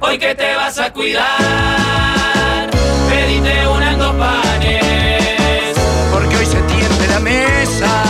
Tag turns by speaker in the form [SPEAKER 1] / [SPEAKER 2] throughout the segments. [SPEAKER 1] hoy que te vas a cuidar. Pedite unas dos panes,
[SPEAKER 2] porque hoy se tiende la mesa.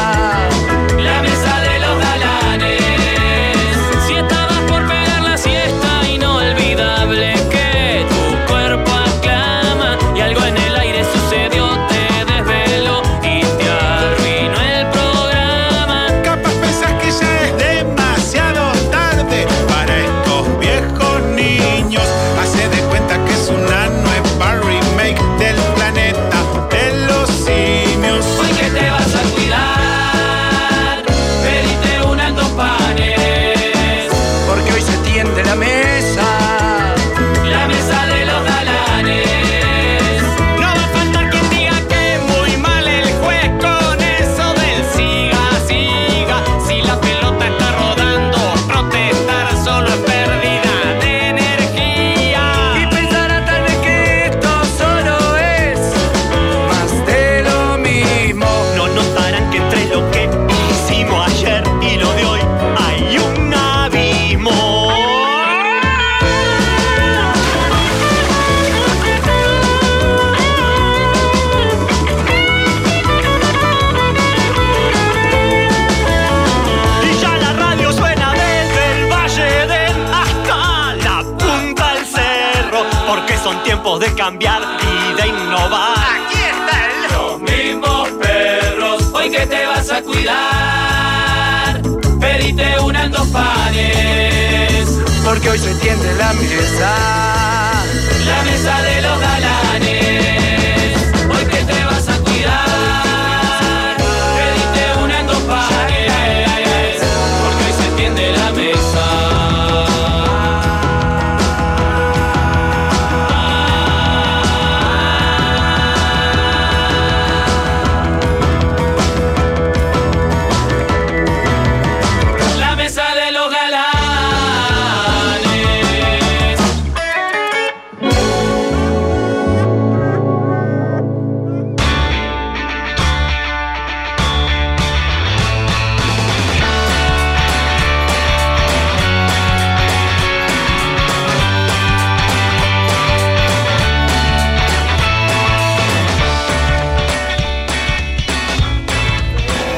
[SPEAKER 1] la mesa de los galanes. Si estabas por pegar la siesta, inolvidable que tu cuerpo aclama. Y algo en el aire sucedió, te desveló y te arruinó el programa.
[SPEAKER 3] Capaz pensás que ya es demasiado tarde para estos viejos niños. Hace de cuenta que es una nueva remake del planeta de los simios.
[SPEAKER 1] Hoy que te vas a cuidar, pedite unas dos panes,
[SPEAKER 2] Porque hoy se tiende la mesa.
[SPEAKER 1] la mesa de los galanes.
[SPEAKER 3] No va a faltar quien diga que muy mal el juez con eso del siga, siga. Si la pelota está rodando, protestar solo es pérdida de
[SPEAKER 2] Y
[SPEAKER 3] energía.
[SPEAKER 2] pensará tal vez que esto solo es más de lo mismo.
[SPEAKER 3] No notarán que entre lo que hicimos ayer y lo de hoy hay un abismo. Y ya la radio suena desde el Valle del hasta la punta del cerro, porque son tiempos de cambiar y de innovar.
[SPEAKER 1] Los mismos perros, hoy que te vas a cuidar, pedite unas dos panes,
[SPEAKER 2] Porque hoy se tiende la mesa.
[SPEAKER 1] la mesa de los galanes. Hoy que te vas a cuidar, pedite unas dos panes, porque hoy se tiende la mesa. La mesa de los galanes.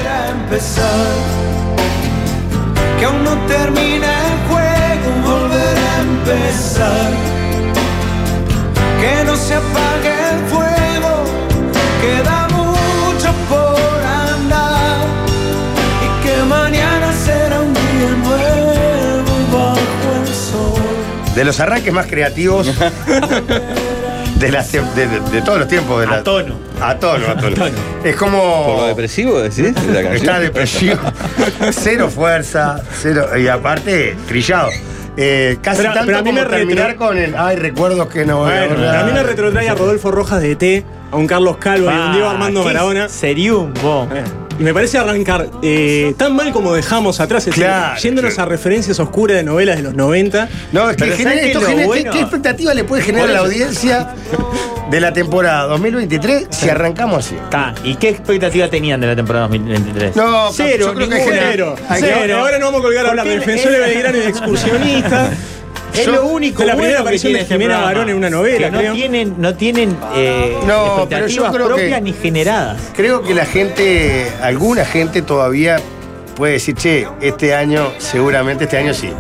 [SPEAKER 4] a empezar. Que aún no termina el juego, volver a empezar. Que no se apague el fuego, queda mucho por andar. Y que mañana será un día nuevo bajo el sol.
[SPEAKER 5] De los arranques más creativos de, las tem- de, de- de todos los tiempos. De la-
[SPEAKER 6] A tono.
[SPEAKER 5] A tono, a tono.
[SPEAKER 6] tono.
[SPEAKER 5] Es
[SPEAKER 7] ¿Por lo
[SPEAKER 5] como.
[SPEAKER 7] depresivo decís? La canción.
[SPEAKER 5] Está depresivo. cero fuerza, cero. Y aparte, trillado. Eh, casi
[SPEAKER 6] Pero-
[SPEAKER 5] tanto
[SPEAKER 6] pero a mí
[SPEAKER 5] como
[SPEAKER 6] me retro-
[SPEAKER 5] terminar con el. Ay, recuerdos que no voy a
[SPEAKER 6] Bueno,
[SPEAKER 5] borrar".
[SPEAKER 6] a mí me retrotrae a Rodolfo Rojas de ET, a un Carlos Calvo y a un Diego Armando Maradona. Eh,
[SPEAKER 8] Serium, vos.
[SPEAKER 6] Y me parece arrancar eh, tan mal como dejamos atrás, es decir,
[SPEAKER 5] Claro,
[SPEAKER 6] yéndonos a
[SPEAKER 5] claro.
[SPEAKER 6] referencias oscuras de novelas de los 90.
[SPEAKER 5] No, es que
[SPEAKER 6] Pero
[SPEAKER 5] genera-
[SPEAKER 6] ¿sabes qué
[SPEAKER 5] esto
[SPEAKER 6] es lo
[SPEAKER 5] genera- ¿qué,
[SPEAKER 6] bueno?
[SPEAKER 5] qué expectativa le puede generar a la audiencia de la temporada 2023 si arrancamos así?
[SPEAKER 8] Ta, ¿Y qué expectativa tenían de la temporada 2023?
[SPEAKER 5] No,
[SPEAKER 6] Cero,
[SPEAKER 5] yo creo que
[SPEAKER 6] ninguna.
[SPEAKER 5] genera-
[SPEAKER 6] cero,
[SPEAKER 5] hay que-
[SPEAKER 6] cero. Ahora no vamos a colgar a hablar de
[SPEAKER 8] Porque
[SPEAKER 6] defensores
[SPEAKER 8] es-
[SPEAKER 6] de Belgrano y de excursionistas.
[SPEAKER 8] Es
[SPEAKER 5] Yo-
[SPEAKER 8] lo único
[SPEAKER 6] fue la
[SPEAKER 8] bueno
[SPEAKER 6] primera
[SPEAKER 8] que
[SPEAKER 6] aparición
[SPEAKER 8] tiene
[SPEAKER 6] de
[SPEAKER 8] este
[SPEAKER 6] Jimena
[SPEAKER 8] programa,
[SPEAKER 6] Barón en una novela,
[SPEAKER 8] que no
[SPEAKER 6] creo.
[SPEAKER 8] tienen, no tienen eh,
[SPEAKER 5] No, pero yo
[SPEAKER 8] expectativas
[SPEAKER 5] creo que-
[SPEAKER 8] propias ni generadas.
[SPEAKER 5] Creo que la gente, alguna gente todavía puede decir, che, este año, seguramente este año sí.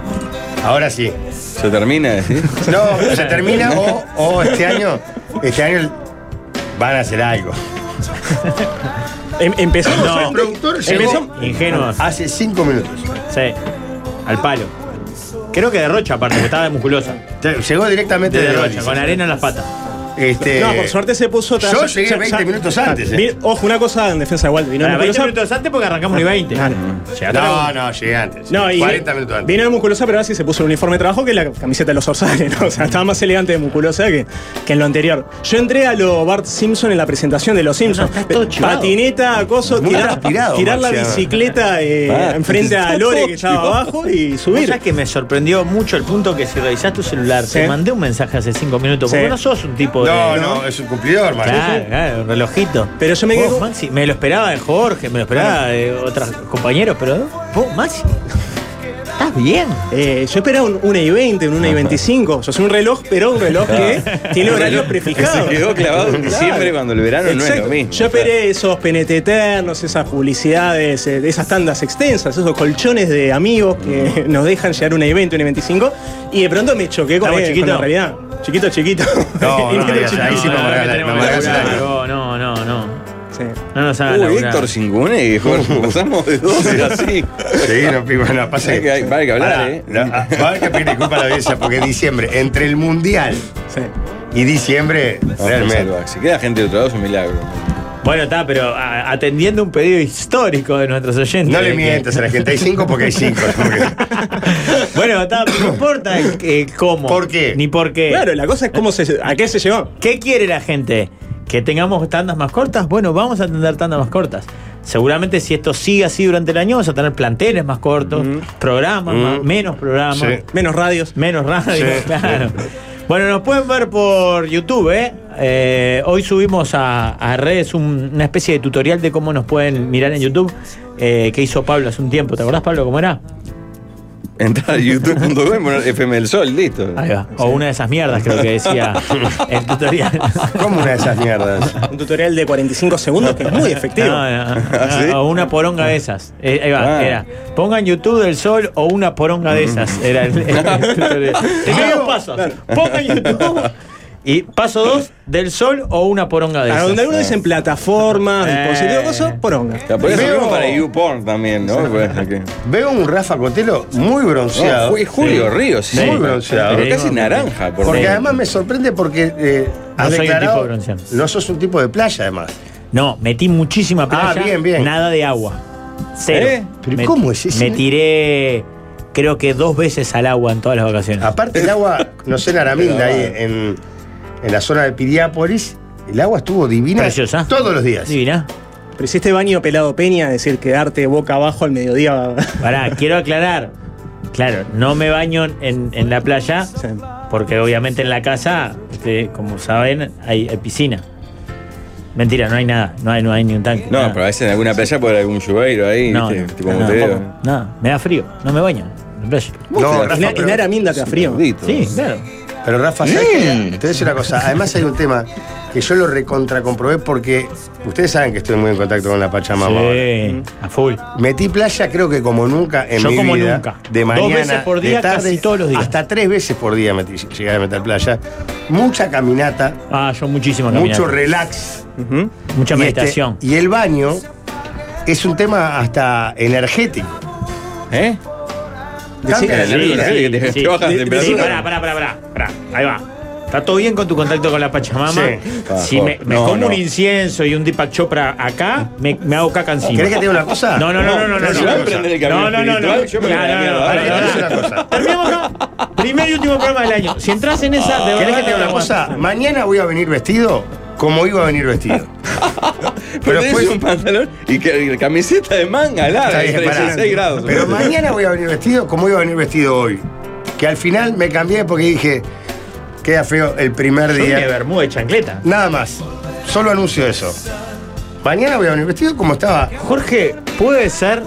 [SPEAKER 5] Ahora sí.
[SPEAKER 7] Se termina, decís.
[SPEAKER 5] No, se termina o, o este año, este año van a hacer algo.
[SPEAKER 6] Em- empezamos
[SPEAKER 8] No.
[SPEAKER 5] El productor llegó
[SPEAKER 6] Empezó-
[SPEAKER 8] Ingenuos.
[SPEAKER 5] hace cinco minutos.
[SPEAKER 8] Sí. Al palo. Creo que derrocha, aparte, porque estaba musculosa.
[SPEAKER 5] Llegó directamente
[SPEAKER 8] De
[SPEAKER 5] Este de
[SPEAKER 8] derrocha, con arena en las patas.
[SPEAKER 5] Este,
[SPEAKER 6] No, por suerte se puso ta-
[SPEAKER 5] Yo
[SPEAKER 6] ya-
[SPEAKER 5] llegué
[SPEAKER 6] ya-
[SPEAKER 5] 20
[SPEAKER 6] ya- Ah,
[SPEAKER 5] minutos antes, eh.
[SPEAKER 6] Bien, Ojo, una cosa en defensa de Waldo. Vino
[SPEAKER 8] Ahora, 20
[SPEAKER 6] musculosa.
[SPEAKER 8] minutos antes porque arrancamos
[SPEAKER 6] Ah,
[SPEAKER 8] ni 20.
[SPEAKER 6] Claro.
[SPEAKER 8] Llegaste a la-
[SPEAKER 5] No, no, llegué antes.
[SPEAKER 6] No, y
[SPEAKER 5] 40 minutos antes.
[SPEAKER 6] Vino de musculosa, pero ahora sí se puso el uniforme de trabajo que la camiseta de los orzales, ¿no? O sea, estaba más elegante de musculosa que, que en lo anterior. Yo entré a lo Bart Simpson en la presentación de los Simpsons.
[SPEAKER 8] estás todo chivado.
[SPEAKER 6] Patineta, acoso,
[SPEAKER 5] Muy
[SPEAKER 6] tirar,
[SPEAKER 5] transpirado,
[SPEAKER 6] tirar la
[SPEAKER 5] Marciano.
[SPEAKER 6] bicicleta eh,
[SPEAKER 7] Ah,
[SPEAKER 6] enfrente a
[SPEAKER 7] estás
[SPEAKER 6] Lore
[SPEAKER 7] todo
[SPEAKER 6] que estaba
[SPEAKER 7] chivado.
[SPEAKER 6] abajo y
[SPEAKER 8] Vos
[SPEAKER 6] subir.
[SPEAKER 8] sabés que me sorprendió mucho el punto que si revisás tu celular,
[SPEAKER 6] Sí.
[SPEAKER 8] te mandé un mensaje hace 5 minutos,
[SPEAKER 6] Sí.
[SPEAKER 8] porque no sos un tipo
[SPEAKER 5] No,
[SPEAKER 8] de.
[SPEAKER 5] no, es un cumplidor, man.
[SPEAKER 8] Claro, claro, un relojito.
[SPEAKER 6] Pero yo me
[SPEAKER 8] Vos,
[SPEAKER 6] quedo-
[SPEAKER 8] Maxi, me lo esperaba de Jorge, me lo esperaba de otros compañeros, pero vos, Maxi, estás
[SPEAKER 9] estás bien.
[SPEAKER 6] Eh, yo esperaba un 1 y 20, un 1 y 25. O sea, es un reloj, pero un reloj que tiene horarios prefijados.
[SPEAKER 7] Ah. Se quedó clavado en diciembre
[SPEAKER 6] Claro.
[SPEAKER 7] cuando el verano no es
[SPEAKER 6] Exacto.
[SPEAKER 7] lo mismo.
[SPEAKER 6] Yo esperé esos penete eternos, esas publicidades, eh, esas tandas extensas, esos colchones de amigos que nos dejan llegar una y 20, una y 25, y de pronto me choqué con,
[SPEAKER 8] ¿Estamos
[SPEAKER 6] eh,
[SPEAKER 8] chiquitos?
[SPEAKER 6] con la realidad. Chiquito, chiquito.
[SPEAKER 5] No,
[SPEAKER 6] Y
[SPEAKER 5] no,
[SPEAKER 6] negro
[SPEAKER 5] digas, ahí sí me
[SPEAKER 6] chiquito.
[SPEAKER 5] amargas la- me amargas el año.
[SPEAKER 8] No, no, no, no.
[SPEAKER 6] Sí.
[SPEAKER 8] No nos hagan
[SPEAKER 7] Uy,
[SPEAKER 8] laburar.
[SPEAKER 7] Héctor Singune, Jorge, pasamos de 12 así.
[SPEAKER 5] Sí, no, pi- bueno, pasa
[SPEAKER 7] Hay que- hay- vale que hablar,
[SPEAKER 5] Pará,
[SPEAKER 7] ¿eh?
[SPEAKER 5] no, ah, va a haber que pedir disculpas a la audiencia porque en diciembre, entre el mundial
[SPEAKER 6] Sí.
[SPEAKER 5] y diciembre,
[SPEAKER 7] Ah,
[SPEAKER 5] realmente.
[SPEAKER 7] Realmente. Si queda gente de otro lado es un milagro.
[SPEAKER 8] Bueno, está, pero a- atendiendo un pedido histórico de nuestros oyentes.
[SPEAKER 5] No le
[SPEAKER 8] que-
[SPEAKER 5] mientas a la gente, hay cinco porque hay cinco.
[SPEAKER 8] Bueno, está, pero no importa el- el cómo.
[SPEAKER 5] ¿Por qué?
[SPEAKER 8] Ni por qué.
[SPEAKER 6] Claro, la cosa es cómo se, a qué se llegó.
[SPEAKER 8] ¿Qué quiere la gente? ¿Que tengamos tandas más cortas? Bueno, vamos a tener tandas más cortas. Seguramente si esto sigue así durante el año, vamos a tener planteles más cortos, programas, más-
[SPEAKER 5] Mm.
[SPEAKER 8] menos programas,
[SPEAKER 5] Sí.
[SPEAKER 6] Menos radios.
[SPEAKER 8] menos radio,
[SPEAKER 5] Sí.
[SPEAKER 8] claro. Bueno, nos pueden ver por YouTube, ¿eh? Eh, hoy subimos a, a redes un- una especie de tutorial de cómo nos pueden mirar en YouTube eh, que hizo Pablo hace un tiempo. ¿Te acordás, Pablo, cómo era?
[SPEAKER 7] Entrar a youtube.com, poner FM del Sol, listo.
[SPEAKER 8] Ahí va. O una de esas mierdas, creo que decía el tutorial.
[SPEAKER 5] Como una de esas mierdas.
[SPEAKER 6] Un tutorial de 45 segundos que es
[SPEAKER 5] Ah.
[SPEAKER 6] muy efectivo.
[SPEAKER 8] No, no, no,
[SPEAKER 7] ¿Ah, sí?
[SPEAKER 8] O una poronga de esas. Eh, ahí va,
[SPEAKER 7] Ah.
[SPEAKER 8] era. Pongan YouTube del sol o una poronga de esas.
[SPEAKER 7] Mm.
[SPEAKER 8] Era el, el tutorial. Tenía dos pasos. Pongan YouTube. Y paso dos, del sol o una poronga de
[SPEAKER 6] A
[SPEAKER 8] esas.
[SPEAKER 6] donde algunos dicen plataformas,
[SPEAKER 8] Eh.
[SPEAKER 6] dispositivos, cosas, poronga.
[SPEAKER 7] La podés hacer
[SPEAKER 5] Veo-
[SPEAKER 7] como para YouPorn también, ¿no? Pues, ok.
[SPEAKER 5] Veo un Rafa Cotelo muy
[SPEAKER 7] No,
[SPEAKER 5] bronceado.
[SPEAKER 7] fue Julio Ríos, sí.
[SPEAKER 5] Muy bronceado.
[SPEAKER 7] Pero casi naranja, por
[SPEAKER 5] Porque
[SPEAKER 7] favor.
[SPEAKER 5] además me sorprende porque eh, has
[SPEAKER 8] Ah, soy un
[SPEAKER 5] declarado-
[SPEAKER 8] tipo de bronceado.
[SPEAKER 5] no sos un tipo de playa, además.
[SPEAKER 8] No, metí muchísima playa.
[SPEAKER 5] Ah, bien, bien.
[SPEAKER 8] Nada de agua. Cero.
[SPEAKER 7] ¿Eh?
[SPEAKER 5] Pero ¿cómo es eso?
[SPEAKER 8] Me tiré, creo que dos veces al agua en todas las vacaciones.
[SPEAKER 5] Aparte el agua, no sé, en Araminda, ahí en, en la zona de Piriápolis, el agua estuvo divina
[SPEAKER 8] Preciosa.
[SPEAKER 5] todos los días.
[SPEAKER 8] Divina.
[SPEAKER 6] Pero hiciste baño pelado peña, es decir, quedarte boca abajo al mediodía.
[SPEAKER 8] Pará, quiero aclarar. Claro, no me baño en, en la playa,
[SPEAKER 6] Sí.
[SPEAKER 8] porque obviamente en la casa, este, como saben, hay, hay piscina. Mentira, no hay nada, no hay, no hay ni un tanque.
[SPEAKER 7] No,
[SPEAKER 8] nada.
[SPEAKER 7] pero a veces en alguna playa por algún chubeiro ahí,
[SPEAKER 8] Ah. no,
[SPEAKER 7] ¿viste?
[SPEAKER 8] no,
[SPEAKER 7] tipo
[SPEAKER 8] no,
[SPEAKER 7] Montevideo.
[SPEAKER 8] tampoco, nada, me da frío, no me baño en la playa.
[SPEAKER 5] No,
[SPEAKER 7] Vos te la-
[SPEAKER 5] Rafa,
[SPEAKER 6] En, en
[SPEAKER 5] pero-
[SPEAKER 6] Araminda te da frío.
[SPEAKER 7] Gordito.
[SPEAKER 8] Sí, claro.
[SPEAKER 5] Pero Rafa, ¿sabes qué? te voy a decir una cosa. Además hay un tema que yo lo recontracomprobé porque ustedes saben que estoy muy en contacto con la Pachamama. ahora.
[SPEAKER 8] Sí, a full.
[SPEAKER 5] Metí playa creo que como nunca en
[SPEAKER 8] Yo
[SPEAKER 5] mi
[SPEAKER 8] como
[SPEAKER 5] vida.
[SPEAKER 8] nunca.
[SPEAKER 5] De
[SPEAKER 8] Dos
[SPEAKER 5] mañana,
[SPEAKER 8] veces por
[SPEAKER 5] de
[SPEAKER 8] día,
[SPEAKER 5] tarde,
[SPEAKER 8] casi todos los días.
[SPEAKER 5] Hasta tres veces por día metí, llegué a meter playa. Mucha caminata,
[SPEAKER 8] Ah, yo muchísimo
[SPEAKER 5] mucho
[SPEAKER 8] caminata,
[SPEAKER 5] relax.
[SPEAKER 6] Ujú.
[SPEAKER 8] mucha
[SPEAKER 5] Y este-
[SPEAKER 8] meditación.
[SPEAKER 5] y el baño es un tema hasta energético.
[SPEAKER 7] ¿Eh?
[SPEAKER 5] Cambia la
[SPEAKER 7] Sí,
[SPEAKER 5] energía.
[SPEAKER 7] sí, que te- te baja la
[SPEAKER 8] Sí,
[SPEAKER 7] temperatura.
[SPEAKER 8] pará, pará, pará, pará, pará. Ahí va. Está todo bien con tu contacto con la Pachamama.
[SPEAKER 5] Sí.
[SPEAKER 8] Si me, me
[SPEAKER 7] No,
[SPEAKER 8] como
[SPEAKER 7] no.
[SPEAKER 8] un incienso y un Deepak Chopra acá, me, me hago caca encima.
[SPEAKER 5] ¿Querés que te diga una cosa?
[SPEAKER 8] No, no, no, no, no, no.
[SPEAKER 5] ¿Querés
[SPEAKER 7] Si va a
[SPEAKER 8] no.
[SPEAKER 7] prender el
[SPEAKER 8] No,
[SPEAKER 7] camino
[SPEAKER 8] no, no, no.
[SPEAKER 7] espiritual, yo me voy a la
[SPEAKER 8] Claro,
[SPEAKER 7] mierda.
[SPEAKER 8] no, no,
[SPEAKER 5] Pará,
[SPEAKER 8] pará,
[SPEAKER 5] te voy a decir
[SPEAKER 8] pará.
[SPEAKER 5] una cosa.
[SPEAKER 8] Terminamos acá. Primer y último programa del año. Si entras en esa, de
[SPEAKER 5] ¿Querés
[SPEAKER 8] verdad
[SPEAKER 5] que te diga
[SPEAKER 8] no
[SPEAKER 5] una
[SPEAKER 8] aguanto.
[SPEAKER 5] cosa? Mañana voy a venir vestido como iba a venir vestido.
[SPEAKER 7] Pero después
[SPEAKER 5] después-
[SPEAKER 7] un pantalón y que- camiseta de manga larga,
[SPEAKER 5] Está
[SPEAKER 8] eh,
[SPEAKER 5] bien,
[SPEAKER 7] de
[SPEAKER 5] pará.
[SPEAKER 7] 36 grados.
[SPEAKER 5] Pero mañana voy a venir vestido como iba a venir vestido hoy. Que al final me cambié porque dije, queda feo el primer
[SPEAKER 8] Yo me
[SPEAKER 5] día.
[SPEAKER 8] bermuda y chancleta.
[SPEAKER 5] Nada más. Solo anuncio eso. Mañana voy a venir vestido como estaba.
[SPEAKER 8] Jorge, puede ser.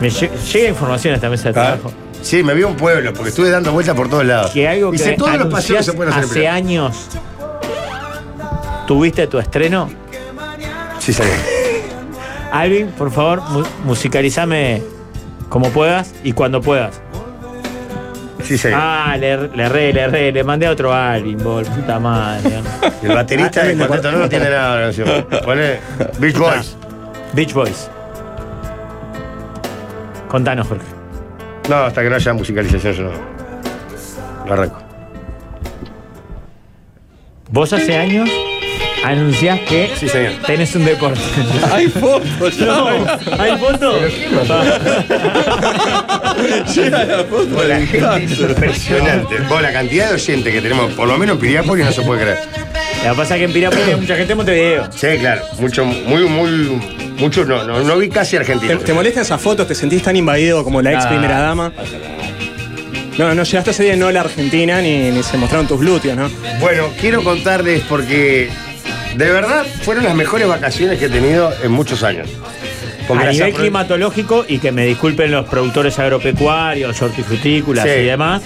[SPEAKER 8] Me lle- llega información a esta mesa de trabajo.
[SPEAKER 5] Ah. Sí, me vi a un pueblo porque estuve dando vueltas por todos lados.
[SPEAKER 8] que algo
[SPEAKER 5] Hice
[SPEAKER 8] que
[SPEAKER 5] todos los paseos que
[SPEAKER 8] anunciás
[SPEAKER 5] se pueden hacer. en
[SPEAKER 8] hace
[SPEAKER 5] Pilar.
[SPEAKER 8] años tuviste tu estreno.
[SPEAKER 5] Sí, señor.
[SPEAKER 8] Alvin, por favor, mu- musicalizame como puedas y cuando puedas.
[SPEAKER 5] Sí, señor.
[SPEAKER 8] Ah, le, le erré, le erré, le mandé a otro Alvin, bol, puta madre.
[SPEAKER 5] El baterista
[SPEAKER 6] Ah,
[SPEAKER 5] del
[SPEAKER 6] no,
[SPEAKER 5] cuarteto no, no tiene nada de canción. Pone Beach Boys.
[SPEAKER 8] Beach Boys. Contanos, Jorge.
[SPEAKER 5] No, hasta que no haya musicalización yo no. Lo arranco.
[SPEAKER 8] Vos hace años anunciás que
[SPEAKER 5] Sí, señor.
[SPEAKER 8] tenés un deporte.
[SPEAKER 7] Hay fotos,
[SPEAKER 8] No, ¿Hay fotos?
[SPEAKER 7] Llega la foto.
[SPEAKER 5] Bueno, la gente es impresionante. Bueno, la cantidad de oyentes que tenemos, por lo menos en Piriápolis, no se puede creer.
[SPEAKER 8] Lo que pasa es que en Pirapón hay mucha gente en Montevideo.
[SPEAKER 5] Sí, claro. Mucho, muy, muy. Muchos no, no, no vi casi
[SPEAKER 6] ¿Te,
[SPEAKER 5] argentinos.
[SPEAKER 6] te molestan esas fotos? ¿Te sentís tan invadido como la ex
[SPEAKER 8] Ah,
[SPEAKER 6] primera dama? No, no llegaste ese día no a la Argentina ni, ni se mostraron tus glúteos, ¿no?
[SPEAKER 5] Bueno, quiero contarles porque de verdad fueron las mejores vacaciones que he tenido en muchos años. Porque
[SPEAKER 8] a
[SPEAKER 5] las
[SPEAKER 8] nivel
[SPEAKER 5] afro-
[SPEAKER 8] climatológico, y que me disculpen los productores agropecuarios, hortifrutícolas
[SPEAKER 5] Sí.
[SPEAKER 8] y demás,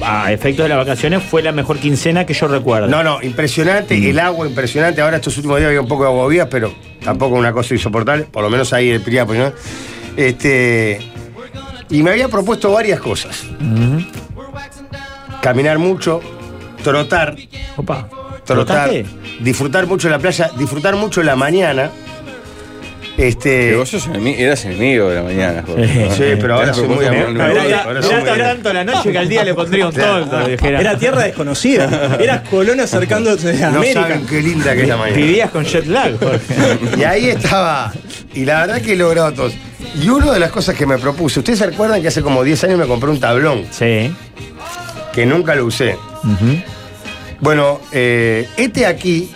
[SPEAKER 8] a efectos de las vacaciones fue la mejor quincena que yo recuerdo.
[SPEAKER 5] No, no, impresionante,
[SPEAKER 8] Mm.
[SPEAKER 5] el agua impresionante. Ahora estos últimos días había un poco de agua viva, pero tampoco una cosa insoportable, por lo menos ahí el Priapo, ¿no? Este, y me había propuesto varias cosas. Caminar mucho, trotar,
[SPEAKER 8] Opa.
[SPEAKER 5] trotar,
[SPEAKER 8] ¿Trotaste?
[SPEAKER 5] disfrutar mucho la playa, disfrutar mucho la mañana.
[SPEAKER 7] Que
[SPEAKER 5] Este,
[SPEAKER 7] vos sos enemi- eras enemigo de la mañana. Jorge,
[SPEAKER 8] Sí,
[SPEAKER 7] ¿no?
[SPEAKER 5] sí, pero ahora
[SPEAKER 7] Te
[SPEAKER 5] soy muy
[SPEAKER 7] propuesto
[SPEAKER 5] amable.
[SPEAKER 7] ponerle una
[SPEAKER 8] Era, era-
[SPEAKER 7] bola, ahora
[SPEAKER 8] era
[SPEAKER 7] soy muy amable.
[SPEAKER 8] tanto la noche que al día le pondría un toldo. dijera.
[SPEAKER 6] Era tierra desconocida. Era colono acercándose a
[SPEAKER 5] no
[SPEAKER 6] América.
[SPEAKER 5] saben qué linda que es la mañana.
[SPEAKER 8] Vivías con jet lag, Jorge.
[SPEAKER 5] Y ahí estaba. Y la verdad que he logrado todos. Y una de las cosas que me propuse, ustedes se acuerdan que hace como 10 años me compré un tablón,
[SPEAKER 8] Sí.
[SPEAKER 5] que nunca lo usé. Bueno, eh, este aquí,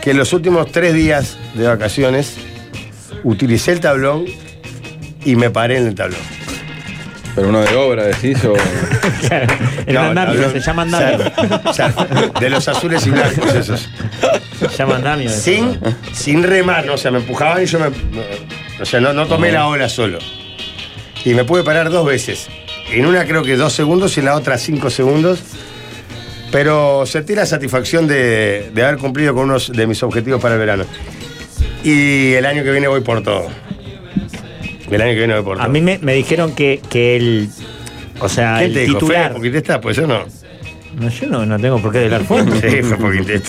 [SPEAKER 5] que en los últimos tres días de vacaciones, utilicé el tablón y me paré en el tablón.
[SPEAKER 7] Pero uno de obra, decís, o...
[SPEAKER 8] El
[SPEAKER 5] No,
[SPEAKER 8] andamio,
[SPEAKER 5] tablón-
[SPEAKER 8] se llama andamio.
[SPEAKER 5] O sea, de los azules y blancos esos.
[SPEAKER 8] Se llama andamio.
[SPEAKER 5] Sin, sin remar, ¿no? o sea, me empujaban y yo me. O sea, no, no tomé la ola solo. Y me pude parar dos veces. En una creo que dos segundos y en la otra cinco segundos. Pero sentí la satisfacción de, de haber cumplido con uno de mis objetivos para el verano. Y el año que viene voy por todo. El año que viene voy por todo.
[SPEAKER 8] A mí me, me dijeron que, que el. O sea,
[SPEAKER 5] ¿Quién
[SPEAKER 8] el
[SPEAKER 5] te dijo? ¿Fue
[SPEAKER 8] titular.
[SPEAKER 5] Poquitesta? Pues yo no. Sí,
[SPEAKER 8] No, yo no, no tengo por qué delar fuerte.
[SPEAKER 5] fue Poquitesta.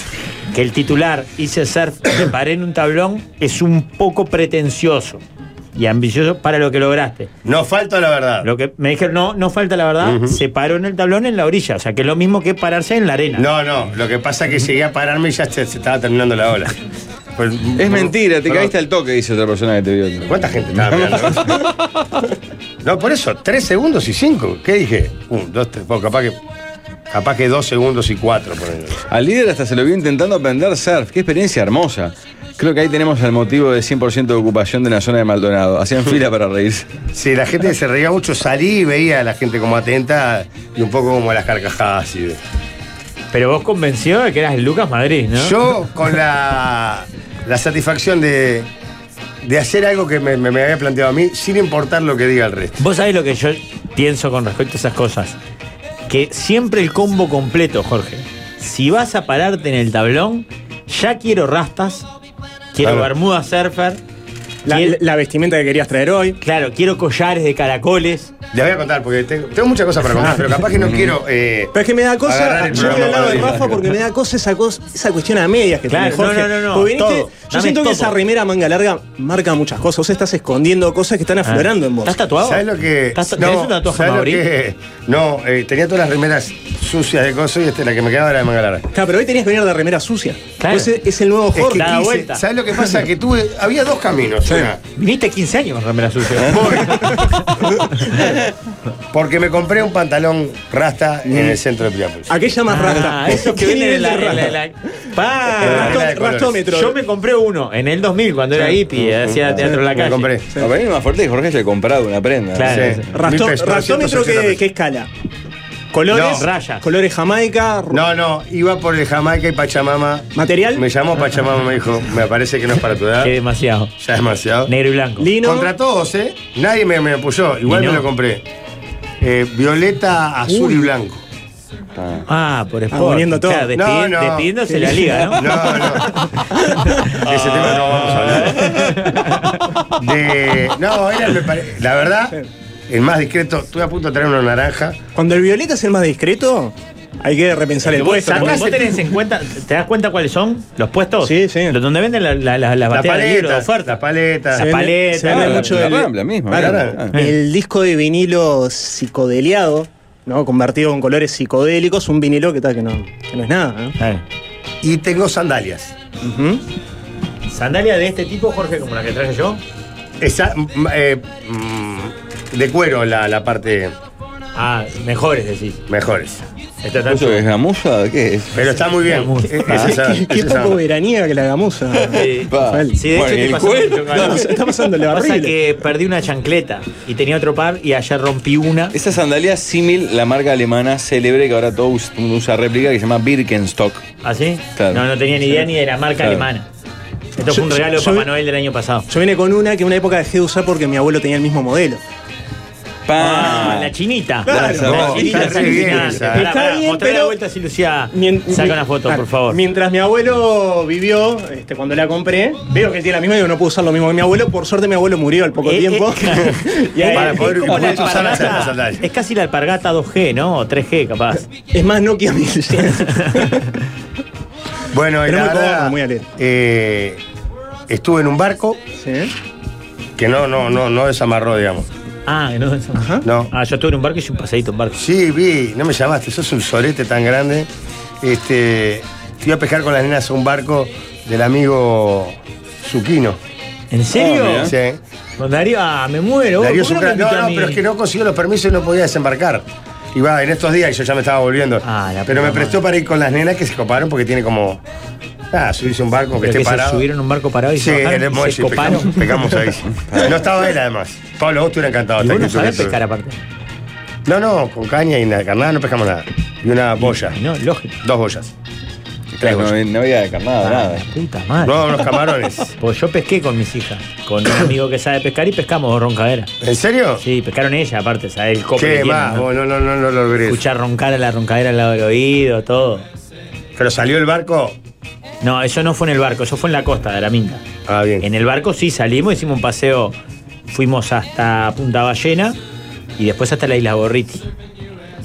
[SPEAKER 8] que el titular hice surf, me paré en un tablón, es un poco pretencioso y ambicioso para lo que lograste.
[SPEAKER 5] No falta la verdad.
[SPEAKER 8] Lo que me dijeron, no, no falta la verdad, se paró en el tablón en la orilla, o sea que es lo mismo que pararse en la arena.
[SPEAKER 5] No, no, lo que pasa es que llegué a pararme y ya se, se estaba terminando la ola. Por- por-
[SPEAKER 7] Es mentira, te
[SPEAKER 5] por-
[SPEAKER 7] caíste al toque, dice otra persona que te vio.
[SPEAKER 5] ¿Cuánta gente estaba mirando? no, por eso, tres segundos y cinco. ¿Qué dije? Un, dos, tres, bueno, capaz que. Capaz que Eh, dos segundos y cuatro. por ahí.
[SPEAKER 7] Al líder hasta se lo vio intentando aprender surf. Qué experiencia hermosa. Creo que ahí tenemos el motivo de 100% de ocupación de la zona de Maldonado. Hacían fila para reírse.
[SPEAKER 5] Sí, la gente se reía mucho, salí y veía a la gente como atenta y un poco como las carcajadas. así de-
[SPEAKER 8] Pero vos convencido de que eras el Lucas Madrid, ¿no?
[SPEAKER 5] Yo con la, la satisfacción de, de hacer algo que me, me- me había planteado a mí, sin importar lo que diga el resto.
[SPEAKER 8] Vos sabés lo que yo pienso con respecto a esas cosas. Que siempre el combo completo, Jorge. Si vas a pararte en el tablón, ya quiero rastas, quiero
[SPEAKER 5] Claro.
[SPEAKER 8] bermuda surfer,
[SPEAKER 6] La,
[SPEAKER 8] quiero-
[SPEAKER 6] la vestimenta que querías traer hoy.
[SPEAKER 8] claro, quiero collares de caracoles.
[SPEAKER 5] Les voy a contar, porque tengo, tengo muchas cosas para
[SPEAKER 8] Ah.
[SPEAKER 5] contar, pero capaz que no quiero. eh,
[SPEAKER 6] Pero es que me da
[SPEAKER 5] Agarrar
[SPEAKER 6] cosa.
[SPEAKER 5] el
[SPEAKER 6] Yo
[SPEAKER 5] programa
[SPEAKER 6] voy al lado de
[SPEAKER 5] para
[SPEAKER 6] Rafa
[SPEAKER 5] adelante.
[SPEAKER 6] porque me da cosa esa, cosa, esa cuestión a medias que
[SPEAKER 8] Claro,
[SPEAKER 6] tiene Jorge.
[SPEAKER 8] no, no, no, no,
[SPEAKER 6] Porque viniste-
[SPEAKER 8] todo.
[SPEAKER 6] yo
[SPEAKER 8] Dame
[SPEAKER 6] siento que
[SPEAKER 8] todo.
[SPEAKER 6] esa remera manga larga marca muchas cosas. Vos estás escondiendo cosas que están aflorando en vos.
[SPEAKER 8] Ah. ¿Estás tatuado?
[SPEAKER 5] ¿Sabes lo que.?
[SPEAKER 8] ¿Estás, ¿Tenés un tatuaje
[SPEAKER 5] ¿sabes lo
[SPEAKER 8] maorí?
[SPEAKER 5] que- No, eh, tenía todas las remeras sucias de coso y este, la que me quedaba era de manga larga.
[SPEAKER 6] Claro, pero hoy tenías que venir de remera sucia.
[SPEAKER 8] Claro.
[SPEAKER 6] Ese es el nuevo
[SPEAKER 5] Es que
[SPEAKER 6] Jorge.
[SPEAKER 8] da la
[SPEAKER 5] quise-
[SPEAKER 8] vuelta.
[SPEAKER 5] ¿Sabes lo que pasa? Que tuve. Había dos caminos. Una,
[SPEAKER 8] Viniste 15 años con remera sucia.
[SPEAKER 5] porque me compré un pantalón rasta en el centro de Priapus.
[SPEAKER 6] Mm. ¿A qué llamas
[SPEAKER 8] Ah,
[SPEAKER 6] rasta?
[SPEAKER 8] esos
[SPEAKER 6] ¿Qué
[SPEAKER 8] que vienen en
[SPEAKER 6] nivel
[SPEAKER 8] la,
[SPEAKER 6] de
[SPEAKER 8] en la-
[SPEAKER 6] rasta? Eh,
[SPEAKER 8] en la- Pa.
[SPEAKER 5] En la- en la-
[SPEAKER 6] Rastó- Rastómetro.
[SPEAKER 8] Yo me compré uno en el 2000 cuando era hippie, hacía teatro en la
[SPEAKER 5] Me
[SPEAKER 8] calle.
[SPEAKER 5] compré.
[SPEAKER 7] A mí lo más fuerte es Jorge se ha comprado una prenda.
[SPEAKER 8] Claro.
[SPEAKER 5] Sí.
[SPEAKER 6] Rastó-
[SPEAKER 5] 1.380
[SPEAKER 6] rastómetro que,
[SPEAKER 5] pesos.
[SPEAKER 6] que escala.
[SPEAKER 8] Colores,
[SPEAKER 5] No.
[SPEAKER 8] rayas.
[SPEAKER 6] Colores Jamaica, ro-
[SPEAKER 5] No, no, iba por el Jamaica y Pachamama.
[SPEAKER 6] material,
[SPEAKER 5] Me llamó Pachamama, me dijo, me parece que no es para tu edad.
[SPEAKER 8] Que demasiado.
[SPEAKER 5] Ya es demasiado.
[SPEAKER 8] Negro y blanco.
[SPEAKER 6] lino.
[SPEAKER 5] Contra todos, ¿eh? Nadie me, me apoyó. Igual
[SPEAKER 8] Y no.
[SPEAKER 5] me lo compré. Eh, violeta, azul y blanco.
[SPEAKER 8] Ah, por
[SPEAKER 6] Ah, poniendo todo.
[SPEAKER 8] Claro,
[SPEAKER 5] No,
[SPEAKER 8] despidi-
[SPEAKER 5] no.
[SPEAKER 8] despidiéndose la liga, ¿no?
[SPEAKER 5] No, no. De ese tema no vamos a hablar. De- no, era, me pare- la verdad, el más discreto. Estuve a punto de traer una naranja.
[SPEAKER 6] Cuando el violeta es el más discreto, hay que repensar el
[SPEAKER 8] Vos,
[SPEAKER 6] puesto.
[SPEAKER 8] sacás-
[SPEAKER 6] también.
[SPEAKER 8] vos tenés en cuenta, ¿te das cuenta cuáles son los puestos?
[SPEAKER 6] Sí, sí.
[SPEAKER 8] Los Donde venden la, la, la, la
[SPEAKER 5] La
[SPEAKER 8] batería de libros de
[SPEAKER 5] paleta.
[SPEAKER 8] oferta.
[SPEAKER 5] La paleta.
[SPEAKER 6] Se vende-
[SPEAKER 8] paleta,
[SPEAKER 6] se
[SPEAKER 7] Ah,
[SPEAKER 6] vende
[SPEAKER 7] la,
[SPEAKER 6] mucho
[SPEAKER 7] la
[SPEAKER 6] el-
[SPEAKER 7] Rambla misma.
[SPEAKER 5] Claro.
[SPEAKER 7] claro. Ah.
[SPEAKER 6] El disco de vinilo psicodeliado, ¿no? Convertido en colores psicodélicos, un vinilo que tal que no, que no es nada, ¿no?
[SPEAKER 8] Eh.
[SPEAKER 5] Y tengo sandalias.
[SPEAKER 6] Ujú.
[SPEAKER 8] Sandalia de este tipo, Jorge, como la que traje yo.
[SPEAKER 5] Esa, mm, eh, mm, de cuero la, la parte
[SPEAKER 8] Ah, mejores decís.
[SPEAKER 5] mejores.
[SPEAKER 8] Esta está
[SPEAKER 7] ¿Eso es gamusa? ¿Qué es?
[SPEAKER 5] Pero está muy bien.
[SPEAKER 8] Vamos.
[SPEAKER 5] Eh, esa- esa-
[SPEAKER 6] Qué, qué
[SPEAKER 5] esa-
[SPEAKER 6] poco veraniega que la gamusa.
[SPEAKER 8] Sí.
[SPEAKER 7] Pa.
[SPEAKER 6] Rafael.
[SPEAKER 8] Sí, de hecho,
[SPEAKER 7] Bueno,
[SPEAKER 8] te
[SPEAKER 7] el
[SPEAKER 8] pasó
[SPEAKER 7] cuero.
[SPEAKER 8] mucho calor.
[SPEAKER 6] No, se está pasando la
[SPEAKER 8] Pasa
[SPEAKER 6] barril.
[SPEAKER 8] que perdí una chancleta y tenía otro par y ayer rompí una.
[SPEAKER 7] Esa sandalia símil, la marca alemana célebre que ahora todo us- usa réplica que se llama Birkenstock.
[SPEAKER 8] ¿Así?
[SPEAKER 7] Claro.
[SPEAKER 8] No, no tenía ni idea ni de la marca
[SPEAKER 7] Claro.
[SPEAKER 8] alemana. Esto fue un
[SPEAKER 6] Yo-
[SPEAKER 8] regalo de
[SPEAKER 6] yo-
[SPEAKER 8] Papá Noel del año pasado.
[SPEAKER 6] Yo vine con una que en una época dejé de usar porque mi abuelo tenía el mismo modelo.
[SPEAKER 8] Ah, la chinita.
[SPEAKER 6] Claro.
[SPEAKER 8] La
[SPEAKER 5] No,
[SPEAKER 8] chinita
[SPEAKER 5] está
[SPEAKER 8] es
[SPEAKER 5] bien
[SPEAKER 8] alucinante.
[SPEAKER 5] esa.
[SPEAKER 8] Pará,
[SPEAKER 6] Está
[SPEAKER 8] pará,
[SPEAKER 6] bien,
[SPEAKER 8] mostrá la
[SPEAKER 6] pero-
[SPEAKER 8] vuelta si Lucía
[SPEAKER 6] Mien-
[SPEAKER 8] saca
[SPEAKER 6] mi-
[SPEAKER 8] una foto,
[SPEAKER 6] ah,
[SPEAKER 8] por favor.
[SPEAKER 6] Mientras mi abuelo vivió, este, cuando la compré, veo que él tiene la misma y yo no puedo usar lo mismo que mi abuelo. Por suerte mi abuelo murió al poco
[SPEAKER 8] Eh, eh,
[SPEAKER 6] tiempo. Y ahí-
[SPEAKER 5] Para poder-
[SPEAKER 8] como la
[SPEAKER 5] poder usar las
[SPEAKER 8] alpargata-
[SPEAKER 5] sandalias.
[SPEAKER 8] es casi la alpargata 2G, ¿no? O 3G, capaz.
[SPEAKER 6] es más Nokia 1100.
[SPEAKER 5] Bueno, y
[SPEAKER 6] Pero
[SPEAKER 5] la
[SPEAKER 6] muy cómodo,
[SPEAKER 5] verdad,
[SPEAKER 6] muy alegre.
[SPEAKER 5] eh, estuve en un barco
[SPEAKER 6] Sí.
[SPEAKER 5] que no, no, no, no desamarró, digamos.
[SPEAKER 8] Ah, no, eso-
[SPEAKER 5] No.
[SPEAKER 8] Ah, yo estuve en un barco y hice un paseíto en barco.
[SPEAKER 5] Sí, vi, no me llamaste, sos un sorete tan grande. Este, fui a pescar con las nenas a un barco del amigo Zuquino.
[SPEAKER 8] ¿En serio?
[SPEAKER 7] Ah, mirá.
[SPEAKER 5] Sí.
[SPEAKER 8] Don Darío, ah, me muero.
[SPEAKER 5] Darío
[SPEAKER 8] ¿Por qué
[SPEAKER 5] Zucca-
[SPEAKER 8] me invitó
[SPEAKER 5] No,
[SPEAKER 8] a
[SPEAKER 5] no,
[SPEAKER 8] mí?
[SPEAKER 5] pero es que no consiguió los permisos y no podía desembarcar. Y va, en estos días y yo ya me estaba volviendo.
[SPEAKER 8] Ah, la
[SPEAKER 5] pero
[SPEAKER 8] puta
[SPEAKER 5] me prestó para ir con las nenas que se coparon porque tiene como. Ah, subirse a un barco que
[SPEAKER 8] Pero
[SPEAKER 5] esté
[SPEAKER 8] que se
[SPEAKER 5] parado.
[SPEAKER 8] subieron a un barco parado y
[SPEAKER 5] Sí,
[SPEAKER 8] se, bajaron
[SPEAKER 5] el
[SPEAKER 8] y
[SPEAKER 5] emoji,
[SPEAKER 8] se coparon.
[SPEAKER 5] pecamos, pecamos ahí. No estaba él además. Pablo, vos estuvieras encantado.
[SPEAKER 8] Y
[SPEAKER 5] hasta
[SPEAKER 8] vos no
[SPEAKER 5] que tú
[SPEAKER 8] sabés
[SPEAKER 5] que tú-
[SPEAKER 8] pescar aparte.
[SPEAKER 5] No, no, con caña y nada, carnada no pescamos nada. Y una boya.
[SPEAKER 8] No, lógico. Ah,
[SPEAKER 5] Dos boyas. Tres
[SPEAKER 7] no,
[SPEAKER 5] boyas.
[SPEAKER 7] no había descarnado nada.
[SPEAKER 8] La puta madre.
[SPEAKER 5] No, unos camarones.
[SPEAKER 8] Pues yo pesqué con mis hijas, con un amigo que sabe pescar y pescamos roncadera.
[SPEAKER 5] ¿En serio?
[SPEAKER 8] Sí, pescaron ella aparte, ¿sabes? El copo que
[SPEAKER 5] ¿Qué
[SPEAKER 8] tiene,
[SPEAKER 5] más?
[SPEAKER 8] ¿no?
[SPEAKER 5] Vos No, no, no, no lo logré.
[SPEAKER 8] Escuchar roncar a la roncadera al lado del oído, todo.
[SPEAKER 5] Pero salió el barco.
[SPEAKER 8] No, eso no fue en el barco, eso fue en la costa de la Minta.
[SPEAKER 5] Ah, bien.
[SPEAKER 8] En el barco sí salimos, hicimos un paseo, fuimos hasta Punta Ballena y después hasta la isla Borriti.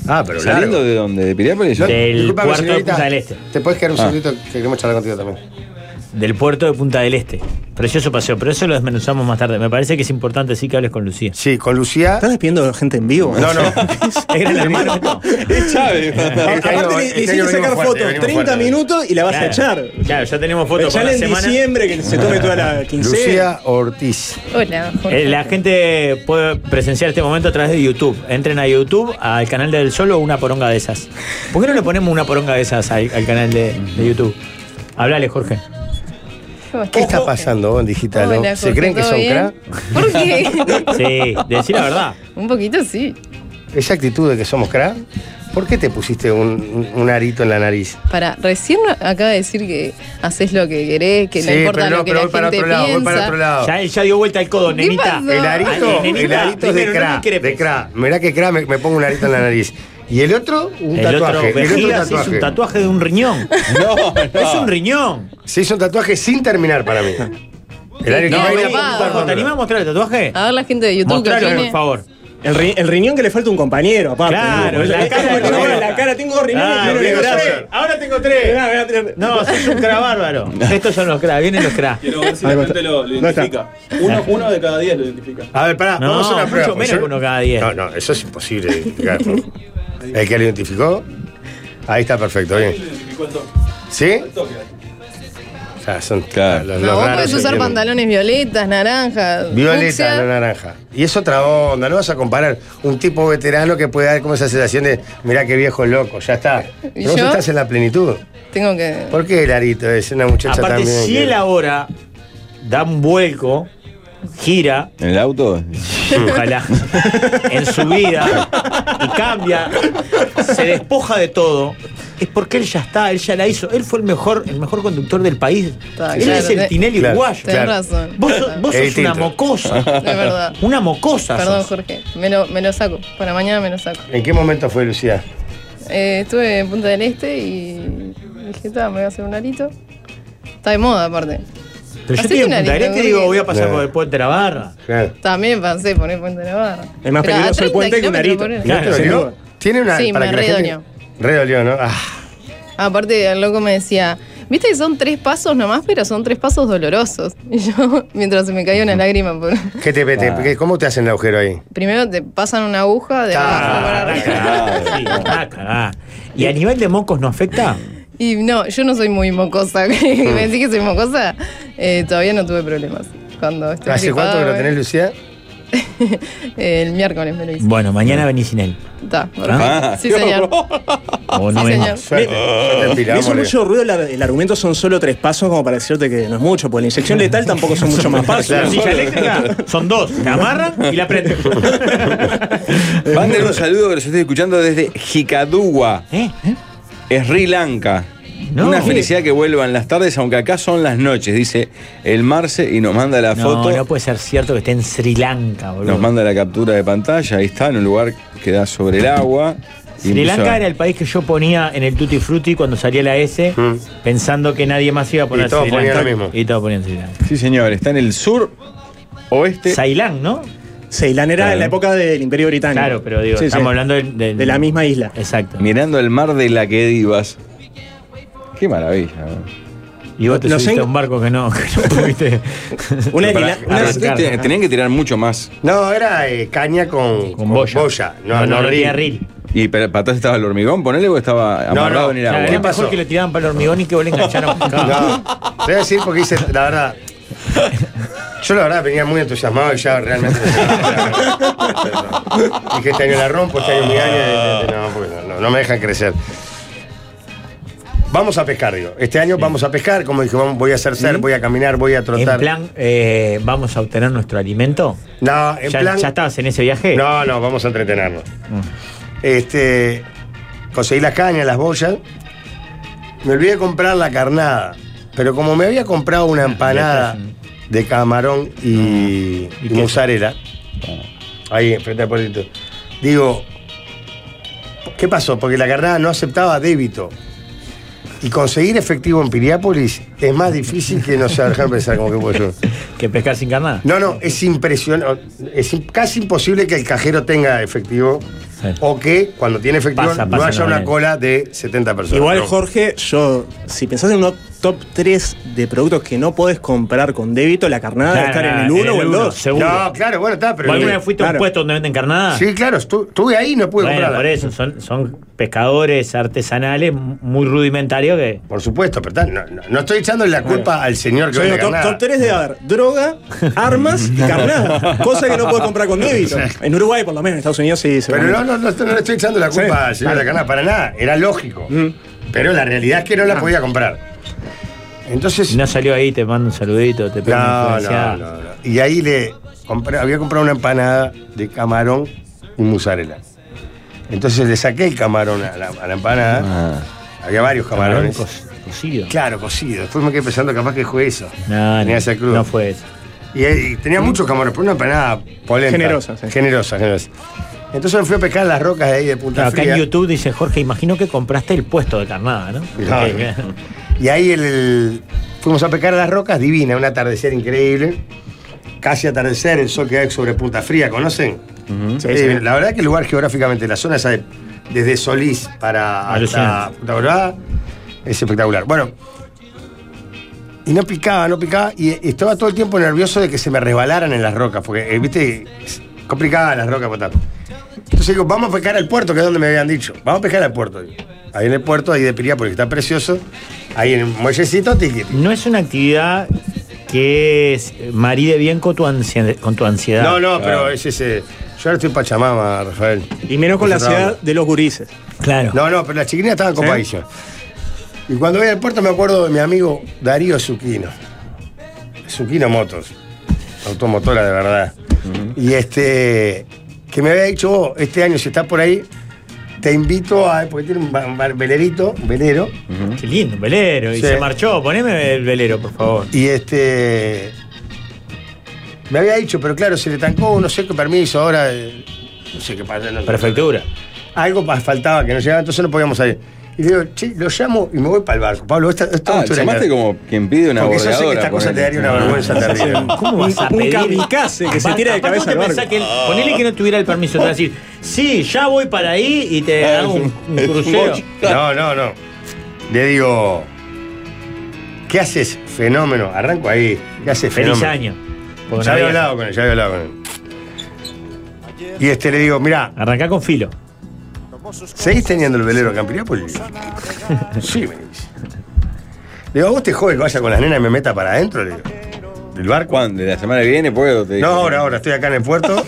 [SPEAKER 5] Ah, pero
[SPEAKER 7] ¿Saliendo
[SPEAKER 5] largo.
[SPEAKER 7] de dónde? ¿De Piriápolis?
[SPEAKER 5] No,
[SPEAKER 8] del
[SPEAKER 5] discúlpame,
[SPEAKER 8] cuarto de
[SPEAKER 5] señorita,
[SPEAKER 8] Punta del Este.
[SPEAKER 5] ¿Te puedes quedar un
[SPEAKER 7] Ah.
[SPEAKER 5] segundito que queremos charlar contigo también?
[SPEAKER 8] del puerto de Punta del Este. Precioso paseo, pero eso lo desmenuzamos más tarde. Me parece que es importante sí que hables con Lucía.
[SPEAKER 5] Sí, con Lucía.
[SPEAKER 6] ¿Estás despidiendo gente en vivo?
[SPEAKER 5] No, no.
[SPEAKER 8] Es gran hermano esto.
[SPEAKER 7] Es Chávez.
[SPEAKER 5] Este año-
[SPEAKER 6] Aparte le, le
[SPEAKER 5] este año
[SPEAKER 6] hiciste sacar
[SPEAKER 5] venimos fuerte,
[SPEAKER 6] fotos
[SPEAKER 5] venimos
[SPEAKER 6] 30
[SPEAKER 5] fuerte.
[SPEAKER 6] minutos y la vas a
[SPEAKER 8] Claro,
[SPEAKER 6] echar.
[SPEAKER 8] Claro, ya tenemos fotos para
[SPEAKER 6] Echar
[SPEAKER 8] la
[SPEAKER 6] en
[SPEAKER 8] semana.
[SPEAKER 6] diciembre que se tome toda la quincena.
[SPEAKER 5] Lucía Ortiz.
[SPEAKER 9] Hola, Jorge.
[SPEAKER 8] Eh, la gente puede presenciar este momento a través de YouTube. Entren a YouTube, al canal del Sol o una poronga de esas. ¿Por qué no le ponemos una poronga de esas al, al canal de, de YouTube? Háblale, Jorge.
[SPEAKER 9] ¿Cómo estás?
[SPEAKER 5] ¿Qué está
[SPEAKER 9] Jorge?
[SPEAKER 5] pasando vos en digital?
[SPEAKER 9] Hola,
[SPEAKER 5] no? ¿Se
[SPEAKER 9] Jorge,
[SPEAKER 5] creen que
[SPEAKER 9] ¿todo
[SPEAKER 5] son
[SPEAKER 9] bien?
[SPEAKER 5] crack?
[SPEAKER 9] ¿Por qué?
[SPEAKER 8] Sí, decir la verdad.
[SPEAKER 9] Un poquito sí.
[SPEAKER 5] Esa actitud de que somos crack. ¿Por qué te pusiste un, un- un arito en la nariz?
[SPEAKER 9] Para, recién acaba de decir que haces lo que querés, que no importa lo que la
[SPEAKER 5] voy para
[SPEAKER 9] gente
[SPEAKER 5] otro lado, voy para
[SPEAKER 9] piensa.
[SPEAKER 5] otro lado.
[SPEAKER 8] Ya, él ya dio vuelta al codo,
[SPEAKER 9] ¿Qué
[SPEAKER 8] nenita.
[SPEAKER 9] pasó?
[SPEAKER 5] El arito,
[SPEAKER 8] Ay, nenita,
[SPEAKER 5] el arito es de
[SPEAKER 8] primero, no
[SPEAKER 5] cra,
[SPEAKER 8] me crepes.
[SPEAKER 5] de cra. Ah, Mirá que cra, me, me pongo un arito en la nariz. Y el otro, un
[SPEAKER 8] El otro,
[SPEAKER 5] tatuaje. el otro
[SPEAKER 8] vejiga, se hizo un tatuaje de un riñón.
[SPEAKER 7] No, no.
[SPEAKER 8] Es un riñón.
[SPEAKER 5] Se hizo un tatuaje sin terminar para mí. El arito
[SPEAKER 9] No,
[SPEAKER 5] va a ir a
[SPEAKER 9] no,
[SPEAKER 5] punta
[SPEAKER 9] no,
[SPEAKER 5] con
[SPEAKER 8] ¿Te animás a
[SPEAKER 5] otro.
[SPEAKER 8] mostrar el
[SPEAKER 10] Ah,
[SPEAKER 8] tatuaje?
[SPEAKER 9] A ver la gente de YouTube que
[SPEAKER 8] Mostralo, por
[SPEAKER 9] opine.
[SPEAKER 8] favor.
[SPEAKER 6] El, ri- el riñón que le falta un compañero, aparte.
[SPEAKER 8] Claro,
[SPEAKER 6] ¿no?
[SPEAKER 8] la
[SPEAKER 6] Es como
[SPEAKER 8] cara
[SPEAKER 6] que
[SPEAKER 8] de
[SPEAKER 6] tengo
[SPEAKER 8] Romero.
[SPEAKER 6] la cara, tengo dos riñones
[SPEAKER 8] Ah,
[SPEAKER 6] y uno en el
[SPEAKER 5] bien,
[SPEAKER 6] brazo.
[SPEAKER 5] Roger.
[SPEAKER 8] Ahora tengo tres.
[SPEAKER 6] Mirá, mirá, mirá.
[SPEAKER 8] No, sos un cra bárbaro. Estos son los cra, vienen los cra.
[SPEAKER 10] Quiero ver si la
[SPEAKER 6] Ahí va.
[SPEAKER 10] gente lo, lo
[SPEAKER 6] No está.
[SPEAKER 10] identifica. Uno, uno de cada diez lo identifica.
[SPEAKER 5] A ver, pará,
[SPEAKER 8] No,
[SPEAKER 5] vamos a Ah, una
[SPEAKER 8] mucho
[SPEAKER 5] prueba. porque
[SPEAKER 8] menos
[SPEAKER 5] yo-
[SPEAKER 8] que uno cada diez.
[SPEAKER 5] No, no, eso es imposible. de identificar, ¿no? El que lo identificó, ahí está perfecto,
[SPEAKER 10] Lo
[SPEAKER 5] bien.
[SPEAKER 10] identificó el toque.
[SPEAKER 5] ¿Sí?
[SPEAKER 10] El toque.
[SPEAKER 5] O sea, son
[SPEAKER 7] Claro.
[SPEAKER 5] los, los
[SPEAKER 9] No, vos
[SPEAKER 5] raros
[SPEAKER 9] podés
[SPEAKER 5] se
[SPEAKER 9] usar
[SPEAKER 5] quieren-
[SPEAKER 9] pantalones violetas, naranjas,
[SPEAKER 5] Violeta,
[SPEAKER 9] fucsia.
[SPEAKER 5] no naranja. Y es otra onda, no vas a comparar un tipo veterano que puede dar como esa sensación de, mirá qué viejo loco, ya está.
[SPEAKER 9] ¿Y
[SPEAKER 5] Pero vos
[SPEAKER 9] yo?
[SPEAKER 5] estás en la plenitud.
[SPEAKER 9] Tengo que...
[SPEAKER 5] ¿Por qué el arito es una muchacha
[SPEAKER 8] Aparte,
[SPEAKER 5] también?
[SPEAKER 8] si
[SPEAKER 5] que-
[SPEAKER 8] él ahora da un vuelco, gira,
[SPEAKER 7] ¿En el auto?
[SPEAKER 8] ojalá, en su vida y cambia, se despoja de todo. Es porque él ya está, él ya la hizo. Él fue el mejor, el mejor conductor del país.
[SPEAKER 9] Está,
[SPEAKER 8] él
[SPEAKER 9] claro,
[SPEAKER 8] es el
[SPEAKER 9] te-
[SPEAKER 8] Tinelli
[SPEAKER 5] claro.
[SPEAKER 8] uruguayo.
[SPEAKER 9] Tenés
[SPEAKER 5] Claro.
[SPEAKER 9] razón.
[SPEAKER 8] Vos,
[SPEAKER 9] Es
[SPEAKER 8] sos- vos
[SPEAKER 5] Es
[SPEAKER 8] sos una
[SPEAKER 5] distinto.
[SPEAKER 8] mocosa.
[SPEAKER 9] verdad.
[SPEAKER 8] Una mocosa.
[SPEAKER 9] Perdón,
[SPEAKER 8] sos.
[SPEAKER 9] Jorge. Me lo, me lo saco. Para mañana me lo saco.
[SPEAKER 5] ¿En qué momento fue, Lucía?
[SPEAKER 9] Eh, estuve en Punta del Este y dije, "Ta, me voy a hacer un arito. Está de moda, aparte.
[SPEAKER 8] Pero yo
[SPEAKER 9] Hacete
[SPEAKER 8] te digo,
[SPEAKER 9] una
[SPEAKER 8] en Punta del
[SPEAKER 9] lista,
[SPEAKER 8] Este, digo,
[SPEAKER 9] Gabriel.
[SPEAKER 8] voy a pasar
[SPEAKER 5] Claro.
[SPEAKER 8] por el puente de la barra.
[SPEAKER 5] Claro.
[SPEAKER 9] También pasé por el Puente de la Barra.
[SPEAKER 6] Es
[SPEAKER 9] Pero a
[SPEAKER 6] más peligroso el
[SPEAKER 9] 30
[SPEAKER 6] puente que un
[SPEAKER 9] kilómetros
[SPEAKER 6] arito.
[SPEAKER 9] por hora.
[SPEAKER 5] ¿No te
[SPEAKER 8] Claro,
[SPEAKER 5] dolió?
[SPEAKER 6] sin duda.
[SPEAKER 5] Tiene una.
[SPEAKER 9] Sí, me
[SPEAKER 5] que la
[SPEAKER 9] re
[SPEAKER 5] gente-
[SPEAKER 9] dolió.
[SPEAKER 5] Re dolió, ¿no? Ah,
[SPEAKER 9] Aparte, el loco me decía, viste que son tres pasos nomás, pero son tres pasos dolorosos. Y yo, mientras se me caía una lágrima, por...
[SPEAKER 5] ¿qué te, te-
[SPEAKER 7] Ah.
[SPEAKER 5] qué- ¿Cómo te hacen el agujero ahí?
[SPEAKER 9] primero te pasan una aguja de abajo para
[SPEAKER 8] Ah,
[SPEAKER 9] arriba.
[SPEAKER 8] ah, sí, ah, cagá. ¿Y a nivel de mocos no afecta?
[SPEAKER 9] Y no, yo no soy muy mocosa.
[SPEAKER 5] Hmm.
[SPEAKER 9] me decís que soy mocosa, eh, todavía no tuve problemas. Cuando estoy
[SPEAKER 5] ¿Hace cuánto que lo
[SPEAKER 9] gripada,
[SPEAKER 5] tenés, Lucía?
[SPEAKER 9] El miércoles me lo hice.
[SPEAKER 8] Bueno, mañana venís sin él.
[SPEAKER 9] Ta, perfecto.
[SPEAKER 7] Ah.
[SPEAKER 9] sí, señor.
[SPEAKER 8] O no
[SPEAKER 9] Sí,
[SPEAKER 8] venís.
[SPEAKER 9] señor.
[SPEAKER 5] Suerte. Suerte, pila,
[SPEAKER 6] Me hizo
[SPEAKER 5] vámonos.
[SPEAKER 6] mucho ruido el, ar- el argumento son solo tres pasos como para decirte que no es mucho, porque la inyección letal tampoco son mucho más pasos.
[SPEAKER 8] La silla eléctrica son dos, la amarran y la prenden.
[SPEAKER 7] Manden un saludo que los estoy escuchando desde Jicadugua,
[SPEAKER 8] ¿Eh? ¿Eh?
[SPEAKER 7] Sri Lanka.
[SPEAKER 8] No.
[SPEAKER 7] Una felicidad que vuelvan las tardes, aunque acá son las noches, dice el Marce y nos manda la
[SPEAKER 8] No,
[SPEAKER 7] foto.
[SPEAKER 8] no puede ser cierto que esté en Sri Lanka, boludo.
[SPEAKER 7] Nos manda la captura de pantalla, ahí está, en un lugar que da sobre el agua. y
[SPEAKER 8] Sri
[SPEAKER 7] empieza-
[SPEAKER 8] Lanka era el país que yo ponía en el Tutti Frutti cuando salía la S,
[SPEAKER 5] Mm.
[SPEAKER 8] pensando que nadie más iba a poner
[SPEAKER 7] Y todos
[SPEAKER 8] Sri Lanka.
[SPEAKER 7] ponían lo mismo.
[SPEAKER 8] Y todos ponían Sri Lanka.
[SPEAKER 7] Sí, señor, está en el sur oeste.
[SPEAKER 8] Ceilán, ¿no?
[SPEAKER 6] Ceilán era
[SPEAKER 7] Claro.
[SPEAKER 6] en la época del Imperio Británico.
[SPEAKER 8] Claro, pero digo,
[SPEAKER 6] Sí, sí.
[SPEAKER 8] estamos hablando del- del-
[SPEAKER 6] de la misma isla.
[SPEAKER 8] Exacto.
[SPEAKER 7] Mirando el mar de la que divas. Qué maravilla.
[SPEAKER 8] Y vos te
[SPEAKER 6] Nos en-
[SPEAKER 8] subiste a un barco que no, que no pudiste.
[SPEAKER 7] Pero
[SPEAKER 6] Una isla-
[SPEAKER 7] pará,
[SPEAKER 6] una-
[SPEAKER 7] pero ustedes te- Tenían que tirar mucho más.
[SPEAKER 5] No, era eh, caña con, con boya. No, no, reel.
[SPEAKER 8] tenía reel.
[SPEAKER 7] Y pero, para atrás estaba el hormigón, ponele, o estaba amarrado
[SPEAKER 5] no.
[SPEAKER 7] en el
[SPEAKER 5] Claro,
[SPEAKER 7] agua.
[SPEAKER 5] ¿qué
[SPEAKER 8] Era mejor
[SPEAKER 5] pasó?
[SPEAKER 8] que le tiraban para el hormigón y que vos le engancharan.
[SPEAKER 5] No, te voy a decir porque hice, la verdad. Yo la verdad venía muy entusiasmado y ya realmente. Dije, este año la rompo, este año mi año. eh, eh, No, porque no, no, no me dejan crecer. Vamos a pescar, digo. Este año vamos a pescar, como dije, vamos- voy a hacer ser, voy a caminar, voy a
[SPEAKER 8] En
[SPEAKER 5] trotar.
[SPEAKER 8] plan, eh, ¿vamos a obtener nuestro alimento?
[SPEAKER 5] No, en
[SPEAKER 8] ¿Ya,
[SPEAKER 5] plan.
[SPEAKER 8] ya estabas en ese viaje?
[SPEAKER 5] No, no, vamos a entretenernos. Este, conseguí las cañas, las boyas. Me olvidé de comprar la carnada. Pero como me había comprado una empanada de camarón y, y mozzarella, ahí enfrente al puertito, digo, ¿qué pasó? Porque la carnada no aceptaba débito. Y conseguir efectivo en Piriápolis es más difícil que no se dejar pensar como que puedo yo.
[SPEAKER 8] ¿Que pescar sin carnada?
[SPEAKER 5] No, no, es impresionante. Es im- casi imposible que el cajero tenga efectivo o que cuando tiene efectivo
[SPEAKER 8] Pasa,
[SPEAKER 5] no
[SPEAKER 8] pasa
[SPEAKER 5] haya una
[SPEAKER 8] normalmente.
[SPEAKER 5] cola de 70 personas.
[SPEAKER 6] Igual,
[SPEAKER 5] No.
[SPEAKER 6] Jorge, yo, si pensás en un top 3 de productos que no podés comprar con débito, la carnada debe
[SPEAKER 8] Claro,
[SPEAKER 6] estar en el 1 o el
[SPEAKER 8] uno,
[SPEAKER 6] 2.
[SPEAKER 8] Seguro.
[SPEAKER 5] No, claro, bueno, está, pero.
[SPEAKER 8] ¿Vos alguna vez fuiste a un
[SPEAKER 6] Claro.
[SPEAKER 8] puesto donde venden carnada?
[SPEAKER 5] Sí, claro, estu- estuve ahí y no pude
[SPEAKER 8] Bueno,
[SPEAKER 5] comprarla.
[SPEAKER 8] por eso, son, son pescadores artesanales muy rudimentarios que.
[SPEAKER 5] Por supuesto, pero tal, no, no- no estoy echando la culpa al señor que
[SPEAKER 6] Yo digo,
[SPEAKER 5] vende
[SPEAKER 6] top,
[SPEAKER 5] carnada.
[SPEAKER 6] top 3 de haber droga, armas y carnada. Cosa que no podés comprar con débito. En Uruguay, por lo menos, en Estados Unidos sí se
[SPEAKER 5] Pero
[SPEAKER 6] van a-
[SPEAKER 5] no, no, no, no le estoy echando la culpa
[SPEAKER 6] Sí,
[SPEAKER 5] al señor de la carnada para nada. Era lógico. Pero la realidad es que no
[SPEAKER 6] Ah.
[SPEAKER 5] la podía comprar. Entonces.
[SPEAKER 8] No salió ahí, te mando un saludito, te pego una
[SPEAKER 5] No, no,
[SPEAKER 8] influenciada.
[SPEAKER 5] no, no. Y ahí le compré- había comprado una empanada de camarón y mozzarella. Entonces le saqué el camarón a la, a la empanada.
[SPEAKER 7] Ah,
[SPEAKER 5] Había varios
[SPEAKER 8] Camarón
[SPEAKER 5] camarones.
[SPEAKER 8] co- cocido.
[SPEAKER 5] Claro, cocido. Después me quedé pensando capaz que fue eso.
[SPEAKER 8] No,
[SPEAKER 5] Tenía
[SPEAKER 8] no,
[SPEAKER 5] que ser crudo.
[SPEAKER 8] no fue eso.
[SPEAKER 5] Y, y tenía muchos camarones, pero una empanada polenta.
[SPEAKER 6] Generosa,
[SPEAKER 5] eh.
[SPEAKER 6] sí.
[SPEAKER 5] Generosa, generosa. Entonces me fui a pescar en las rocas de ahí de Punta
[SPEAKER 8] Claro, acá
[SPEAKER 5] Fría.
[SPEAKER 8] en YouTube dice Jorge, imagino que compraste el puesto de carnada, ¿no? eh,
[SPEAKER 5] Claro.
[SPEAKER 8] Ok.
[SPEAKER 5] Y ahí el, el- fuimos a pecar a las rocas, divina, un atardecer increíble. Casi atardecer, el sol que hay sobre Punta Fría, ¿conocen?
[SPEAKER 6] Sí,
[SPEAKER 5] Eh,
[SPEAKER 6] sí.
[SPEAKER 5] La verdad que el lugar geográficamente, la zona esa de- desde Solís para hasta
[SPEAKER 8] Alucinante.
[SPEAKER 5] Punta Colorada, es espectacular. Bueno, y no picaba, no picaba, y eh, estaba todo el tiempo nervioso de que se me resbalaran en las rocas, porque, eh, viste, es complicada las rocas, patar. Entonces digo, vamos a pescar al puerto, que es donde me habían dicho. Vamos a pescar al puerto. digo. Ahí en el puerto, ahí de Piriápolis, está precioso. Ahí en el muellecito, tiqui, tiqui.
[SPEAKER 8] No es una actividad que es, maride bien con tu, ansie- con tu ansiedad.
[SPEAKER 5] No, no, pero es ese. Yo ahora estoy en Pachamama, Rafael.
[SPEAKER 6] Y menos con la
[SPEAKER 5] Cerrado.
[SPEAKER 6] ciudad de los gurises.
[SPEAKER 8] Claro.
[SPEAKER 5] No, no, pero las chiquilinas estaban con
[SPEAKER 6] ¿Sí?
[SPEAKER 5] paillo. Y cuando voy al puerto me acuerdo de mi amigo Darío Zuquino. Zuquino Motos. Automotora de verdad. Y este. Que me había dicho, "Vos, este año, si estás por ahí, te invito a. Porque tiene un ba- ba- velerito, un velero.
[SPEAKER 8] Qué lindo, un velero. Y
[SPEAKER 5] Sí.
[SPEAKER 8] se marchó. Poneme el velero, por favor.
[SPEAKER 5] Y este. Me había dicho, pero claro, se le tancó, no sé qué permiso, ahora. eh, No sé qué pasa. no-
[SPEAKER 8] Prefectura.
[SPEAKER 5] Algo pa- faltaba que no llegaba, entonces no podíamos salir. Y le digo, che, lo llamo y me voy para el barco. Pablo, esta, esta
[SPEAKER 7] ah,
[SPEAKER 5] muchacha-
[SPEAKER 7] llamaste como quien pide una
[SPEAKER 5] Porque yo sé que
[SPEAKER 7] bordeadora,
[SPEAKER 5] esta cosa te
[SPEAKER 7] ponele.
[SPEAKER 5] daría una vergüenza terrible.
[SPEAKER 8] Ah. ¿Cómo vas a
[SPEAKER 6] un
[SPEAKER 8] pedir?
[SPEAKER 6] kamikaze que se tira de
[SPEAKER 8] Aparte,
[SPEAKER 6] cabeza
[SPEAKER 8] vos te
[SPEAKER 6] al
[SPEAKER 8] pensás
[SPEAKER 6] barco. Ah.
[SPEAKER 8] que él- ponele que no tuviera el permiso. Te va a decir, sí, ya voy para ahí y te
[SPEAKER 7] Ah,
[SPEAKER 8] hago
[SPEAKER 7] es
[SPEAKER 8] un,
[SPEAKER 7] un-
[SPEAKER 8] un
[SPEAKER 7] es un
[SPEAKER 8] crucero.
[SPEAKER 7] boche.
[SPEAKER 5] No, no, no. Le digo, ¿qué haces, fenómeno? Arranco ahí. ¿Qué haces,
[SPEAKER 8] Feliz
[SPEAKER 5] fenómeno?
[SPEAKER 8] año. Porque
[SPEAKER 5] Ya
[SPEAKER 8] no
[SPEAKER 5] había
[SPEAKER 8] había-
[SPEAKER 5] hablado con él, ya había hablado con él. Y este le digo, mirá,
[SPEAKER 8] Arrancá con filo.
[SPEAKER 5] ¿Seguís teniendo el velero acá en Piriápolis? sí, me dice. Le digo, ¿a vos te jode que vaya con las nenas y me meta para adentro? Le digo.
[SPEAKER 7] ¿Del bar cuándo? ¿De la semana que viene? ¿Puedo? Te
[SPEAKER 5] No, ahora, ahora, estoy acá en el puerto.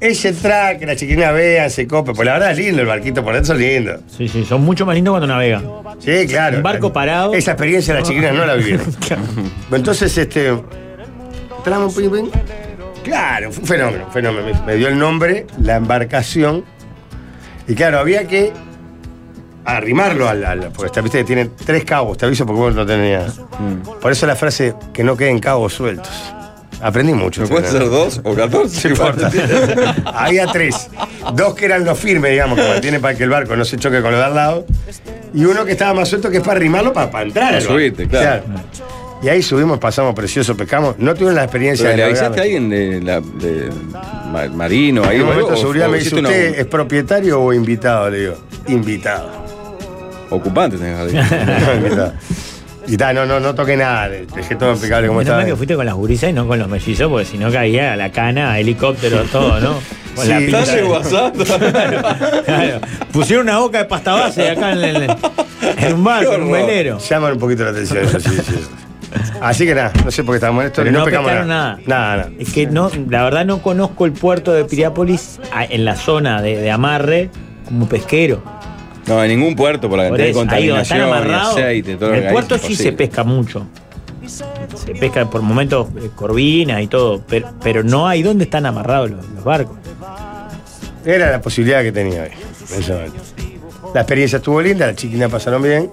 [SPEAKER 5] Ese track, la chiquina vean, se cope. Pues la verdad es lindo el barquito, por dentro es lindo.
[SPEAKER 8] Sí, sí, son mucho más lindos cuando navegan.
[SPEAKER 5] Sí, claro.
[SPEAKER 8] Un barco parado.
[SPEAKER 5] Esa experiencia las chiquinas no la vivieron. Entonces, este. tramo, pim, pim. Claro, fue un fenómeno, un fenómeno. Me- Me dio el nombre, la embarcación. Y claro, había que arrimarlo al. al- porque está, viste que tiene tres cabos, te aviso porque vos no tenés nada.
[SPEAKER 7] Mm.
[SPEAKER 5] Por eso la frase que no queden cabos sueltos. Aprendí mucho.
[SPEAKER 7] ¿Me pueden ser dos o catorce?
[SPEAKER 5] No importa. Había tres. Dos que eran los firmes, digamos, que mantienen para que el barco no se choque con los de al lado. Y uno que estaba más suelto que es para arrimarlo para, para entrar.
[SPEAKER 7] Para
[SPEAKER 5] al barco.
[SPEAKER 7] subirte, claro.
[SPEAKER 5] Y ahí subimos, pasamos precioso, pescamos. No tuvimos la experiencia
[SPEAKER 7] Pero
[SPEAKER 5] de
[SPEAKER 7] ¿Le
[SPEAKER 5] navegar.
[SPEAKER 7] avisaste a alguien de, la, de ma- Marino?
[SPEAKER 5] En
[SPEAKER 7] ahí
[SPEAKER 5] un
[SPEAKER 7] o algo?
[SPEAKER 5] momento de
[SPEAKER 7] ¿O-
[SPEAKER 5] seguridad
[SPEAKER 7] o
[SPEAKER 5] me dice,
[SPEAKER 7] hiciste una-
[SPEAKER 5] ¿usted es propietario o invitado? Le digo, invitado.
[SPEAKER 7] Ocupante tenés que haber dicho.
[SPEAKER 5] invitado. Y está, no, no, no toqué nada, le dejé todo impecable como
[SPEAKER 8] Menos
[SPEAKER 5] estaba.
[SPEAKER 8] mal que fuiste con las gurisas y no con los mellizos, porque si no caía la cana, helicóptero, todo, ¿no? Con
[SPEAKER 5] Sí.
[SPEAKER 8] la pinta.
[SPEAKER 5] ¿Estás en
[SPEAKER 10] WhatsApp?
[SPEAKER 8] Claro. Pusieron una boca de pasta base acá en, el- en un barco, en un velero.
[SPEAKER 5] Llaman un poquito la atención. eso, sí, sí. Así que nada, no sé por qué estábamos en esto.
[SPEAKER 8] Pero
[SPEAKER 5] y no,
[SPEAKER 8] no
[SPEAKER 5] pecamos
[SPEAKER 8] pescaron
[SPEAKER 5] nada. Nada, nada.
[SPEAKER 8] Es que no, la verdad no conozco el puerto de Piriápolis a- en la zona de, de amarre como pesquero.
[SPEAKER 7] No, en ningún puerto por la
[SPEAKER 8] Por
[SPEAKER 7] cantidad de
[SPEAKER 8] eso, ahí donde están
[SPEAKER 7] contaminación,
[SPEAKER 8] amarrados.
[SPEAKER 7] aceite, todo lo que
[SPEAKER 8] en el
[SPEAKER 7] hay,
[SPEAKER 8] puerto
[SPEAKER 7] es
[SPEAKER 8] sí se
[SPEAKER 7] imposible.
[SPEAKER 8] pesca mucho. Se pesca por momentos eh, corvina y todo, pero, pero no hay dónde están amarrados los, los barcos.
[SPEAKER 5] Era la posibilidad que tenía hoy. en ese momento. La experiencia estuvo linda, las chiquinas pasaron bien.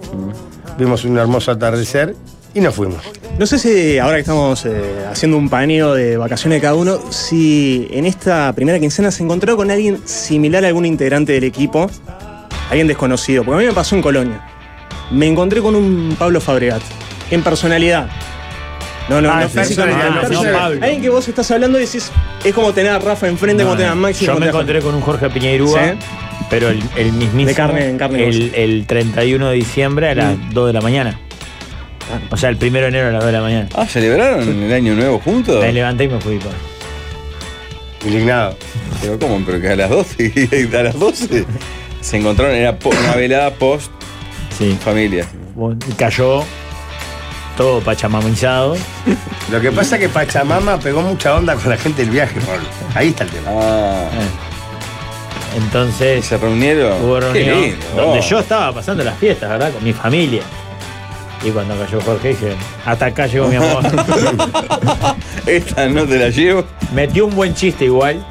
[SPEAKER 5] Vimos un hermoso atardecer y nos fuimos.
[SPEAKER 6] No sé si ahora que estamos eh, haciendo un paneo de vacaciones de cada uno, si en esta primera quincena se encontró con alguien similar a algún integrante del equipo, alguien desconocido, porque a mí me pasó en Colonia. Me encontré con un Pablo Fabregat, en personalidad. No, no,
[SPEAKER 5] Ah,
[SPEAKER 6] no,
[SPEAKER 5] en
[SPEAKER 6] físicamente,
[SPEAKER 5] personalidad,
[SPEAKER 6] en
[SPEAKER 5] no,
[SPEAKER 6] personalidad.
[SPEAKER 8] no, Pablo.
[SPEAKER 6] Alguien que vos estás hablando y decís, es como tener a Rafa enfrente,
[SPEAKER 8] No,
[SPEAKER 6] como tener a
[SPEAKER 8] no.
[SPEAKER 6] Maxi.
[SPEAKER 8] Yo
[SPEAKER 6] como
[SPEAKER 8] me
[SPEAKER 6] tener a-
[SPEAKER 8] encontré con un Jorge Piñeirúa,
[SPEAKER 6] Sí.
[SPEAKER 8] pero el, el mismísimo.
[SPEAKER 6] De carne- en carne Mm. y
[SPEAKER 8] el, el 31 de diciembre a las 2 de la mañana.
[SPEAKER 6] Ah.
[SPEAKER 8] O sea, el 1 de enero a las 2 de la mañana.
[SPEAKER 7] Ah, ¿celebraron el año nuevo juntos?
[SPEAKER 8] Me levanté y me fui. pues. pa.
[SPEAKER 5] Eh, Indignado.
[SPEAKER 7] Pero ¿cómo? Pero que a las 12, y a las 12 se encontraron, era po- una velada post
[SPEAKER 8] Sí.
[SPEAKER 7] familia.
[SPEAKER 8] Bueno, y Cayó todo pachamamizado.
[SPEAKER 5] Lo que pasa es que Pachamama pegó mucha onda con la gente del viaje, Pablo. Ahí está el tema.
[SPEAKER 7] Ah,
[SPEAKER 8] Entonces
[SPEAKER 7] se reunieron.
[SPEAKER 8] hubo reunión
[SPEAKER 7] Qué lindo.
[SPEAKER 8] donde yo estaba pasando las fiestas, ¿verdad? Con mi familia. Y cuando cayó Jorge dije, hasta acá llegó mi amor.
[SPEAKER 7] Esta no te la llevo.
[SPEAKER 8] Metió un buen chiste igual.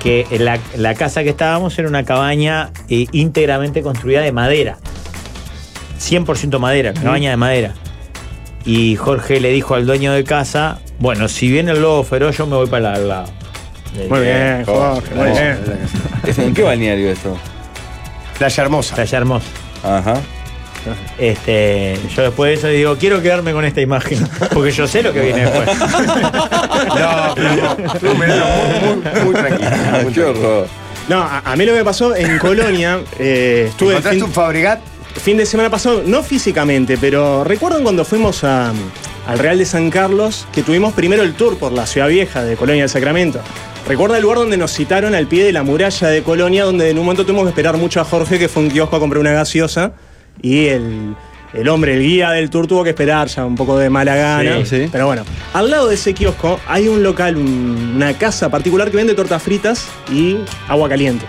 [SPEAKER 8] Que en la, la casa que estábamos era una cabaña eh, íntegramente construida de madera. 100% madera, cabaña de madera. Y Jorge le dijo al dueño de casa, bueno, si viene el lobo feroz yo me voy para el lado. Le
[SPEAKER 6] Muy
[SPEAKER 8] dije,
[SPEAKER 6] bien, Jorge, muy bien.
[SPEAKER 7] ¿En qué balneario esto?
[SPEAKER 5] Playa hermosa.
[SPEAKER 8] Playa hermosa.
[SPEAKER 7] Ajá.
[SPEAKER 8] Este, yo después de eso digo, quiero quedarme con esta imagen, porque yo sé lo que viene después.
[SPEAKER 5] No, pero estuvo muy, muy, muy tranquilo.
[SPEAKER 7] Ah,
[SPEAKER 5] Muy
[SPEAKER 7] qué
[SPEAKER 5] tranquilo.
[SPEAKER 7] horror.
[SPEAKER 6] No, a, a mí lo que me pasó en Colonia, eh, estuve. el
[SPEAKER 5] ¿Encontraste
[SPEAKER 6] fin-
[SPEAKER 5] un Fabregat?
[SPEAKER 6] Fin de semana pasado, no físicamente, pero recuerdan cuando fuimos a- al Real de San Carlos, que tuvimos primero el tour por la ciudad vieja de Colonia del Sacramento. Recuerda el lugar donde nos citaron al pie de la muralla de Colonia, donde en un momento tuvimos que esperar mucho a Jorge, que fue a un kiosco a comprar una gaseosa, y el, el hombre, el guía del tour, tuvo que esperar ya un poco de mala gana.
[SPEAKER 7] Sí, sí.
[SPEAKER 6] Pero bueno, al lado de ese kiosco hay un local, un- una casa particular que vende tortas fritas y agua caliente.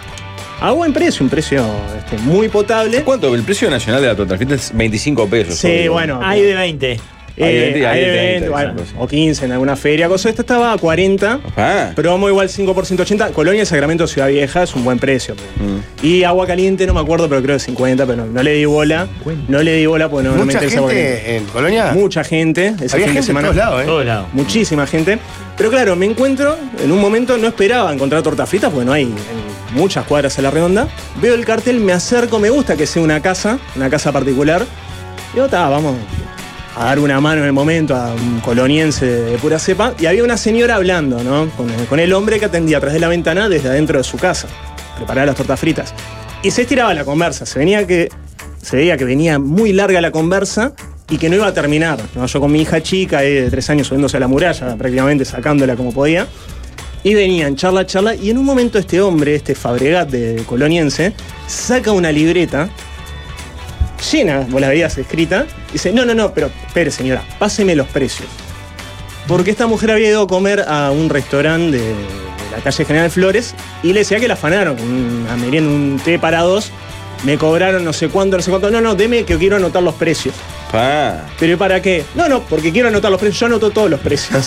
[SPEAKER 6] A buen precio, un precio este, muy potable.
[SPEAKER 7] ¿Cuánto? El precio nacional de la torta frita es 25 pesos.
[SPEAKER 6] Sí,
[SPEAKER 7] obvio.
[SPEAKER 6] bueno.
[SPEAKER 8] Hay de 20.
[SPEAKER 7] Hay
[SPEAKER 6] Eh,
[SPEAKER 7] 20, hay
[SPEAKER 6] hay
[SPEAKER 7] 30,
[SPEAKER 6] 20,
[SPEAKER 7] esa
[SPEAKER 6] bueno,
[SPEAKER 7] cosa.
[SPEAKER 6] o 15 en alguna feria, cosa. Esta estaba a 40,
[SPEAKER 7] Ah,
[SPEAKER 6] promo igual 5 por 180. Colonia, Sacramento, Ciudad Vieja es un buen precio. Y agua caliente, no me acuerdo, pero creo que 50, pero no, no le di bola. No le di bola porque no, no me
[SPEAKER 5] Mucha
[SPEAKER 6] interesa agua caliente.
[SPEAKER 5] gente en Colonia.
[SPEAKER 6] Mucha gente, ese
[SPEAKER 5] Había
[SPEAKER 6] fin de
[SPEAKER 5] gente en
[SPEAKER 6] semana.
[SPEAKER 5] todos lados,
[SPEAKER 8] A
[SPEAKER 5] ¿eh?
[SPEAKER 8] todos lados.
[SPEAKER 6] Muchísima gente. Pero claro, me encuentro, en un momento no esperaba encontrar tortas fritas, porque no hay en muchas cuadras a la redonda. Veo el cartel, me acerco, me gusta que sea una casa, una casa particular. Digo, "Ta, vamos a dar una mano en el momento a un coloniense de pura cepa. Y había una señora hablando, ¿no? Con, con el hombre que atendía atrás de la ventana desde adentro de su casa. Preparaba las tortas fritas. Y se estiraba la conversa. Se venía que. Se veía que venía muy larga la conversa y que no iba a terminar. ¿no? Yo con mi hija chica, eh, de tres años, subiéndose a la muralla, prácticamente sacándola como podía. Y venían, charla, charla, y en un momento este hombre, este Fabregat de coloniense, saca una libreta llena, vos la veías escrita, y dice, no, no, no, pero espere señora, páseme los precios. Porque esta mujer había ido a comer a un restaurante de, de la calle General Flores y le decía que la afanaron, con una merienda, un té para dos, me cobraron no sé cuánto, no sé cuánto, no, no, deme que quiero anotar los precios.
[SPEAKER 7] pa.
[SPEAKER 6] ¿Pero para qué? No, no, porque quiero anotar los precios. Yo anoto todos los precios.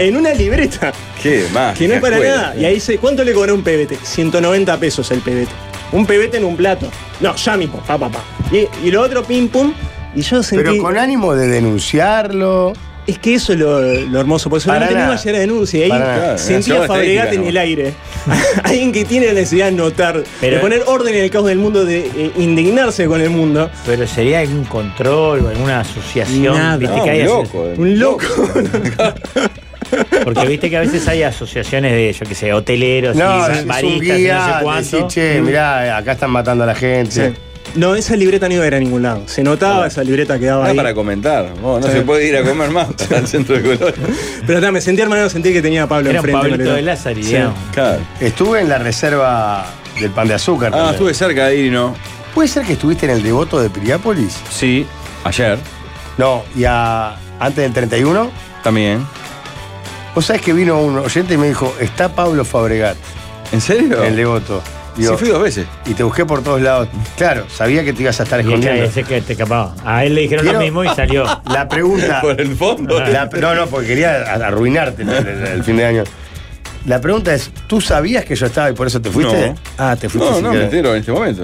[SPEAKER 6] en una libreta,
[SPEAKER 7] Qué más.
[SPEAKER 6] que no es para nada. Y ahí dice, ¿cuánto le cobró un PBT? 190 pesos el PBT. un pebete en un plato. No, ya mismo, pa, pa, pa. Y, y lo otro, pim, pum. Y yo sentí.
[SPEAKER 5] Pero con ánimo de denunciarlo.
[SPEAKER 6] Es que eso es lo, lo hermoso, porque
[SPEAKER 5] Para
[SPEAKER 6] solamente no iba
[SPEAKER 5] nada.
[SPEAKER 6] a llegar a denuncia. Ahí
[SPEAKER 5] Para nada.
[SPEAKER 6] sentía
[SPEAKER 7] Nació la
[SPEAKER 6] Fabregat
[SPEAKER 7] estadística,
[SPEAKER 6] en el aire. Alguien que tiene la necesidad de notar,
[SPEAKER 8] Pero-
[SPEAKER 6] de poner orden en el caos del mundo, de eh, indignarse con el mundo.
[SPEAKER 8] Pero sería algún control o alguna asociación.
[SPEAKER 6] Nada.
[SPEAKER 8] ¿viste
[SPEAKER 7] No,
[SPEAKER 8] que hay
[SPEAKER 7] un
[SPEAKER 8] aso-
[SPEAKER 7] loco. eh.
[SPEAKER 6] Un loco.
[SPEAKER 8] Porque viste que a veces hay asociaciones de, yo que sé, hoteleros,
[SPEAKER 5] No,
[SPEAKER 8] y
[SPEAKER 5] es un
[SPEAKER 8] baristas, y no
[SPEAKER 5] guía.
[SPEAKER 8] sé cuánto.
[SPEAKER 5] decís, che, mirá, acá están matando a la gente.
[SPEAKER 6] No, esa libreta no iba a ir a ningún lado. Se notaba esa libreta que daba
[SPEAKER 7] Nada
[SPEAKER 6] ahí.
[SPEAKER 7] para comentar. No, no
[SPEAKER 6] Sí.
[SPEAKER 7] se puede ir a comer más al centro de Colonia.
[SPEAKER 6] Pero también sentí hermano, sentí que tenía a Pablo
[SPEAKER 8] Era un
[SPEAKER 6] enfrente.
[SPEAKER 8] Pablito
[SPEAKER 6] boludo.
[SPEAKER 8] de Lázaro,
[SPEAKER 6] Sí.
[SPEAKER 8] digamos.
[SPEAKER 7] Claro.
[SPEAKER 5] Estuve en la reserva del pan de azúcar.
[SPEAKER 7] Ah,
[SPEAKER 5] también.
[SPEAKER 7] estuve cerca de ir y no.
[SPEAKER 5] ¿Puede ser que estuviste en el devoto de Piriápolis?
[SPEAKER 7] Sí. Ayer.
[SPEAKER 5] No, y a- antes del 31.
[SPEAKER 7] También.
[SPEAKER 5] Vos sabés que vino un oyente y me dijo, está Pablo Fabregat,
[SPEAKER 7] ¿En serio?
[SPEAKER 5] el devoto.
[SPEAKER 7] Sí,
[SPEAKER 5] Digo,
[SPEAKER 7] fui dos veces.
[SPEAKER 5] Y te busqué por todos lados. Claro, sabía que te ibas a estar
[SPEAKER 8] Y
[SPEAKER 5] escondiendo.
[SPEAKER 8] ese que te escapaba. A él le dijeron
[SPEAKER 5] Quiero-
[SPEAKER 8] lo mismo y salió.
[SPEAKER 5] La pregunta.
[SPEAKER 7] Por el fondo.
[SPEAKER 5] la- no, no, porque quería a- arruinarte el, el- el fin de año. La pregunta es, ¿tú sabías que yo estaba y por eso te fuiste?
[SPEAKER 7] No.
[SPEAKER 5] Ah, te fuiste.
[SPEAKER 7] No,
[SPEAKER 5] sin
[SPEAKER 7] no, me
[SPEAKER 5] querer.
[SPEAKER 7] entero en este momento.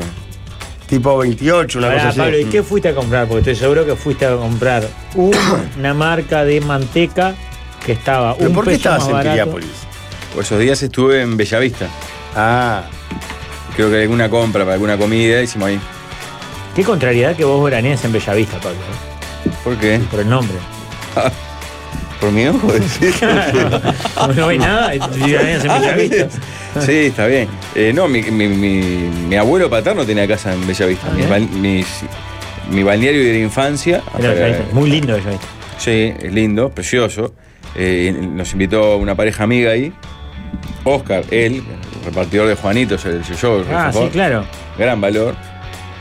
[SPEAKER 5] Tipo 28, una
[SPEAKER 8] Pará,
[SPEAKER 5] cosa así. Mm.
[SPEAKER 8] Pablo, ¿y qué fuiste a comprar? Porque estoy seguro que fuiste a comprar un- una marca de manteca que estaba
[SPEAKER 5] ¿Pero
[SPEAKER 8] un
[SPEAKER 5] por qué
[SPEAKER 8] peso
[SPEAKER 5] estabas
[SPEAKER 8] más
[SPEAKER 5] en
[SPEAKER 8] barato.
[SPEAKER 5] Piriápolis?
[SPEAKER 7] O Pues esos días estuve en Bellavista.
[SPEAKER 5] Ah,
[SPEAKER 7] Creo que alguna compra para alguna comida hicimos ahí.
[SPEAKER 8] Qué contrariedad que vos veraneas en Bellavista, Pablo, ¿eh?
[SPEAKER 7] ¿Por qué?
[SPEAKER 8] por el nombre.
[SPEAKER 7] ¿Por mi ojo? Sí,
[SPEAKER 8] Como Ah, no hay nada, veraneas en Bellavista.
[SPEAKER 7] Sí, está bien. Eh, no, mi, mi- mi- mi abuelo paterno tenía casa en Bellavista.
[SPEAKER 8] Ah,
[SPEAKER 7] Mis
[SPEAKER 8] bien.
[SPEAKER 7] bal- mis- mi balneario de la infancia. hasta-
[SPEAKER 8] Era Bellavista, Muy lindo Bellavista.
[SPEAKER 7] Sí, es lindo, precioso. Eh, nos invitó una pareja amiga ahí. Oscar, él, repartidor de Juanitos, el yo,
[SPEAKER 8] Ah, sí, claro.
[SPEAKER 7] gran valor.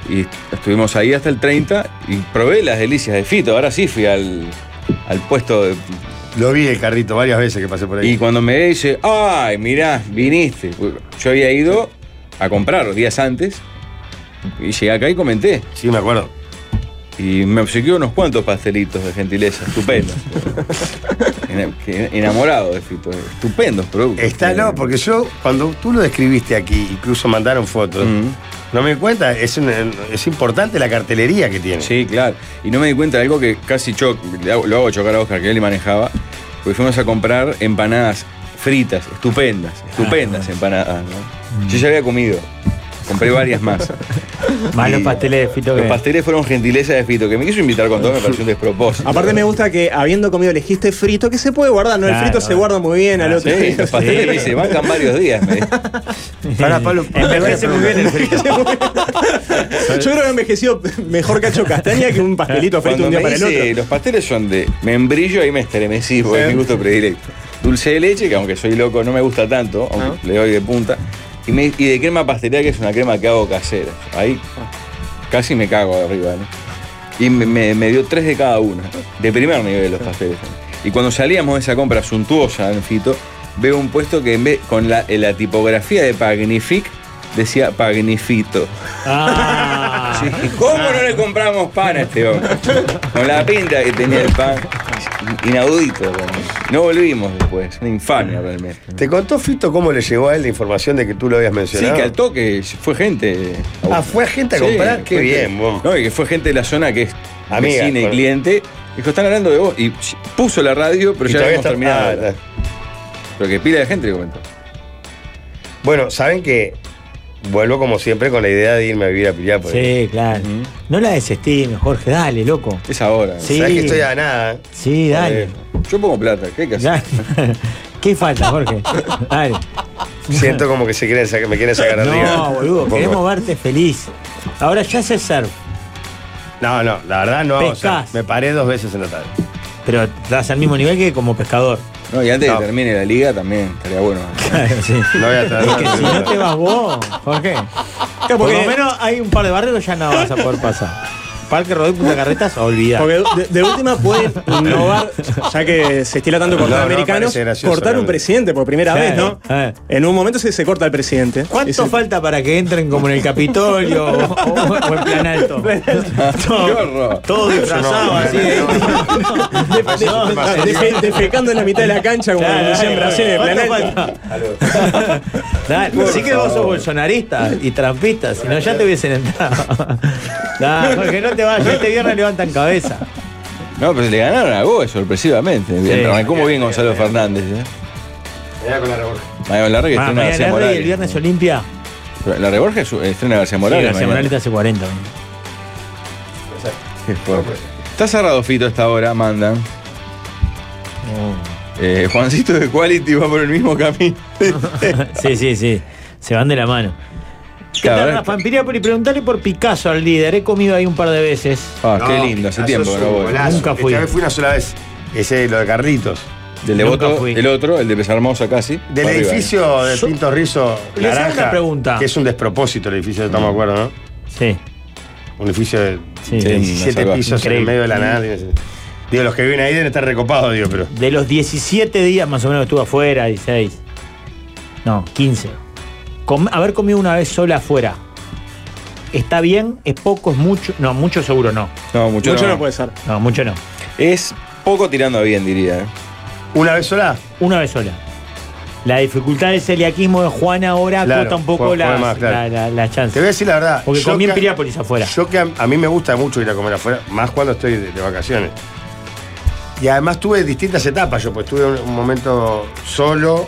[SPEAKER 7] Y estuvimos ahí hasta el 30 y probé las delicias de Fito. Ahora sí fui al, al puesto de-
[SPEAKER 5] lo vi el carrito varias veces que pasé por ahí.
[SPEAKER 7] Y cuando me ve dice, ay, mirá, viniste. Yo había ido a comprar días antes y llegué acá y comenté.
[SPEAKER 5] Sí, me acuerdo.
[SPEAKER 7] Y me obsequió unos cuantos pastelitos de gentileza, estupendos. Ena- que- Enamorado de Fito, eh. estupendos productos. Eh.
[SPEAKER 5] Está no, porque yo, cuando tú lo describiste aquí, incluso mandaron fotos,
[SPEAKER 7] Mm. Ah,
[SPEAKER 5] no me di cuenta, es, un- es importante la cartelería que tiene.
[SPEAKER 7] Sí, claro. Y no me di cuenta de algo que casi cho le hago- lo hago chocar a Oscar, que él manejaba, porque fuimos a comprar empanadas fritas, estupendas, estupendas
[SPEAKER 8] Ah.
[SPEAKER 7] empanadas.
[SPEAKER 8] Mm.
[SPEAKER 7] ¿no? Yo ya había comido, compré varias más.
[SPEAKER 8] Más los
[SPEAKER 7] Y
[SPEAKER 8] pasteles de Fito
[SPEAKER 7] Los
[SPEAKER 8] que...
[SPEAKER 7] pasteles fueron gentileza de Fito, que me quiso invitar con todo, me pareció un despropósito.
[SPEAKER 6] Aparte me gusta que habiendo comido elegiste frito, que se puede guardar, ¿no? el
[SPEAKER 8] Claro.
[SPEAKER 6] frito se guarda muy bien al
[SPEAKER 8] Ah,
[SPEAKER 6] otro.
[SPEAKER 7] Sí,
[SPEAKER 6] día.
[SPEAKER 7] los pasteles me dice, bancan varios días. me dice.
[SPEAKER 5] Pará, Pablo,
[SPEAKER 8] Envejece muy bien el frito.
[SPEAKER 6] Yo creo que ha envejecido mejor cacho castaña que un pastelito frito
[SPEAKER 7] Cuando
[SPEAKER 6] un día
[SPEAKER 7] me
[SPEAKER 6] para el
[SPEAKER 7] dice,
[SPEAKER 6] otro.
[SPEAKER 7] los pasteles son de membrillo, ahí me estremecí, porque
[SPEAKER 5] Sí.
[SPEAKER 7] es mi gusto predilecto. Dulce de leche, que aunque soy loco, no me gusta tanto,
[SPEAKER 6] Ah.
[SPEAKER 7] aunque le doy de punta. Y, me- y de crema pastelera, que es una crema que hago casera. Ahí
[SPEAKER 6] Ah.
[SPEAKER 7] casi me cago de arriba, ¿no? Y me, me- me dio tres de cada una, de primer nivel los pasteles. Y cuando salíamos de esa compra suntuosa en Fito, veo un puesto que en vez, con la, la tipografía de Pagnific decía Pagnifito.
[SPEAKER 8] Ah,
[SPEAKER 7] Sí, ¿y ¿Cómo no le compramos pan a este hombre? Con la pinta que tenía el pan. Inaudito. realmente. No volvimos después. Una infamia realmente.
[SPEAKER 5] ¿Te contó Fito cómo le llegó a él la información de que tú lo habías
[SPEAKER 7] Sí,
[SPEAKER 5] mencionado?
[SPEAKER 7] que al toque fue gente.
[SPEAKER 5] Ah, ¿fue gente a
[SPEAKER 7] Sí,
[SPEAKER 5] comprar? Qué
[SPEAKER 7] fue
[SPEAKER 5] bien,
[SPEAKER 7] gente-
[SPEAKER 5] vos.
[SPEAKER 7] No, y que fue gente de la zona que es
[SPEAKER 5] Amiga,
[SPEAKER 7] vecina y
[SPEAKER 5] con-
[SPEAKER 7] cliente. Dijo, están hablando de vos. Y puso la radio, pero
[SPEAKER 5] Y
[SPEAKER 7] ya
[SPEAKER 5] todavía
[SPEAKER 7] habíamos
[SPEAKER 5] está- Ah,
[SPEAKER 7] terminado.
[SPEAKER 5] está.
[SPEAKER 7] Pero que pila de gente le comentó.
[SPEAKER 5] Bueno, saben que vuelvo como siempre con la idea de irme a vivir a pues. Piriápolis.
[SPEAKER 8] sí, claro. No la desestimes, Jorge, dale, loco.
[SPEAKER 7] Es ahora.
[SPEAKER 8] Sí.
[SPEAKER 5] Sabés que estoy a nada.
[SPEAKER 8] Sí, dale.
[SPEAKER 7] Eh, Yo pongo plata, ¿qué hay que hacer?
[SPEAKER 8] Dale. ¿Qué falta, Jorge? Dale.
[SPEAKER 5] Siento como que se quieren saca- me quieren sacar arriba.
[SPEAKER 8] No, boludo,
[SPEAKER 5] Un poco.
[SPEAKER 8] queremos verte feliz. Ahora ya haces surf,
[SPEAKER 5] No, no, la verdad no. o sea,
[SPEAKER 8] Pescás.
[SPEAKER 5] me paré dos veces en la tarde.
[SPEAKER 8] pero estás al mismo nivel que como pescador.
[SPEAKER 7] No, y antes de
[SPEAKER 5] No.
[SPEAKER 7] que termine la liga también estaría bueno.
[SPEAKER 8] Sí.
[SPEAKER 5] No voy a
[SPEAKER 8] Es que
[SPEAKER 5] tratar.
[SPEAKER 8] si no te vas Ah, vos, Jorge.
[SPEAKER 6] Claro,
[SPEAKER 8] Por lo
[SPEAKER 6] porque
[SPEAKER 8] menos hay un par de barreros ya no vas a poder pasar. Parque Rodó y Punta Carretas, olvidar.
[SPEAKER 6] Porque de, de última pueden innovar, ya que se estila tanto
[SPEAKER 5] No,
[SPEAKER 6] cortar
[SPEAKER 5] no,
[SPEAKER 6] americanos,
[SPEAKER 5] parece gracioso,
[SPEAKER 6] cortar un
[SPEAKER 5] claro.
[SPEAKER 6] presidente por primera vez, ¿no? En un momento se, se corta el presidente.
[SPEAKER 8] ¿Cuánto
[SPEAKER 6] Y se-
[SPEAKER 8] falta para que entren como en el Capitolio o, o- o en Plan Alto?
[SPEAKER 7] ¡Qué horror!
[SPEAKER 8] Todo disfrazado así. de-
[SPEAKER 6] No, defe- defecando en la mitad de la cancha como
[SPEAKER 8] Claro,
[SPEAKER 6] decían en
[SPEAKER 8] dale,
[SPEAKER 6] Brasil, en el
[SPEAKER 8] ¿cuánto
[SPEAKER 6] planeta.
[SPEAKER 8] falta? Dale, sí que vos sos bolsonarista y trampista, si no ya te hubiesen entrado. Dale, Jorge, no te vayas, este viernes levantan cabeza.
[SPEAKER 7] No, pero le ganaron a Goes sorpresivamente.
[SPEAKER 8] Sí.
[SPEAKER 7] Arrancó muy bien Gonzalo Fernández. ¿eh? Mañana con la Reborja.
[SPEAKER 8] Ma-
[SPEAKER 7] Mañana con la Reborja estrena
[SPEAKER 8] Mañana
[SPEAKER 7] García
[SPEAKER 8] Rey y
[SPEAKER 7] Morales.
[SPEAKER 8] Ah, el viernes Olimpia.
[SPEAKER 7] Pero La Reborja es- estrena García
[SPEAKER 8] Sí,
[SPEAKER 7] Morales.
[SPEAKER 8] García
[SPEAKER 7] mañana.
[SPEAKER 8] Morales hace 40. ¿no?
[SPEAKER 7] Qué
[SPEAKER 5] pues.
[SPEAKER 7] fuerte. Está cerrado Fito a esta hora, mandan. Eh, Juancito de Quality va por el mismo camino.
[SPEAKER 8] Sí, sí, sí. Se van de la mano. ¿Qué
[SPEAKER 7] Claro,
[SPEAKER 8] tal,
[SPEAKER 7] eh.
[SPEAKER 8] Rafa Empiriápolis? Preguntale por Picasso al líder. He comido ahí un par de veces.
[SPEAKER 7] Ah,
[SPEAKER 5] No,
[SPEAKER 7] qué lindo, hace
[SPEAKER 5] eso
[SPEAKER 7] tiempo
[SPEAKER 5] es
[SPEAKER 7] que no
[SPEAKER 5] un
[SPEAKER 7] voy.
[SPEAKER 5] golazo.
[SPEAKER 8] Nunca fui.
[SPEAKER 5] Esta vez fui una sola vez. Ese lo de Carlitos.
[SPEAKER 7] Del
[SPEAKER 8] Nunca
[SPEAKER 7] devoto,
[SPEAKER 8] fui.
[SPEAKER 7] el otro, el de Pesarmosa casi.
[SPEAKER 5] Del
[SPEAKER 7] para arriba. eh.
[SPEAKER 5] edificio de
[SPEAKER 8] Yo-
[SPEAKER 5] Pinto Rizzo
[SPEAKER 8] Les hago
[SPEAKER 5] Naranja.
[SPEAKER 8] una pregunta.
[SPEAKER 5] Que es un despropósito el edificio, estamos de acuerdo, ¿no?
[SPEAKER 8] Sí,
[SPEAKER 5] Un edificio de
[SPEAKER 8] sí.
[SPEAKER 7] Sí.
[SPEAKER 5] 17
[SPEAKER 7] salvaje.
[SPEAKER 5] pisos en el
[SPEAKER 8] Increíble.
[SPEAKER 5] medio de la nada. Digo, los que viven ahí deben estar recopados, digo, pero.
[SPEAKER 8] De los 17 días más o menos que estuve afuera, 16. No, 15. Com- haber comido una vez sola afuera. ¿Está bien? ¿Es poco? ¿Es mucho? No, mucho seguro no.
[SPEAKER 7] No, mucho,
[SPEAKER 6] Mucho
[SPEAKER 7] no.
[SPEAKER 6] no puede ser.
[SPEAKER 8] No, mucho no.
[SPEAKER 7] Es poco tirando a bien, diría. ¿eh?
[SPEAKER 5] ¿Una vez sola?
[SPEAKER 8] Una vez sola. La dificultad del celiaquismo de Juana ahora
[SPEAKER 5] Claro,
[SPEAKER 8] corta un poco
[SPEAKER 5] juega-
[SPEAKER 8] las- la,
[SPEAKER 5] juega más, claro.
[SPEAKER 8] la- la
[SPEAKER 5] Te voy a
[SPEAKER 8] chance.
[SPEAKER 5] decir la verdad.
[SPEAKER 8] Porque
[SPEAKER 5] yo
[SPEAKER 8] comí en
[SPEAKER 5] que-
[SPEAKER 8] Piriápolis afuera.
[SPEAKER 5] Yo que a, a mí me gusta mucho ir a comer afuera, más cuando estoy de, de vacaciones. Y además tuve distintas etapas. Yo pues tuve un, un momento solo,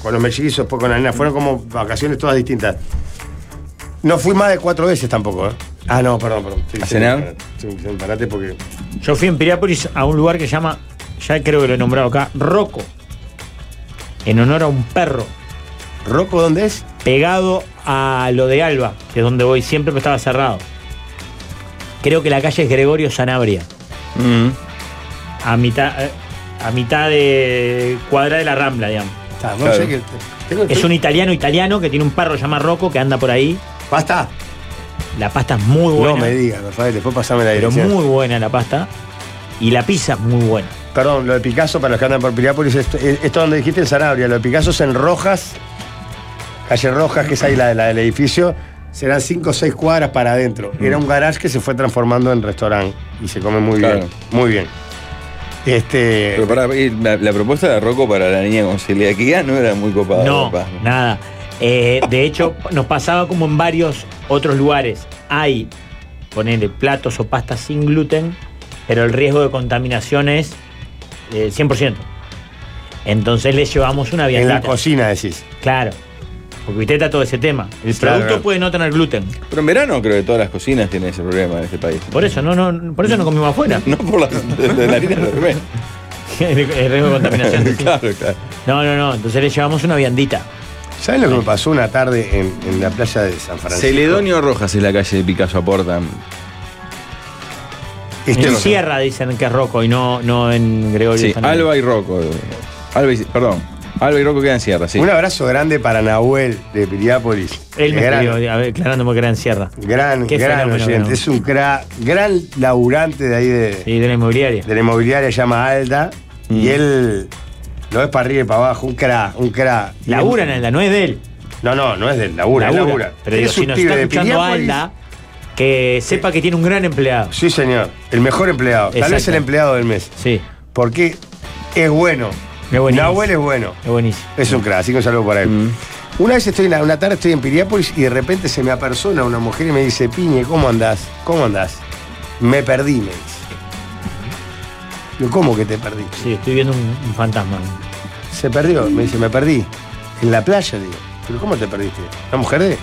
[SPEAKER 5] con los mellizos, después con la nena. Fueron como vacaciones todas distintas. No fui más de cuatro veces tampoco, ¿eh? Ah, no, perdón, perdón. Estoy
[SPEAKER 7] ¿A
[SPEAKER 5] diciendo
[SPEAKER 7] cenar?
[SPEAKER 5] disparate. Estoy diciendo disparate porque...
[SPEAKER 8] Yo fui en Piriápolis a un lugar que se llama, ya creo que lo he nombrado acá, Rocco. En honor a un perro.
[SPEAKER 5] ¿Rocco dónde es?
[SPEAKER 8] pegado a lo de Alba, que es donde voy siempre, pero estaba cerrado. Creo que la calle es Gregorio Sanabria,
[SPEAKER 7] Mm.
[SPEAKER 8] a mitad, eh, a mitad de cuadra de la Rambla, digamos.
[SPEAKER 5] Está, no
[SPEAKER 7] Claro.
[SPEAKER 5] sé qué... tengo-
[SPEAKER 8] Es un italiano italiano que tiene un perro llamado Rocco que anda por ahí.
[SPEAKER 5] ¿Pasta?
[SPEAKER 8] La pasta es muy buena,
[SPEAKER 5] No me digas, Rafael. Después pasame la
[SPEAKER 8] pero
[SPEAKER 5] dirección.
[SPEAKER 8] muy buena la pasta. Y la pizza muy buena.
[SPEAKER 5] Perdón, lo de Picasso, para los que andan por Piriápolis, esto, eh, esto donde dijiste en Sanabria, lo de Picasso es en Rojas, calle Rojas, que es ahí la, la del edificio, serán cinco o seis cuadras para adentro.
[SPEAKER 8] Mm.
[SPEAKER 5] Era un garage que se fue transformando en restaurante y se come muy
[SPEAKER 7] Claro.
[SPEAKER 5] bien, muy bien. Este,
[SPEAKER 7] Pero pará, y la, la propuesta de Rocco para la niña con celiaquía no era muy copada.
[SPEAKER 8] No,
[SPEAKER 7] capaz.
[SPEAKER 8] nada. Eh, de hecho, nos pasaba como en varios otros lugares. Hay, ponerle platos o pastas sin gluten, pero el riesgo de contaminación es eh, 100%. Entonces les llevamos una
[SPEAKER 5] en la
[SPEAKER 8] viandita.
[SPEAKER 5] cocina decís.
[SPEAKER 8] Claro. Porque viste está todo ese tema. El
[SPEAKER 5] Claro,
[SPEAKER 8] producto
[SPEAKER 5] claro.
[SPEAKER 8] puede no tener gluten.
[SPEAKER 7] Pero en verano creo que todas las cocinas tienen ese problema en este país.
[SPEAKER 8] Por eso no, no, por eso no comimos afuera.
[SPEAKER 7] No por la, de la harina de los
[SPEAKER 8] el riesgo de contaminación. sí.
[SPEAKER 7] Claro, claro.
[SPEAKER 8] No, no, no. Entonces les llevamos una viandita.
[SPEAKER 5] ¿Saben lo que me pasó una tarde en, en la playa de San Francisco?
[SPEAKER 7] Celedonio Rojas es la calle de Picasso aportan.
[SPEAKER 5] Este-
[SPEAKER 8] en Sierra dicen que es roco y no, no en Gregorio.
[SPEAKER 7] Sí,
[SPEAKER 8] Sanabria.
[SPEAKER 7] Alba y Rocco. Alba y, perdón. Alba y Rocco quedan en Sierra, sí.
[SPEAKER 5] Un abrazo grande para Nahuel de Piriápolis.
[SPEAKER 8] Él me
[SPEAKER 5] Gran-
[SPEAKER 8] escribió, a ver, aclarándome que era en Sierra.
[SPEAKER 5] Gran,
[SPEAKER 8] Qué
[SPEAKER 5] gran
[SPEAKER 8] fenómeno,
[SPEAKER 5] oyente.
[SPEAKER 8] ¿no?
[SPEAKER 5] Es un cra- gran laburante de ahí de,
[SPEAKER 8] Sí, de la inmobiliaria. Mm.
[SPEAKER 5] de la inmobiliaria se llama Alda y él lo ves para arriba y para abajo, un cra, un cra.
[SPEAKER 8] Labura en Alda, no es de él.
[SPEAKER 5] No, no, no es del labura, es
[SPEAKER 8] Labura.
[SPEAKER 5] labura.
[SPEAKER 8] Pero digo,
[SPEAKER 5] Es un
[SPEAKER 8] si nos
[SPEAKER 5] pibe
[SPEAKER 8] está
[SPEAKER 5] de
[SPEAKER 8] escuchando
[SPEAKER 5] Piriápolis.
[SPEAKER 8] Alda, que sepa que tiene un gran empleado.
[SPEAKER 5] Sí, señor, el mejor empleado, tal vez
[SPEAKER 8] Exacto.
[SPEAKER 5] el empleado del mes.
[SPEAKER 8] Sí,
[SPEAKER 5] Porque es bueno.
[SPEAKER 8] Es buenísimo.
[SPEAKER 5] Nahuel es bueno.
[SPEAKER 8] es buenísimo. Mm.
[SPEAKER 5] Es un crack, así que un saludo para él. Una vez estoy en la- una tarde estoy en Piriápolis y de repente se me apersona una mujer y me dice, Piñe, ¿cómo andás? ¿Cómo andás? Me perdí, me dice. Yo, ¿cómo que te perdí?
[SPEAKER 8] Sí, estoy viendo un, un fantasma.
[SPEAKER 5] Se perdió, me dice, me perdí. En la playa, digo. ¿Pero cómo te perdiste? Una mujer de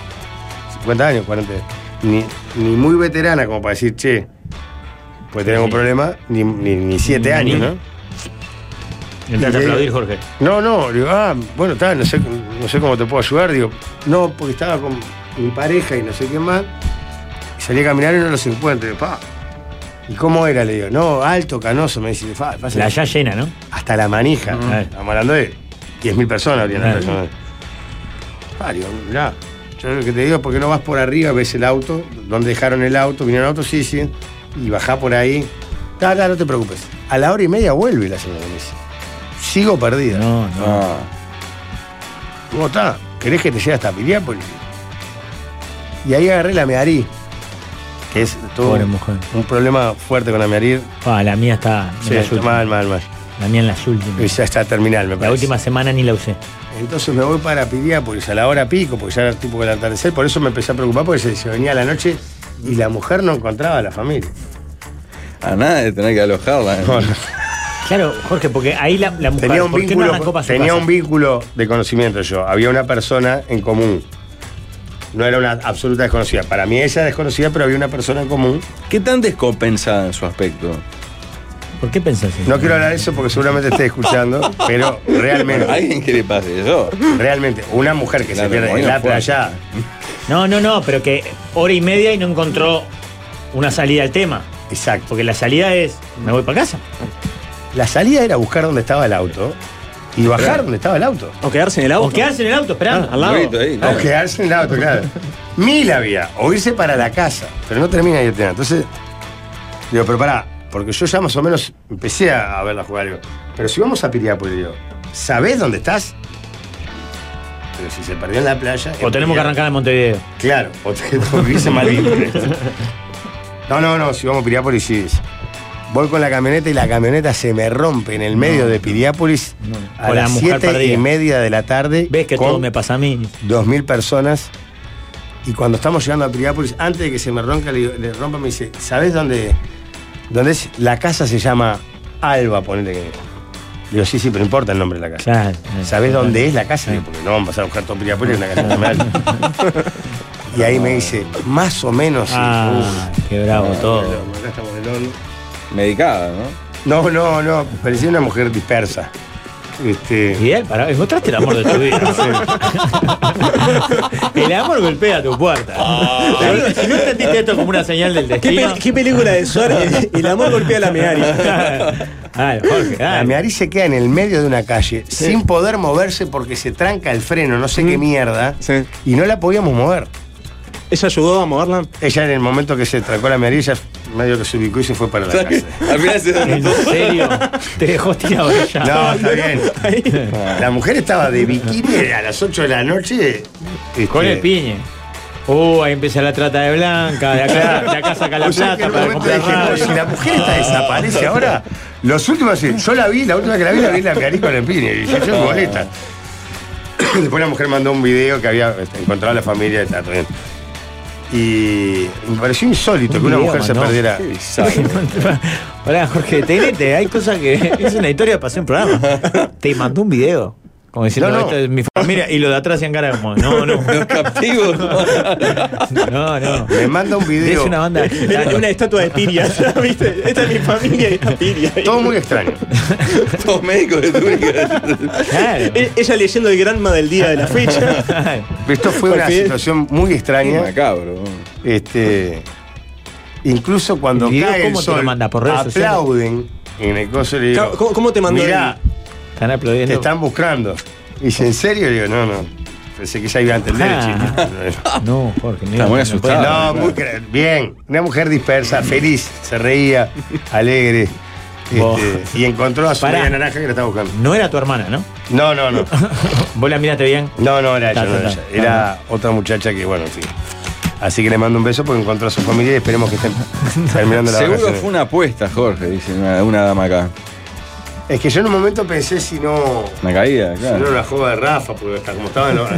[SPEAKER 5] 50 años, 40. Ni, ni muy veterana como para decir, che, puede tener un problema, ni, ni, ni siete años, ¿no?
[SPEAKER 8] Entonces
[SPEAKER 5] Sí.
[SPEAKER 8] aplaudir, Jorge.
[SPEAKER 5] No, no, digo, ah, bueno, está, no sé, no sé cómo te puedo ayudar, digo, no, porque estaba con mi pareja y no sé quién más, y salí a caminar y no los encuentro, digo, pa. ¿Y cómo era? Le digo, no, alto, canoso, me dice, fa, pasa
[SPEAKER 8] La ya llena, ¿no?
[SPEAKER 5] hasta la manija.
[SPEAKER 8] Claro.
[SPEAKER 5] Estamos hablando de 10.000 personas habrían
[SPEAKER 8] Claro.
[SPEAKER 5] personas. Ah, digo, mirá, Yo lo que te digo es porque no vas por arriba, ves el auto, donde dejaron el auto, vinieron autos, sí, sí, y bajá por ahí. No, no, no te preocupes. A la hora y media vuelve la señora Messi. Sigo perdida.
[SPEAKER 8] No, no.
[SPEAKER 7] Ah,
[SPEAKER 5] ¿Cómo está? ¿Querés que te llegue hasta Piriápolis? Y ahí agarré la mearí, que es todo
[SPEAKER 8] Pobre
[SPEAKER 5] un,
[SPEAKER 8] mujer.
[SPEAKER 5] un problema fuerte con la mearí.
[SPEAKER 8] Pa, la mía está en
[SPEAKER 5] Sí,
[SPEAKER 8] las últimas.
[SPEAKER 5] mal, mal, mal.
[SPEAKER 8] La mía en las
[SPEAKER 5] Y
[SPEAKER 8] últimas.
[SPEAKER 5] ya está terminal, me parece.
[SPEAKER 8] La última semana ni la usé.
[SPEAKER 5] Entonces me voy para Piriápolis a la hora pico, porque ya era tipo del atardecer, por eso me empecé a preocupar, porque se, se venía la noche y la mujer no encontraba a la familia.
[SPEAKER 7] a nada de tener que alojarla. ¿eh?
[SPEAKER 8] Claro, Jorge, porque ahí la, la mujer.
[SPEAKER 5] tenía un
[SPEAKER 8] ¿por qué no
[SPEAKER 5] vínculo,
[SPEAKER 8] arrancó para su
[SPEAKER 5] tenía
[SPEAKER 8] casa?
[SPEAKER 5] un vínculo de conocimiento yo. Había una persona en común. No era una absoluta desconocida. Para mí ella era desconocida, pero había una persona en común.
[SPEAKER 7] ¿Qué tan descompensada en su aspecto?
[SPEAKER 8] ¿Por qué pensás eso?
[SPEAKER 5] No quiero hablar de eso porque seguramente esté escuchando, pero realmente,
[SPEAKER 7] ¿Alguien que le pase eso?
[SPEAKER 5] realmente, una mujer que
[SPEAKER 7] La
[SPEAKER 5] se pierde en
[SPEAKER 7] memoria
[SPEAKER 5] la
[SPEAKER 7] fue.
[SPEAKER 5] playa,
[SPEAKER 8] No, no, no, pero que hora y media y no encontró una salida al tema.
[SPEAKER 5] exacto.
[SPEAKER 8] Porque la salida es, me voy para casa.
[SPEAKER 5] La salida era buscar dónde estaba el auto y bajar donde estaba el auto.
[SPEAKER 6] O quedarse en el auto.
[SPEAKER 8] O quedarse en el auto esperando.
[SPEAKER 6] Ah, al lado.
[SPEAKER 7] Burrito ahí,
[SPEAKER 5] O
[SPEAKER 7] claro.
[SPEAKER 5] quedarse en el auto, claro. Mil había. O irse para la casa. Pero no termina ahí el tema. Entonces, digo, pero pará. Porque yo ya más o menos empecé a, a verla jugar. Digo, pero si vamos a Piriápolis, digo, ¿sabés dónde estás? Pero si se perdió en la playa.
[SPEAKER 8] O
[SPEAKER 5] en
[SPEAKER 8] tenemos que
[SPEAKER 5] Piriápolis-
[SPEAKER 8] arrancar en Montevideo.
[SPEAKER 5] Claro, o te o vivís en Madrid. No, no, no, si vamos a Piriápolis, sí. sí. Voy con la camioneta y la camioneta se me rompe en el medio de Piriápolis a
[SPEAKER 8] Con la
[SPEAKER 5] las
[SPEAKER 8] mujer
[SPEAKER 5] siete y
[SPEAKER 8] perdida.
[SPEAKER 5] media de la tarde.
[SPEAKER 8] ¿Ves que
[SPEAKER 5] con
[SPEAKER 8] todo me pasa a mí?
[SPEAKER 5] 2.000 personas. Y cuando estamos llegando a Piriápolis, antes de que se me ronca, le, digo- le rompa, me dice, ¿sabés dónde, dónde es? La casa se llama Alba, ponele que. Le digo, sí, sí, pero importa el nombre de la casa.
[SPEAKER 8] Claro.
[SPEAKER 5] ¿Sabés dónde es la casa? Le digo, porque no vamos a pasar a buscar todo Piriápolis en la casa de Alba. Y ahí me dice, más o menos. sí".
[SPEAKER 8] Ah, qué bravo todo.
[SPEAKER 5] Acá estamos en el horno.
[SPEAKER 7] Medicada, ¿no?
[SPEAKER 5] No, no, no, parecía una mujer dispersa. Este,
[SPEAKER 8] Ideal para. Encontraste el amor de tu vida. el amor golpea tu puerta.
[SPEAKER 5] Ah.
[SPEAKER 8] Si no entendiste esto como una señal del
[SPEAKER 6] ¿Qué,
[SPEAKER 8] destino.
[SPEAKER 6] pe- qué película de Suárez? El amor golpea la meari.
[SPEAKER 8] Claro, Jorge,
[SPEAKER 5] La
[SPEAKER 8] dale.
[SPEAKER 5] Mearí se queda en el medio de una calle sin poder moverse porque se tranca el freno, no sé qué mierda.
[SPEAKER 6] Sí.
[SPEAKER 5] Y no la podíamos mover.
[SPEAKER 6] ¿Ella ayudó a moverla?
[SPEAKER 5] Ella en el momento que se trancó la Mearí, ya medio que se ubicó y se fue para la
[SPEAKER 7] ¿Sabes
[SPEAKER 5] casa.
[SPEAKER 7] qué? Al final se dan
[SPEAKER 8] ¿En serio? Te dejó tirado ella.
[SPEAKER 5] No, está bien. La mujer estaba de bikini a las 8 de la noche. este,
[SPEAKER 8] Con el piñe. Uh, ahí empieza la trata de blanca, de acá, de acá saca la
[SPEAKER 5] o sea, que
[SPEAKER 8] plata
[SPEAKER 5] en un
[SPEAKER 8] para
[SPEAKER 5] momento dije,
[SPEAKER 8] comprar radio. Ah.
[SPEAKER 5] "No, si la mujer esta desaparece ahora, los últimos, sí, yo la vi, la última que la vi, la vi en la Mearí con el piñe. Y dije, yo me molesta. Después la mujer mandó un video que había este, encontrado a la familia de Tato. bien. Y me pareció insólito
[SPEAKER 8] Un
[SPEAKER 5] que una
[SPEAKER 8] video
[SPEAKER 5] mujer se
[SPEAKER 8] mandó.
[SPEAKER 5] perdiera.
[SPEAKER 7] Qué bizarro.
[SPEAKER 8] Pará, Jorge, tenete, hay cosas que es una historia para hacer un programa. Te mandó un video. Como diciendo,
[SPEAKER 5] No, no.
[SPEAKER 8] "Esta es mi familia. Y lo de atrás se encara como, no, no.
[SPEAKER 7] Los captivos. ¿no?
[SPEAKER 8] No, no.
[SPEAKER 5] Me manda un
[SPEAKER 8] Es
[SPEAKER 5] video.
[SPEAKER 8] una banda.
[SPEAKER 6] Era una estatua de Piria, ¿viste? Esta es mi familia y esta Piria.
[SPEAKER 5] Todo muy extraño.
[SPEAKER 7] Todos médicos de Túnica.
[SPEAKER 8] Claro.
[SPEAKER 6] E- Ella leyendo el Granma del día de la fecha.
[SPEAKER 8] Claro.
[SPEAKER 5] Esto fue una
[SPEAKER 6] Porque-
[SPEAKER 5] situación muy extraña.
[SPEAKER 7] Macabro.
[SPEAKER 5] Este, incluso cuando
[SPEAKER 8] ¿El video
[SPEAKER 5] cae el
[SPEAKER 8] cómo te lo
[SPEAKER 5] sol,
[SPEAKER 8] manda? ¿Por redes sociales?
[SPEAKER 5] aplauden. En el coso le digo,
[SPEAKER 6] ¿Cómo, cómo te mandó? el-
[SPEAKER 5] mirá,
[SPEAKER 8] Están aplaudiendo.
[SPEAKER 5] te están buscando. Y dice, ¿en serio? Le digo, no, no. Pensé que ya iba a entender el
[SPEAKER 8] Ah.
[SPEAKER 5] chiste.
[SPEAKER 8] No, Jorge, no.
[SPEAKER 7] Está muy
[SPEAKER 8] no
[SPEAKER 7] asustado.
[SPEAKER 8] puede-
[SPEAKER 5] No, muy cre- bien. Una mujer dispersa, feliz, se reía, alegre. Este,
[SPEAKER 8] Vos.
[SPEAKER 5] y encontró a su
[SPEAKER 8] Pará.
[SPEAKER 5] media naranja que la estaba buscando.
[SPEAKER 8] No era tu hermana, ¿no?
[SPEAKER 5] No, no, no.
[SPEAKER 8] Vos la miraste bien.
[SPEAKER 5] No, no era
[SPEAKER 8] Ta,
[SPEAKER 5] ella, no
[SPEAKER 8] ta,
[SPEAKER 5] era
[SPEAKER 8] ta.
[SPEAKER 5] ella. Era otra muchacha que, bueno, en fin. Así que le mando un beso porque encontró a su familia y esperemos que estén terminando la
[SPEAKER 7] Seguro
[SPEAKER 5] vacaciones.
[SPEAKER 7] fue una apuesta, Jorge, dice una, una dama acá.
[SPEAKER 5] Es que yo en un momento pensé si no.
[SPEAKER 7] Una caída,
[SPEAKER 5] Si no
[SPEAKER 7] claro.
[SPEAKER 5] era una joda de Rafa, porque hasta como estaba en lo-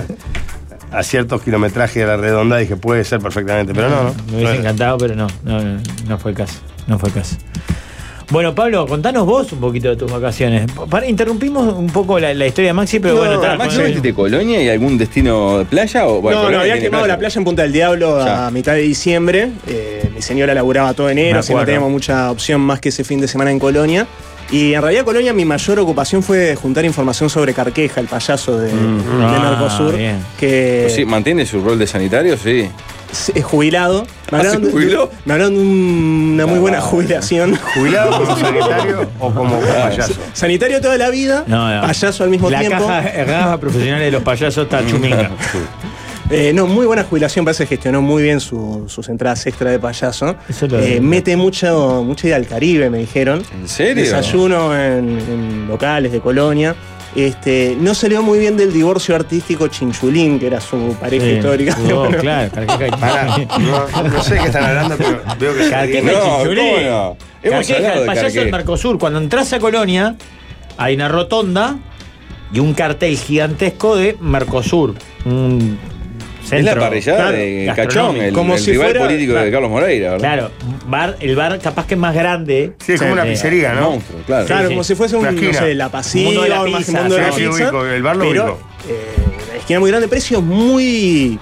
[SPEAKER 5] a ciertos kilometrajes de la redonda dije puede ser perfectamente, pero no, no.
[SPEAKER 8] Me hubiese encantado, pero no, no, no, no fue el caso. No fue el caso. Bueno, Pablo, contanos vos un poquito de tus vacaciones. Para, interrumpimos un poco la, la historia de Maxi, pero bueno, está.
[SPEAKER 7] ¿Más
[SPEAKER 8] bueno.
[SPEAKER 7] de este Colonia y algún destino de playa? O, bueno,
[SPEAKER 6] No, no,
[SPEAKER 7] Colonia
[SPEAKER 6] había
[SPEAKER 7] tiene
[SPEAKER 6] quemado la playa en Punta del Diablo a
[SPEAKER 7] Ya.
[SPEAKER 6] mitad de diciembre. Eh, mi señora laburaba todo
[SPEAKER 8] Me
[SPEAKER 6] enero, así no
[SPEAKER 8] acuerdo.
[SPEAKER 6] teníamos mucha opción más que ese fin de semana en Colonia. Y en realidad Colonia mi mayor ocupación fue juntar información sobre Carqueja, el payaso de, de
[SPEAKER 8] Ah,
[SPEAKER 6] Mercosur,
[SPEAKER 8] bien.
[SPEAKER 6] que
[SPEAKER 7] Pues Sí, ¿Mantiene su rol de sanitario? Sí.
[SPEAKER 6] es jubilado. Me
[SPEAKER 7] Ah, ¿se
[SPEAKER 6] hablaron, de-
[SPEAKER 7] jubiló?
[SPEAKER 6] me hablaron de una muy
[SPEAKER 8] Ah,
[SPEAKER 6] buena jubilación.
[SPEAKER 5] ¿Jubilado como sanitario o como payaso?
[SPEAKER 6] Sanitario toda la vida,
[SPEAKER 8] No, no.
[SPEAKER 6] payaso al mismo
[SPEAKER 8] la
[SPEAKER 6] tiempo.
[SPEAKER 8] caja, caja profesional de los payasos está chuminga.
[SPEAKER 6] Eh, no, muy buena jubilación, parece que gestionó muy bien su- sus entradas extra de payaso.
[SPEAKER 8] Eso lo-
[SPEAKER 6] Eh, mete mucho, mucha ida al Caribe, me dijeron.
[SPEAKER 7] ¿En serio?
[SPEAKER 6] Desayuno en, en locales de Colonia. Este, no salió muy bien del divorcio artístico Chinchulín, que era su pareja
[SPEAKER 8] Sí.
[SPEAKER 6] histórica.
[SPEAKER 8] No,
[SPEAKER 6] Bueno,
[SPEAKER 8] claro, Carqueja.
[SPEAKER 5] Pará, no, no sé de qué están hablando, pero veo que se
[SPEAKER 8] Carqueja
[SPEAKER 5] ríen.
[SPEAKER 8] y
[SPEAKER 7] No,
[SPEAKER 8] Chinchulín.
[SPEAKER 7] ¿cómo no? Hemos
[SPEAKER 8] Carqueja,
[SPEAKER 7] hablado
[SPEAKER 8] el
[SPEAKER 7] de
[SPEAKER 8] payaso del
[SPEAKER 7] Carqueja.
[SPEAKER 8] Mercosur. Cuando entras a Colonia, hay una rotonda y un cartel gigantesco de Mercosur. Un
[SPEAKER 7] Es
[SPEAKER 8] centro,
[SPEAKER 7] la parrillada
[SPEAKER 8] claro,
[SPEAKER 7] de Cachón,
[SPEAKER 8] gastronómico.
[SPEAKER 7] el,
[SPEAKER 6] Como
[SPEAKER 7] el
[SPEAKER 6] si
[SPEAKER 7] rival
[SPEAKER 6] fuera-
[SPEAKER 7] político de
[SPEAKER 6] claro.
[SPEAKER 7] Carlos Moreira, ¿verdad?
[SPEAKER 8] Claro, bar, el bar capaz que es más grande.
[SPEAKER 5] Sí, es como una
[SPEAKER 8] Eh,
[SPEAKER 5] pizzería,
[SPEAKER 7] Un
[SPEAKER 5] ¿no?
[SPEAKER 7] monstruo, claro.
[SPEAKER 6] Claro,
[SPEAKER 8] Sí,
[SPEAKER 6] como
[SPEAKER 8] sí.
[SPEAKER 6] si fuese un,
[SPEAKER 5] Una
[SPEAKER 6] no
[SPEAKER 5] esquina.
[SPEAKER 6] sé, la pasiva,
[SPEAKER 8] Mundo de la
[SPEAKER 6] más
[SPEAKER 8] pizza,
[SPEAKER 6] el mundo de la
[SPEAKER 5] sí, sí,
[SPEAKER 6] pizza,
[SPEAKER 5] ubico, el bar lo
[SPEAKER 6] pero,
[SPEAKER 5] ubico.
[SPEAKER 6] eh, la esquina muy grande, precios muy.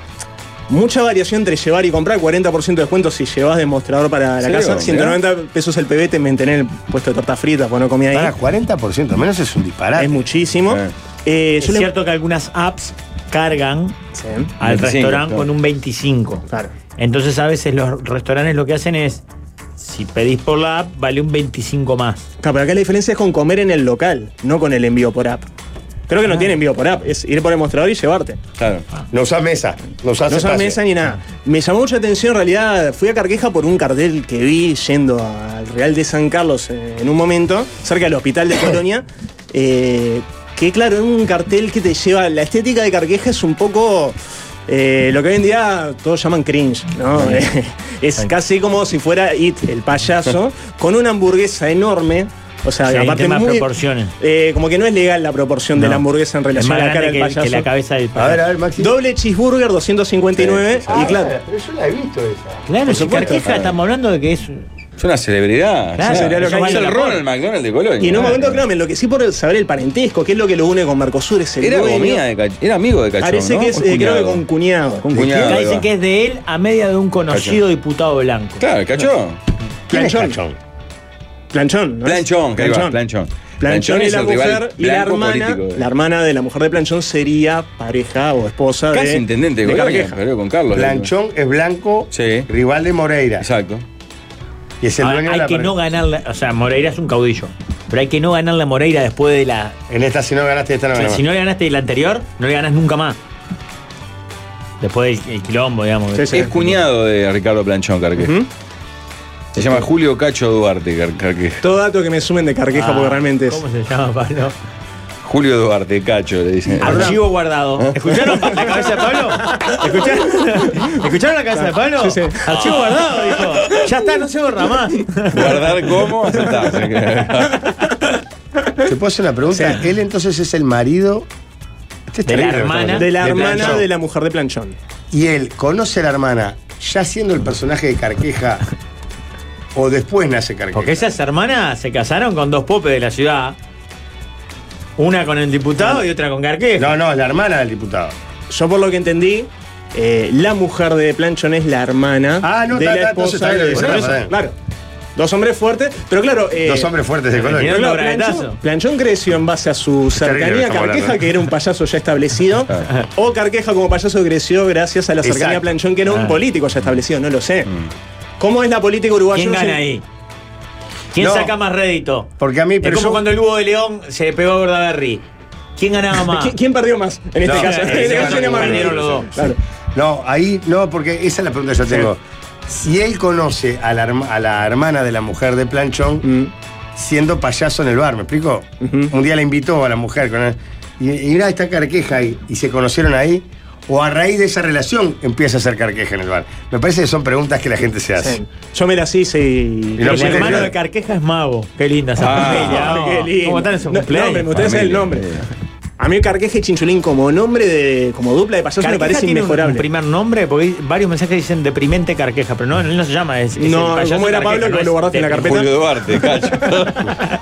[SPEAKER 6] Mucha variación entre llevar y comprar, 40% de descuento si llevas demostrador para la
[SPEAKER 7] ¿Serio?
[SPEAKER 6] casa, 190 pesos el PB, te mantener el puesto de tortas fritas, porque no comía ahí.
[SPEAKER 5] Para 40% menos es un disparate.
[SPEAKER 6] es muchísimo.
[SPEAKER 7] Sí.
[SPEAKER 6] Eh,
[SPEAKER 8] Es
[SPEAKER 6] yo le-
[SPEAKER 8] cierto que algunas apps cargan
[SPEAKER 6] Sí,
[SPEAKER 8] al
[SPEAKER 7] 25,
[SPEAKER 8] restaurante
[SPEAKER 7] claro.
[SPEAKER 8] con un 25.
[SPEAKER 6] claro.
[SPEAKER 8] Entonces a veces los restaurantes lo que hacen es, si pedís por la app, vale un 25 más.
[SPEAKER 6] Claro, pero acá la diferencia es con comer en el local, no con el envío por app. Creo que
[SPEAKER 8] Ah.
[SPEAKER 6] no tiene envío por app, es ir por el mostrador y llevarte.
[SPEAKER 7] Claro.
[SPEAKER 5] No usás mesa. No usás
[SPEAKER 6] No usas
[SPEAKER 5] espacio.
[SPEAKER 6] mesa ni nada. Me llamó mucha atención, en realidad, fui a Carqueja por un cartel que vi yendo al Real de San Carlos eh, en un momento, cerca del hospital de Colonia. eh, que claro, es un cartel que te lleva. La estética de Carqueja es un poco. eh, lo que hoy en día todos llaman cringe, ¿no? es casi como si fuera It, el payaso, con una hamburguesa enorme. O sea,
[SPEAKER 8] Sí, hay un
[SPEAKER 6] aparte
[SPEAKER 8] tema de
[SPEAKER 6] muy-
[SPEAKER 8] proporciones.
[SPEAKER 6] eh, como que no es legal la proporción de
[SPEAKER 8] No.
[SPEAKER 6] la hamburguesa en
[SPEAKER 8] Es
[SPEAKER 6] relación a
[SPEAKER 8] más
[SPEAKER 6] la cara
[SPEAKER 8] grande
[SPEAKER 6] del
[SPEAKER 8] que,
[SPEAKER 6] payaso.
[SPEAKER 8] que la cabeza del payaso.
[SPEAKER 5] A ver, a ver, Maxi.
[SPEAKER 6] Doble cheeseburger 259
[SPEAKER 7] Sí, Ah, sí, sí.
[SPEAKER 6] y claro,
[SPEAKER 5] Ah, Pero yo la he visto esa.
[SPEAKER 8] Claro,
[SPEAKER 7] Por
[SPEAKER 8] si
[SPEAKER 7] supuesto.
[SPEAKER 8] Carqueja estamos hablando de que es...
[SPEAKER 7] Es una celebridad.
[SPEAKER 8] Claro,
[SPEAKER 7] o sea,
[SPEAKER 8] sería lo que
[SPEAKER 7] es
[SPEAKER 8] hay en
[SPEAKER 7] el
[SPEAKER 8] la
[SPEAKER 7] rol
[SPEAKER 8] porra.
[SPEAKER 7] el McDonald's de Colonia.
[SPEAKER 6] Y en un momento, claro, me enloquecí por el saber el parentesco, que es lo que lo une con Mercosur, es el
[SPEAKER 7] Era
[SPEAKER 6] dueño.
[SPEAKER 7] comida de Cachón. Era amigo de Cachón.
[SPEAKER 6] Parece
[SPEAKER 7] ¿no?
[SPEAKER 6] que es,
[SPEAKER 7] Un
[SPEAKER 6] eh, creo que
[SPEAKER 7] cuñado.
[SPEAKER 6] con cuñado.
[SPEAKER 7] Un cuñado.
[SPEAKER 8] Acá
[SPEAKER 7] ahí
[SPEAKER 8] dicen
[SPEAKER 7] va.
[SPEAKER 8] que es de él a media de un conocido diputado blanco.
[SPEAKER 7] Claro, el Cachón.
[SPEAKER 5] ¿Quién es
[SPEAKER 6] Planchón.
[SPEAKER 5] Cachón?
[SPEAKER 6] Planchón, ¿no?
[SPEAKER 7] Planchón, que ahí va,
[SPEAKER 6] Planchón.
[SPEAKER 7] Planchón.
[SPEAKER 6] Planchón es la
[SPEAKER 7] el rival
[SPEAKER 6] mujer y la
[SPEAKER 7] blanco
[SPEAKER 6] hermana.
[SPEAKER 7] político de-
[SPEAKER 6] La hermana de la mujer de Planchón sería pareja o esposa
[SPEAKER 7] Casi
[SPEAKER 6] de.
[SPEAKER 7] intendente de
[SPEAKER 6] de
[SPEAKER 7] Colonia,
[SPEAKER 6] Carqueja.
[SPEAKER 7] pero con Carlos.
[SPEAKER 5] Planchón es blanco,
[SPEAKER 7] Sí.
[SPEAKER 5] rival de Moreira.
[SPEAKER 7] Exacto.
[SPEAKER 5] Y es el
[SPEAKER 8] Ahora,
[SPEAKER 5] dueño de
[SPEAKER 8] Ah, hay
[SPEAKER 5] la
[SPEAKER 8] que
[SPEAKER 5] par-
[SPEAKER 8] no ganarla, o sea, Moreira es un caudillo, pero hay que no ganarle a Moreira después de la... eh,
[SPEAKER 5] En esta, si no ganaste, esta no
[SPEAKER 8] o sea,
[SPEAKER 5] ganás.
[SPEAKER 8] si no le ganaste la anterior, no le ganas nunca más. Después del el quilombo, digamos.
[SPEAKER 6] Sí, sí.
[SPEAKER 7] Es cuñado de Ricardo Planchón Carqueja.
[SPEAKER 6] Ujú.
[SPEAKER 7] Se llama Julio Cacho Duarte Car- Carqueja.
[SPEAKER 6] Todo dato que me sumen de Carqueja,
[SPEAKER 8] Ah,
[SPEAKER 6] porque realmente es.
[SPEAKER 8] ¿Cómo se llama, Pablo?
[SPEAKER 7] Julio Duarte Cacho, le dicen. ¿Eh?
[SPEAKER 8] Archivo guardado.
[SPEAKER 6] ¿Eh?
[SPEAKER 8] ¿Escucharon la cabeza de Pablo? ¿Escucharon, ¿Escucharon la cabeza de Pablo?
[SPEAKER 6] Sí, sí.
[SPEAKER 5] Ah.
[SPEAKER 8] Archivo guardado, dijo. Ya está, no se borra más.
[SPEAKER 7] Guardar cómo, aceptar.
[SPEAKER 5] ¿Te puedo hacer una pregunta? Él entonces es el marido. Este es
[SPEAKER 8] De la
[SPEAKER 5] terrible,
[SPEAKER 8] hermana.
[SPEAKER 6] De la
[SPEAKER 5] De
[SPEAKER 6] hermana
[SPEAKER 5] Planchón.
[SPEAKER 6] de la mujer de Planchón.
[SPEAKER 5] Y él conoce a la hermana ya siendo el personaje de Carqueja Ah, o después nace Carqueja.
[SPEAKER 8] Porque esas hermanas se casaron con dos popes de la ciudad. Una con el diputado y otra con Garqueja.
[SPEAKER 5] No, no, es la hermana del diputado.
[SPEAKER 6] Yo, por lo que entendí. eh, la mujer de Planchón es la hermana
[SPEAKER 5] Ah, no,
[SPEAKER 6] de
[SPEAKER 5] ta,
[SPEAKER 6] la
[SPEAKER 5] ta, entonces
[SPEAKER 6] esposa
[SPEAKER 5] está bien,
[SPEAKER 6] de-
[SPEAKER 5] está
[SPEAKER 6] por
[SPEAKER 5] bien.
[SPEAKER 6] eso, Claro. Dos hombres fuertes, pero claro. eh,
[SPEAKER 5] Dos hombres fuertes de
[SPEAKER 8] Era
[SPEAKER 5] Colonia.
[SPEAKER 8] un
[SPEAKER 6] Pero claro,
[SPEAKER 8] braguetazo.
[SPEAKER 6] Planchón, Planchón creció en base a su
[SPEAKER 5] terrible,
[SPEAKER 6] cercanía a
[SPEAKER 5] estamos hablando,
[SPEAKER 6] Carqueja,
[SPEAKER 5] ¿eh?
[SPEAKER 6] que era un payaso ya establecido, o Carqueja como payaso creció gracias a la cercanía
[SPEAKER 5] Ah. Exacto.
[SPEAKER 6] a Planchón, que era un
[SPEAKER 8] Ah.
[SPEAKER 6] político ya establecido, no lo sé. ¿Cómo es la política uruguaya?
[SPEAKER 8] ¿Quién
[SPEAKER 6] No sé.
[SPEAKER 8] gana ahí? ¿Quién
[SPEAKER 5] No.
[SPEAKER 8] saca más rédito?
[SPEAKER 5] Porque a mí,
[SPEAKER 8] Es
[SPEAKER 5] pero
[SPEAKER 8] como
[SPEAKER 5] yo-
[SPEAKER 8] cuando el Hugo de León se le pegó a Bordaberry. ¿Quién ganaba más?
[SPEAKER 6] ¿Qui- ¿Quién perdió más en este
[SPEAKER 5] No,
[SPEAKER 6] caso?
[SPEAKER 5] eh,
[SPEAKER 6] En este
[SPEAKER 5] eh,
[SPEAKER 6] caso
[SPEAKER 5] eh,
[SPEAKER 6] era más-
[SPEAKER 8] perdieron los dos.
[SPEAKER 6] Claro.
[SPEAKER 5] No, ahí no, porque esa es la pregunta que yo tengo. Si él conoce a la, herma- a la hermana de la mujer de Planchón
[SPEAKER 6] Mm.
[SPEAKER 5] siendo payaso en el bar, ¿me explico? Un día la invitó a la mujer con él, y, y mirá, está Carqueja ahí, y se conocieron ahí, o a raíz de esa relación empieza a ser Carqueja en el bar. Me parece que son preguntas que la gente se hace.
[SPEAKER 6] Sí. Yo me las hice y.
[SPEAKER 5] Y la
[SPEAKER 8] el
[SPEAKER 5] puede
[SPEAKER 8] hermano
[SPEAKER 5] ser.
[SPEAKER 8] de Carqueja es mago. Qué linda esa
[SPEAKER 7] Ah,
[SPEAKER 8] familia. ¿no?
[SPEAKER 6] qué lindo.
[SPEAKER 8] ¿Cómo están en su
[SPEAKER 6] No,
[SPEAKER 8] cumpleaños?
[SPEAKER 6] nombre, me gustaría saber el nombre. A mí Carqueja y Chinchulín como nombre de. como dupla de payaso me
[SPEAKER 8] Carqueja
[SPEAKER 6] parece
[SPEAKER 8] tiene un- un
[SPEAKER 6] inmejorable.
[SPEAKER 8] primer nombre, porque hay varios mensajes dicen deprimente Carqueja, pero no, él no se llama. Es, es
[SPEAKER 6] No,
[SPEAKER 8] el payaso
[SPEAKER 6] ¿cómo era
[SPEAKER 8] Carqueja,
[SPEAKER 6] Pablo que
[SPEAKER 8] no es
[SPEAKER 6] lo guardaste en la
[SPEAKER 8] deprimente.
[SPEAKER 6] carpeta?
[SPEAKER 7] Julio Duarte Cacho.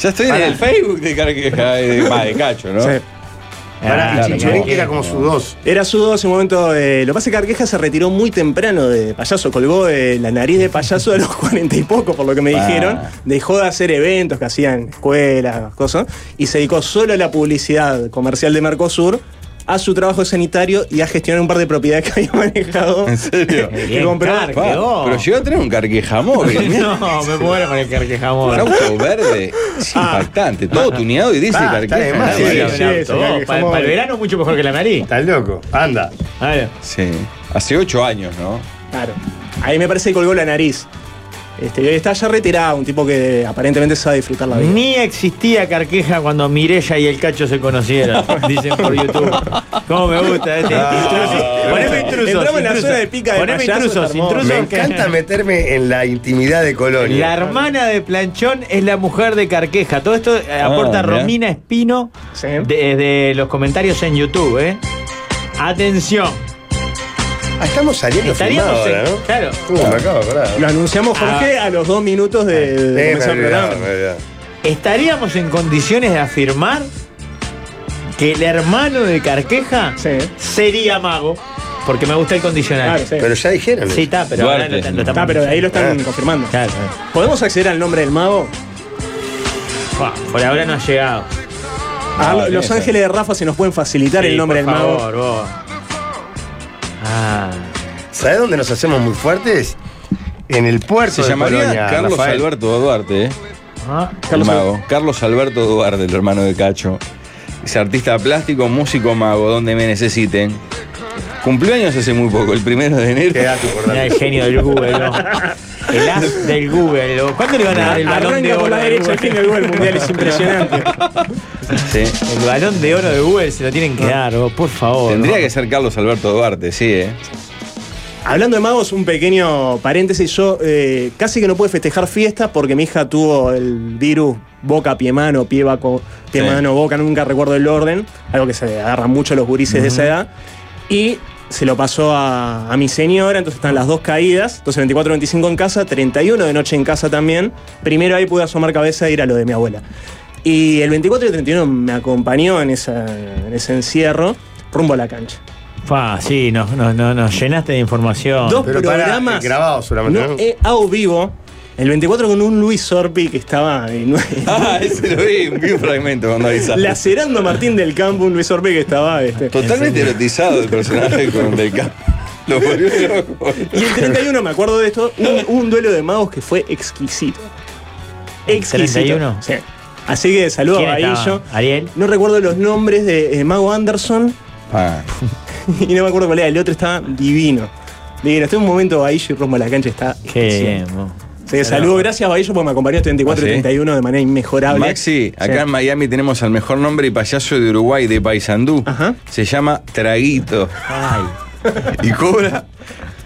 [SPEAKER 7] ya estoy en el Facebook de Carqueja, eh, de, va, de Cacho, ¿no?
[SPEAKER 6] Sí.
[SPEAKER 5] Pará, y
[SPEAKER 7] claro,
[SPEAKER 5] Chinchulín,
[SPEAKER 7] no.
[SPEAKER 5] que era como su dos.
[SPEAKER 6] Era su dos en un momento. eh, lo que pasa es que Arqueja se retiró muy temprano de payaso, colgó eh, la nariz de payaso a los cuarenta y poco, por lo que me
[SPEAKER 7] Ah.
[SPEAKER 6] dijeron. Dejó de hacer eventos que hacían escuelas, cosas, y se dedicó solo a la publicidad comercial de Mercosur, a su trabajo sanitario y a gestionar un par de propiedades que había manejado.
[SPEAKER 7] ¿En serio?
[SPEAKER 8] Qué
[SPEAKER 6] Que
[SPEAKER 8] bien,
[SPEAKER 6] compró.
[SPEAKER 8] Carque,
[SPEAKER 7] Pa,
[SPEAKER 8] vos.
[SPEAKER 7] pero llegó a tener un Carqueja móvil. mirá.
[SPEAKER 8] No, me muero con el Carqueja
[SPEAKER 7] Un
[SPEAKER 8] mago.
[SPEAKER 7] auto verde es impactante, todo tuneado y dice
[SPEAKER 5] Ah,
[SPEAKER 7] Carqueja.
[SPEAKER 5] está de más,
[SPEAKER 7] Sí,
[SPEAKER 5] sí.
[SPEAKER 7] sí.
[SPEAKER 8] Para
[SPEAKER 6] sí, sí,
[SPEAKER 8] el
[SPEAKER 6] Carqueja mago.
[SPEAKER 8] verano mucho mejor que la nariz.
[SPEAKER 5] Estás loco. Anda.
[SPEAKER 8] Claro,
[SPEAKER 7] Sí. Hace ocho años, ¿no?
[SPEAKER 6] Claro. Ahí me parece que colgó la nariz. Este, y hoy está ya retirado, un tipo que aparentemente sabe disfrutar la vida.
[SPEAKER 8] Ni existía Carqueja cuando Mirella y el Cacho se conocieron, dicen por YouTube. ¿Cómo me gusta este? intrusos. Poneme intrusos.
[SPEAKER 6] Ah. Entramos en la
[SPEAKER 8] intrusos.
[SPEAKER 6] zona de pica de
[SPEAKER 8] Poneme
[SPEAKER 6] payaso,
[SPEAKER 8] intrusos,
[SPEAKER 6] está hermoso.
[SPEAKER 8] intrusos.
[SPEAKER 5] Me
[SPEAKER 8] que-
[SPEAKER 5] encanta meterme en la intimidad de
[SPEAKER 8] La
[SPEAKER 5] Colonia.
[SPEAKER 8] hermana de Planchón es la mujer de Carqueja. Todo esto eh,
[SPEAKER 5] Ah,
[SPEAKER 8] aporta
[SPEAKER 7] mirá.
[SPEAKER 8] Romina Espino
[SPEAKER 6] Sí.
[SPEAKER 8] desde los comentarios en YouTube, ¿eh? Atención.
[SPEAKER 5] Ah, estamos saliendo
[SPEAKER 8] Estaríamos
[SPEAKER 5] filmados ahora,
[SPEAKER 8] en-
[SPEAKER 5] ¿no?
[SPEAKER 8] Claro. Ah.
[SPEAKER 5] Uh, me acabo de acordar.
[SPEAKER 6] Lo anunciamos, Jorge, a los dos minutos de, de
[SPEAKER 5] Eh, me
[SPEAKER 6] comenzar el
[SPEAKER 5] olvidaba,
[SPEAKER 6] programa.
[SPEAKER 5] me olvidaba.
[SPEAKER 8] ¿Estaríamos en condiciones de afirmar que el hermano de Carqueja
[SPEAKER 6] Sí.
[SPEAKER 8] sería mago? Porque me gusta el
[SPEAKER 6] Claro,
[SPEAKER 8] condicional.
[SPEAKER 6] sí.
[SPEAKER 5] Pero ya dijeron.
[SPEAKER 8] Sí, está, pero ahora
[SPEAKER 7] Duarte.
[SPEAKER 8] lo, lo
[SPEAKER 6] Está,
[SPEAKER 8] tapamos.
[SPEAKER 6] pero ahí lo están
[SPEAKER 5] Ah.
[SPEAKER 6] confirmando.
[SPEAKER 8] Claro.
[SPEAKER 6] ¿Podemos acceder al nombre del mago?
[SPEAKER 8] Fua, por ahora no ha llegado.
[SPEAKER 6] A lo- los
[SPEAKER 7] sí, sí.
[SPEAKER 6] ángeles de Rafa, si nos pueden facilitar el
[SPEAKER 8] Ah, Sí,
[SPEAKER 6] nombre del
[SPEAKER 8] por
[SPEAKER 6] mago.
[SPEAKER 8] favor, vos. Ah.
[SPEAKER 5] ¿Sabes dónde nos hacemos muy fuertes? En el puerto
[SPEAKER 7] Se
[SPEAKER 5] de
[SPEAKER 7] llamaría
[SPEAKER 5] Colonia,
[SPEAKER 7] Carlos
[SPEAKER 5] Rafael.
[SPEAKER 7] Alberto Duarte, ¿eh?
[SPEAKER 8] Ah.
[SPEAKER 7] Carlos mago. Carlos Alberto Duarte, el hermano de Cacho. Es artista plástico, músico mago, donde me necesiten. Cumplió años hace muy poco, el primero de enero.
[SPEAKER 5] Qué dato importante.
[SPEAKER 8] Mira el genio del Google, ¿no? El as del Google. ¿no? ¿Cuándo le van a dar el balón de
[SPEAKER 6] Arranca por
[SPEAKER 8] oro
[SPEAKER 6] la
[SPEAKER 8] de
[SPEAKER 6] derecha, el
[SPEAKER 8] Google?
[SPEAKER 6] fin del gol mundial es impresionante.
[SPEAKER 7] Sí. Ah.
[SPEAKER 8] El balón de oro de Google se lo tienen que dar, vos, por favor.
[SPEAKER 7] Tendría
[SPEAKER 8] ¿no?
[SPEAKER 7] que ser Carlos Alberto Duarte, sí, ¿eh?
[SPEAKER 6] Hablando de magos, un pequeño paréntesis. Yo eh, casi que no pude festejar fiestas porque mi hija tuvo el virus boca, pie, mano, pie, baco, pie,
[SPEAKER 7] Sí.
[SPEAKER 6] mano, boca. Nunca recuerdo el orden. Algo que se agarran mucho los gurises de esa edad. Y se lo pasó a, a mi señora. Entonces están las dos caídas. Entonces 24, 25 en casa, 31 de noche en casa también. Primero ahí pude asomar cabeza e ir a lo de mi abuela. Y el 24 y el 31 me acompañó en, esa- en ese encierro rumbo a la cancha.
[SPEAKER 8] Fa, sí, nos, nos- nos- nos llenaste de información.
[SPEAKER 6] Dos
[SPEAKER 5] Pero pará,
[SPEAKER 6] programas
[SPEAKER 5] eh, grabados solamente,
[SPEAKER 6] No,
[SPEAKER 5] ¿no?
[SPEAKER 6] eh, a o vivo. El 24 con un Luis Sorpi que estaba en-
[SPEAKER 7] Ah, ese lo vi, vi un fragmento cuando avisaste.
[SPEAKER 6] lacerando a Martín del Campo, un Luis Sorpi que estaba. este.
[SPEAKER 7] Totalmente erotizado el personaje con del campo. Lo volvió loco.
[SPEAKER 6] Y el 31, me acuerdo de esto, un, un duelo de magos que fue exquisito. Exquisito.
[SPEAKER 8] 31?
[SPEAKER 6] Sí. Así que saludo a
[SPEAKER 8] ¿Quién estaba?
[SPEAKER 6] Bahillo.
[SPEAKER 8] ¿Ariel?
[SPEAKER 6] No recuerdo los nombres de eh, Mago Anderson
[SPEAKER 7] Ah,
[SPEAKER 6] y no me acuerdo cuál era. El otro estaba divino. Divino. Estoy en un momento Bahillo y rumbo a la cancha está.
[SPEAKER 8] Qué
[SPEAKER 6] excelente.
[SPEAKER 8] bien, vos.
[SPEAKER 6] Sí, saludo, gracias Bahillo por me acompañaste 24 y
[SPEAKER 7] Ah, sí.
[SPEAKER 6] 31 de manera inmejorable.
[SPEAKER 7] Maxi, acá
[SPEAKER 6] Sí.
[SPEAKER 7] en Miami tenemos al mejor nombre y payaso de Uruguay, de Paysandú.
[SPEAKER 6] Ajá.
[SPEAKER 7] Se llama Traguito.
[SPEAKER 8] Ay.
[SPEAKER 7] Y cobra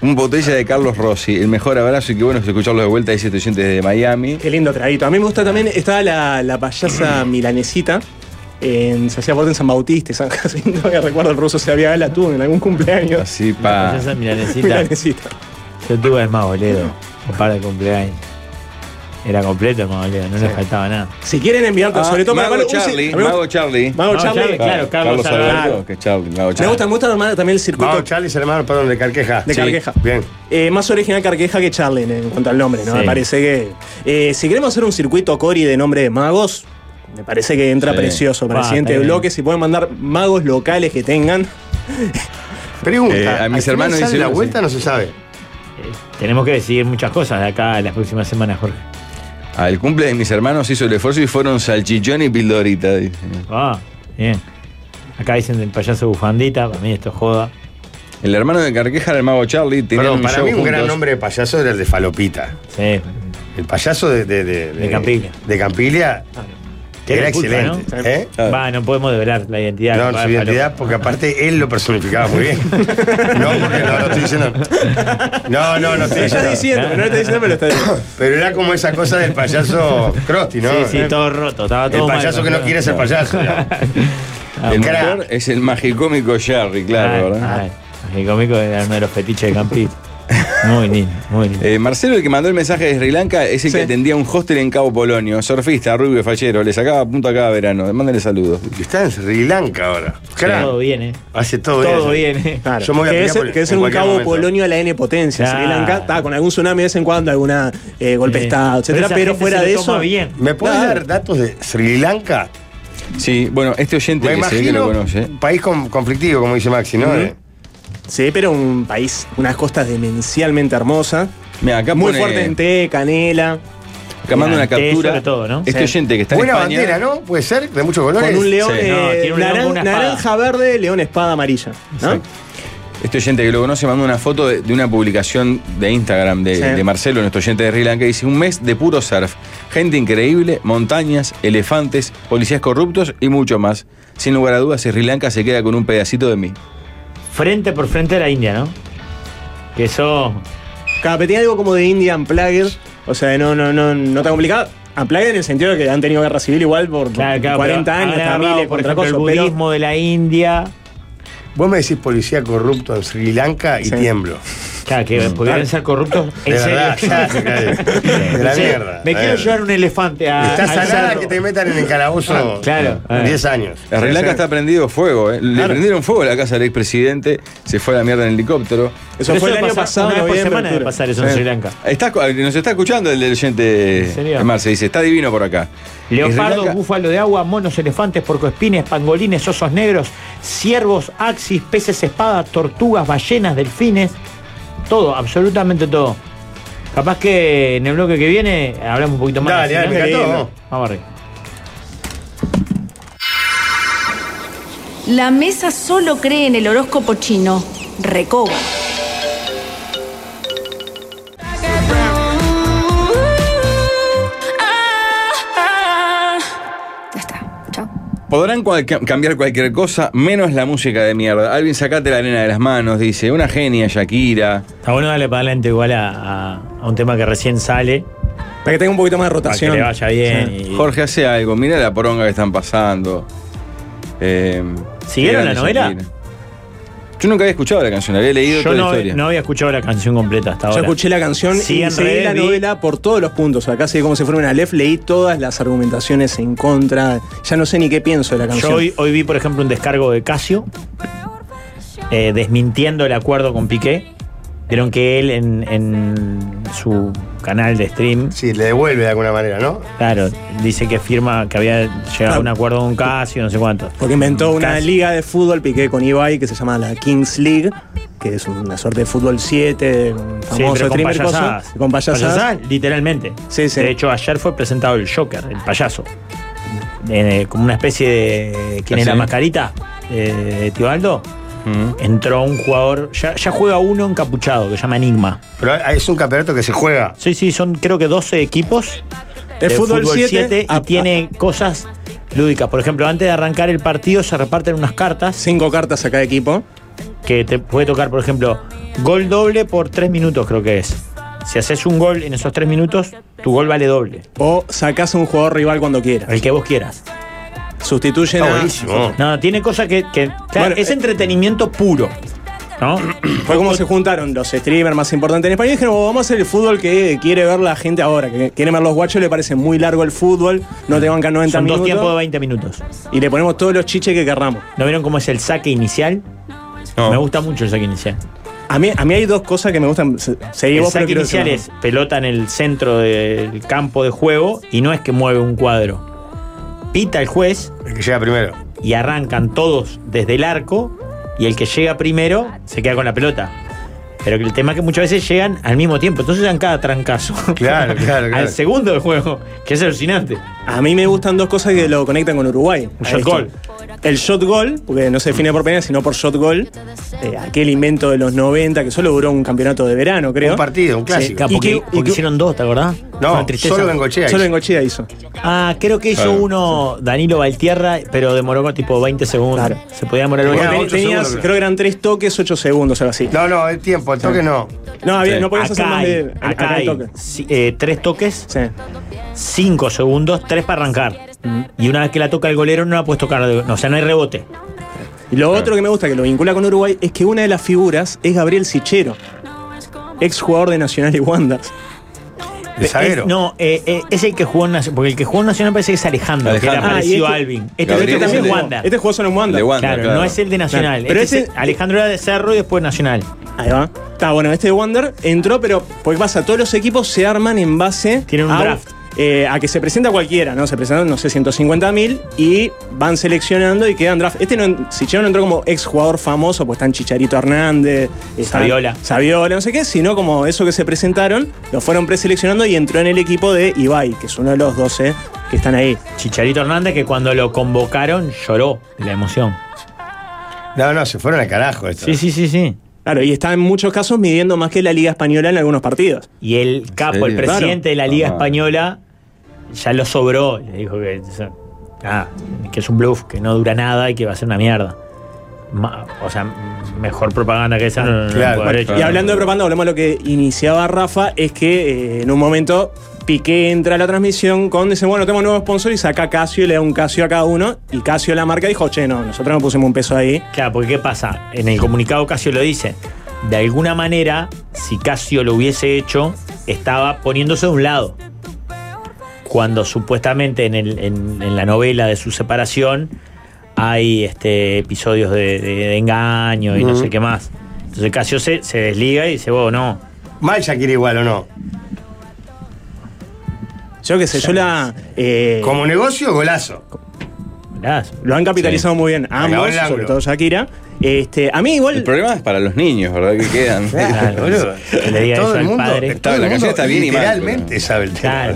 [SPEAKER 7] un botella de Carlos Rossi. El mejor abrazo y qué bueno es escucharlo de vuelta de 700 desde Miami.
[SPEAKER 6] Qué lindo traguito. A mí me gusta también, estaba la, la payasa milanesita. En, se hacía aborto en San Bautista, San Jacinto, que recuerdo el ruso se había la tuvo en algún cumpleaños.
[SPEAKER 7] Así pa.
[SPEAKER 8] Princesa Milanesita.
[SPEAKER 6] Milanesita.
[SPEAKER 8] Yo tuve el Magoledo. Un par de cumpleaños. Era completo el Magoledo, no le faltaba nada.
[SPEAKER 6] Si quieren enviar,
[SPEAKER 7] Ah,
[SPEAKER 6] sobre todo para
[SPEAKER 7] Mago
[SPEAKER 6] un-
[SPEAKER 7] Charlie,
[SPEAKER 6] a mí me gusta-
[SPEAKER 7] Mago Charlie.
[SPEAKER 6] Mago
[SPEAKER 8] Mago
[SPEAKER 6] Charlie.
[SPEAKER 8] Charlie, claro, Carlos Alberto.
[SPEAKER 7] que Charlie, Mago
[SPEAKER 6] Me
[SPEAKER 7] Charlie.
[SPEAKER 6] gusta, me gusta armar también el circuito
[SPEAKER 5] Vamos, Charlie, el hermano, perdón, de Carqueja.
[SPEAKER 6] de
[SPEAKER 5] Sí.
[SPEAKER 6] Carqueja.
[SPEAKER 5] Bien.
[SPEAKER 6] Eh, más original Carqueja que Charlie en- en cuanto al nombre, ¿no?
[SPEAKER 8] Sí.
[SPEAKER 6] Me parece que. eh, si queremos hacer un circuito Cori de nombre de magos, me parece que entra
[SPEAKER 7] Sí.
[SPEAKER 6] precioso para
[SPEAKER 8] Va,
[SPEAKER 6] el siguiente
[SPEAKER 8] está bien.
[SPEAKER 6] bloque. Si pueden mandar magos locales que tengan.
[SPEAKER 5] Pregunta.
[SPEAKER 7] Eh, a mis
[SPEAKER 5] ¿al final
[SPEAKER 7] hermanos
[SPEAKER 5] sale
[SPEAKER 7] dicen-
[SPEAKER 5] la vuelta no se sabe.
[SPEAKER 8] Eh, tenemos que decidir muchas cosas de acá a las próximas semanas, Jorge.
[SPEAKER 7] Al Ah, cumple de mis hermanos hizo el esfuerzo y fueron salchichón y pildorita. dice.
[SPEAKER 8] Ah, bien. Acá dicen del payaso bufandita, para mí esto joda.
[SPEAKER 7] El hermano de Carqueja era el mago Charlie. Tenían
[SPEAKER 5] Perdón,
[SPEAKER 7] un
[SPEAKER 5] para
[SPEAKER 7] show
[SPEAKER 5] mí un gran
[SPEAKER 7] juntos.
[SPEAKER 5] nombre de payaso era el de Falopita.
[SPEAKER 8] Sí.
[SPEAKER 5] El payaso de... De, de,
[SPEAKER 8] De Campilia.
[SPEAKER 5] De Campilia. Que era
[SPEAKER 8] Culpa,
[SPEAKER 5] excelente.
[SPEAKER 8] ¿no?
[SPEAKER 5] ¿eh?
[SPEAKER 7] Claro.
[SPEAKER 8] Va, no podemos develar la identidad.
[SPEAKER 5] No, en
[SPEAKER 8] Va,
[SPEAKER 5] su identidad,
[SPEAKER 8] Paloma.
[SPEAKER 5] porque aparte él lo personificaba muy bien. No, porque no lo estoy diciendo. No, no, no estoy
[SPEAKER 6] Ella
[SPEAKER 5] diciendo.
[SPEAKER 6] diciendo, no lo está diciendo, pero está diciendo.
[SPEAKER 5] Pero era como esa cosa del payaso Crosti, ¿no?
[SPEAKER 8] Sí, sí, todo roto, estaba
[SPEAKER 5] eh. El
[SPEAKER 8] todo mal.
[SPEAKER 5] payaso que no quiere ser payaso. ya.
[SPEAKER 7] El
[SPEAKER 5] Crack.
[SPEAKER 7] mejor es el magicómico Charlie, claro, ¿verdad?
[SPEAKER 8] Ah, Ay, ay, el cómico era uno de los fetiches de Campito. Muy lindo, muy lindo.
[SPEAKER 7] Eh, Marcelo, el que mandó el mensaje de Sri Lanka, es el
[SPEAKER 6] Sí.
[SPEAKER 7] que atendía un hostel en Cabo Polonio, surfista, rubio, fallero, le sacaba punta cada verano. Mándale saludos.
[SPEAKER 5] Y Está en Sri Lanka ahora. Crack.
[SPEAKER 8] Todo viene.
[SPEAKER 5] Hace todo,
[SPEAKER 8] Todo
[SPEAKER 5] bien.
[SPEAKER 8] viene.
[SPEAKER 6] Claro,
[SPEAKER 5] Yo me voy a
[SPEAKER 6] eh. que
[SPEAKER 5] aplicar
[SPEAKER 6] es,
[SPEAKER 5] por-
[SPEAKER 6] que es
[SPEAKER 5] en
[SPEAKER 6] un
[SPEAKER 5] cualquier
[SPEAKER 6] cabo
[SPEAKER 5] momento.
[SPEAKER 6] polonio a la N potencia. Sri
[SPEAKER 8] Claro.
[SPEAKER 6] Lanka está con algún tsunami de vez en cuando, alguna eh, golpe de estado, etcétera,
[SPEAKER 8] esa
[SPEAKER 6] pero,
[SPEAKER 8] gente
[SPEAKER 6] fuera
[SPEAKER 8] se lo
[SPEAKER 6] de
[SPEAKER 8] toma
[SPEAKER 6] eso.
[SPEAKER 8] bien.
[SPEAKER 5] ¿Me puedes
[SPEAKER 6] Claro.
[SPEAKER 5] dar datos de Sri Lanka?
[SPEAKER 7] Sí, bueno, este oyente
[SPEAKER 5] Me
[SPEAKER 7] que se ve que lo
[SPEAKER 5] imagino
[SPEAKER 7] conoce.
[SPEAKER 5] un país con- conflictivo, como dice Maxi, ¿no? Eh,
[SPEAKER 6] Sí, pero un país, unas costas demencialmente hermosas.
[SPEAKER 7] Mira, acá
[SPEAKER 6] Muy
[SPEAKER 7] pone-
[SPEAKER 6] fuerte en té, canela,
[SPEAKER 7] acá manda una
[SPEAKER 8] Ante,
[SPEAKER 7] captura.
[SPEAKER 8] sobre todo, ¿no?
[SPEAKER 7] Este
[SPEAKER 6] Sí.
[SPEAKER 7] oyente que está
[SPEAKER 5] Buena
[SPEAKER 7] en España.
[SPEAKER 5] bandera, ¿no? Puede ser, de muchos colores.
[SPEAKER 6] con un león
[SPEAKER 7] Sí.
[SPEAKER 6] eh,
[SPEAKER 8] No, tiene un león con
[SPEAKER 6] naran-
[SPEAKER 8] una espada.
[SPEAKER 6] naranja verde, león espada amarilla. ¿no?
[SPEAKER 7] Exacto. Este oyente que lo conoce mandó una foto de, de una publicación de Instagram de,
[SPEAKER 6] Sí.
[SPEAKER 7] de Marcelo, nuestro oyente de Sri Lanka, que dice un mes de puro surf, gente increíble, montañas, elefantes, policías corruptos y mucho más. Sin lugar a dudas, Sri Lanka se queda con un pedacito de mí.
[SPEAKER 8] Frente por frente a la India, ¿no? Que eso.
[SPEAKER 6] Cada tenía algo como de India Unplugged, o sea, de no, no, no, no tan complicado. Unplugged en el sentido de que han tenido guerra civil igual por
[SPEAKER 8] Claro, claro,
[SPEAKER 6] 40
[SPEAKER 8] pero
[SPEAKER 6] años,
[SPEAKER 8] han
[SPEAKER 6] hasta
[SPEAKER 8] agarrado,
[SPEAKER 6] miles,
[SPEAKER 8] por
[SPEAKER 6] por otra
[SPEAKER 8] ejemplo,
[SPEAKER 6] cosa.
[SPEAKER 8] el
[SPEAKER 6] Pero
[SPEAKER 8] budismo de la India.
[SPEAKER 5] Vos me decís policía corrupto en Sri Lanka y
[SPEAKER 6] Sí.
[SPEAKER 5] tiemblo.
[SPEAKER 8] Claro, que podrían ser corruptos.
[SPEAKER 5] Mm. De
[SPEAKER 8] en serio.
[SPEAKER 5] verdad, ya, se cae. de la
[SPEAKER 8] Sí,
[SPEAKER 5] mierda.
[SPEAKER 8] Me
[SPEAKER 5] la
[SPEAKER 8] quiero
[SPEAKER 5] mierda.
[SPEAKER 8] llevar un elefante a.
[SPEAKER 5] Está
[SPEAKER 8] al
[SPEAKER 5] salada
[SPEAKER 8] cerro. Ah,
[SPEAKER 5] que te metan en el calabozo
[SPEAKER 8] Claro.
[SPEAKER 6] Ah.
[SPEAKER 5] en 10 años.
[SPEAKER 7] La Sri Lanka está prendido fuego, ¿eh? Le prendieron fuego a la casa del expresidente, se fue a la mierda en helicóptero.
[SPEAKER 6] Eso
[SPEAKER 8] Pero
[SPEAKER 6] fue el
[SPEAKER 8] debe
[SPEAKER 6] año
[SPEAKER 8] pasar
[SPEAKER 6] pasado,
[SPEAKER 8] Una vez por
[SPEAKER 6] noviembre,
[SPEAKER 8] semana debe
[SPEAKER 6] octubre.
[SPEAKER 8] pasar eso en
[SPEAKER 7] Sí.
[SPEAKER 8] Sri Lanka.
[SPEAKER 7] Está- nos está escuchando el oyente
[SPEAKER 8] serio?
[SPEAKER 7] Marce, dice, está divino por acá. Sri
[SPEAKER 8] Leopardos,
[SPEAKER 7] Lanka-
[SPEAKER 8] búfalo de agua, monos, elefantes, porcoespines, pangolines, osos negros, ciervos, axis, peces espada, tortugas, ballenas, delfines. Todo, absolutamente todo. Capaz que en el bloque que viene hablamos un poquito más.
[SPEAKER 5] Dale,
[SPEAKER 8] de Sri
[SPEAKER 5] dale, me
[SPEAKER 8] Lanka.
[SPEAKER 5] encantó.
[SPEAKER 8] Vamos arriba.
[SPEAKER 11] La mesa solo cree en el horóscopo chino. Recoba. Ya está. Chao.
[SPEAKER 7] Podrán cual- ca- cambiar cualquier cosa, menos la música de mierda. Alvin, sacate la arena de las manos, dice. Una genia, Shakira.
[SPEAKER 8] Está bueno darle para adelante igual a, a- a un tema que recién sale,
[SPEAKER 6] Para que tenga un poquito más de
[SPEAKER 8] para que
[SPEAKER 6] rotación.
[SPEAKER 8] le vaya bien. y-
[SPEAKER 7] Jorge, hace algo. Mira la poronga que están pasando. Eh,
[SPEAKER 8] ¿Siguieron
[SPEAKER 7] grande
[SPEAKER 8] la novela?
[SPEAKER 7] Shakira. Yo nunca había escuchado la canción, había leído
[SPEAKER 8] Yo
[SPEAKER 7] toda
[SPEAKER 8] no,
[SPEAKER 7] la historia.
[SPEAKER 8] no había escuchado la canción completa hasta ahora.
[SPEAKER 6] Yo escuché la canción
[SPEAKER 8] Sí,
[SPEAKER 6] y
[SPEAKER 8] en
[SPEAKER 6] seguí
[SPEAKER 8] redes
[SPEAKER 6] la
[SPEAKER 8] vi-
[SPEAKER 6] novela por todos los puntos. Acá sí, como si fuera una lef, leí todas las argumentaciones en contra. Ya no sé ni qué pienso de la canción.
[SPEAKER 8] Yo hoy, hoy vi, por ejemplo, un descargo de Casio eh, desmintiendo el acuerdo con Piqué. Vieron que él en, en su canal de stream,
[SPEAKER 5] Sí, le devuelve de alguna manera, ¿no?
[SPEAKER 8] claro, dice que firma que había llegado a un acuerdo con Casio, no sé cuánto.
[SPEAKER 6] Porque inventó una
[SPEAKER 8] Casi.
[SPEAKER 6] liga de fútbol, piqué con Ibai, que se llama la Kings League, que es una suerte de fútbol 7, un
[SPEAKER 8] Sí,
[SPEAKER 6] famoso
[SPEAKER 8] pero con
[SPEAKER 6] streamer coso,
[SPEAKER 8] payasadas.
[SPEAKER 6] con payasadas.
[SPEAKER 8] Payasadas, literalmente.
[SPEAKER 6] Sí, sí.
[SPEAKER 8] De hecho, ayer fue presentado el Joker, el payaso. Eh, como una especie de. ¿Quién
[SPEAKER 7] Ah,
[SPEAKER 8] es la
[SPEAKER 7] sí.
[SPEAKER 8] mascarita? Eh, Tibaldo.
[SPEAKER 7] Mm.
[SPEAKER 8] Entró un jugador. Ya, ya juega uno encapuchado que se llama Enigma.
[SPEAKER 5] Pero es un campeonato que se juega.
[SPEAKER 8] Sí, sí, son creo que 12 equipos.
[SPEAKER 6] Es
[SPEAKER 8] de
[SPEAKER 6] fútbol 7
[SPEAKER 8] y tiene cosas lúdicas. Por ejemplo, antes de arrancar el partido se reparten unas cartas
[SPEAKER 6] cinco cartas a cada equipo.
[SPEAKER 8] que te puede tocar, por ejemplo, gol doble por 3 minutos, creo que es. Si haces un gol en esos 3 minutos, tu gol vale doble.
[SPEAKER 6] O sacás a un jugador rival cuando quieras.
[SPEAKER 8] El que vos quieras.
[SPEAKER 6] Sustituyen
[SPEAKER 5] Está
[SPEAKER 6] a.
[SPEAKER 5] buenísimo.
[SPEAKER 8] No, tiene cosas que. que- claro,
[SPEAKER 6] Bueno,
[SPEAKER 8] es
[SPEAKER 6] eh,
[SPEAKER 8] entretenimiento puro. ¿No?
[SPEAKER 6] Fue como se juntaron los streamers más importantes en España y dijeron, "Bueno, vamos a hacer el fútbol que quiere ver la gente ahora, que quiere ver los guachos, le parece muy largo el fútbol, no te bancan 90
[SPEAKER 8] Son dos
[SPEAKER 6] minutos
[SPEAKER 8] tiempos de 20 minutos.
[SPEAKER 6] y le ponemos todos los chiches que querramos.
[SPEAKER 8] ¿No vieron cómo es el saque inicial?
[SPEAKER 7] No.
[SPEAKER 8] Me gusta mucho el saque inicial.
[SPEAKER 6] A mí, a mí hay dos cosas que me gustan. Se- Seguí
[SPEAKER 8] El
[SPEAKER 6] vos, pero
[SPEAKER 8] saque
[SPEAKER 6] quiero decir
[SPEAKER 8] inicial
[SPEAKER 6] una.
[SPEAKER 8] es pelota en el centro del campo de juego y no es que mueve un cuadro. Pita el juez
[SPEAKER 5] El que llega primero.
[SPEAKER 8] y arrancan todos desde el arco y el que llega primero se queda con la pelota. Pero que el tema es que muchas veces llegan al mismo tiempo, entonces dan cada trancazo.
[SPEAKER 5] Claro, claro, claro.
[SPEAKER 8] al segundo del juego, que es alucinante.
[SPEAKER 6] A mí me gustan dos cosas que lo conectan con Uruguay.
[SPEAKER 8] Un
[SPEAKER 6] A
[SPEAKER 8] shot Mm.
[SPEAKER 6] esto.
[SPEAKER 8] goal.
[SPEAKER 6] El shot goal, porque no se define por penal, sino por shot goal. Eh, aquel invento de los 90 que solo duró un campeonato de verano, creo.
[SPEAKER 5] Un partido, un clásico.
[SPEAKER 8] Claro,
[SPEAKER 6] ¿Y
[SPEAKER 8] porque,
[SPEAKER 6] qué- y
[SPEAKER 8] porque
[SPEAKER 6] qué-
[SPEAKER 8] hicieron dos, ¿te acordás? Fue
[SPEAKER 5] No,
[SPEAKER 8] una tristeza.
[SPEAKER 5] solo Bengochea.
[SPEAKER 6] Solo
[SPEAKER 5] hizo.
[SPEAKER 6] en Gochida hizo.
[SPEAKER 8] Ah, creo que hizo
[SPEAKER 7] Claro.
[SPEAKER 8] uno Danilo Valtierra, pero demoró tipo 20 segundos.
[SPEAKER 6] Claro.
[SPEAKER 8] Se podía demorar
[SPEAKER 5] Tenía
[SPEAKER 6] Porque ten-
[SPEAKER 8] 20
[SPEAKER 5] ocho
[SPEAKER 6] tenías,
[SPEAKER 5] segundos, creo.
[SPEAKER 6] creo que eran tres toques, ocho segundos, algo así. Ah.
[SPEAKER 5] No, no, el tiempo, el toque no.
[SPEAKER 6] No, había,
[SPEAKER 7] Sí.
[SPEAKER 6] no podías hacer
[SPEAKER 8] Acá
[SPEAKER 6] más
[SPEAKER 8] hay,
[SPEAKER 6] de
[SPEAKER 8] acá
[SPEAKER 6] acá
[SPEAKER 8] hay,
[SPEAKER 6] el toque.
[SPEAKER 8] si- eh, tres toques,
[SPEAKER 6] Sí.
[SPEAKER 8] cinco segundos, tres para arrancar. Y una vez que la toca el golero, no la puedes tocar. de- no, o sea, no hay rebote.
[SPEAKER 6] Y lo otro que me gusta, que lo vincula con Uruguay, es que una de las figuras es Gabriel Sichero, ex jugador de Nacional y Wanderers.
[SPEAKER 5] El zaguero.
[SPEAKER 8] Es- no, eh, eh, es el que jugó en Nacional. Porque el que jugó en Nacional parece que es Alejandro, que
[SPEAKER 7] Alejandro.
[SPEAKER 8] era
[SPEAKER 7] Ah,
[SPEAKER 6] y
[SPEAKER 8] parecido
[SPEAKER 6] este-
[SPEAKER 8] a Alvin. Este,
[SPEAKER 7] Gabriel
[SPEAKER 8] este también
[SPEAKER 7] es el
[SPEAKER 8] es
[SPEAKER 7] de-
[SPEAKER 8] Wanda.
[SPEAKER 6] Este jugó solo en Wander.
[SPEAKER 7] De Wanda,
[SPEAKER 8] Claro, no es el de Nacional.
[SPEAKER 6] Claro, pero
[SPEAKER 8] Este es-
[SPEAKER 6] ese-
[SPEAKER 8] Alejandro era de Cerro y después Nacional.
[SPEAKER 6] Ahí va. Está bueno, este de Wander entró, pero porque pasa, todos los equipos se arman en base
[SPEAKER 8] Tienen un
[SPEAKER 6] a,
[SPEAKER 8] draft.
[SPEAKER 6] eh, a que se presenta cualquiera, ¿no? Se presentan, no sé, 150 mil y van seleccionando y quedan draft. Este no, Sichero no entró como ex jugador famoso, pues están Chicharito Hernández, están
[SPEAKER 8] Saviola.
[SPEAKER 6] Saviola, no sé qué, sino como eso que se presentaron, lo fueron preseleccionando y entró en el equipo de Ibai, que es uno de los 12 que están ahí.
[SPEAKER 8] Chicharito Hernández, que cuando lo convocaron lloró de la emoción.
[SPEAKER 5] Ah, No, no, se fueron al carajo esto.
[SPEAKER 8] Sí, sí, sí, sí.
[SPEAKER 6] Claro, y está en muchos casos midiendo más que la Liga Española en algunos partidos.
[SPEAKER 8] Y el capo, el
[SPEAKER 6] serio?
[SPEAKER 8] presidente de la
[SPEAKER 6] Claro.
[SPEAKER 8] Liga
[SPEAKER 6] Ah.
[SPEAKER 8] Española, ya lo sobró. Le dijo que, o sea, ah, que es un bluff, que no dura nada y que va a ser una mierda. Ma- o sea, mejor propaganda que esa no, no- no
[SPEAKER 6] Claro,
[SPEAKER 8] puede
[SPEAKER 6] bueno,
[SPEAKER 8] haber hecho.
[SPEAKER 6] Y hablando de propaganda, volvemos a lo que iniciaba Rafa, es que eh, en un momento Piqué entra a la transmisión con, dice, bueno, tenemos nuevo sponsor y saca Casio y le da un Casio a cada uno. Y Casio la marca dijo, che, no, nosotros no pusimos un peso ahí.
[SPEAKER 8] Claro, porque ¿qué pasa? En el comunicado Casio lo dice. De alguna manera, si Casio lo hubiese hecho, estaba poniéndose de un lado. Cuando supuestamente en, el- en- en la novela de su separación hay este, episodios de, de- de engaño y no
[SPEAKER 5] Ujú.
[SPEAKER 8] sé qué más. Entonces Casio se, se desliga y dice, vos no.
[SPEAKER 5] Mal ya quiere igual o no.
[SPEAKER 6] Yo qué sé, yo la... eh,
[SPEAKER 5] Como negocio, golazo.
[SPEAKER 6] Lo han capitalizado muy bien,
[SPEAKER 5] Acabó
[SPEAKER 6] ambos,
[SPEAKER 5] el
[SPEAKER 6] sobre
[SPEAKER 5] ángulo.
[SPEAKER 6] todo Shakira. Este, a mí igual...
[SPEAKER 7] El problema es para los niños, ¿verdad? Que quedan.
[SPEAKER 8] Claro, boludo. Que le diga Todo eso al el mundo- padre.
[SPEAKER 7] Está-
[SPEAKER 8] todo el
[SPEAKER 7] la
[SPEAKER 8] mundo
[SPEAKER 7] canción está bien y mal.
[SPEAKER 5] literalmente
[SPEAKER 7] pero-
[SPEAKER 5] sabe el tema.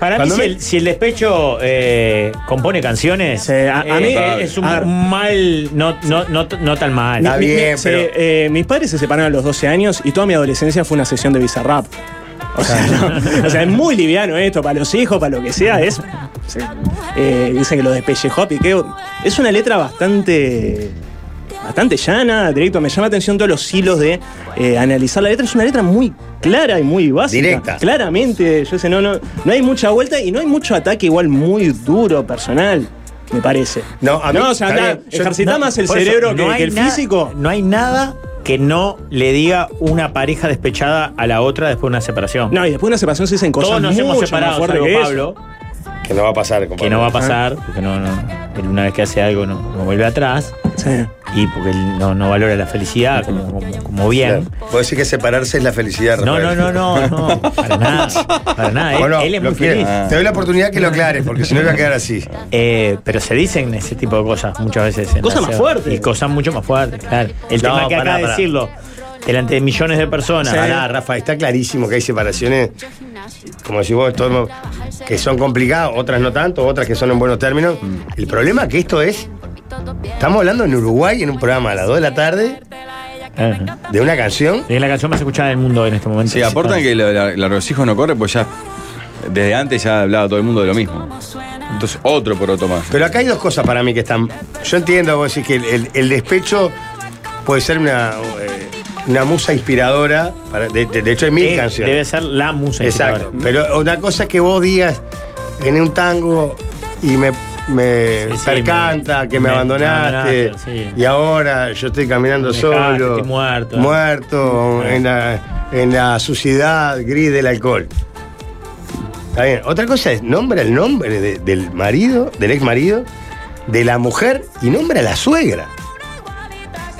[SPEAKER 8] Para mí,
[SPEAKER 5] Cuando
[SPEAKER 8] si
[SPEAKER 5] me-
[SPEAKER 8] el, si el despecho eh, compone canciones,
[SPEAKER 6] a- a
[SPEAKER 8] eh,
[SPEAKER 6] mí-
[SPEAKER 8] eh, es un
[SPEAKER 6] a ver.
[SPEAKER 8] mal, no, no, no, no tan mal.
[SPEAKER 6] Mi- mi- mi- se- eh, mis padres se separaron a los 12 años y toda mi adolescencia fue una sesión de Bizarrap. O sea, no, o sea, es muy liviano esto, para los hijos, para lo que sea, es. sí. Eh, dicen que lo despellejó a Piqué. Es una letra bastante. Bastante llana, directo. Me llama la atención todos los hilos de eh, analizar la letra. Es una letra muy clara y muy básica.
[SPEAKER 5] Directa.
[SPEAKER 6] Claramente. Yo sé, no, no, no hay mucha vuelta y no hay mucho ataque igual muy duro, personal, me parece.
[SPEAKER 5] No, a mí-
[SPEAKER 6] no o sea,
[SPEAKER 5] está
[SPEAKER 6] anda,
[SPEAKER 5] bien. Yo-
[SPEAKER 6] ejercita
[SPEAKER 5] no,
[SPEAKER 6] más el
[SPEAKER 8] Por eso,
[SPEAKER 6] cerebro que,
[SPEAKER 8] no hay
[SPEAKER 6] que el
[SPEAKER 8] na-
[SPEAKER 6] físico.
[SPEAKER 8] No hay nada que no le diga una pareja despechada a la otra después de una separación.
[SPEAKER 6] No, y después de una separación se dicen cosas
[SPEAKER 8] Todos nos
[SPEAKER 6] mucho
[SPEAKER 8] hemos
[SPEAKER 6] más
[SPEAKER 8] separado,
[SPEAKER 6] fuertes
[SPEAKER 8] salvo
[SPEAKER 6] que eso.
[SPEAKER 8] Pablo,
[SPEAKER 5] Que no va a pasar, compadre.
[SPEAKER 8] que no va a pasar, porque no, no, él una vez que hace algo no, no vuelve atrás,
[SPEAKER 6] Sí.
[SPEAKER 8] y porque él no, no valora la felicidad como, como- como bien.
[SPEAKER 5] Puedo decir que separarse es la felicidad,
[SPEAKER 8] No, no,
[SPEAKER 5] Rafael.
[SPEAKER 8] no, no, no, para nada, para nada. Él,
[SPEAKER 5] Bueno,
[SPEAKER 8] él es
[SPEAKER 5] lo
[SPEAKER 8] muy
[SPEAKER 5] quiero.
[SPEAKER 8] feliz.
[SPEAKER 5] Te doy la oportunidad que lo aclares, porque si no iba a quedar así.
[SPEAKER 8] Eh, pero se dicen ese tipo de cosas muchas veces. en
[SPEAKER 6] Cosas
[SPEAKER 8] la
[SPEAKER 6] más
[SPEAKER 8] ceba.
[SPEAKER 6] fuertes.
[SPEAKER 8] Y cosas mucho más fuertes, claro. El
[SPEAKER 5] No,
[SPEAKER 8] tema que
[SPEAKER 5] pará,
[SPEAKER 8] acá de
[SPEAKER 5] pará.
[SPEAKER 8] decirlo delante de millones de personas.
[SPEAKER 5] Pará, Rafa, está clarísimo que hay separaciones, como decís vos, todo- que son complicadas, otras no tanto, otras que son en buenos términos.
[SPEAKER 8] Mm.
[SPEAKER 5] El problema es que esto es. Estamos hablando en Uruguay en un programa a las 2 de la tarde
[SPEAKER 8] Ajá.
[SPEAKER 5] de una canción. Ah.
[SPEAKER 8] Es la canción más escuchada del mundo en este momento.
[SPEAKER 7] Sí, aportan que el, el arrocijo no corre, pues ya. Desde antes ya hablaba todo el mundo de lo mismo. Entonces, otro por otro más.
[SPEAKER 5] Pero acá hay dos cosas para mí que están. Yo entiendo, vos decís que el, el- el despecho puede ser una, eh, una musa inspiradora. para- de, de- de hecho, hay mil
[SPEAKER 8] Eh,
[SPEAKER 5] canciones.
[SPEAKER 8] Debe ser la música.
[SPEAKER 5] Exacto. Pero una cosa es que vos digas en un tango y me, me
[SPEAKER 8] sí,
[SPEAKER 5] percanta
[SPEAKER 8] me-
[SPEAKER 5] que me,
[SPEAKER 8] me
[SPEAKER 5] abandonaste,
[SPEAKER 8] abandonaste, sí.
[SPEAKER 5] y ahora yo estoy caminando
[SPEAKER 8] Me
[SPEAKER 5] solo,
[SPEAKER 8] dejaste, estoy muerto.
[SPEAKER 5] muerto, en, la, en la suciedad gris del alcohol. Está bien. Otra cosa es, nombra el nombre de- del marido, del ex marido, de la mujer y nombra a la suegra.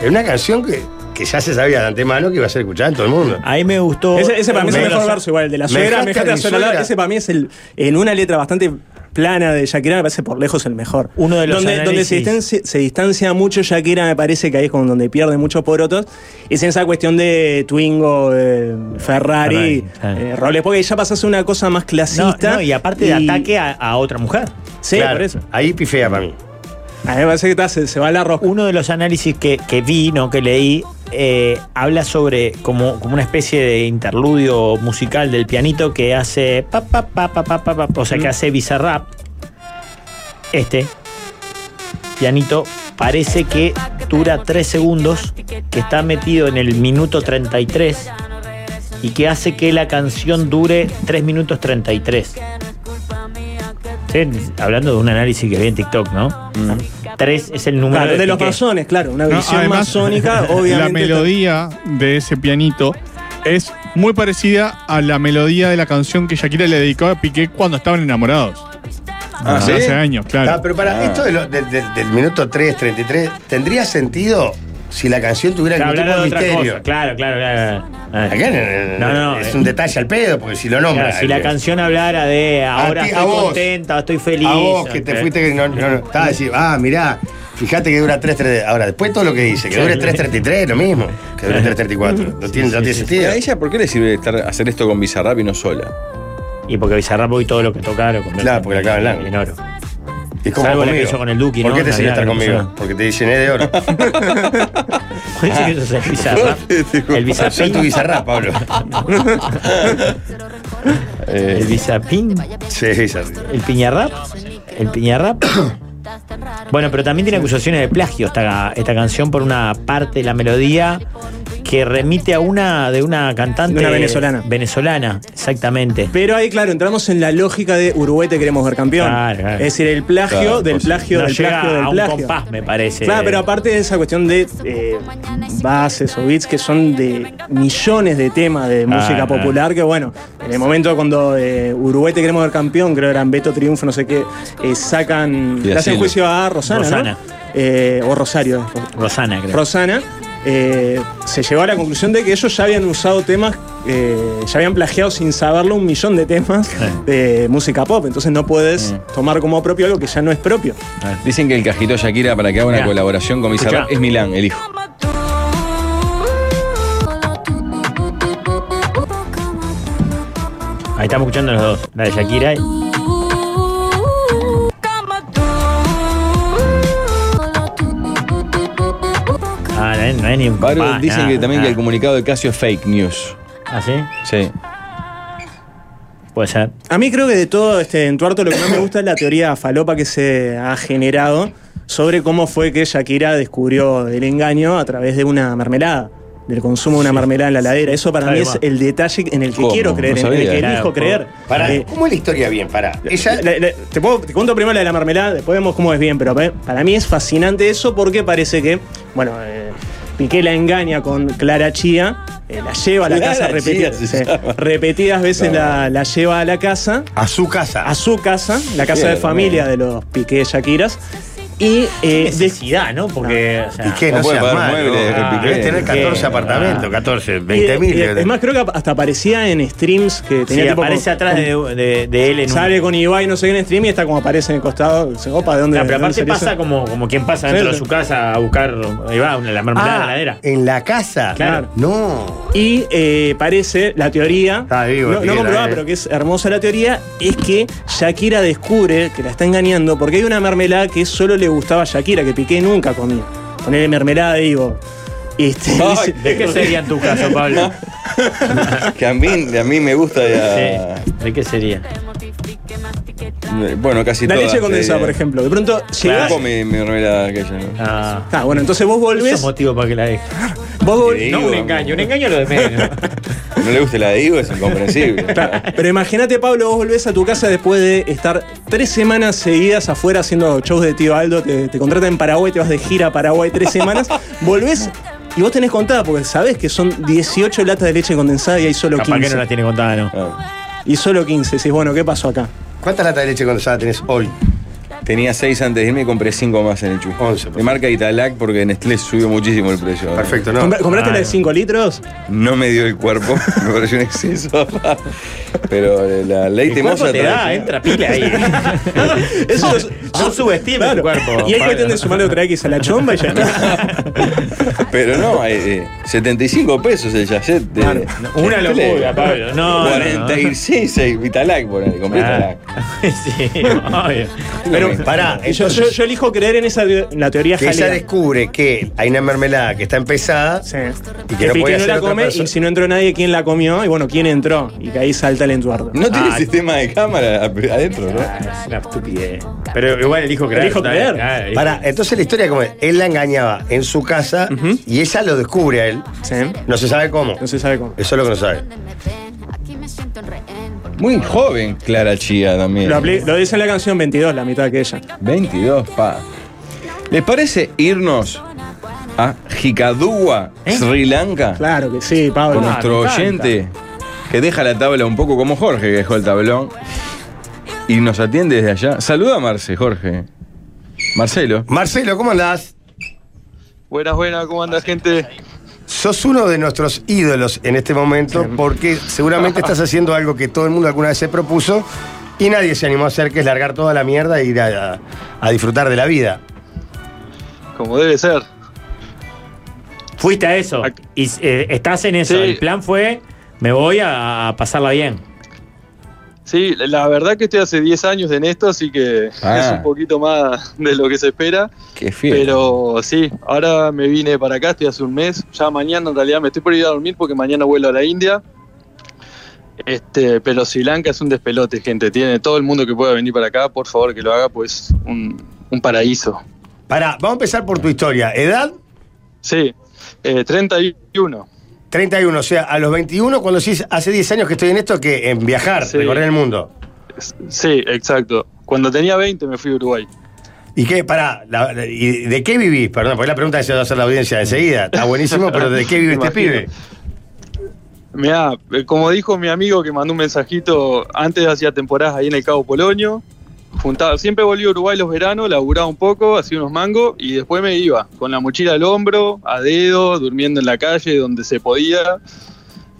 [SPEAKER 5] Es una canción que, que ya se sabía de antemano que iba a ser escuchada en todo el mundo.
[SPEAKER 8] Ahí me gustó.
[SPEAKER 6] Ese, ese para mí es el
[SPEAKER 8] Me
[SPEAKER 6] mejor
[SPEAKER 8] gustó-
[SPEAKER 6] verso, igual, el de la
[SPEAKER 5] Me
[SPEAKER 6] suegra.
[SPEAKER 5] dejaste
[SPEAKER 6] Me dejaste
[SPEAKER 5] a
[SPEAKER 6] la
[SPEAKER 5] mi
[SPEAKER 6] suegra.
[SPEAKER 5] suegra.
[SPEAKER 6] Ese para mí es el. En una letra bastante plana de Shakira, me parece por lejos el mejor.
[SPEAKER 8] Uno de los
[SPEAKER 6] donde, donde se,
[SPEAKER 8] análisis.
[SPEAKER 6] distancia, se distancia mucho Shakira, me parece que ahí es como donde pierde muchos porotos. Es en esa cuestión de Twingo, eh, Ferrari,
[SPEAKER 8] Ferrari, sí.
[SPEAKER 6] eh, Robles, porque ya pasas a una cosa más
[SPEAKER 8] No,
[SPEAKER 6] clasista.
[SPEAKER 8] no, y aparte de ataque a, a otra mujer.
[SPEAKER 6] Sí,
[SPEAKER 5] Claro,
[SPEAKER 6] por eso.
[SPEAKER 5] Ahí pifea para mí.
[SPEAKER 6] A mí me parece que está- se, se va al arroz.
[SPEAKER 8] Uno de los análisis que, que vi, no que leí, eh, habla sobre como, como una especie de interludio musical del pianito que hace. Pa, pa, pa, pa, pa, pa, pa, o sea, que hace bizarrap. Este pianito parece que dura 3 segundos, que está metido en el minuto 33 y que hace que la canción dure 3 minutos 33. Sí, Hablando de un análisis que vi en TikTok, ¿no? 3 es el número
[SPEAKER 6] Claro, de los
[SPEAKER 8] Piqué.
[SPEAKER 6] masones, claro. Una
[SPEAKER 12] No,
[SPEAKER 6] visión
[SPEAKER 12] además,
[SPEAKER 6] masónica, obviamente.
[SPEAKER 12] La melodía de ese pianito es muy parecida a la melodía de la canción que Shakira le dedicó a Piqué cuando estaban enamorados.
[SPEAKER 7] Ah, ¿sí?
[SPEAKER 12] Hace años, claro.
[SPEAKER 5] Ah, pero para
[SPEAKER 7] Ah.
[SPEAKER 5] esto de lo- de- de- del minuto 3, 33, ¿tendría sentido si la canción tuviera
[SPEAKER 8] Claro,
[SPEAKER 5] algún tipo
[SPEAKER 8] hablar
[SPEAKER 5] de
[SPEAKER 8] de otra
[SPEAKER 5] misterio?
[SPEAKER 8] cosa. Claro, claro, claro. claro.
[SPEAKER 5] Acá eh,
[SPEAKER 8] No, no,
[SPEAKER 5] es
[SPEAKER 8] eh.
[SPEAKER 5] un detalle al pedo, porque si lo
[SPEAKER 8] Claro,
[SPEAKER 5] nombras.
[SPEAKER 8] si la
[SPEAKER 5] eh,
[SPEAKER 8] canción hablara de ahora
[SPEAKER 5] ti, a
[SPEAKER 8] estoy
[SPEAKER 5] vos.
[SPEAKER 8] contenta, estoy feliz.
[SPEAKER 5] A vos que te
[SPEAKER 8] eh,
[SPEAKER 5] fuiste. que No, no, no, estaba diciendo, ah, mirá, fíjate que dura 3.33. Ahora, después todo lo que dice, que dure 3.33, lo mismo. Que dure 3.34. No tiene, no tiene
[SPEAKER 7] ¿Y
[SPEAKER 5] sentido.
[SPEAKER 7] a ella por qué le sirve estar, hacer esto con Bizarrap y no sola?
[SPEAKER 8] Y porque Bizarrap hoy todo lo que tocaron
[SPEAKER 5] Claro, porque la clava en blanco.
[SPEAKER 8] en oro.
[SPEAKER 5] Es como
[SPEAKER 8] Salvo la que
[SPEAKER 5] conmigo.
[SPEAKER 8] hizo con el Duki,
[SPEAKER 5] ¿Por
[SPEAKER 8] ¿no?
[SPEAKER 5] qué te
[SPEAKER 8] La
[SPEAKER 5] sirve
[SPEAKER 8] verdad,
[SPEAKER 5] estar
[SPEAKER 8] la
[SPEAKER 5] conmigo?
[SPEAKER 8] persona.
[SPEAKER 5] Porque te dicen, es de oro.
[SPEAKER 8] Parece que sos el bizarra. El bizarra.
[SPEAKER 5] Soy tu bizarra, Pablo.
[SPEAKER 8] el bizapín.
[SPEAKER 5] Sí, bizarra.
[SPEAKER 8] El piñarrap. El piñarrap. Bueno, pero también tiene acusaciones de plagio esta, esta canción por una parte de la melodía que remite a una de una cantante
[SPEAKER 6] De una venezolana.
[SPEAKER 8] Venezolana, exactamente.
[SPEAKER 6] Pero ahí, claro, entramos en la lógica de Uruguay te queremos ver campeón.
[SPEAKER 8] Claro, claro.
[SPEAKER 6] Es decir, el plagio
[SPEAKER 8] Claro,
[SPEAKER 6] del
[SPEAKER 8] pues,
[SPEAKER 6] plagio
[SPEAKER 8] no
[SPEAKER 6] del
[SPEAKER 8] llega
[SPEAKER 6] plagio
[SPEAKER 8] a
[SPEAKER 6] del
[SPEAKER 8] un
[SPEAKER 6] plagio.
[SPEAKER 8] compás, me parece.
[SPEAKER 6] Claro, pero aparte de esa cuestión de eh, bases o beats que son de millones de temas de
[SPEAKER 8] Ah,
[SPEAKER 6] música
[SPEAKER 8] claro.
[SPEAKER 6] popular, que bueno, en el momento cuando eh, Uruguay te queremos ver campeón, creo que eran Beto Triunfo, no sé qué, eh, sacan,
[SPEAKER 8] Y
[SPEAKER 6] le hacen
[SPEAKER 8] Asilo.
[SPEAKER 6] juicio a Rosana, ¿no?
[SPEAKER 8] Rosana.
[SPEAKER 6] Eh, o Rosario.
[SPEAKER 8] Rosana, creo.
[SPEAKER 6] Rosana eh, se llegó a la conclusión de que ellos ya habían usado temas, eh, ya habían plagiado sin saberlo un millón de temas de música pop. Entonces no puedes tomar como propio algo que ya no es propio.
[SPEAKER 7] Dicen que el cajito Shakira para que haga una
[SPEAKER 6] Mirá.
[SPEAKER 7] colaboración con Bizarrap
[SPEAKER 6] Escuchá.
[SPEAKER 7] es Milán, el hijo.
[SPEAKER 8] Ahí estamos escuchando los dos, la de Shakira y Ah, no, es- no es ni un
[SPEAKER 7] Varios
[SPEAKER 8] compás,
[SPEAKER 7] dicen
[SPEAKER 8] nada,
[SPEAKER 7] que también
[SPEAKER 8] nada.
[SPEAKER 7] que el comunicado de Casio es fake news.
[SPEAKER 8] ¿Ah, sí?
[SPEAKER 7] Sí.
[SPEAKER 8] Puede ser.
[SPEAKER 6] A mí creo que de todo este entuerto lo que más me gusta es la teoría falopa que se ha generado sobre cómo fue que Shakira descubrió el engaño a través de una mermelada, del consumo de una mermelada en la ladera. Eso para
[SPEAKER 5] Ahí
[SPEAKER 6] mí
[SPEAKER 5] va.
[SPEAKER 6] es el detalle en el que
[SPEAKER 5] ¿Cómo?
[SPEAKER 6] quiero creer,
[SPEAKER 5] No
[SPEAKER 6] en el
[SPEAKER 5] sabía.
[SPEAKER 6] que
[SPEAKER 5] Claro,
[SPEAKER 6] elijo
[SPEAKER 5] ¿cómo?
[SPEAKER 6] creer.
[SPEAKER 5] Pará,
[SPEAKER 6] Eh,
[SPEAKER 5] ¿cómo es la historia bien? Para.
[SPEAKER 6] la- la- te, puedo- te cuento primero la de la mermelada, después vemos cómo es bien, pero pa- para mí es fascinante eso porque parece que, bueno, eh, Piqué la engaña con Clara Chía, eh, la lleva a la
[SPEAKER 7] Clara
[SPEAKER 6] casa repetida-
[SPEAKER 7] Chía se
[SPEAKER 6] sí,
[SPEAKER 7] llama.
[SPEAKER 6] repetidas veces,
[SPEAKER 7] No.
[SPEAKER 6] la, la lleva a la casa.
[SPEAKER 5] A su casa.
[SPEAKER 6] A su casa, la casa
[SPEAKER 7] Sí,
[SPEAKER 6] de familia de los Piqué Shakiras. Y eh, Ah.
[SPEAKER 8] necesidad, ¿no? Porque.
[SPEAKER 5] ¿Y qué? No, seas malo. Ah, Debes tener 14 apartamentos, 14, 20 mil.
[SPEAKER 6] Y, eh, Es más, creo que hasta aparecía en streams que tenía
[SPEAKER 8] Sí,
[SPEAKER 6] tipo
[SPEAKER 8] aparece
[SPEAKER 6] como-
[SPEAKER 8] atrás de, de- de él en un-
[SPEAKER 6] Sale con Ibai, no sé qué en stream y está como aparece en el costado. Se opa, ¿de dónde?
[SPEAKER 8] Ah, pero
[SPEAKER 6] de dónde
[SPEAKER 8] aparte
[SPEAKER 6] salió
[SPEAKER 8] pasa
[SPEAKER 6] eso?
[SPEAKER 8] como, como quien pasa dentro de su casa a buscar, ahí va,
[SPEAKER 6] Ah,
[SPEAKER 8] una, la mermelada en la heladera.
[SPEAKER 5] Ah, En la casa.
[SPEAKER 8] Claro.
[SPEAKER 5] No.
[SPEAKER 6] Y eh, parece, la teoría,
[SPEAKER 5] vivo,
[SPEAKER 6] no, no
[SPEAKER 5] Piqué,
[SPEAKER 6] comprobada,
[SPEAKER 5] eh.
[SPEAKER 6] pero que es hermosa la teoría, es que Shakira descubre que la está engañando porque hay una mermelada que solo le gustaba a Shakira, que Piqué nunca comía. Ponerle mermelada, digo. Este, dice-
[SPEAKER 8] ¿De qué sería en tu caso, Pablo?
[SPEAKER 7] que a mí, a mí me gusta ya.
[SPEAKER 8] ¿De qué sería?
[SPEAKER 7] Bueno, casi
[SPEAKER 6] La
[SPEAKER 7] todas,
[SPEAKER 6] leche condensada,
[SPEAKER 7] eh,
[SPEAKER 6] por ejemplo. De pronto llegás.
[SPEAKER 7] Tampoco mi, mi remera aquella, ¿no?
[SPEAKER 8] Ah.
[SPEAKER 6] Ah, bueno, entonces vos volvés.
[SPEAKER 8] Es motivo para que la dejes.
[SPEAKER 6] Vos vol-
[SPEAKER 7] Sí,
[SPEAKER 8] No un
[SPEAKER 7] vamos.
[SPEAKER 8] engaño, un engaño es lo de menos.
[SPEAKER 7] No le guste la de Ivo, es incomprensible.
[SPEAKER 6] Pero imagínate, Pablo, vos volvés a tu casa después de estar tres semanas seguidas afuera haciendo shows de tío Aldo, te, te contratan en Paraguay, te vas de gira a Paraguay tres semanas, volvés y vos tenés contada, porque sabés que son 18 latas de leche condensada y hay solo
[SPEAKER 8] Capaz
[SPEAKER 6] 15.
[SPEAKER 8] que no la tiene contada, ¿no?
[SPEAKER 7] Ah.
[SPEAKER 6] Y solo 15. Decís, bueno, ¿qué pasó acá?
[SPEAKER 5] ¿Cuántas latas de leche condensada tenés hoy?
[SPEAKER 7] Tenía seis antes de irme y compré cinco más en el chupo.
[SPEAKER 5] 11.
[SPEAKER 7] De marca Italac porque Nestlé subió muchísimo el precio. ahora.
[SPEAKER 5] Perfecto, ¿no?
[SPEAKER 6] Compra- ¿Compraste la de 5 litros?
[SPEAKER 7] No me dio el cuerpo, me pareció un exceso. Pero eh, la ley
[SPEAKER 8] El cuerpo
[SPEAKER 7] temosa
[SPEAKER 8] te da,
[SPEAKER 7] tradicional.
[SPEAKER 8] entra pila ahí.
[SPEAKER 6] Eso es-
[SPEAKER 8] No subestimes
[SPEAKER 6] claro.
[SPEAKER 8] tu cuerpo.
[SPEAKER 6] Y hay
[SPEAKER 8] Pablo.
[SPEAKER 6] cuestión de sumarle otra X a la chomba y ya está.
[SPEAKER 7] Pero no, eh, eh, 75 pesos el yacet de.
[SPEAKER 6] Claro,
[SPEAKER 8] Una
[SPEAKER 7] Nestlé.
[SPEAKER 8] locura, Pablo. No, no, no.
[SPEAKER 7] 46 eh, Italac, por ahí, compré
[SPEAKER 8] Ah.
[SPEAKER 7] Italac.
[SPEAKER 8] Sí, obvio.
[SPEAKER 7] Lo
[SPEAKER 5] Pero pará,
[SPEAKER 6] Y yo,
[SPEAKER 5] entonces,
[SPEAKER 6] yo- yo elijo creer en esa en la teoría
[SPEAKER 5] que ella
[SPEAKER 6] jalea.
[SPEAKER 5] descubre que hay una mermelada que está empezada
[SPEAKER 6] Sí.
[SPEAKER 5] y que
[SPEAKER 6] Que
[SPEAKER 5] no
[SPEAKER 6] Piqué
[SPEAKER 5] podía
[SPEAKER 6] no
[SPEAKER 5] ser
[SPEAKER 6] la
[SPEAKER 5] otra
[SPEAKER 6] come
[SPEAKER 5] persona.
[SPEAKER 6] y si no entró nadie, ¿quién la comió? Y bueno, ¿quién entró? Y que ahí salta el entuardo.
[SPEAKER 7] No tiene
[SPEAKER 8] Ah.
[SPEAKER 7] sistema de cámara adentro, ¿no?
[SPEAKER 8] Es una estupidez. Pero igual elijo creer.
[SPEAKER 6] Elijo creer.
[SPEAKER 8] Ah, elijo-
[SPEAKER 5] Pará, entonces la historia como es, él la engañaba en su casa y ella lo descubre a él.
[SPEAKER 6] Sí.
[SPEAKER 5] No se sabe cómo.
[SPEAKER 6] No se sabe cómo.
[SPEAKER 5] Eso es lo que no sabe.
[SPEAKER 7] Muy joven Clara Chía también.
[SPEAKER 6] Lo, apli- lo dice en la canción 22, la mitad que ella.
[SPEAKER 7] 22, pa. ¿Les parece irnos a Jicadúa,
[SPEAKER 8] ¿Eh?
[SPEAKER 7] Sri Lanka?
[SPEAKER 6] Claro que sí, Pablo.
[SPEAKER 7] Con
[SPEAKER 8] Ah,
[SPEAKER 7] nuestro
[SPEAKER 8] me encanta.
[SPEAKER 7] oyente que deja la tabla un poco como Jorge, que dejó el tablón. Y nos atiende desde allá. Saluda a Marce, Jorge. Marcelo.
[SPEAKER 5] Marcelo, ¿cómo andás?
[SPEAKER 13] Buenas, buenas, ¿cómo anda gente?
[SPEAKER 5] Sos uno de nuestros ídolos en este momento porque seguramente estás haciendo algo que todo el mundo alguna vez se propuso y nadie se animó a hacer, que es largar toda la mierda e ir a, a- a disfrutar de la vida.
[SPEAKER 13] Como debe ser.
[SPEAKER 8] Fuiste a eso. Y eh, estás en eso.
[SPEAKER 13] Sí.
[SPEAKER 8] El plan fue: me voy a, a pasarla bien.
[SPEAKER 13] Sí, la verdad que estoy hace 10 años en esto, así que
[SPEAKER 7] Ah.
[SPEAKER 13] es un poquito más de lo que se espera.
[SPEAKER 7] Qué fiel.
[SPEAKER 13] Pero sí, ahora me vine para acá, estoy hace un mes. Ya mañana en realidad me estoy por ir a dormir porque mañana vuelo a la India. Este, pero Sri Lanka es un despelote, gente. Tiene todo el mundo que pueda venir para acá, por favor que lo haga, pues un, un paraíso.
[SPEAKER 5] Pará, vamos a empezar por tu historia. ¿Edad?
[SPEAKER 13] Sí, eh, 31.
[SPEAKER 5] 31, o sea, a los 21, cuando decís hace 10 años que estoy en esto, que en viajar,
[SPEAKER 13] Sí.
[SPEAKER 5] recorrer el mundo.
[SPEAKER 13] Sí, exacto. Cuando tenía 20 me fui a Uruguay.
[SPEAKER 5] ¿Y qué? Pará, la- la- ¿y ¿de qué vivís? Perdón, porque la pregunta se va a hacer la audiencia enseguida. Está buenísimo, pero ¿de qué vive
[SPEAKER 13] Me
[SPEAKER 5] este pibe?
[SPEAKER 13] imagino. Mirá, eh, como dijo mi amigo que mandó un mensajito, antes hacía temporadas ahí en el Cabo Polonio. Juntaba, siempre volví a Uruguay los veranos, laburaba un poco, hacía unos mangos y después me iba con la mochila al hombro, a dedo, durmiendo en la calle donde se podía.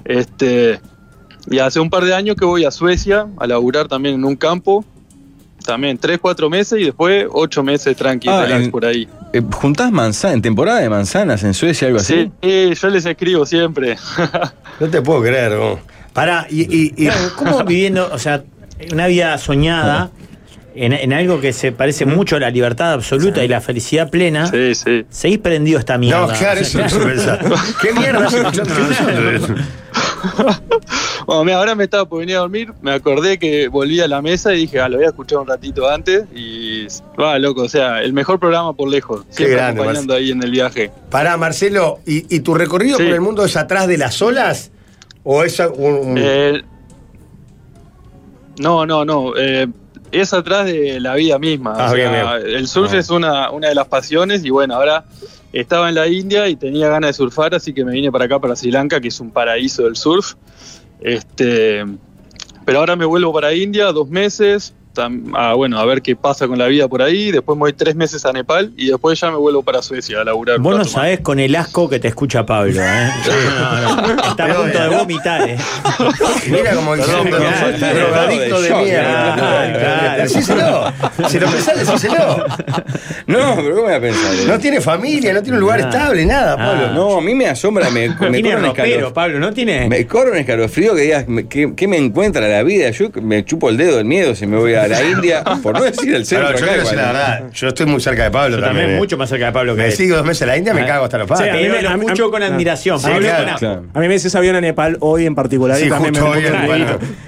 [SPEAKER 13] Este, y hace un par de años que voy a Suecia a laburar también en un campo. También 3, 4 meses y después 8 meses tranqui,
[SPEAKER 7] Ah,
[SPEAKER 13] relax
[SPEAKER 7] en-
[SPEAKER 13] por ahí.
[SPEAKER 7] Eh, ¿Juntás manzanas, en temporada de manzanas en Suecia, algo así?
[SPEAKER 13] Sí, eh, yo les escribo siempre.
[SPEAKER 5] No te puedo creer, vos. Pará, y. y, y-
[SPEAKER 8] Claro, ¿Cómo viviendo, o sea, una vida soñada en, en algo que se parece mucho a la libertad absoluta y la felicidad plena?
[SPEAKER 13] Sí, sí.
[SPEAKER 8] Seguís prendido a esta mierda.
[SPEAKER 5] No, claro, eso es pensar. ¿Qué mierda se escuchó entre nosotros?
[SPEAKER 13] Bueno, mira, ahora me estaba por venir a dormir, me acordé que volví a la mesa y dije, ah, lo voy a escuchar un ratito antes y va, loco, o sea, el mejor programa por lejos, siempre
[SPEAKER 5] grande,
[SPEAKER 13] acompañando ahí en el viaje.
[SPEAKER 5] Pará, Marcelo, ¿y, y tu recorrido
[SPEAKER 13] Sí.
[SPEAKER 5] por el mundo es atrás de las olas? ¿O es un.? un-
[SPEAKER 13] Eh, no, no, no, eh, es atrás de la vida misma,
[SPEAKER 5] Ah,
[SPEAKER 13] o
[SPEAKER 5] bien,
[SPEAKER 13] sea,
[SPEAKER 5] bien.
[SPEAKER 13] el surf es una, una de las pasiones y bueno, ahora estaba en la India y tenía ganas de surfar, así que me vine para acá, para Sri Lanka, que es un paraíso del surf. Este, pero ahora me vuelvo para India dos meses, tam- a, bueno, a ver qué pasa con la vida por ahí, después me voy tres meses a Nepal y después ya me vuelvo para Suecia a laburar.
[SPEAKER 8] Vos no sabés con el asco que te escucha Pablo, ¿eh? No, no, Está a punto de vomitar, ¿eh?
[SPEAKER 5] Mira como dice
[SPEAKER 8] Perdón, perdón,
[SPEAKER 5] Claro,
[SPEAKER 8] falta de-
[SPEAKER 5] drogadicto de
[SPEAKER 8] shock,
[SPEAKER 5] mierda.
[SPEAKER 8] claro, claro.
[SPEAKER 5] Decíselo. Si lo pensás, decíselo.
[SPEAKER 7] No, pero ¿cómo voy a pensar? eso?
[SPEAKER 5] No tiene familia, no tiene un lugar
[SPEAKER 7] Ah.
[SPEAKER 5] estable, nada,
[SPEAKER 7] Ah.
[SPEAKER 5] Pablo.
[SPEAKER 7] No, a mí me asombra, me, me
[SPEAKER 8] Tiene
[SPEAKER 7] corre un
[SPEAKER 8] ropero,
[SPEAKER 7] escalofrío.
[SPEAKER 8] Pablo, ¿no tiene?
[SPEAKER 7] Me corre un escalofrío que digas, me- ¿qué, qué me encuentra la vida? Yo me chupo el dedo del miedo si me voy a la India, por no decir el centro.
[SPEAKER 5] Ahora, yo
[SPEAKER 7] acá,
[SPEAKER 5] quiero decir la
[SPEAKER 7] igual. ¿eh?
[SPEAKER 5] verdad, yo estoy muy cerca de Pablo
[SPEAKER 8] Yo
[SPEAKER 5] también.
[SPEAKER 8] también,
[SPEAKER 5] eh.
[SPEAKER 8] mucho más cerca de Pablo que
[SPEAKER 5] Me
[SPEAKER 8] él.
[SPEAKER 5] sigo dos meses Ah. a la India, me cago hasta los
[SPEAKER 8] Sí, a mí
[SPEAKER 5] padres.
[SPEAKER 8] me lo escucho con admiración.
[SPEAKER 5] Sí,
[SPEAKER 8] Pablo,
[SPEAKER 5] claro,
[SPEAKER 8] con asco.
[SPEAKER 5] claro.
[SPEAKER 6] A mí me decís avión a Nepal hoy en particular
[SPEAKER 5] Sí,
[SPEAKER 6] y también me
[SPEAKER 5] justo
[SPEAKER 6] me
[SPEAKER 5] hoy
[SPEAKER 6] pongo
[SPEAKER 5] en
[SPEAKER 6] un
[SPEAKER 5] Nepal.
[SPEAKER 6] poquito.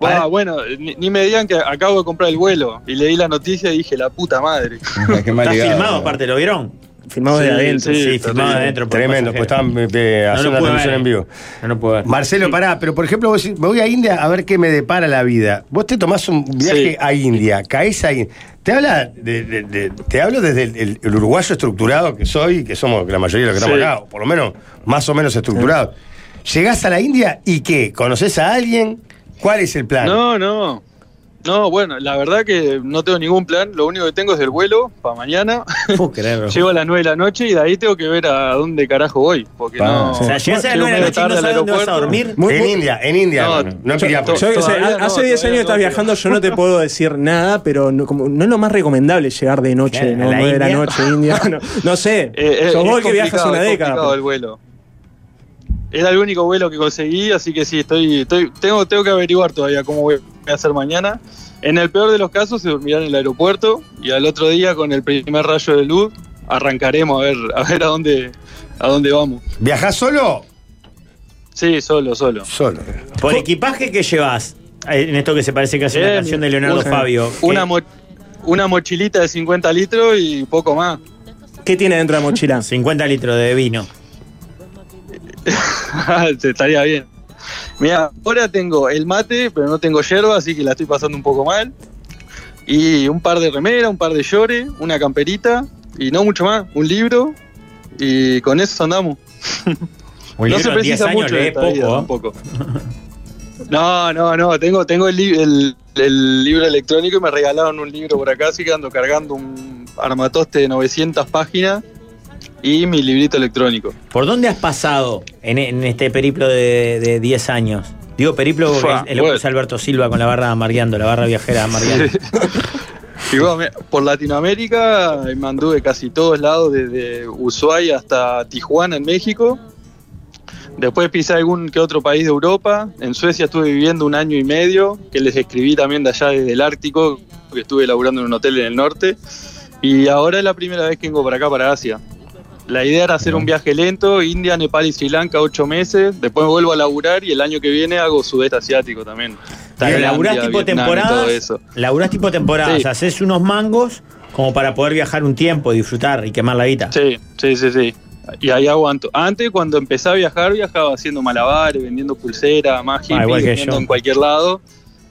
[SPEAKER 13] Ah, bueno, ni, ni me digan que acabo de comprar el vuelo y leí la noticia y dije, la puta madre.
[SPEAKER 7] Qué mal
[SPEAKER 8] Está
[SPEAKER 7] ligado,
[SPEAKER 8] filmado,
[SPEAKER 7] ¿no?
[SPEAKER 8] aparte, ¿lo vieron?
[SPEAKER 6] Filmado de
[SPEAKER 13] Sí,
[SPEAKER 6] adentro.
[SPEAKER 13] sí,
[SPEAKER 8] Sí, filmado
[SPEAKER 13] terrible.
[SPEAKER 8] adentro. por
[SPEAKER 5] Tremendo, pues
[SPEAKER 8] pasajero.
[SPEAKER 5] estaban eh,
[SPEAKER 8] No
[SPEAKER 5] haciendo
[SPEAKER 8] lo
[SPEAKER 5] la
[SPEAKER 8] pude
[SPEAKER 5] transmisión
[SPEAKER 8] ver.
[SPEAKER 5] en vivo.
[SPEAKER 8] No, no puedo ver.
[SPEAKER 5] Marcelo, pará, pero por ejemplo, vos decís, me voy a India a ver qué me depara la vida. Vos te tomás un viaje
[SPEAKER 13] Sí.
[SPEAKER 5] a India, caes a India. Te, habla de- de- de- te hablo desde el, el- el uruguayo estructurado que soy, que somos la mayoría de los que estamos
[SPEAKER 13] Sí.
[SPEAKER 5] acá, o por lo menos más o menos estructurados. Llegás a la India y qué? ¿Conoces a alguien? ¿Cuál es el plan?
[SPEAKER 13] No, no. No, bueno, la verdad que no tengo ningún plan. Lo único que tengo es el vuelo para mañana.
[SPEAKER 8] Puedo creerlo.
[SPEAKER 13] Llego a las 9 de la noche y de ahí tengo que ver a dónde carajo voy. Porque
[SPEAKER 7] Ah,
[SPEAKER 13] no.
[SPEAKER 7] sí.
[SPEAKER 8] O sea, llegás a la
[SPEAKER 13] Llego
[SPEAKER 8] 9 de la
[SPEAKER 13] medio
[SPEAKER 8] noche y no
[SPEAKER 13] tarde al
[SPEAKER 8] sabes dónde vas a
[SPEAKER 13] aeropuerto.
[SPEAKER 8] dormir.
[SPEAKER 6] Muy-
[SPEAKER 5] en
[SPEAKER 6] muy-
[SPEAKER 5] India, en India,
[SPEAKER 13] No,
[SPEAKER 5] hermano. no en
[SPEAKER 13] yo-
[SPEAKER 5] Piriápolis.
[SPEAKER 6] Yo qué sé,
[SPEAKER 13] Todavía
[SPEAKER 6] ha- hace
[SPEAKER 13] no, todavía
[SPEAKER 6] 10 años
[SPEAKER 13] no,
[SPEAKER 6] estás
[SPEAKER 13] pero-
[SPEAKER 6] viajando, yo no te puedo decir nada, pero no, como- no es lo más recomendable llegar de noche,
[SPEAKER 8] Claro, a
[SPEAKER 6] no,
[SPEAKER 8] la
[SPEAKER 6] nueve de la
[SPEAKER 8] India.
[SPEAKER 6] noche, India. No, no sé.
[SPEAKER 13] Eh, eh,
[SPEAKER 6] Sos
[SPEAKER 13] es
[SPEAKER 6] vos el que viajas
[SPEAKER 13] complicado,
[SPEAKER 6] una
[SPEAKER 13] es
[SPEAKER 6] década.
[SPEAKER 13] complicado el vuelo. Era el único vuelo que conseguí, así que sí, estoy, estoy tengo, tengo que averiguar todavía cómo voy a hacer mañana. En el peor de los casos se dormirán en el aeropuerto y al otro día con el primer rayo de luz arrancaremos a ver a ver a dónde a dónde vamos.
[SPEAKER 5] ¿Viajás solo?
[SPEAKER 13] Sí, solo, solo.
[SPEAKER 5] Solo.
[SPEAKER 8] Por equipaje que llevas, eh, en esto que se parece casi a una
[SPEAKER 13] Eh,
[SPEAKER 8] canción de Leonardo
[SPEAKER 13] un-
[SPEAKER 8] Fabio.
[SPEAKER 13] Una,
[SPEAKER 8] que-
[SPEAKER 13] mo- una mochilita de 50 litros y poco más.
[SPEAKER 6] ¿Qué tiene dentro de la mochila?
[SPEAKER 8] 50 litros de vino.
[SPEAKER 13] Ah, Te estaría bien. Mira, ahora tengo el mate, pero no tengo yerba, así que la estoy pasando un poco mal. Y un par de remeras, un par de llores, una camperita y no mucho más, un libro. Y con eso andamos.
[SPEAKER 8] Un
[SPEAKER 13] no
[SPEAKER 8] libro
[SPEAKER 13] se
[SPEAKER 8] en
[SPEAKER 13] precisa
[SPEAKER 8] 10 años
[SPEAKER 13] mucho de
[SPEAKER 8] lees
[SPEAKER 13] esta
[SPEAKER 8] poco,
[SPEAKER 13] vida,
[SPEAKER 8] ¿eh?
[SPEAKER 13] tampoco. No, no, no, tengo, tengo el, li- el- el libro electrónico y me regalaron un libro por acá, así que ando cargando un armatoste de 900 páginas y mi librito electrónico.
[SPEAKER 8] ¿Por dónde has pasado en, en este periplo de, de 10 años? Digo periplo porque
[SPEAKER 13] Fua,
[SPEAKER 8] es lo que
[SPEAKER 13] bueno.
[SPEAKER 8] usa Alberto Silva con la barra amargueando, la barra viajera amargueando.
[SPEAKER 13] Y bueno, me- por Latinoamérica eh, me anduve casi todos lados, desde Ushuaia hasta Tijuana en México. Después pisé algún que otro país de Europa. En Suecia estuve viviendo un año y medio, que les escribí también de allá desde el Ártico, que estuve laburando en un hotel en el norte. Y ahora es la primera vez que vengo para acá, para Asia. La idea era hacer un viaje lento, India, Nepal y Sri Lanka, ocho meses. Después vuelvo a laburar y el año que viene hago sudeste asiático también.
[SPEAKER 8] Claro, laburás
[SPEAKER 13] Tailandia,
[SPEAKER 8] tipo
[SPEAKER 13] Vietnam y todo
[SPEAKER 8] temporadas.
[SPEAKER 13] eso.
[SPEAKER 8] Laburás tipo temporadas.
[SPEAKER 13] Sí.
[SPEAKER 8] Haces unos mangos como para poder viajar un tiempo, disfrutar y quemar la guita.
[SPEAKER 13] Sí, sí, sí, sí. Y ahí aguanto. Antes, cuando empecé a viajar, viajaba haciendo malabares, vendiendo pulseras, más hippie,
[SPEAKER 8] Ah, igual que
[SPEAKER 13] vendiendo
[SPEAKER 8] yo.
[SPEAKER 13] en cualquier lado.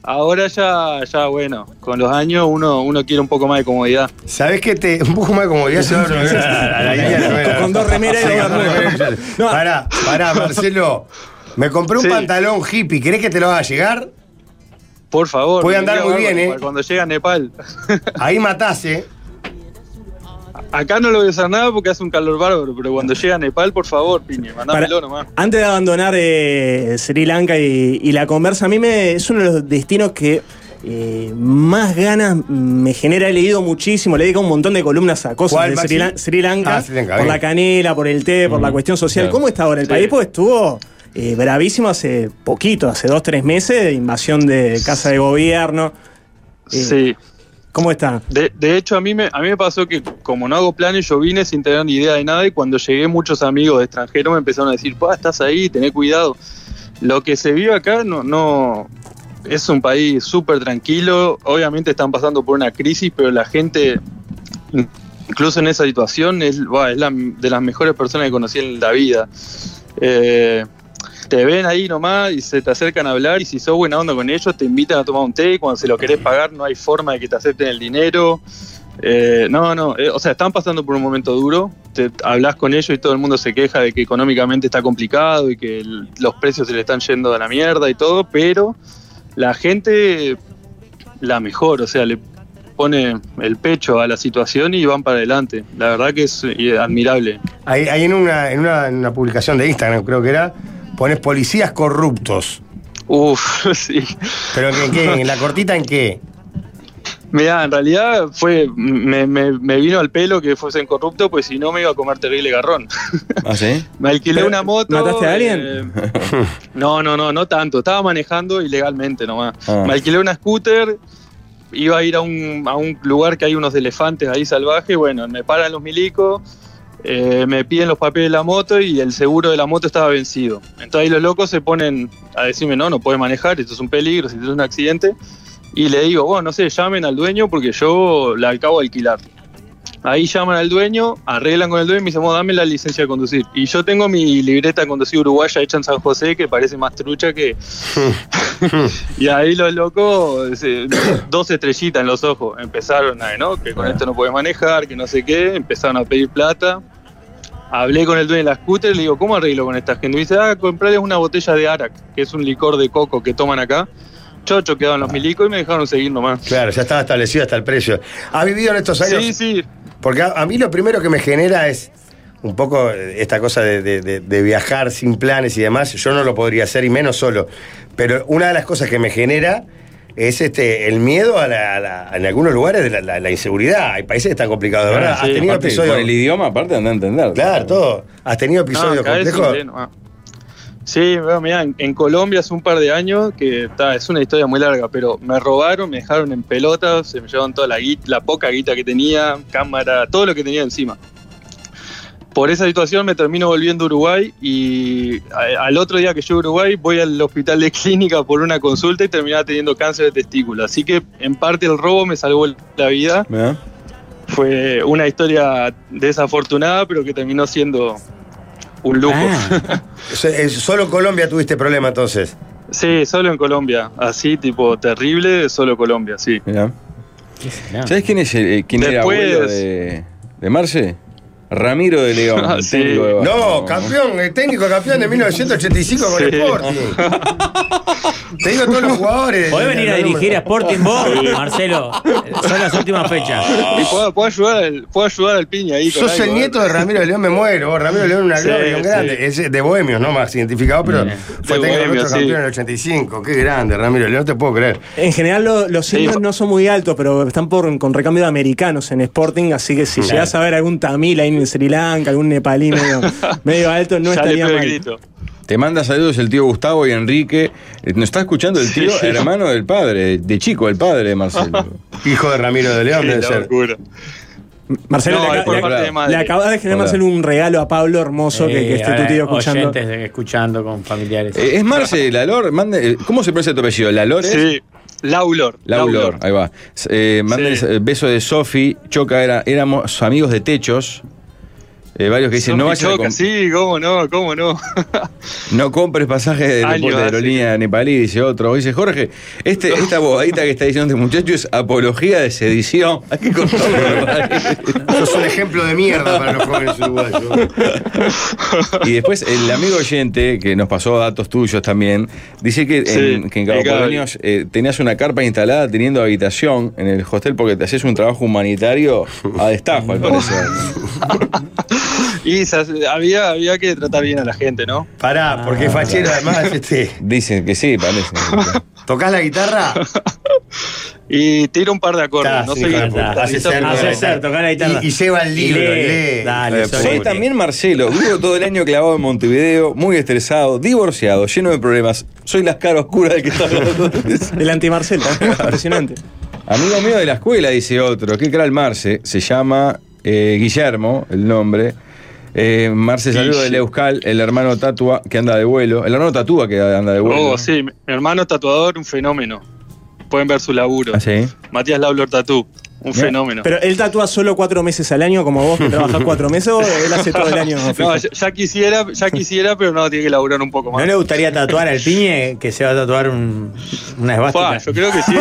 [SPEAKER 13] Ahora ya, ya bueno, con los años uno, uno quiere un poco más de comodidad.
[SPEAKER 5] ¿Sabés que te.? Un poco más de comodidad se va a volver a la línea de remera.
[SPEAKER 13] Con dos remeras y
[SPEAKER 5] Sí,
[SPEAKER 13] dos
[SPEAKER 5] con dos
[SPEAKER 13] bermudas.
[SPEAKER 5] remeras. Pará, pará, Marcelo. Me compré un
[SPEAKER 13] Sí.
[SPEAKER 5] pantalón hippie. ¿Querés que te lo haga llegar?
[SPEAKER 13] Por favor.
[SPEAKER 5] Puede
[SPEAKER 13] me
[SPEAKER 5] andar
[SPEAKER 13] iría
[SPEAKER 5] muy
[SPEAKER 13] bárbaro
[SPEAKER 5] bien, ¿eh?
[SPEAKER 13] para Cuando llega a Nepal.
[SPEAKER 5] Ahí ¿eh? matase.
[SPEAKER 13] Acá no lo voy a hacer nada porque hace un calor bárbaro, pero cuando llega a Nepal, por favor, Piñe, mandámelo nomás.
[SPEAKER 6] Antes de abandonar eh, Sri Lanka y, y la conversa, a mí me, es uno de los destinos que eh, más ganas me genera. He leído muchísimo, le he dedicado un montón de columnas a cosas
[SPEAKER 5] ¿Cuál,
[SPEAKER 6] de Sri,
[SPEAKER 5] Maxi?
[SPEAKER 6] Lan- Sri Lanka,
[SPEAKER 5] Ah, Sri Lanka,
[SPEAKER 6] por
[SPEAKER 5] bien. Mm,
[SPEAKER 6] la canela, por el té, por la cuestión social.
[SPEAKER 5] claro.
[SPEAKER 6] ¿Cómo está ahora? El
[SPEAKER 5] Sí.
[SPEAKER 6] país pues, estuvo eh, bravísimo hace poquito, hace dos, tres meses, de invasión de casa de gobierno. Eh,
[SPEAKER 13] Sí.
[SPEAKER 6] ¿Cómo está?
[SPEAKER 13] De, de hecho, a mí, me, a mí me pasó que como no hago planes, yo vine sin tener ni idea de nada y cuando llegué muchos amigos de extranjeros me empezaron a decir, pa, estás ahí, tené cuidado. Lo que se vio acá no, no es un país súper tranquilo, obviamente están pasando por una crisis, pero la gente, in- incluso en esa situación, es, va, es la, de las mejores personas que conocí en la vida. Eh, te ven ahí nomás y se te acercan a hablar y si sos buena onda con ellos te invitan a tomar un té y cuando se lo querés pagar no hay forma de que te acepten el dinero. Eh, no, no, eh, o sea, están pasando por un momento duro, te, hablas con ellos y todo el mundo se queja de que económicamente está complicado y que el- los precios se le están yendo a la mierda y todo, pero la gente la mejor, o sea, le pone el pecho a la situación y van para adelante. La verdad que es eh, admirable.
[SPEAKER 5] Ahí, ahí en, una, en, una, en una publicación de Instagram, creo que era, pones policías corruptos.
[SPEAKER 13] Uf, sí.
[SPEAKER 5] ¿Pero en qué? ¿En la cortita en qué?
[SPEAKER 13] Mira, en realidad fue me, me- me vino al pelo que fuesen corruptos, pues si no me iba a comer terrible garrón.
[SPEAKER 7] ¿Ah, sí?
[SPEAKER 13] Me alquilé
[SPEAKER 7] Pero,
[SPEAKER 13] una moto. eh,
[SPEAKER 7] ¿mataste a alguien?
[SPEAKER 13] no, no, no, no tanto. Estaba manejando ilegalmente nomás.
[SPEAKER 7] Ah.
[SPEAKER 13] Me alquilé una scooter, iba a ir a un, a un lugar que hay unos elefantes ahí salvajes. Bueno, me paran los milicos, eh, me piden los papeles de la moto y el seguro de la moto estaba vencido. Entonces ahí los locos se ponen a decirme, no, no puedes manejar, esto es un peligro, si tienes un accidente. Y le digo, bueno, no sé, llamen al dueño porque yo la acabo de alquilar. Ahí llaman al dueño, arreglan con el dueño y me dicen, "Vos dame la licencia de conducir. Y yo tengo mi libreta de conducir uruguaya hecha en San José, que parece más trucha que... y ahí los locos, se- dos estrellitas en los ojos, empezaron a, ¿no? Que con esto no puedes manejar, que no sé qué, empezaron a pedir plata. Hablé con el dueño de la scooter y le digo, ¿cómo arreglo con esta gente? Y me dice, ah, comprarles una botella de Arak, que es un licor de coco que toman acá. Chocho quedaban los milicos y me dejaron seguir nomás.
[SPEAKER 5] Claro, ya estaba establecido hasta el precio. ¿Has vivido en estos años?
[SPEAKER 13] Sí, sí.
[SPEAKER 5] Porque a, a mí lo primero que me genera es un poco eh, esta cosa de, de- de- de viajar sin planes y demás. Yo no lo podría hacer y menos solo. Pero una de las cosas que me genera es este el miedo a la, a la- en algunos lugares de la, la- la inseguridad. Hay países que están complicados, de
[SPEAKER 7] Claro,
[SPEAKER 5] ¿verdad?
[SPEAKER 7] sí,
[SPEAKER 5] Has tenido
[SPEAKER 7] aparte,
[SPEAKER 5] episodios.
[SPEAKER 7] por el idioma, aparte, anda a entender.
[SPEAKER 5] Claro, todo. ¿Has tenido episodios
[SPEAKER 13] acá es
[SPEAKER 5] complejos?
[SPEAKER 13] chileno, ah. Sí, bueno, mirá, en, en Colombia hace un par de años, que ta, es una historia muy larga, pero me robaron, me dejaron en pelotas, se me llevaron toda la guita, la poca guita que tenía, cámara, todo lo que tenía encima. Por esa situación me termino volviendo a Uruguay y a- al otro día que llego a Uruguay voy al hospital de clínica por una consulta y terminaba teniendo cáncer de testículo. Así que en parte el robo me salvó la vida.
[SPEAKER 7] Mirá.
[SPEAKER 13] Fue una historia desafortunada, pero que terminó siendo un lujo.
[SPEAKER 5] O sea, es- Solo en Colombia tuviste problema entonces.
[SPEAKER 13] Sí, solo en Colombia. Así, tipo, terrible, solo Colombia, sí.
[SPEAKER 7] Mirá. ¿Sabes quién, es el- eh, quién era
[SPEAKER 13] Después-
[SPEAKER 7] abuelo de, de Marce? Ramiro de León.
[SPEAKER 13] Ah, sí.
[SPEAKER 7] técnico de Vasco.
[SPEAKER 5] No, campeón, el técnico campeón de 1985 con
[SPEAKER 7] Sí.
[SPEAKER 5] Sporting. Te digo todos los jugadores.
[SPEAKER 8] Podés venir a dirigir a Sporting vos,
[SPEAKER 5] Sí.
[SPEAKER 8] Marcelo. Son las últimas fechas.
[SPEAKER 13] Y puedo, puedo ayudar al, puedo ayudar al piña ahí. con
[SPEAKER 5] Ah. Sos
[SPEAKER 13] algo,
[SPEAKER 5] el
[SPEAKER 13] ¿eh?
[SPEAKER 5] nieto de Ramiro de León, me muero. vos. Ramiro de León, una
[SPEAKER 13] Sí,
[SPEAKER 5] gloria, un
[SPEAKER 13] sí.
[SPEAKER 5] grande. Es de Bohemios, no más identificado, pero fue
[SPEAKER 13] De
[SPEAKER 5] técnico
[SPEAKER 13] Bohemios,
[SPEAKER 5] nuestro
[SPEAKER 13] sí.
[SPEAKER 5] campeón en el 85. Qué grande, Ramiro de León, no te puedo creer.
[SPEAKER 6] En general lo- los signos no son muy altos, pero están por, con recambio de americanos en Sporting, así que si
[SPEAKER 5] Claro.
[SPEAKER 6] llegás a ver algún tamil ahí en Sri Lanka, algún nepalí medio, medio alto, no
[SPEAKER 13] Ya le
[SPEAKER 6] estaría
[SPEAKER 13] pego el
[SPEAKER 6] mal.
[SPEAKER 13] grito.
[SPEAKER 7] Te manda saludos el tío Gustavo y Enrique. Eh, Nos está escuchando el
[SPEAKER 5] Sí,
[SPEAKER 7] tío,
[SPEAKER 5] sí.
[SPEAKER 7] hermano del padre, de chico, el padre de Marcelo.
[SPEAKER 5] Hijo de Ramiro de León, debe ser.
[SPEAKER 6] Marcelo, le, acaba- le- le acabas de generar Marcelo un regalo a Pablo hermoso que, que esté tu tío escuchando.
[SPEAKER 8] escuchando con familiares.
[SPEAKER 7] Eh, ¿Es Marce Lalor? Mande, eh, ¿Cómo se pronuncia tu apellido? ¿Lalor es?
[SPEAKER 13] Sí, Laulor.
[SPEAKER 7] Laulor, ahí va. S- Eh, manden eh, beso de Sofi. Choca, era, éramos amigos de techos. Eh, varios que dicen, no vayas a
[SPEAKER 13] Choca,
[SPEAKER 7] com-
[SPEAKER 13] sí, cómo no, cómo no.
[SPEAKER 7] No compres pasajes de
[SPEAKER 13] Años
[SPEAKER 7] deporte de aerolínea nepalí, dice otro. Dice Jorge, este, esta bobadita que está diciendo este muchacho es apología de sedición. Hay que
[SPEAKER 5] Eso es un ejemplo de mierda para los jóvenes uruguayos.
[SPEAKER 7] Y después el amigo oyente, que nos pasó datos tuyos también, dice que
[SPEAKER 13] Sí,
[SPEAKER 7] en, que en Cabo
[SPEAKER 13] en Cabo.
[SPEAKER 7] Polonios, eh, tenías una carpa instalada teniendo habitación en el hostel porque te haces un trabajo humanitario a destajo, al parecer.
[SPEAKER 13] Y se- había, había que tratar bien a la gente, ¿no?
[SPEAKER 7] Ah.
[SPEAKER 5] Pará, porque fachero además este.
[SPEAKER 7] Dicen que sí, parece.
[SPEAKER 5] ¿Tocás la guitarra?
[SPEAKER 13] Y tiro un par de acordes,
[SPEAKER 5] Estás,
[SPEAKER 13] no
[SPEAKER 5] hijo
[SPEAKER 13] soy
[SPEAKER 5] de puta.
[SPEAKER 13] guitarrista,
[SPEAKER 5] Hace ser,
[SPEAKER 13] pero-
[SPEAKER 5] Ah, hace ser, tocá la guitarra. Y- y lleva el libro, lee. Dale,
[SPEAKER 7] Soy
[SPEAKER 5] sobre.
[SPEAKER 7] también Marcelo, vivo todo el año clavado en Montevideo, muy estresado, divorciado, lleno de problemas. Soy la cara oscura del que está hablando.
[SPEAKER 6] Del anti-Marcelo, impresionante.
[SPEAKER 7] Amigo mío de la escuela, dice otro. ¿Qué cral Marce? Se llama eh, Guillermo, el nombre. Eh, Marce saludo
[SPEAKER 13] Guille.
[SPEAKER 7] del Euskal, el hermano Tatua que anda de vuelo. El hermano Tatúa que anda de vuelo.
[SPEAKER 13] Oh, sí, mi hermano tatuador, un fenómeno. Pueden ver su laburo.
[SPEAKER 7] Ah, sí.
[SPEAKER 13] Matías Laulor Tatú, un fenómeno.
[SPEAKER 6] Pero él tatúa solo cuatro meses al año, como vos que trabajás cuatro meses, o él hace todo el año. fijo?
[SPEAKER 13] No, ya, ya quisiera, ya quisiera, pero no, tiene que laburar un poco
[SPEAKER 8] ¿No
[SPEAKER 13] más.
[SPEAKER 8] le gustaría tatuar al piñe que se va a tatuar un, una
[SPEAKER 13] Fua, yo
[SPEAKER 8] esvástica?
[SPEAKER 13] creo que sí.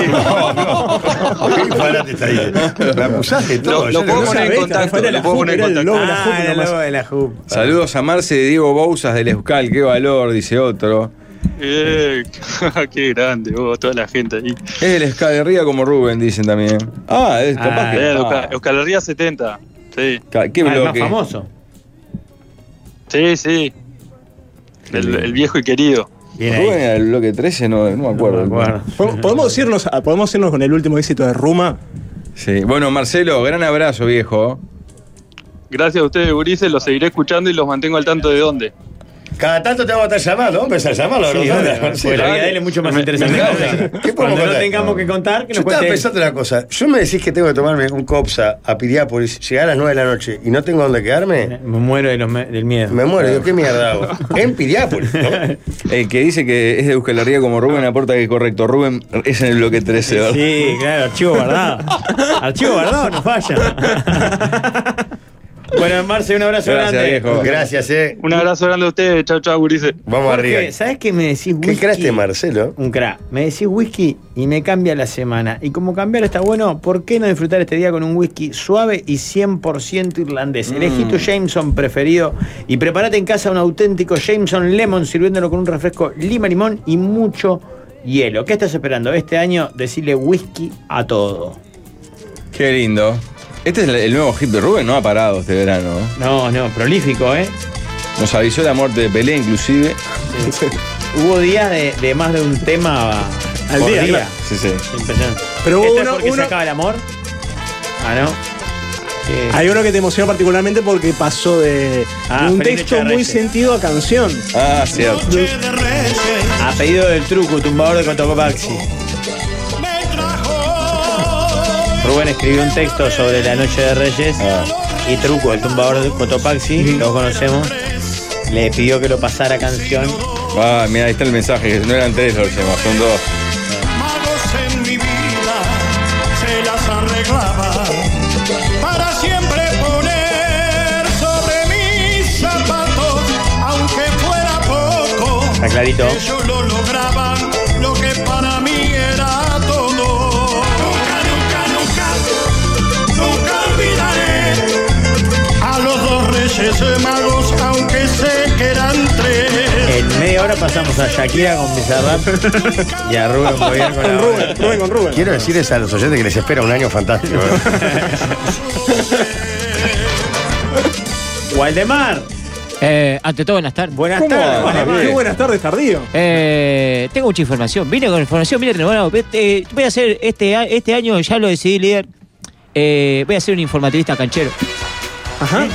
[SPEAKER 5] La acusaste
[SPEAKER 13] todo, Lo- lo yo puedo no- poner en
[SPEAKER 8] Sabés,
[SPEAKER 13] contacto,
[SPEAKER 8] Rafael,
[SPEAKER 13] lo
[SPEAKER 8] era
[SPEAKER 13] puedo
[SPEAKER 8] Hoop,
[SPEAKER 13] poner en
[SPEAKER 8] era el
[SPEAKER 13] contacto.
[SPEAKER 8] logo de la
[SPEAKER 13] Ah,
[SPEAKER 8] Hoop
[SPEAKER 13] era el
[SPEAKER 8] nomás.
[SPEAKER 13] logo
[SPEAKER 7] Saludos a Marce de Diego Bouzas del Euskal, qué valor, dice otro.
[SPEAKER 13] Eh, qué grande, vos, toda la gente ahí.
[SPEAKER 7] Es del Euskal de Ría como Rubén, dicen también. Ah, es capaz que.
[SPEAKER 13] Eh,
[SPEAKER 7] ah,
[SPEAKER 13] Euska- Euskal Herria 70. Sí.
[SPEAKER 7] ca-
[SPEAKER 8] Ah,
[SPEAKER 7] ¿Qué bloque?
[SPEAKER 13] Sí, sí. El, el viejo y querido.
[SPEAKER 7] Rubén era el bloque 13, no, no me acuerdo.
[SPEAKER 6] ¿Pod- ¿Podemos irnos, a- podemos irnos con el último éxito de Ruma.
[SPEAKER 7] Sí. Bueno, Marcelo, gran abrazo, viejo.
[SPEAKER 13] Gracias a ustedes, Gurises, los seguiré escuchando y los mantengo al tanto de dónde.
[SPEAKER 5] Cada tanto te vamos a estar llamando, vamos a empezar a llamarlo.
[SPEAKER 13] Sí,
[SPEAKER 5] ¿no?
[SPEAKER 13] dale,
[SPEAKER 8] porque la vida de él es mucho más
[SPEAKER 5] Me-
[SPEAKER 8] interesante.
[SPEAKER 5] me encanta. ¿Qué podemos
[SPEAKER 8] Cuando no
[SPEAKER 5] contar?
[SPEAKER 8] tengamos que contar, que
[SPEAKER 5] Yo
[SPEAKER 8] nos
[SPEAKER 5] estaba
[SPEAKER 8] cuente él.
[SPEAKER 5] pensando una cosa. Yo me decís que tengo que tomarme un copsa a Piriápolis, llegar a las 9 de la noche y no tengo dónde quedarme.
[SPEAKER 8] Me muero de los me- del miedo.
[SPEAKER 5] Me muero, digo, ¿qué mierda hago? En Piriápolis, ¿no?
[SPEAKER 7] El que dice que es de Euskal Herria como Rubén aporta que es correcto. Rubén es en el bloque 13, ¿verdad?
[SPEAKER 8] Sí, claro, archivo guardado. Archivo guardado, no falla. Bueno, Marce, un abrazo
[SPEAKER 7] Gracias,
[SPEAKER 8] grande.
[SPEAKER 7] viejo.
[SPEAKER 5] Gracias, eh.
[SPEAKER 13] Un abrazo grande a ustedes. Chao, chao, Gurises.
[SPEAKER 5] Vamos
[SPEAKER 8] Jorge, ¿Sabes qué me decís whisky?
[SPEAKER 5] ¿Qué creaste, Marcelo?
[SPEAKER 8] Un crack. Me decís whisky y me cambia la semana. Y como cambiar está bueno, ¿por qué no disfrutar este día con un whisky suave y 100% irlandés? Elegí tu Jameson preferido y prepárate en casa un auténtico Jameson Lemon sirviéndolo con un refresco lima limón y mucho hielo. ¿Qué estás esperando? Este año decirle whisky a todo.
[SPEAKER 7] Qué lindo. Este es el- el nuevo hit de Rubén, no ha parado este verano.
[SPEAKER 8] No, no, prolífico, ¿eh?
[SPEAKER 7] Nos avisó la muerte de Pelé, inclusive.
[SPEAKER 8] Hubo días de, de más de un tema
[SPEAKER 7] Al
[SPEAKER 8] por
[SPEAKER 7] día, claro. Sí, sí.
[SPEAKER 8] Impresionante.
[SPEAKER 6] Pero hubo
[SPEAKER 8] ¿Esto es
[SPEAKER 6] uno-
[SPEAKER 8] porque se
[SPEAKER 6] uno-
[SPEAKER 8] acaba el amor? Ah, ¿no? Eh,
[SPEAKER 6] Hay uno que te emocionó particularmente porque pasó de,
[SPEAKER 8] Ah,
[SPEAKER 6] de un
[SPEAKER 8] Felipe
[SPEAKER 6] texto
[SPEAKER 8] Charrete.
[SPEAKER 6] muy sentido a canción.
[SPEAKER 7] Ah, cierto.
[SPEAKER 8] A pedido del truco, tumbador de Cotopaxi. Rubén escribió un texto sobre la noche de Reyes y Truco, el tumbador de Cotopaxi, todos conocemos, le pidió que lo pasara canción.
[SPEAKER 7] Ah, mira, ahí está el mensaje. No eran tres los temas, son dos.
[SPEAKER 14] Magos en mi vida se las arreglaba para siempre poner sobre mis zapatos, aunque fuera poco.
[SPEAKER 8] Está clarito.
[SPEAKER 14] Ellos lo lograban, lo que para mí era todo. Nunca, nunca, nunca, nunca olvidaré a los dos reyes magos, aunque sé que eran tres.
[SPEAKER 8] En media hora pasamos a Shakira con Bizarrap y a Rubén Moguer con la hora.
[SPEAKER 5] Quiero decirles a los oyentes que les espera un año fantástico.
[SPEAKER 8] Waldemar.
[SPEAKER 15] Eh, ante todo, buenas tardes.
[SPEAKER 8] Buenas
[SPEAKER 6] ¿Cómo tardes, va? Waldemar. Qué buenas tardes, tardío.
[SPEAKER 15] Eh, tengo mucha información. Vine con información, mira que no, bueno, este, voy a hacer este, a- este año, ya lo decidí, líder. eh, voy a ser un informativista canchero.
[SPEAKER 6] Ajá.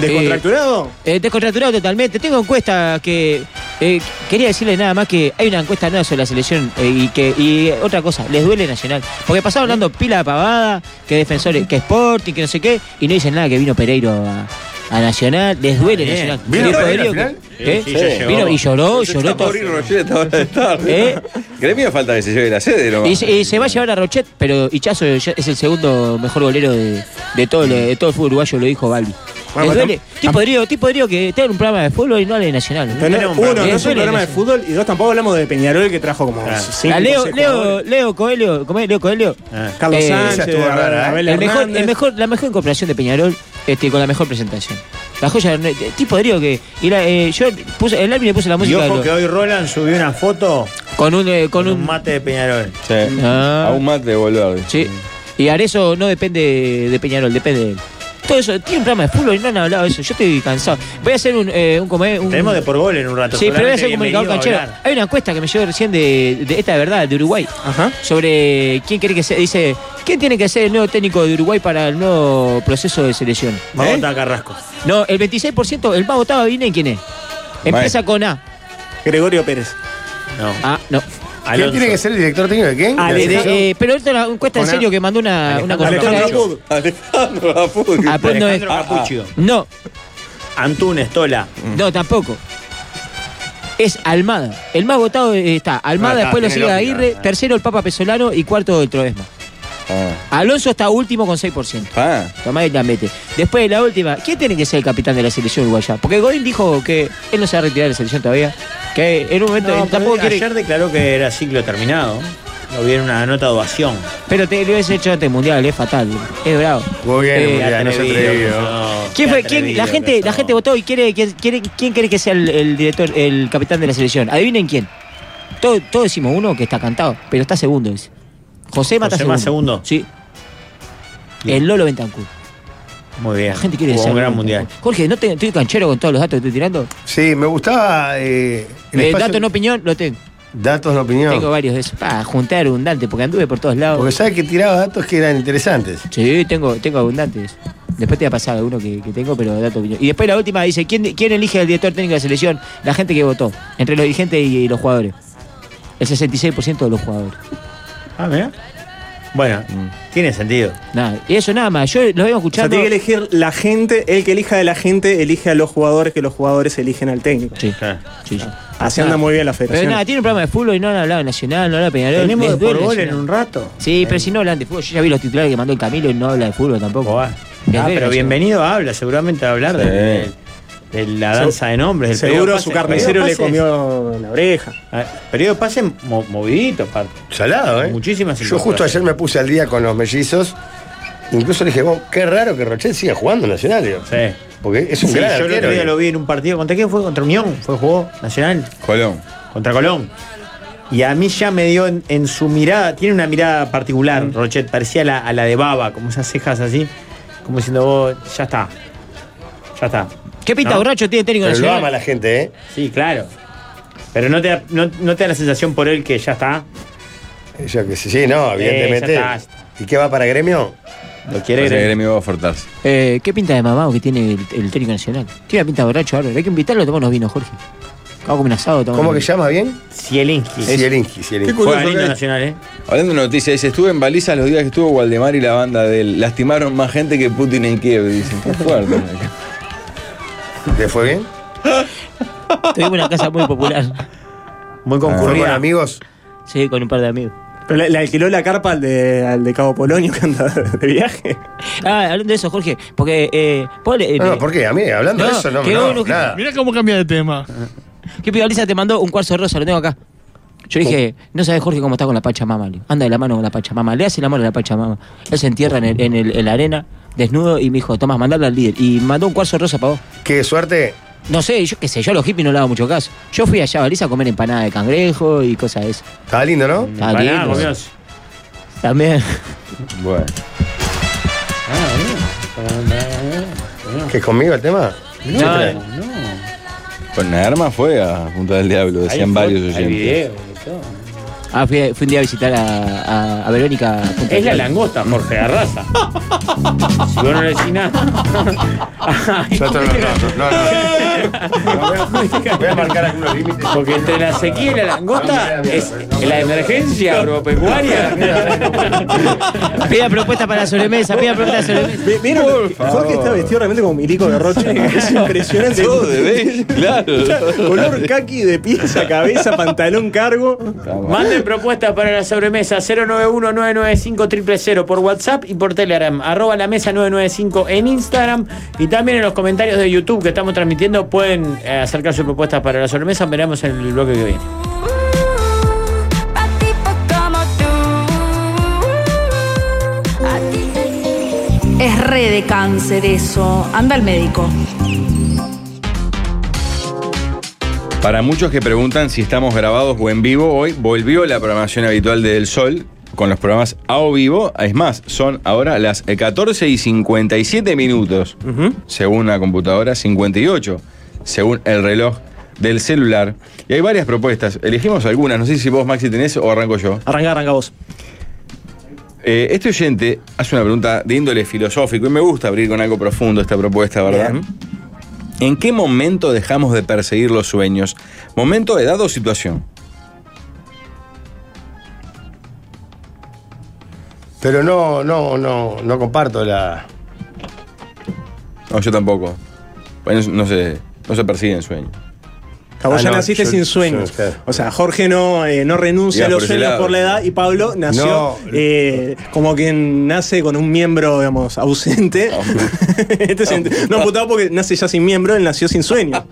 [SPEAKER 6] ¿Descontracturado?
[SPEAKER 15] Eh, descontracturado totalmente. Tengo encuestas que Eh, quería decirles nada más que hay una encuesta nueva sobre la selección eh, y que y eh, otra cosa, les duele Nacional. Porque pasaron hablando pila de pavada, que defensores, que Sporting, que no sé qué, y no dicen nada que vino Pereiro a, a Nacional, les
[SPEAKER 6] Ah,
[SPEAKER 15] duele
[SPEAKER 7] bien.
[SPEAKER 15] Nacional.
[SPEAKER 7] ¿Vino
[SPEAKER 15] Y el
[SPEAKER 7] Pereiro
[SPEAKER 15] poderío
[SPEAKER 7] al
[SPEAKER 15] que-
[SPEAKER 7] final?
[SPEAKER 15] ¿Eh?
[SPEAKER 7] Sí, sí,
[SPEAKER 15] Vino
[SPEAKER 7] llegó.
[SPEAKER 15] y lloró,
[SPEAKER 7] Se
[SPEAKER 15] lloró
[SPEAKER 7] está
[SPEAKER 15] todo.
[SPEAKER 7] por ir Roger, esta hora de tarde.
[SPEAKER 15] ¿Eh?
[SPEAKER 7] Gremio falta que se lleve la sede, nomás.
[SPEAKER 15] Y, se- y se va a llevar a Rochet, pero Hichazo ya es el segundo mejor golero de, de todo, el, de todo el fútbol uruguayo, lo dijo Balbi.
[SPEAKER 6] Bueno,
[SPEAKER 15] Les
[SPEAKER 6] pero
[SPEAKER 15] duele. Tipo podrido, tipo podrido que tenga un programa de fútbol y no hable de Nacional.
[SPEAKER 6] Pero no,
[SPEAKER 15] Les
[SPEAKER 6] uno, no
[SPEAKER 15] duele
[SPEAKER 6] es un programa de
[SPEAKER 15] Nacional.
[SPEAKER 6] fútbol y dos, tampoco hablamos de Peñarol que trajo como cinco,
[SPEAKER 15] Ah, Leo,
[SPEAKER 6] seis
[SPEAKER 15] Leo,
[SPEAKER 6] jugadores.
[SPEAKER 15] Leo Coelho, ¿cómo es? Leo Coelho.
[SPEAKER 6] Ah,
[SPEAKER 15] Eh,
[SPEAKER 6] Carlos Sánchez,
[SPEAKER 15] esa estuvo rara,
[SPEAKER 6] Abel
[SPEAKER 15] ¿eh? el mejor,
[SPEAKER 6] Hernández.
[SPEAKER 15] el mejor, La mejor incorporación de Peñarol este, con la mejor presentación. La joya de Ernesto. Tipo Darío que. y la- eh, yo puse, el árbitro le puse la
[SPEAKER 8] Y
[SPEAKER 15] música. de
[SPEAKER 8] ojo
[SPEAKER 15] lo-
[SPEAKER 8] que hoy Roland subió una foto
[SPEAKER 15] con un, eh, con un
[SPEAKER 8] mate de Peñarol.
[SPEAKER 7] Sí.
[SPEAKER 15] Ah.
[SPEAKER 7] A un mate de volver.
[SPEAKER 15] Sí. Y Arezo no depende de Peñarol, depende de él. Todo eso, tiene un programa de fútbol y no han hablado de eso. Yo estoy cansado. Voy a hacer un, eh, un, come- un-
[SPEAKER 8] Tenemos de por gol en un rato.
[SPEAKER 15] Sí, pero voy a
[SPEAKER 8] solamente
[SPEAKER 15] hacer un comunicador
[SPEAKER 8] bienvenido
[SPEAKER 15] canchero.
[SPEAKER 8] a hablar.
[SPEAKER 15] Hay una encuesta que me llegó recién de, de esta de verdad, de Uruguay. Sobre quién quiere que sea. Dice, ¿quién tiene que ser el nuevo técnico de Uruguay para el nuevo proceso de selección? ¿Eh?
[SPEAKER 8] Vamos a Carrasco.
[SPEAKER 15] No, el 26%, el más votado, ¿viene quién es? Empieza con A.
[SPEAKER 6] Gregorio Pérez.
[SPEAKER 8] No.
[SPEAKER 15] Ah, no.
[SPEAKER 5] ¿Quién tiene que ser el director técnico de quién?
[SPEAKER 15] Ah,
[SPEAKER 5] ¿De
[SPEAKER 15] de-
[SPEAKER 5] la selección?
[SPEAKER 15] eh, pero esta es una encuesta en
[SPEAKER 5] Con A.
[SPEAKER 15] serio que mandó una, una consultora.
[SPEAKER 8] Alejandro
[SPEAKER 7] Alejandro Apud.
[SPEAKER 15] Apud no es.
[SPEAKER 8] Alejandro Mm. Capuccio.
[SPEAKER 15] No,
[SPEAKER 8] Antunes, Tola.
[SPEAKER 15] no, tampoco. Es Almada. El más votado eh, está Almada,
[SPEAKER 8] Ah, está,
[SPEAKER 15] después lo
[SPEAKER 8] tiene
[SPEAKER 15] sigue
[SPEAKER 8] lógica,
[SPEAKER 15] Aguirre,
[SPEAKER 5] eh.
[SPEAKER 8] ah.
[SPEAKER 15] tercero el Papa Pesolano y cuarto el Troesma.
[SPEAKER 16] Ah,
[SPEAKER 15] Alonso está último con 6%.
[SPEAKER 7] Ah.
[SPEAKER 15] Tomás la mete. Después de la última, ¿quién tiene que ser el capitán de la selección uruguaya? Porque Godín dijo que él no se va a retirar de la selección todavía. Que en un momento
[SPEAKER 8] No,
[SPEAKER 15] él tampoco
[SPEAKER 8] pero
[SPEAKER 15] quiere.
[SPEAKER 8] ayer declaró que era ciclo terminado. Lo vi en una nota de ovación.
[SPEAKER 15] Pero te lo hubiese hecho antes del mundial, es fatal. Es bravo. Eh,
[SPEAKER 8] Qué atrevido,
[SPEAKER 5] atrevió.
[SPEAKER 8] no,
[SPEAKER 15] ¿Quién
[SPEAKER 8] qué
[SPEAKER 15] fue? ¿Quién? La
[SPEAKER 8] atrevido
[SPEAKER 15] gente, la gente votó y quiere, quiere- quiere- quién cree que sea el, el director, el capitán de la selección. Adivinen quién. Todo- Todos decimos uno que está cantado, pero está segundo ese. José Mata
[SPEAKER 8] Josema segundo.
[SPEAKER 15] Sí. El Lolo Bentancur.
[SPEAKER 8] Muy bien.
[SPEAKER 15] La gente quiere
[SPEAKER 8] Hubo
[SPEAKER 15] ser
[SPEAKER 8] un gran
[SPEAKER 15] Lolo
[SPEAKER 8] mundial.
[SPEAKER 15] Bentancur. Jorge, no te, estoy canchero con todos los datos que estoy tirando.
[SPEAKER 5] Sí, me gustaba. Eh, el
[SPEAKER 15] Eh,
[SPEAKER 5] espacio-
[SPEAKER 15] datos no opinión, lo tengo.
[SPEAKER 5] Datos de opinión.
[SPEAKER 15] Tengo varios de esos. Para juntar abundante, porque anduve por todos lados.
[SPEAKER 5] Porque sabes que tiraba datos que eran interesantes.
[SPEAKER 15] Sí, tengo, tengo abundantes. Después te voy a pasar alguno que, que tengo, pero dato opinión. Y después la última dice, ¿quién, ¿quién elige al director técnico de la selección? La gente que votó, entre los dirigentes y, y los jugadores. El 66% de los jugadores.
[SPEAKER 8] Ah, mira. Bueno, tiene sentido.
[SPEAKER 15] Nada, Mm. y eso nada más. Yo los veo
[SPEAKER 6] O sea,
[SPEAKER 15] escuchando.
[SPEAKER 6] tiene que elegir la gente, el que elija de la gente, elige a los jugadores, que los jugadores eligen al técnico.
[SPEAKER 15] Sí,
[SPEAKER 6] sí, Así anda muy bien la
[SPEAKER 15] pero
[SPEAKER 6] federación.
[SPEAKER 15] nada, tiene un programa de fútbol y no han hablado de Nacional, no han hablado de Peñarol.
[SPEAKER 6] Tenemos
[SPEAKER 15] Les
[SPEAKER 6] de por
[SPEAKER 15] duele
[SPEAKER 6] gol en
[SPEAKER 15] Nacional.
[SPEAKER 8] un rato.
[SPEAKER 15] Sí, pero si no hablan de fútbol, yo ya vi los titulares que mandó el Camilo y no habla de fútbol tampoco.
[SPEAKER 8] Ah, pero bienvenido habla, seguramente va a hablar de, de- de la danza de nombres. del
[SPEAKER 6] Seguro
[SPEAKER 8] periodo de
[SPEAKER 6] su
[SPEAKER 8] pases.
[SPEAKER 6] carnicero le
[SPEAKER 8] Periodo de pases.
[SPEAKER 6] comió la oreja.
[SPEAKER 8] Ah, Periodo de pases mo- movidito, aparte.
[SPEAKER 5] Salado, ¿eh?
[SPEAKER 8] Muchísimas
[SPEAKER 5] Yo justo ayer me puse al día con los mellizos. Incluso le dije, vos, qué raro que Rochet siga jugando en Nacional, digo.
[SPEAKER 8] Sí.
[SPEAKER 5] Porque es un
[SPEAKER 8] Sí,
[SPEAKER 5] gran
[SPEAKER 8] Yo el
[SPEAKER 5] arquero,
[SPEAKER 8] otro día
[SPEAKER 5] digo.
[SPEAKER 8] lo vi en un partido. ¿Contra quién fue? Contra Unión. Fue jugó Nacional.
[SPEAKER 7] Colón.
[SPEAKER 8] Contra Colón. Y a mí ya me dio en, en su mirada, tiene una mirada
[SPEAKER 5] Mm.
[SPEAKER 8] particular, Rochet, parecía la, a la de Baba, como esas cejas así, como diciendo vos, ya está. Ya está.
[SPEAKER 15] ¿Qué pinta borracho tiene técnico
[SPEAKER 5] Pero lo
[SPEAKER 15] nacional?
[SPEAKER 5] ama la gente, ¿eh?
[SPEAKER 8] Sí, claro. Pero no te, da, no, no te da la sensación por él que ya está.
[SPEAKER 5] Yo que sí, sí, no,
[SPEAKER 8] Eh,
[SPEAKER 5] evidentemente.
[SPEAKER 8] ya está.
[SPEAKER 5] ¿Y qué va para gremio?
[SPEAKER 8] Lo
[SPEAKER 7] Parece que Gremio va a ofertarse.
[SPEAKER 15] Eh, ¿Qué pinta de mamado que tiene el, el técnico nacional? Tiene una pinta de borracho, bárbaro. Hay que invitarlo a tomar unos vinos, Jorge. Vamos a comer un asado.
[SPEAKER 5] ¿Cómo que llama bien?
[SPEAKER 8] Zielinski.
[SPEAKER 5] Zielinski, Zielinski.
[SPEAKER 7] Qué curioso que-
[SPEAKER 8] nacional, ¿eh?
[SPEAKER 7] Hablando de noticias, dice, estuve en balizas los días que estuvo Waldemar y la banda de él. Lastimaron más gente que Putin en Kiev, dicen. Qué fuerte.
[SPEAKER 5] ¿Te fue bien?
[SPEAKER 15] Tuvimos una casa muy popular.
[SPEAKER 6] Ah.
[SPEAKER 8] Muy
[SPEAKER 5] concurrida. ¿Con amigos?
[SPEAKER 15] Sí, con un par de amigos.
[SPEAKER 6] Pero le, le alquiló la carpa al de, al de Cabo Polonio que anda de viaje.
[SPEAKER 15] Ah, hablando de eso, Jorge, porque... Eh, Paul, eh,
[SPEAKER 6] No, no, ¿por qué? A mí, hablando de eso, no,
[SPEAKER 15] que
[SPEAKER 6] no,
[SPEAKER 15] uno-
[SPEAKER 6] nada.
[SPEAKER 17] Mira cómo cambia de tema.
[SPEAKER 15] Que Pigaliza te mandó un cuarzo de rosa, lo tengo acá. Yo dije, no sabes Jorge cómo está con la Pachamama, Leo. anda de la mano con la Pachamama, le hace el amor a la Pachamama. Él se entierra en, el- en el- en la arena, desnudo, y me dijo, Tomás, mandala al líder. Y mandó un cuarzo de rosa para vos.
[SPEAKER 5] Qué suerte.
[SPEAKER 15] No sé, yo qué sé, yo a los hippies no le hago mucho caso. Yo fui allá a Baliza a comer empanada de cangrejo y cosas de eso.
[SPEAKER 5] Estaba lindo, ¿no?
[SPEAKER 8] Ah,
[SPEAKER 15] Estaba lindo. También.
[SPEAKER 7] Bueno.
[SPEAKER 5] ¿Qué es conmigo el tema?
[SPEAKER 7] No, Con la arma fue a Punta del Diablo, decían varios oyentes.
[SPEAKER 15] Ah, fui, fui un día a visitar a, a- a Verónica. Punta
[SPEAKER 16] Es la
[SPEAKER 15] del Este.
[SPEAKER 16] langosta, Jorge, arrasa. Si vos no le decís nada.
[SPEAKER 5] Yo te lo no, Voy a marcar algunos límites.
[SPEAKER 16] Porque entre la sequía y la langosta es la emergencia agropecuaria.
[SPEAKER 15] Pida propuesta para la sobremesa, pida propuesta para la sobremesa.
[SPEAKER 6] Vieron, Jorge está vestido realmente como milico de rocha. Es impresionante.
[SPEAKER 7] Todo de beige, claro.
[SPEAKER 6] O sea, Color kaki de pies a cabeza, pantalón cargo.
[SPEAKER 8] Manden propuestas para la sobremesa 091-995-000 por WhatsApp y por Telegram. Arroba la mesa 995 en Instagram. Y también en los comentarios de YouTube que estamos transmitiendo pueden eh, acercar sus propuestas para la sobremesa. Veremos en el bloque que viene.
[SPEAKER 11] Es re de cáncer eso. Anda al médico.
[SPEAKER 7] Para muchos que preguntan si estamos grabados o en vivo hoy, volvió la programación habitual de El Sol con los programas A o Vivo. Es más, son ahora las 14 y 57 minutos, según la computadora, 58, según el reloj del celular. Y hay varias propuestas. Elegimos algunas. No sé si vos, Maxi, tenés o arranco yo.
[SPEAKER 6] Arranca, arranca vos.
[SPEAKER 7] Eh, este oyente hace una pregunta de índole filosófico y me gusta abrir con algo profundo esta propuesta, ¿verdad? ¿En qué momento dejamos de perseguir los sueños? ¿Momento, edad o situación?
[SPEAKER 5] Pero no, no, no, no comparto la.
[SPEAKER 7] No, yo tampoco. Bueno, no se, no se persiguen sueños.
[SPEAKER 6] Ah, vos ya naciste
[SPEAKER 7] yo-
[SPEAKER 6] sin sueños.
[SPEAKER 7] yo- claro.
[SPEAKER 6] O sea, Jorge no, eh, no renuncia
[SPEAKER 7] Iba
[SPEAKER 6] a los
[SPEAKER 7] por ese
[SPEAKER 6] sueños
[SPEAKER 7] lado.
[SPEAKER 6] por la edad y Pablo nació
[SPEAKER 7] No.
[SPEAKER 6] eh, como quien nace con un miembro, digamos, ausente. Este es ent- no, amputado porque nace ya sin miembro, él nació sin sueño.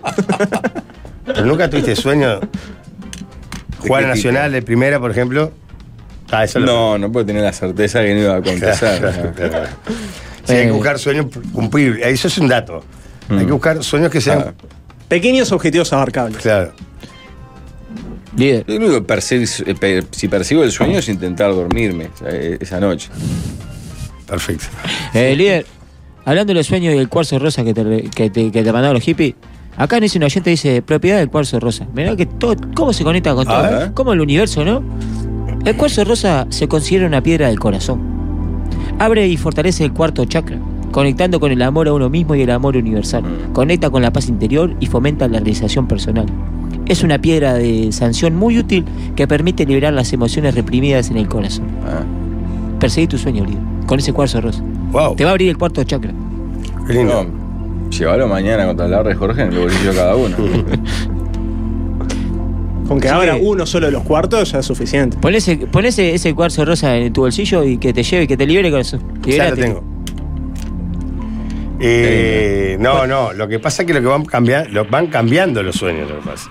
[SPEAKER 5] Pero nunca tuviste sueño. Jugar a Nacional de primera, por ejemplo. Ah, eso
[SPEAKER 7] No, no puedo tener la certeza que no iba a contestar.
[SPEAKER 5] Sí, hay que buscar sueños cumplibles. Eso es un dato. Hay que buscar sueños que sean.
[SPEAKER 6] Mm. Ah. Pequeños objetivos abarcables.
[SPEAKER 5] Claro.
[SPEAKER 7] Yo lo único que perse- eh, pe- si persigo el sueño es intentar dormirme eh, esa noche.
[SPEAKER 5] Perfecto.
[SPEAKER 15] Eh, líder, hablando de los sueños y el cuarzo rosa que te, re- que te, que te mandaron los hippies, acá en ese un oyente dice propiedad del cuarzo rosa. Mirá que todo, cómo se conecta con
[SPEAKER 5] A
[SPEAKER 15] todo,
[SPEAKER 5] ver.
[SPEAKER 15] cómo el universo, ¿no? El cuarzo rosa se considera una piedra del corazón. Abre y fortalece el cuarto chakra, conectando con el amor a uno mismo y el amor universal.
[SPEAKER 5] Mm.
[SPEAKER 15] Conecta con la paz interior y fomenta la realización personal. Es una piedra de sanción muy útil que permite liberar las emociones reprimidas en el corazón.
[SPEAKER 5] Ah.
[SPEAKER 15] Perseguí tu sueño, líder, con ese cuarzo rosa. Te va a abrir el cuarto chakra.
[SPEAKER 5] Qué
[SPEAKER 7] lindo. llévalo mañana contra la de Jorge en el bolsillo cada uno.
[SPEAKER 6] Con que abra uno solo de los cuartos ya es suficiente.
[SPEAKER 15] Pon ese, pon ese, ese cuarzo rosa en tu bolsillo y que te lleve, que te libere con eso.
[SPEAKER 5] Ya lo tengo. Eh, no, no, lo que pasa es que lo que van cambiando, van cambiando los sueños, lo que pasa.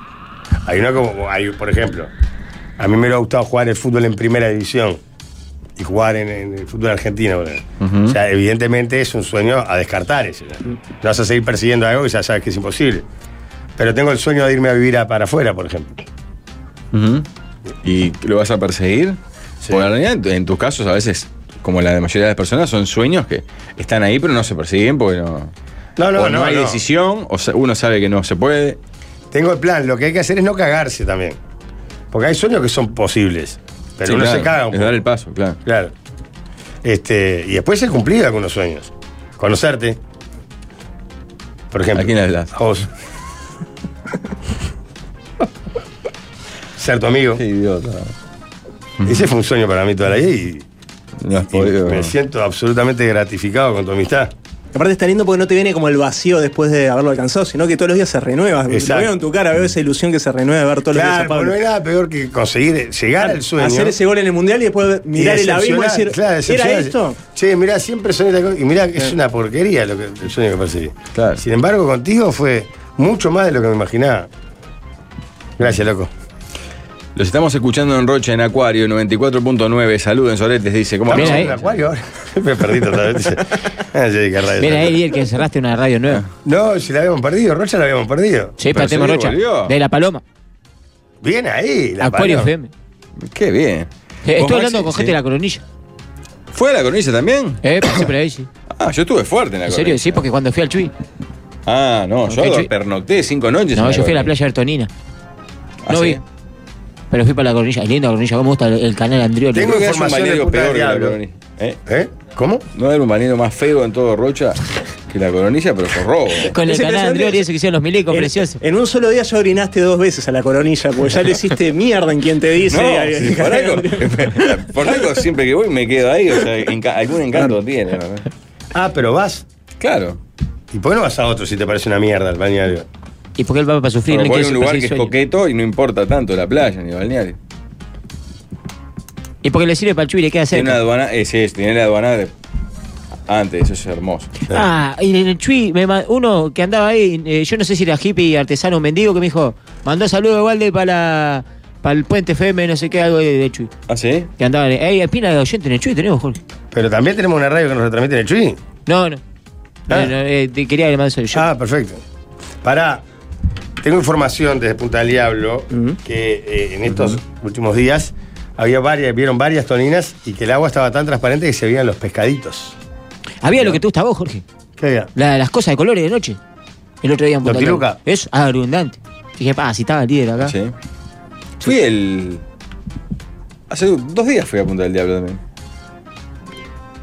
[SPEAKER 5] Hay una como, hay, por ejemplo, a mí me hubiera gustado jugar el fútbol en primera división y jugar en, en el fútbol argentino. por ejemplo. O sea, evidentemente es un sueño a descartar ese. ¿no? Vas a seguir persiguiendo algo que ya sabes que es imposible. Pero tengo el sueño de irme a vivir a- para afuera, por ejemplo.
[SPEAKER 7] ¿Y lo vas a perseguir? Porque en realidad, en tus casos, a veces, como la mayoría de las personas, son sueños que están ahí, pero no se persiguen porque no.
[SPEAKER 5] No, no,
[SPEAKER 7] o no,
[SPEAKER 5] no,
[SPEAKER 7] hay
[SPEAKER 5] no.
[SPEAKER 7] decisión, o se- uno sabe que no se puede.
[SPEAKER 5] Tengo el plan, lo que hay que hacer es no cagarse también. Porque hay sueños que son posibles. Pero
[SPEAKER 7] Sí,
[SPEAKER 5] uno
[SPEAKER 7] claro,
[SPEAKER 5] se caga un
[SPEAKER 7] Es
[SPEAKER 5] poco.
[SPEAKER 7] dar el paso, claro.
[SPEAKER 5] Claro. Este, y después he cumplido algunos sueños. Conocerte. Por ejemplo. ¿A quién
[SPEAKER 7] hablas?
[SPEAKER 5] vos. Ser tu amigo.
[SPEAKER 7] idiota.
[SPEAKER 5] Ese fue un sueño para mí toda la vida y,
[SPEAKER 7] No has
[SPEAKER 5] y me siento absolutamente gratificado con tu amistad.
[SPEAKER 6] Aparte está lindo porque no te viene como el vacío después de haberlo alcanzado, sino que todos los días se renueva. Lo
[SPEAKER 5] Exacto.
[SPEAKER 6] veo en tu cara, veo esa ilusión que se renueva de ver todos los días
[SPEAKER 5] Claro,
[SPEAKER 6] a
[SPEAKER 5] porque
[SPEAKER 6] Pablo.
[SPEAKER 5] no hay nada peor que conseguir llegar al sueño.
[SPEAKER 6] Hacer ese gol en el mundial y después mirar el abismo y
[SPEAKER 5] decepcionar,
[SPEAKER 6] decir,
[SPEAKER 5] claro,
[SPEAKER 6] ¿era
[SPEAKER 5] decepcionar.
[SPEAKER 6] esto? Eh.
[SPEAKER 5] Che, mirá, siempre soñé esta cosa. Y mirá, es una porquería lo que, el sueño que perseguí. Sin embargo, contigo fue mucho más de lo que me imaginaba. Gracias, loco.
[SPEAKER 7] Los estamos escuchando en Rocha, en Acuario, 94.9. Saluden, Soretes, dice. ¿Cómo
[SPEAKER 5] ¿Estamos
[SPEAKER 7] andan?
[SPEAKER 5] en el acuario ahora? me perdí totalmente. Ah, sí, qué radio.
[SPEAKER 15] Mira ahí, líder, que encerraste una radio nueva.
[SPEAKER 7] Ah,
[SPEAKER 5] No, si la habíamos perdido, Rocha la habíamos perdido.
[SPEAKER 15] Sí, patemos Rocha. De La Paloma. Ah, pues.
[SPEAKER 5] Bien ahí, la
[SPEAKER 15] Acuario
[SPEAKER 5] Paloma.
[SPEAKER 15] FM.
[SPEAKER 7] Qué bien.
[SPEAKER 15] Eh,
[SPEAKER 7] ¿Vos,
[SPEAKER 15] estoy hablando
[SPEAKER 7] Maxi?
[SPEAKER 15] con gente
[SPEAKER 7] Sí.
[SPEAKER 15] de la coronilla.
[SPEAKER 7] ¿Fue a la cornilla también?
[SPEAKER 15] Eh, pasé por ahí, sí.
[SPEAKER 7] Ah, yo estuve fuerte en la
[SPEAKER 15] En serio, sí, porque cuando fui al Chuy.
[SPEAKER 7] Coronilla. Ah, no,
[SPEAKER 15] Ok,
[SPEAKER 7] yo
[SPEAKER 15] sí.
[SPEAKER 7] pernocté cinco noches.
[SPEAKER 15] No,
[SPEAKER 7] en
[SPEAKER 15] yo fui a la
[SPEAKER 7] Coronilla.
[SPEAKER 15] playa Ertonina.
[SPEAKER 7] Ah,
[SPEAKER 15] no
[SPEAKER 7] ¿sí?
[SPEAKER 15] vi. Pero fui para la cornilla. Es lindo la cornilla. Me gusta el, el canal Andrioli.
[SPEAKER 7] Tengo información de puta peor que la coronilla. ¿Eh?
[SPEAKER 5] ¿Cómo?
[SPEAKER 7] No era un bañero más feo en todo Rocha que la coronilla, pero zorró.
[SPEAKER 15] Con el
[SPEAKER 6] Es
[SPEAKER 15] canal
[SPEAKER 6] impresionante.
[SPEAKER 15] Andrioli, eso que hicieron los milicos,
[SPEAKER 6] En-
[SPEAKER 15] precioso.
[SPEAKER 6] En un solo día ya orinaste dos veces a la coronilla, porque ya le hiciste mierda en quien te dice.
[SPEAKER 7] No, sí, por algo- Por algo siempre que voy me quedo ahí, o sea, enca- algún encanto tiene. la verdad.
[SPEAKER 5] Ah, pero vas.
[SPEAKER 7] Claro.
[SPEAKER 5] ¿Y por qué no vas a otro si te parece una mierda el balneario?
[SPEAKER 15] ¿Y por qué él va para sufrir?
[SPEAKER 7] Bueno, voy a un lugar que es coqueto y no importa tanto la playa ni el balneario.
[SPEAKER 15] ¿Y por qué le sirve para el chuy? ¿Qué hacer?
[SPEAKER 7] Tiene una aduana, es, es, tiene la aduana de- antes, eso es hermoso.
[SPEAKER 15] Ah, y en el Chui, me ma- uno que andaba ahí, eh, yo no sé si era hippie, artesano, mendigo, que me dijo, mandó saludos de Valde para la- para el Puente FM, no sé qué, algo de, de Chui.
[SPEAKER 7] ¿Ah, sí?
[SPEAKER 15] Que andaba, ¡Ey, espina de oyente en el Chui tenemos, Jorge!
[SPEAKER 5] Pero también tenemos una radio que nos retransmite en el Chuy.
[SPEAKER 15] No, no.
[SPEAKER 5] Ah.
[SPEAKER 15] No, no, eh, te quería que le mandes yo.
[SPEAKER 5] Ah, perfecto. Pará, tengo información desde Punta del Diablo que eh, en estos últimos días había varias, vieron varias toninas y que el agua estaba tan transparente que se veían los pescaditos.
[SPEAKER 15] Había lo que te gusta a vos, Jorge.
[SPEAKER 5] ¿Qué había?
[SPEAKER 15] La- las cosas de colores de noche. El otro día en Punta del
[SPEAKER 5] ¿Noctiluca?
[SPEAKER 15] Este. Es abundante. Dije, pa, si estaba el líder acá.
[SPEAKER 7] Sí. Fui el. Hace dos días fui a Punta del Diablo también.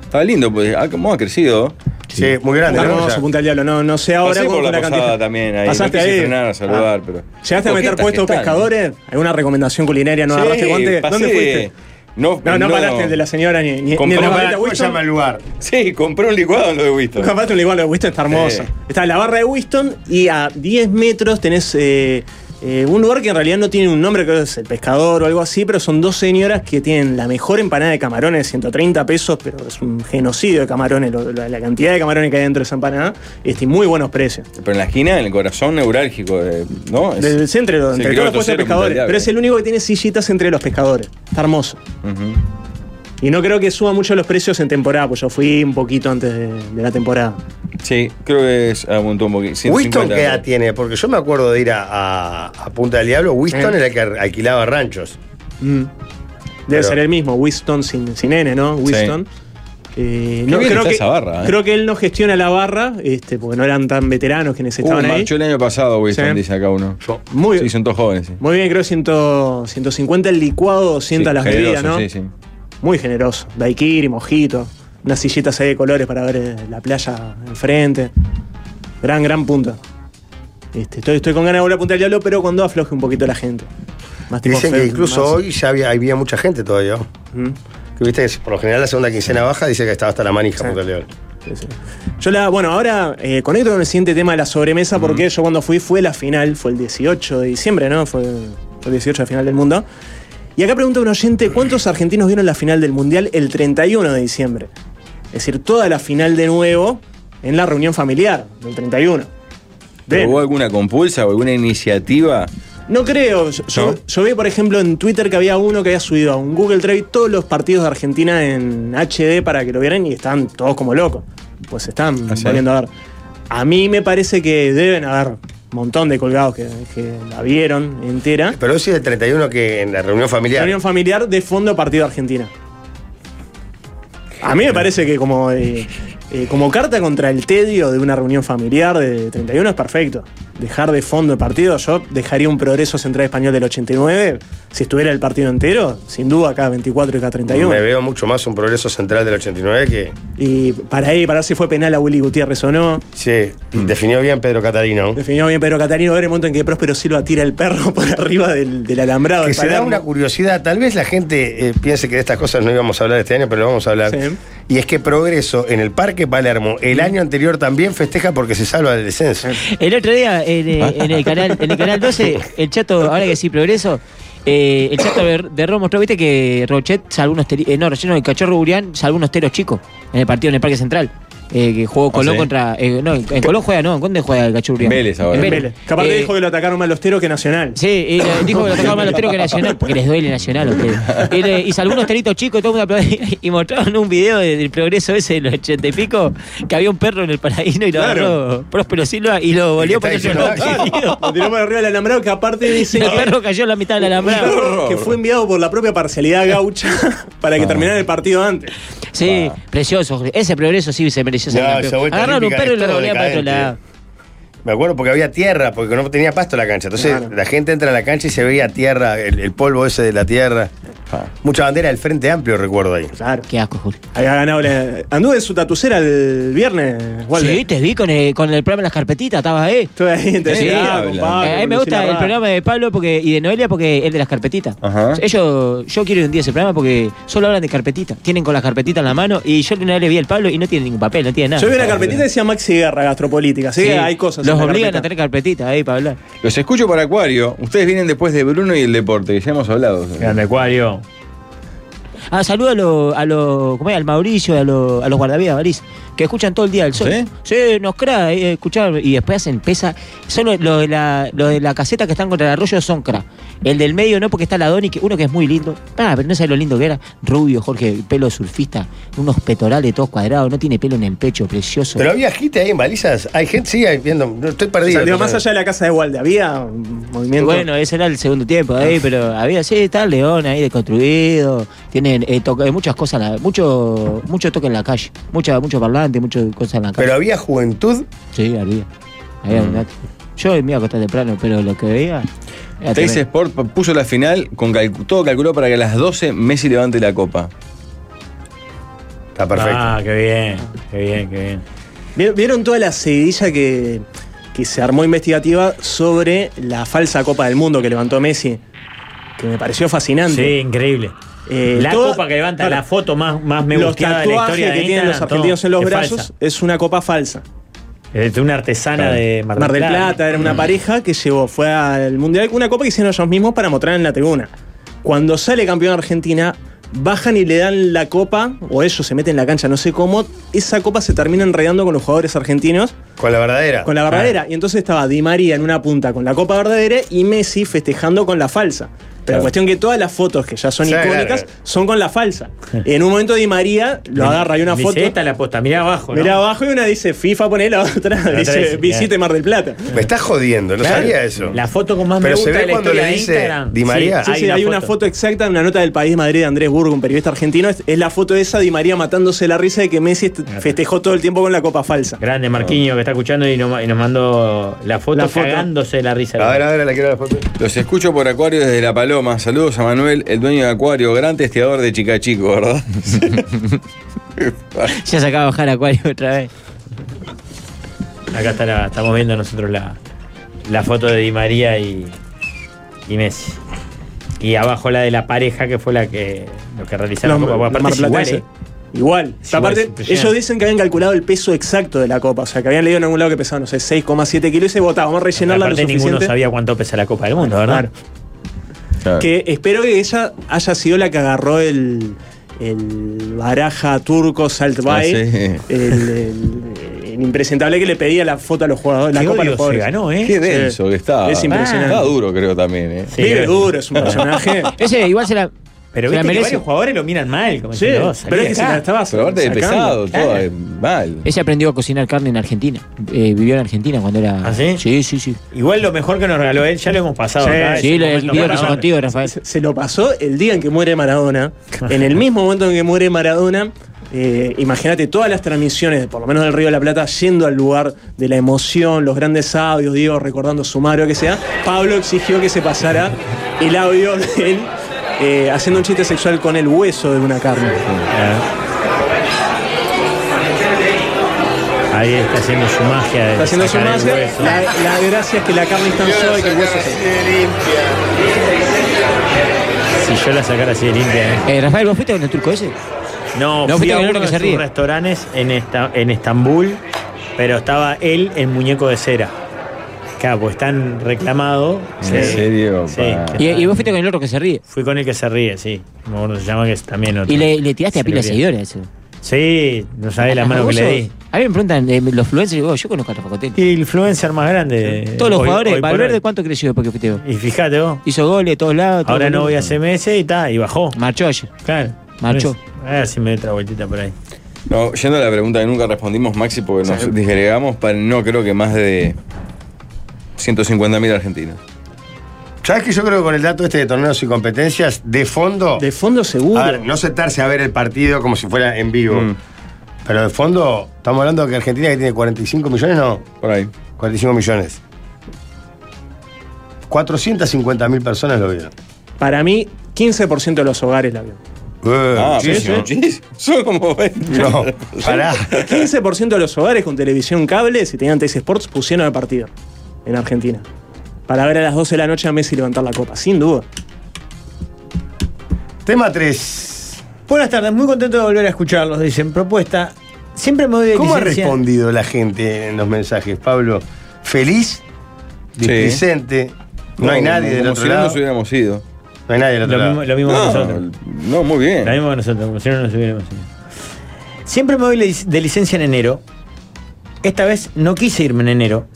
[SPEAKER 7] Estaba lindo, pues, ah, cómo ha crecido.
[SPEAKER 5] Sí, muy grande,
[SPEAKER 7] ¿no?
[SPEAKER 6] Hermoso, Punta del Diablo. No, no sé ahora
[SPEAKER 7] Pasé
[SPEAKER 6] con
[SPEAKER 7] por la
[SPEAKER 6] la
[SPEAKER 7] posada
[SPEAKER 6] cantidad.
[SPEAKER 7] también ahí.
[SPEAKER 6] Pasaste
[SPEAKER 7] no quise
[SPEAKER 6] ahí.
[SPEAKER 7] frenar a saludar,
[SPEAKER 6] Ah.
[SPEAKER 7] pero.
[SPEAKER 6] ¿Llegaste a meter
[SPEAKER 7] Coquetas
[SPEAKER 6] puestos
[SPEAKER 7] que están.
[SPEAKER 6] pescadores? ¿Alguna recomendación culinaria? ¿No
[SPEAKER 7] Sí,
[SPEAKER 6] agarraste guante?
[SPEAKER 7] pasé-
[SPEAKER 6] ¿Dónde fuiste?
[SPEAKER 7] No,
[SPEAKER 6] No, no, paraste el de la señora ni, ni, ni
[SPEAKER 7] Compré-
[SPEAKER 6] el de la
[SPEAKER 7] No,
[SPEAKER 6] barrita
[SPEAKER 7] ¿cómo
[SPEAKER 6] Winston.
[SPEAKER 7] llama el
[SPEAKER 5] lugar?
[SPEAKER 7] Sí, compré un licuado en lo de Winston.
[SPEAKER 6] Compraste un igual, lo de Winston está hermoso.
[SPEAKER 7] Sí.
[SPEAKER 6] Está la barra de Winston y a 10 metros tenés eh, eh, un lugar que en realidad no tiene un nombre, creo que es el pescador o algo así, pero son dos señoras que tienen la mejor empanada de camarones, 130 pesos, pero es un genocidio de camarones, lo- lo- la cantidad de camarones que hay dentro de esa empanada, este, y muy buenos precios.
[SPEAKER 7] Pero en la esquina, en el corazón neurálgico, de- ¿no? Es-
[SPEAKER 6] Desde el centro,
[SPEAKER 7] es el
[SPEAKER 6] entre todos los puestos
[SPEAKER 7] kilómetro cero,
[SPEAKER 6] de
[SPEAKER 7] Punta del
[SPEAKER 6] pescadores.
[SPEAKER 7] Diablo.
[SPEAKER 6] Pero es el único que tiene sillitas entre los pescadores. Está hermoso.
[SPEAKER 7] Ujú.
[SPEAKER 6] Y no creo que suba mucho los precios en temporada, pues yo fui un poquito antes de, de la temporada.
[SPEAKER 7] Sí, creo que es, ah, aumentó un poquito.
[SPEAKER 5] ¿Winston
[SPEAKER 7] 150.
[SPEAKER 5] qué edad tiene? Porque yo me acuerdo de ir a, a- a Punta del Diablo. Winston
[SPEAKER 6] Eh.
[SPEAKER 5] era el que alquilaba ranchos.
[SPEAKER 6] Mm. Debe
[SPEAKER 5] Pero-
[SPEAKER 6] ser el mismo, Winston sin, sin N, ¿no? Winston. Eh,
[SPEAKER 7] Qué
[SPEAKER 6] no,
[SPEAKER 7] bien
[SPEAKER 6] creo,
[SPEAKER 7] está
[SPEAKER 6] que,
[SPEAKER 7] esa barra, ¿eh?
[SPEAKER 6] creo que él no gestiona la barra, este, porque no eran tan veteranos quienes
[SPEAKER 7] Uh,
[SPEAKER 6] estaban ahí.
[SPEAKER 7] marchó el año pasado, Winston,
[SPEAKER 6] Sí.
[SPEAKER 7] dice acá uno.
[SPEAKER 6] Muy
[SPEAKER 7] Sí, son todos jóvenes. Sí.
[SPEAKER 6] Muy bien, creo 100 150 el licuado, 200
[SPEAKER 7] Sí,
[SPEAKER 6] las
[SPEAKER 7] generoso,
[SPEAKER 6] bebidas, ¿no?
[SPEAKER 7] Sí, sí.
[SPEAKER 6] Muy generoso. Daiquiri, mojito, unas sillitas ahí de colores para ver eh, la playa enfrente. Gran, gran punta. Este, estoy, estoy con ganas de volver a Punta del Diablo, pero cuando afloje un poquito la gente. Más tipo
[SPEAKER 5] Dicen
[SPEAKER 6] fe-
[SPEAKER 5] que incluso
[SPEAKER 6] más-
[SPEAKER 5] hoy ya había, había mucha gente todavía.
[SPEAKER 6] Mm.
[SPEAKER 5] Que viste que por lo general la segunda quincena baja dice que estaba hasta la manija Punta del Diablo.
[SPEAKER 6] Yo la, bueno, ahora eh, conecto con el siguiente tema de la sobremesa porque yo cuando fui fue la final, fue el 18 de diciembre, ¿no? Fue, fue el 18 de la final del mundo. Y acá pregunta un oyente, ¿cuántos argentinos vieron la final del Mundial el 31 de diciembre? Es decir, toda la final de nuevo en la reunión familiar del 31.
[SPEAKER 7] ¿Pero ¿Hubo alguna compulsa o alguna iniciativa?
[SPEAKER 6] No creo. Yo, yo- yo vi, por ejemplo, en Twitter que había uno que había subido a un Google Drive todos los partidos de Argentina en HD para que lo vieran y estaban todos como locos. Pues se están
[SPEAKER 7] ¿Ah, sí?
[SPEAKER 6] poniendo a ver. A mí me parece que deben haber un montón de colgados que, que la vieron entera.
[SPEAKER 5] Pero hoy sí es el 31 que en la reunión familiar.
[SPEAKER 6] Reunión familiar de fondo partido de Argentina. A mí me parece que como, eh, eh, como carta contra el tedio de una reunión familiar de 31 es perfecto. Dejar de fondo el partido, yo dejaría un progreso central español del 89. Si estuviera el partido entero, sin duda cada 24 y cada 31.
[SPEAKER 5] Me veo mucho más un progreso central del 89 que.
[SPEAKER 6] Y para ahí, para ver si fue penal a Willy Gutiérrez o no.
[SPEAKER 5] Sí,
[SPEAKER 6] Mm.
[SPEAKER 5] definió bien Pedro Catarino.
[SPEAKER 6] Definió bien Pedro Catarino, ver el momento en que Próspero Silva tira el perro por arriba del, del alambrado.
[SPEAKER 5] Que
[SPEAKER 6] de
[SPEAKER 5] se da
[SPEAKER 6] Palermo.
[SPEAKER 5] una curiosidad, tal vez la gente eh, piense que de estas cosas no íbamos a hablar este año, pero lo vamos a hablar.
[SPEAKER 6] Sí. Mm.
[SPEAKER 5] Y es que Progreso en el Parque Palermo el año anterior también festeja porque se salva del descenso.
[SPEAKER 15] El otro día en, eh, en el, canal, en el canal 12, el chato, ahora que sí progreso, eh, el chato de, de Ro mostró, viste que Rochet salvó unos teri- eh, no, Rochet no, el cachorro Burián salvó unos teros chicos en el partido en el Parque Central. eh, que jugó Colón
[SPEAKER 6] sí.
[SPEAKER 15] contra. eh, no, en en Colón juega, no, ¿en dónde juega el cachorro Burián? En Vélez.
[SPEAKER 6] Capaz le
[SPEAKER 15] Eh,
[SPEAKER 6] dijo que lo atacaron más los teros que Nacional.
[SPEAKER 15] Sí, y le- dijo que lo atacaron más los teros que Nacional, porque les duele Nacional a ustedes. Y, le- y salvó unos teritos chicos, todo el mundo aplaudía, y mostraron un video de- del progreso ese de los ochenta y pico, que había un perro en el paraíno y lo
[SPEAKER 6] Claro.
[SPEAKER 15] agarró Próspero Silva y lo volvió para el
[SPEAKER 6] Lo tiró para arriba del alambrado que aparte dice
[SPEAKER 15] El
[SPEAKER 6] que-
[SPEAKER 15] perro cayó en la mitad del alambrado.
[SPEAKER 6] que fue enviado por la propia parcialidad gaucha para que terminara el partido antes. Ah.
[SPEAKER 15] Sí, precioso. Ese progreso sí se mereció ser
[SPEAKER 6] No,
[SPEAKER 15] campeón.
[SPEAKER 6] esa vuelta
[SPEAKER 15] Agarraron un
[SPEAKER 6] olímpica
[SPEAKER 15] perro y
[SPEAKER 6] es
[SPEAKER 15] lo
[SPEAKER 6] todo
[SPEAKER 15] volvían para otro
[SPEAKER 6] decadente.
[SPEAKER 15] lado.
[SPEAKER 5] Me acuerdo porque había tierra, porque no tenía pasto la cancha. Entonces la gente entra a la cancha y se veía tierra, el, el polvo ese de la tierra.
[SPEAKER 15] Ah.
[SPEAKER 5] Mucha bandera del Frente Amplio, recuerdo ahí.
[SPEAKER 6] Claro.
[SPEAKER 15] Qué asco, Julio.
[SPEAKER 6] Había ganado la... Anduve en su tatucera el viernes, Walde.
[SPEAKER 15] Sí, te vi con el, con el programa de las carpetitas, estabas ahí.
[SPEAKER 6] Estuve ahí, entonces, ah, con Pablo,
[SPEAKER 15] Eh, A mí
[SPEAKER 6] con
[SPEAKER 15] me
[SPEAKER 6] Lucila
[SPEAKER 15] gusta el
[SPEAKER 6] Rada.
[SPEAKER 15] programa de Pablo porque, y de Noelia porque es de las carpetitas. Ellos, yo quiero ir un día a ese programa porque solo hablan de carpetitas. Tienen con las carpetitas en la mano y yo una vez le vi al Pablo y no tiene ningún papel, no tiene nada.
[SPEAKER 6] Yo vi una carpetita y decía Maxi Guerra, gastropolítica. Así
[SPEAKER 7] Sí.
[SPEAKER 6] que hay cosas.
[SPEAKER 7] Los
[SPEAKER 6] en la
[SPEAKER 7] obligan
[SPEAKER 6] carpeta.
[SPEAKER 15] Tener carpetitas ahí para hablar.
[SPEAKER 7] Los escucho para Acuario. Ustedes vienen después de Bruno y el deporte, que ya hemos hablado.
[SPEAKER 8] Grande Acuario.
[SPEAKER 15] Ah, saludo a los, a los- ¿cómo es? Al Mauricio, a los, a los guardavidas, Baris, que escuchan todo el día el sol.
[SPEAKER 7] ¿Sí?
[SPEAKER 15] nos cra, eh, escuchar y después hacen pesa. Solo los de la, los de la caseta que están contra el arroyo son cra. El del medio no, porque está la Doni, que uno que es muy lindo. Ah, pero no sabes lo lindo que era. Rubio, Jorge, pelo surfista, unos pectorales todos cuadrados, no tiene pelo en el pecho, precioso.
[SPEAKER 5] Pero había gente ahí en balizas. Hay gente, sí, hay- viendo. no, Estoy
[SPEAKER 15] O
[SPEAKER 5] perdido.
[SPEAKER 15] sea, digo,
[SPEAKER 6] Más allá de la casa de Walde, había un movimiento.
[SPEAKER 15] Bueno, ese era el segundo tiempo
[SPEAKER 7] Ah.
[SPEAKER 15] ahí, pero había, sí, está el León ahí deconstruido, tienen eh, toca- eh, muchas cosas, en la- mucho, mucho toque en la calle, mucha, mucho parlante, muchas cosas en la calle.
[SPEAKER 5] Pero había juventud.
[SPEAKER 15] Sí, había. había
[SPEAKER 7] Mm.
[SPEAKER 15] un dato. Yo me iba a acostar temprano, pero lo que veía... era
[SPEAKER 7] Teis
[SPEAKER 15] tremendo.
[SPEAKER 7] Sport p- puso la final, con calcu- todo calculó para que a las 12 Messi levante la copa.
[SPEAKER 5] Está
[SPEAKER 8] Ah, qué bien, qué bien, qué bien.
[SPEAKER 6] ¿Vieron- ¿Vieron toda la seguidilla que, que se armó investigativa sobre la falsa Copa del Mundo que levantó Messi? Que me pareció fascinante.
[SPEAKER 8] Sí, increíble. la copa que levanta la foto más, más me
[SPEAKER 6] Eh, Los
[SPEAKER 8] gusteada de la
[SPEAKER 6] tatuajes
[SPEAKER 8] historia de
[SPEAKER 6] que tienen los
[SPEAKER 8] Instagram,
[SPEAKER 6] argentinos
[SPEAKER 8] todo,
[SPEAKER 6] en los
[SPEAKER 8] es
[SPEAKER 6] brazos
[SPEAKER 8] falsa.
[SPEAKER 6] es una copa falsa.
[SPEAKER 8] Es de una artesana de Mar del, Mm.
[SPEAKER 6] Mar del Plata era una pareja que llevó, fue al Mundial, una copa que hicieron ellos mismos para mostrar en la tribuna. Cuando sale campeón Argentina, bajan y le dan la copa, o ellos se meten en la cancha, no sé cómo, esa copa se termina enredando con los jugadores argentinos.
[SPEAKER 5] Con la verdadera.
[SPEAKER 6] Con la verdadera. Y entonces estaba Di María en una punta con la copa verdadera y Messi festejando con la falsa. Pero
[SPEAKER 8] Claro.
[SPEAKER 6] la cuestión que todas las fotos que ya son
[SPEAKER 8] Sí, claro.
[SPEAKER 6] icónicas son con la falsa. En un momento Di María lo agarra, hay una
[SPEAKER 8] Dice,
[SPEAKER 6] foto.
[SPEAKER 8] Esta es la posta, mirá abajo. ¿no?
[SPEAKER 6] Mira abajo y una dice FIFA, pone la otra,
[SPEAKER 8] otra
[SPEAKER 6] dice
[SPEAKER 8] dice,
[SPEAKER 6] visite
[SPEAKER 8] claro.
[SPEAKER 6] Mar del Plata.
[SPEAKER 5] Ah. Me estás jodiendo, no sabía eso.
[SPEAKER 8] La foto con más
[SPEAKER 5] Pero
[SPEAKER 8] me
[SPEAKER 5] se
[SPEAKER 8] gusta
[SPEAKER 5] ve
[SPEAKER 8] de la
[SPEAKER 5] cuando
[SPEAKER 8] historia
[SPEAKER 5] le
[SPEAKER 8] de
[SPEAKER 5] dice
[SPEAKER 8] Instagram.
[SPEAKER 5] Di María.
[SPEAKER 6] Sí, sí, hay, una foto exacta en una nota del País Madrid de Andrés Burgo, un periodista argentino. Es, es la foto de esa Di María matándose la risa de que Messi est- festejó todo el tiempo con la copa falsa.
[SPEAKER 8] Grande Marquinho que está escuchando y nos, y nos mandó la foto,
[SPEAKER 6] La foto.
[SPEAKER 8] cagándose de la risa.
[SPEAKER 5] ver, la quiero la foto.
[SPEAKER 7] Los escucho por Acuario desde La Paloma. Saludos a Manuel, el dueño de Acuario, gran testeador de Chica Chico, ¿verdad?
[SPEAKER 15] Ya se acaba de bajar Acuario otra vez.
[SPEAKER 8] Acá está la- estamos viendo nosotros la, la foto de Di María y, y Messi. Y abajo la de la pareja que fue la que lo que realizaron.
[SPEAKER 6] Los-
[SPEAKER 8] Como- aparte
[SPEAKER 6] los
[SPEAKER 8] es igual,
[SPEAKER 6] marplatenses.
[SPEAKER 8] ¿eh?
[SPEAKER 6] Igual.
[SPEAKER 8] Es igual, es
[SPEAKER 6] Aparte,
[SPEAKER 8] impresionante.
[SPEAKER 6] ellos dicen que habían calculado el peso exacto de la copa. O sea, que habían leído en algún lado que pesaba, no sé, 6,7 kilos y se votaba. Vamos a rellenarla lo
[SPEAKER 8] Aparte ninguno
[SPEAKER 6] suficiente.
[SPEAKER 8] sabía cuánto pesa la Copa del Mundo, ¿verdad?
[SPEAKER 6] Que espero que ella haya sido la que agarró el, el baraja turco Saltbay.
[SPEAKER 7] Ah, sí.
[SPEAKER 6] eh, el, el- el impresentable que le pedía la foto a los jugadores. La
[SPEAKER 7] Qué
[SPEAKER 6] copa a
[SPEAKER 7] odio
[SPEAKER 6] los jugadores.
[SPEAKER 7] se ganó, ¿eh? Ah, Qué denso que estaba.
[SPEAKER 6] Es impresionante.
[SPEAKER 7] Está duro, creo, también, ¿eh?
[SPEAKER 6] Vive duro, es un personaje.
[SPEAKER 15] Ese igual se la...
[SPEAKER 8] Pero
[SPEAKER 15] se la
[SPEAKER 8] viste que
[SPEAKER 15] merece.
[SPEAKER 8] varios jugadores lo miran mal. Como
[SPEAKER 15] Sí,
[SPEAKER 8] diciendo, "Oh,
[SPEAKER 15] pero
[SPEAKER 8] salí
[SPEAKER 15] es
[SPEAKER 8] de
[SPEAKER 15] que se
[SPEAKER 8] acá".
[SPEAKER 15] la estaba
[SPEAKER 7] Pero aparte de
[SPEAKER 15] sacando,
[SPEAKER 7] pesado, todo,
[SPEAKER 15] claro.
[SPEAKER 7] eh, mal.
[SPEAKER 15] Ese aprendió a cocinar carne en Argentina. Eh, vivió en Argentina cuando era...
[SPEAKER 8] ¿Ah, sí?
[SPEAKER 15] Sí, sí, sí.
[SPEAKER 8] Igual lo mejor que nos regaló él, ya lo hemos pasado.
[SPEAKER 6] Sí,
[SPEAKER 8] acá,
[SPEAKER 6] sí,
[SPEAKER 8] ese
[SPEAKER 6] le-
[SPEAKER 8] momento
[SPEAKER 6] el video que
[SPEAKER 8] maravilloso.
[SPEAKER 6] hizo contigo, Se, se lo pasó el día en que muere Maradona. En el mismo momento en que muere Maradona, eh, imagínate todas las transmisiones, por lo menos del Río de la Plata, yendo al lugar de la emoción, los grandes audios, Diego recordando su madre o que sea. Pablo exigió que se pasara el audio de él eh, haciendo un chiste sexual con el hueso de una carne.
[SPEAKER 8] Ahí está haciendo su magia. de
[SPEAKER 6] Está haciendo su
[SPEAKER 8] sacar el
[SPEAKER 6] magia.
[SPEAKER 8] hueso.
[SPEAKER 6] La, la gracia es que la carne es tan suave que el hueso se.
[SPEAKER 8] Si yo la sacara así de limpia. ¿eh?
[SPEAKER 15] Eh, Rafael, ¿vos fuiste con el turco ese?
[SPEAKER 8] No,
[SPEAKER 15] No,
[SPEAKER 8] fui
[SPEAKER 15] viste
[SPEAKER 8] a
[SPEAKER 15] que el
[SPEAKER 8] uno
[SPEAKER 15] otro
[SPEAKER 8] de
[SPEAKER 15] que se
[SPEAKER 8] sus
[SPEAKER 15] ríe.
[SPEAKER 8] restaurantes en, esta, en Estambul, pero estaba él en muñeco de cera. Claro, pues están eh, reclamado.
[SPEAKER 7] ¿En serio?
[SPEAKER 8] Sí.
[SPEAKER 7] Pa.
[SPEAKER 8] que
[SPEAKER 15] Y,
[SPEAKER 8] están-
[SPEAKER 15] y vos fuiste con el otro que se ríe.
[SPEAKER 8] Fui con el que se ríe, sí. No me acuerdo cómo se llama, que es también otro.
[SPEAKER 15] Y le, le tiraste a pila de
[SPEAKER 8] Celebridad.
[SPEAKER 15] seguidores eh. Ah, a eso.
[SPEAKER 8] Sí, no sabés la mano que le di.
[SPEAKER 15] A mí me preguntan eh, los influencers, y digo, yo conozco a Rafa Cotel.
[SPEAKER 8] Y el influencer más grande. eh,
[SPEAKER 15] Todos los
[SPEAKER 8] hoy-
[SPEAKER 15] jugadores,
[SPEAKER 8] hoy por
[SPEAKER 15] Valverde,
[SPEAKER 8] hoy.
[SPEAKER 15] ¿cuánto creció después que fuiste vos?
[SPEAKER 8] Y fíjate vos.
[SPEAKER 15] Hizo goles de todos lados. todo
[SPEAKER 8] Ahora
[SPEAKER 15] el
[SPEAKER 8] no voy
[SPEAKER 15] mundo.
[SPEAKER 8] a CMS y está, y bajó.
[SPEAKER 15] Marchó ayer.
[SPEAKER 8] Claro.
[SPEAKER 15] Marchó.
[SPEAKER 8] A ver si me doy otra vueltita por ahí.
[SPEAKER 7] No, yendo a la pregunta que nunca respondimos, Maxi, porque nos
[SPEAKER 8] Sí.
[SPEAKER 7] disgregamos para no creo que más de 150.000 argentinos.
[SPEAKER 5] ¿Sabes que yo creo que con el dato este de torneos y competencias, de fondo. De
[SPEAKER 6] fondo seguro.
[SPEAKER 5] A ver, no sentarse a ver el partido como si fuera en vivo. Pero de fondo, estamos hablando de que Argentina que tiene 45 millones, ¿no?
[SPEAKER 7] Por ahí.
[SPEAKER 5] 45 millones. 450 mil personas lo vieron.
[SPEAKER 6] Para mí, 15% de los hogares la vio.
[SPEAKER 5] Eh,
[SPEAKER 6] Ah,
[SPEAKER 5] muchísimo.
[SPEAKER 7] Son como 20.
[SPEAKER 5] No, pará.
[SPEAKER 6] 15% de los hogares con televisión cable, si tenían TC Sports, pusieron el partido en Argentina. Para ver a las 12 de la noche a Messi levantar la copa, sin duda.
[SPEAKER 5] Tema 3.
[SPEAKER 8] Buenas tardes, muy contento de volver a escucharlos, dicen. Propuesta. Siempre me voy de
[SPEAKER 5] ¿Cómo ha
[SPEAKER 8] licencia-
[SPEAKER 5] respondido la gente en los mensajes, Pablo? ¿Feliz? ¿Displicente? No, hay nadie del
[SPEAKER 7] como
[SPEAKER 5] otro
[SPEAKER 7] si no
[SPEAKER 5] lado.
[SPEAKER 7] nos hubiéramos ido.
[SPEAKER 5] No hay nadie del otro
[SPEAKER 7] Lo
[SPEAKER 5] lado.
[SPEAKER 7] mismo- lo mismo que No, nosotros. No, muy bien.
[SPEAKER 8] La
[SPEAKER 18] misma que nosotros, como si no nos hubiéramos
[SPEAKER 8] Siempre me voy lic- de licencia en enero. Esta vez no quise irme en enero.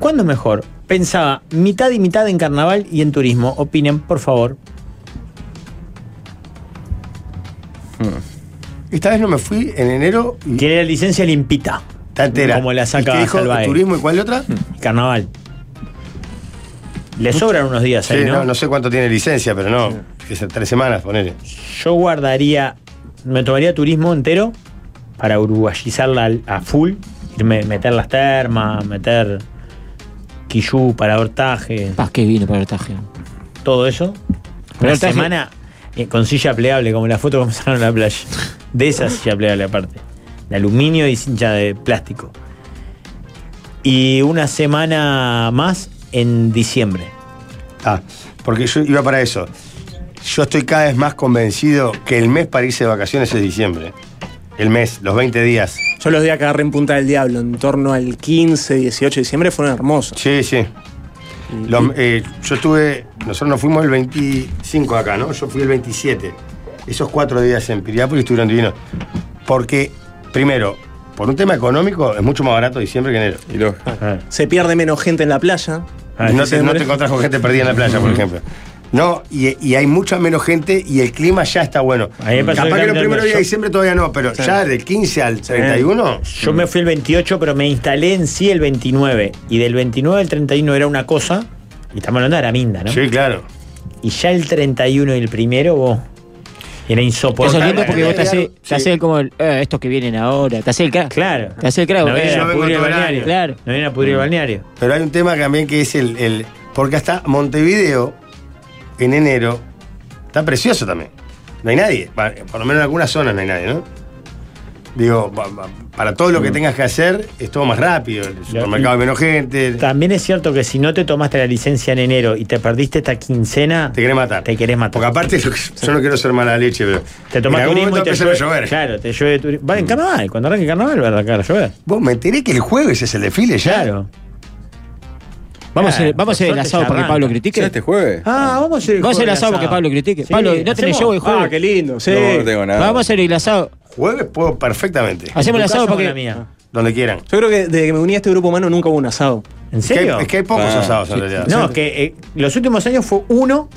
[SPEAKER 8] ¿Cuándo es mejor? Pensaba mitad y mitad en carnaval y en turismo. Opinen, por favor.
[SPEAKER 5] Esta vez no me fui en enero.
[SPEAKER 8] Tiene la licencia limpita.
[SPEAKER 5] Está entera.
[SPEAKER 8] Como la
[SPEAKER 5] ¿Y qué
[SPEAKER 8] saca
[SPEAKER 5] dijo?
[SPEAKER 8] Salvae.
[SPEAKER 5] ¿Turismo y cuál otra?
[SPEAKER 8] Hmm. Carnaval. Le sobran unos días
[SPEAKER 5] Sí,
[SPEAKER 8] ahí, ¿no?
[SPEAKER 5] no, no sé cuánto tiene licencia, pero no. Es tres semanas, ponele.
[SPEAKER 8] Yo guardaría, me tomaría turismo entero para uruguayizarla al- a full, irme, meter las termas, meter quillú para hortaje.
[SPEAKER 15] Paz, qué vino para hortaje.
[SPEAKER 8] Todo eso.
[SPEAKER 15] Pero
[SPEAKER 8] Una
[SPEAKER 15] hortaje-
[SPEAKER 8] semana eh, con silla plegable, como la foto que me sacaron en la playa. De esa silla plegable aparte. De aluminio y cincha de plástico. Y una semana más en diciembre.
[SPEAKER 5] Ah, porque yo iba para eso. Yo estoy cada vez más convencido que el mes para irse de vacaciones es diciembre. El mes, los 20 días.
[SPEAKER 6] Yo los días que agarré en Punta del Diablo, en torno al 15, 18 de diciembre, fueron hermosos.
[SPEAKER 5] Sí, sí. Los- eh, yo estuve, nosotros nos fuimos el 25 acá, ¿no? Yo fui el 27. Esos cuatro días en Piriápolis estuvieron divinos. Porque, primero, por un tema económico, es mucho más barato diciembre que enero.
[SPEAKER 7] Y luego.
[SPEAKER 8] Ah.
[SPEAKER 6] Se pierde menos gente en la playa.
[SPEAKER 5] No te, no te encontrás con gente perdida en la playa, por ejemplo. No, y, y hay mucha menos gente y el clima ya está bueno.
[SPEAKER 8] me pasó
[SPEAKER 5] Capaz
[SPEAKER 8] el
[SPEAKER 5] que los
[SPEAKER 8] cambio
[SPEAKER 5] primeros días
[SPEAKER 8] de-
[SPEAKER 5] de
[SPEAKER 8] yo-
[SPEAKER 5] diciembre todavía no, pero
[SPEAKER 8] Sí.
[SPEAKER 5] ya del 15 al 31.
[SPEAKER 8] Yo me fui el 28, pero me instalé en sí el 29. Y del 29 al 31 era una cosa. Y estamos hablando de Araminda, ¿no?
[SPEAKER 5] Sí, claro.
[SPEAKER 8] Y ya el 31 y el primero, vos. Era
[SPEAKER 15] Eso es
[SPEAKER 8] insoportable.
[SPEAKER 15] lindo porque vos te haces te hacés como el, eh, estos que vienen ahora. Te haces el crack.
[SPEAKER 8] Claro.
[SPEAKER 15] Te haces el crack.
[SPEAKER 8] No
[SPEAKER 15] eh,
[SPEAKER 8] vienen a pudrir el balneario.
[SPEAKER 15] Claro.
[SPEAKER 8] No vienen a pudrir el balneario.
[SPEAKER 5] Pero hay un tema también que es el, el- Porque hasta Montevideo, en enero, está precioso también. No hay nadie. Pa- Por lo menos en algunas zonas no hay nadie, ¿no? Digo, pa- pa- para todo
[SPEAKER 8] Mm.
[SPEAKER 5] lo que tengas que hacer, es todo más rápido. El supermercado hay menos gente.
[SPEAKER 8] También es cierto que si no te tomaste la licencia en enero y te perdiste esta quincena. Te
[SPEAKER 5] querés matar.
[SPEAKER 8] Te querés matar. Porque
[SPEAKER 5] aparte, yo no quiero ser mala leche, pero.
[SPEAKER 8] Te tomás
[SPEAKER 5] en algún
[SPEAKER 8] turismo y
[SPEAKER 5] momento
[SPEAKER 8] te
[SPEAKER 5] empieza a
[SPEAKER 8] llueve.
[SPEAKER 5] llover.
[SPEAKER 8] Claro, te llueve turismo. Va en carnaval, cuando arranque carnaval, ¿verdad? Claro, llueve.
[SPEAKER 5] Vos me enteré que el jueves es el desfile ya.
[SPEAKER 8] Claro.
[SPEAKER 15] Vamos a
[SPEAKER 8] Claro,
[SPEAKER 15] hacer, vamos a hacer
[SPEAKER 8] por
[SPEAKER 15] el
[SPEAKER 8] suerte
[SPEAKER 15] asado para
[SPEAKER 8] ya
[SPEAKER 15] que
[SPEAKER 8] arranca.
[SPEAKER 15] Pablo critique.
[SPEAKER 8] ¿Ya
[SPEAKER 7] este jueves?
[SPEAKER 8] Ah, vamos a hacer el
[SPEAKER 15] Vamos a hacer el
[SPEAKER 8] jueves
[SPEAKER 15] asado para que
[SPEAKER 8] asado.
[SPEAKER 15] Pablo critique.
[SPEAKER 8] Sí,
[SPEAKER 15] Pablo, ¿no tenés
[SPEAKER 8] ¿hacemos?
[SPEAKER 15] show el jueves?
[SPEAKER 8] Ah, qué lindo, sí.
[SPEAKER 7] No, no tengo nada.
[SPEAKER 15] Vamos a hacer el asado.
[SPEAKER 5] Jueves puedo perfectamente.
[SPEAKER 15] Hacemos el asado
[SPEAKER 6] casa o
[SPEAKER 15] para que.
[SPEAKER 6] la mía?
[SPEAKER 5] Donde quieran.
[SPEAKER 6] Yo creo que desde que me uní a este grupo humano nunca hubo un asado.
[SPEAKER 8] ¿En serio?
[SPEAKER 6] Ah, sí.
[SPEAKER 8] No, es que eh, los últimos años fue uno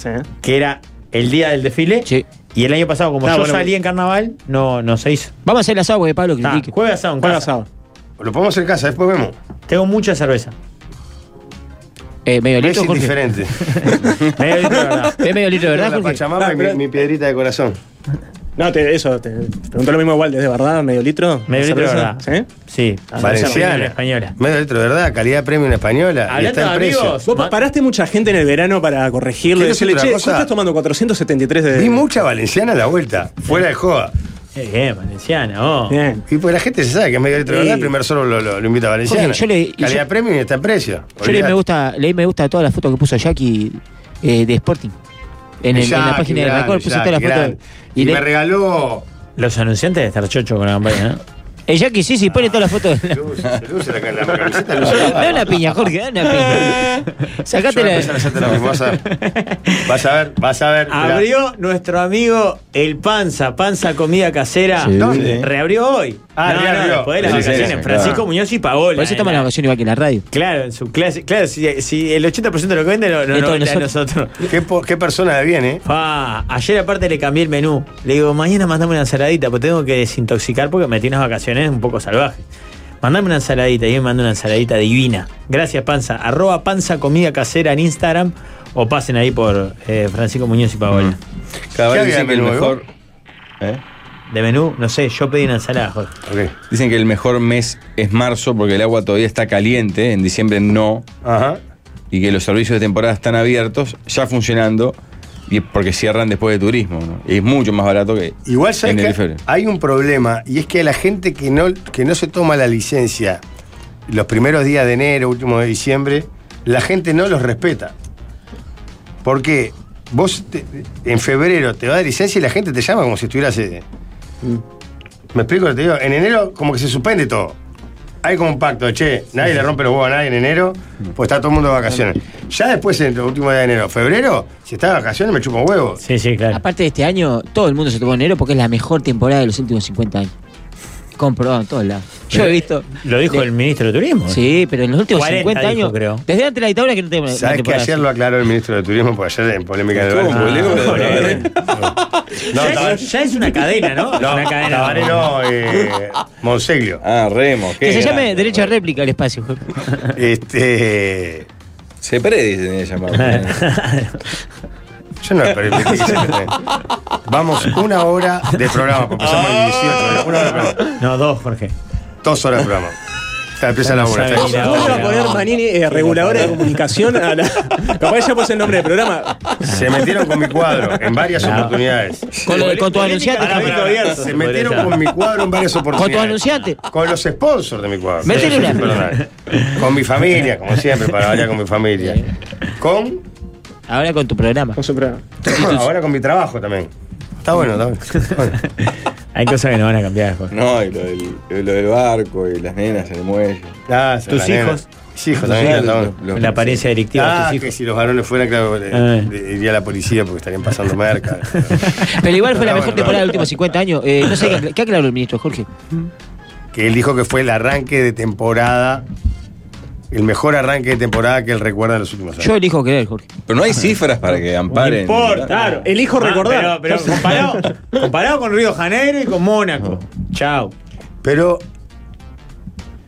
[SPEAKER 8] que era el día del desfile. Y el año pasado, como
[SPEAKER 19] Ah,
[SPEAKER 15] Claro,
[SPEAKER 8] yo
[SPEAKER 15] Ah, bueno,
[SPEAKER 8] salí en carnaval, no, no se hizo.
[SPEAKER 15] Vamos a hacer el asado porque Pablo
[SPEAKER 8] Está,
[SPEAKER 15] critique.
[SPEAKER 8] jueves asado, en casa.
[SPEAKER 5] Lo podemos hacer en casa, después vemos.
[SPEAKER 8] Tengo mucha cerveza.
[SPEAKER 15] Eh, medio
[SPEAKER 5] Es
[SPEAKER 15] litro, Jorge.
[SPEAKER 5] indiferente.
[SPEAKER 8] medio litro, ¿verdad?
[SPEAKER 15] Es medio litro, ¿verdad,
[SPEAKER 5] La
[SPEAKER 15] Jorge?
[SPEAKER 5] Pachamama y mi- mi piedrita de corazón.
[SPEAKER 6] Ah, No, te- eso, te, te pregunto lo mismo igual, ¿desde verdad? ¿Medio litro?
[SPEAKER 5] Medio litro de
[SPEAKER 6] ¿Cerveza?
[SPEAKER 8] ¿Sí?
[SPEAKER 6] Ah,
[SPEAKER 5] Valenciana.
[SPEAKER 8] Española.
[SPEAKER 5] Medio litro, de ¿verdad? Calidad premium española. y
[SPEAKER 6] Hablando
[SPEAKER 5] está en
[SPEAKER 6] de
[SPEAKER 5] precio.
[SPEAKER 6] amigos, vos pa- paraste mucha gente en el verano para corregirlo y
[SPEAKER 5] ¿Quieres
[SPEAKER 6] decirle,
[SPEAKER 5] otra
[SPEAKER 6] che, ¿cuánto
[SPEAKER 5] cosa?
[SPEAKER 6] estás tomando 473 de...?
[SPEAKER 5] Vi mucha valenciana a la vuelta, fuera de joda.
[SPEAKER 8] Bien, valenciana, vos.
[SPEAKER 6] Bien.
[SPEAKER 5] Y pues la gente se sabe que es medio litro, de
[SPEAKER 15] Sí.
[SPEAKER 5] ¿verdad? El primer solo lo, lo- lo invita a valenciana.
[SPEAKER 15] Jorge, yo le- y
[SPEAKER 5] Calidad
[SPEAKER 15] yo-
[SPEAKER 5] premium y está en precio.
[SPEAKER 15] Yo leí me gusta, leí me gusta todas las fotos que puso Jackie eh, de Sporting. En, el- en la
[SPEAKER 8] Jackie,
[SPEAKER 15] página del
[SPEAKER 8] grande,
[SPEAKER 15] Record puso todas las
[SPEAKER 8] Jackie,
[SPEAKER 15] fotos.
[SPEAKER 8] grande. Y me
[SPEAKER 5] regaló.
[SPEAKER 8] Los anunciantes de estar chocho con la campaña, ¿no?
[SPEAKER 15] El eh, Jackie sí, sí, pone todas las fotos. de
[SPEAKER 5] Se luce la, la camiseta, luce la-
[SPEAKER 15] Da una piña, Jorge, da una piña.
[SPEAKER 5] Yo voy a
[SPEAKER 15] Sacate
[SPEAKER 5] empezar a hacerte lo
[SPEAKER 15] la.
[SPEAKER 5] mismo, vas a ver. Vas a ver, vas a ver. mirá.
[SPEAKER 8] Abrió nuestro amigo el Panza, Panza Comida Casera.
[SPEAKER 15] Sí.
[SPEAKER 5] ¿Dónde?
[SPEAKER 8] Reabrió hoy.
[SPEAKER 5] Ah, reabrió.
[SPEAKER 8] después de las
[SPEAKER 5] Sí, sí,
[SPEAKER 8] vacaciones.
[SPEAKER 5] sí,
[SPEAKER 8] Francisco
[SPEAKER 5] claro.
[SPEAKER 8] Muñoz y Paola. eh,
[SPEAKER 15] Por eso estamos en la vacación igual que en la radio.
[SPEAKER 8] Claro, en su clase. Claro, si, si el 80% de lo que vende lo, no,
[SPEAKER 15] Es
[SPEAKER 8] lo
[SPEAKER 15] todo
[SPEAKER 8] vende a
[SPEAKER 15] nosotros.
[SPEAKER 8] nosotros.
[SPEAKER 5] ¿Qué, po- qué persona de bien, ¿eh?
[SPEAKER 8] Fa, ayer aparte le cambié el menú. Le digo, mañana mandame una ensaladita, porque tengo que desintoxicar porque metí unas vacaciones un poco salvajes. Mandame una ensaladita, y él me mandó una ensaladita divina. Gracias, panza. Arroba panza comida casera en Instagram o pasen
[SPEAKER 5] Mm.
[SPEAKER 8] ahí por eh, Francisco Muñoz y Paola.
[SPEAKER 7] Cada
[SPEAKER 8] ¿Qué
[SPEAKER 7] vez
[SPEAKER 8] había
[SPEAKER 7] dicen que el
[SPEAKER 8] de nuevo?
[SPEAKER 7] mejor. ¿Eh?
[SPEAKER 8] de menú, no sé, yo pedí una ensalada, Jorge.
[SPEAKER 7] Dicen que el mejor mes es marzo porque el agua todavía está caliente, en diciembre no. Y que los servicios de temporada están abiertos, ya funcionando, y porque cierran después de turismo. ¿no? Y es mucho más barato que
[SPEAKER 5] Igual sabes
[SPEAKER 7] en el
[SPEAKER 5] que
[SPEAKER 7] febrero.
[SPEAKER 5] hay un problema y es que a la gente que no, que no se toma la licencia los primeros días de enero, último de diciembre, la gente no los respeta. Porque vos te- en febrero te va de licencia y la gente te llama como si estuvieras. eh, ¿Me explico lo que te digo? En enero como que se suspende todo. Hay como un pacto, che, nadie le rompe los huevos a nadie en enero, pues está todo el mundo de vacaciones. Ya después, en el último día de enero, febrero, si está de vacaciones me chupo un huevo.
[SPEAKER 8] Sí, sí, claro.
[SPEAKER 15] Aparte de este año, todo el mundo se tomó enero porque es la mejor temporada de los últimos 50 años. Comprobado en todos lados. Yo he visto.
[SPEAKER 8] Lo dijo
[SPEAKER 15] de-
[SPEAKER 8] el ministro de Turismo.
[SPEAKER 15] Sí, pero en los últimos
[SPEAKER 8] 40
[SPEAKER 15] 50
[SPEAKER 8] dijo,
[SPEAKER 15] años.
[SPEAKER 8] creo.
[SPEAKER 15] Desde antes de la dictadura que no tenemos.
[SPEAKER 5] ¿Sabes que ayer lo aclaró el ministro de Turismo? Porque ayer en polémica del
[SPEAKER 15] Estuvo
[SPEAKER 5] Barrio-
[SPEAKER 15] en polémica
[SPEAKER 5] Ah,
[SPEAKER 15] del Barrio.
[SPEAKER 5] No, eh.
[SPEAKER 8] ya,
[SPEAKER 5] Tabaré-
[SPEAKER 8] es, ya es una cadena, ¿no? Es
[SPEAKER 5] No,
[SPEAKER 8] una cadena.
[SPEAKER 5] Tabaré no, eh, Monseglio.
[SPEAKER 7] Ah, Remo.
[SPEAKER 15] Que se llame derecho a réplica el espacio.
[SPEAKER 5] Este.
[SPEAKER 7] Se predice llamado.
[SPEAKER 5] Yo no permití que se me- Vamos una hora de programa, porque somos el 18. Una hora de programa.
[SPEAKER 8] No, dos, Jorge.
[SPEAKER 5] Dos horas de programa. Ya empieza la una.
[SPEAKER 6] ¿Cómo se va a poner Manini, eh, reguladora de comunicación? A la... Capaz ya puse el nombre del programa.
[SPEAKER 5] Se metieron con mi cuadro en varias oportunidades.
[SPEAKER 15] Con, lo- con tu anunciante.
[SPEAKER 5] Pará, pará, pará. Se metieron con mi cuadro en varias oportunidades.
[SPEAKER 15] Con tu anunciante.
[SPEAKER 5] Con los sponsors de mi cuadro.
[SPEAKER 15] Métele
[SPEAKER 5] Sí,
[SPEAKER 15] una.
[SPEAKER 5] sí, perdón. Con mi familia, como siempre, para variar con mi familia. Con.
[SPEAKER 15] Ahora con tu programa.
[SPEAKER 6] Con su programa.
[SPEAKER 5] Ahora con mi trabajo también. Está bueno, está bueno.
[SPEAKER 8] Hay cosas que no van a cambiar, Jorge.
[SPEAKER 7] No, y lo del, lo del barco y las nenas en el muelle.
[SPEAKER 5] Ah,
[SPEAKER 7] Tus
[SPEAKER 5] las nenas.
[SPEAKER 7] hijos.
[SPEAKER 5] Mis hijos
[SPEAKER 7] Tus
[SPEAKER 5] también.
[SPEAKER 7] hijos,
[SPEAKER 5] andaban.
[SPEAKER 7] los- los- La apariencia delictiva de
[SPEAKER 5] Ah,
[SPEAKER 7] tus hijos.
[SPEAKER 5] que si los varones fueran, claro, eh,
[SPEAKER 7] Ah.
[SPEAKER 5] eh, iría a la policía porque estarían pasando merca.
[SPEAKER 15] Pero igual fue la
[SPEAKER 5] Está
[SPEAKER 15] mejor temporada
[SPEAKER 5] bueno,
[SPEAKER 15] de
[SPEAKER 5] está
[SPEAKER 15] los últimos 50 años. Eh, no sé qué, acla- qué aclaró el ministro, Jorge.
[SPEAKER 5] Que él dijo que fue el arranque de temporada, el mejor arranque de temporada que él recuerda en los últimos años.
[SPEAKER 15] Yo elijo creer, Jorge.
[SPEAKER 7] Pero no hay cifras para que amparen.
[SPEAKER 8] Claro,
[SPEAKER 6] elijo
[SPEAKER 8] recordar. Ah, Pero, pero comparado, comparado con Río de Janeiro y con Mónaco. Chao.
[SPEAKER 5] Pero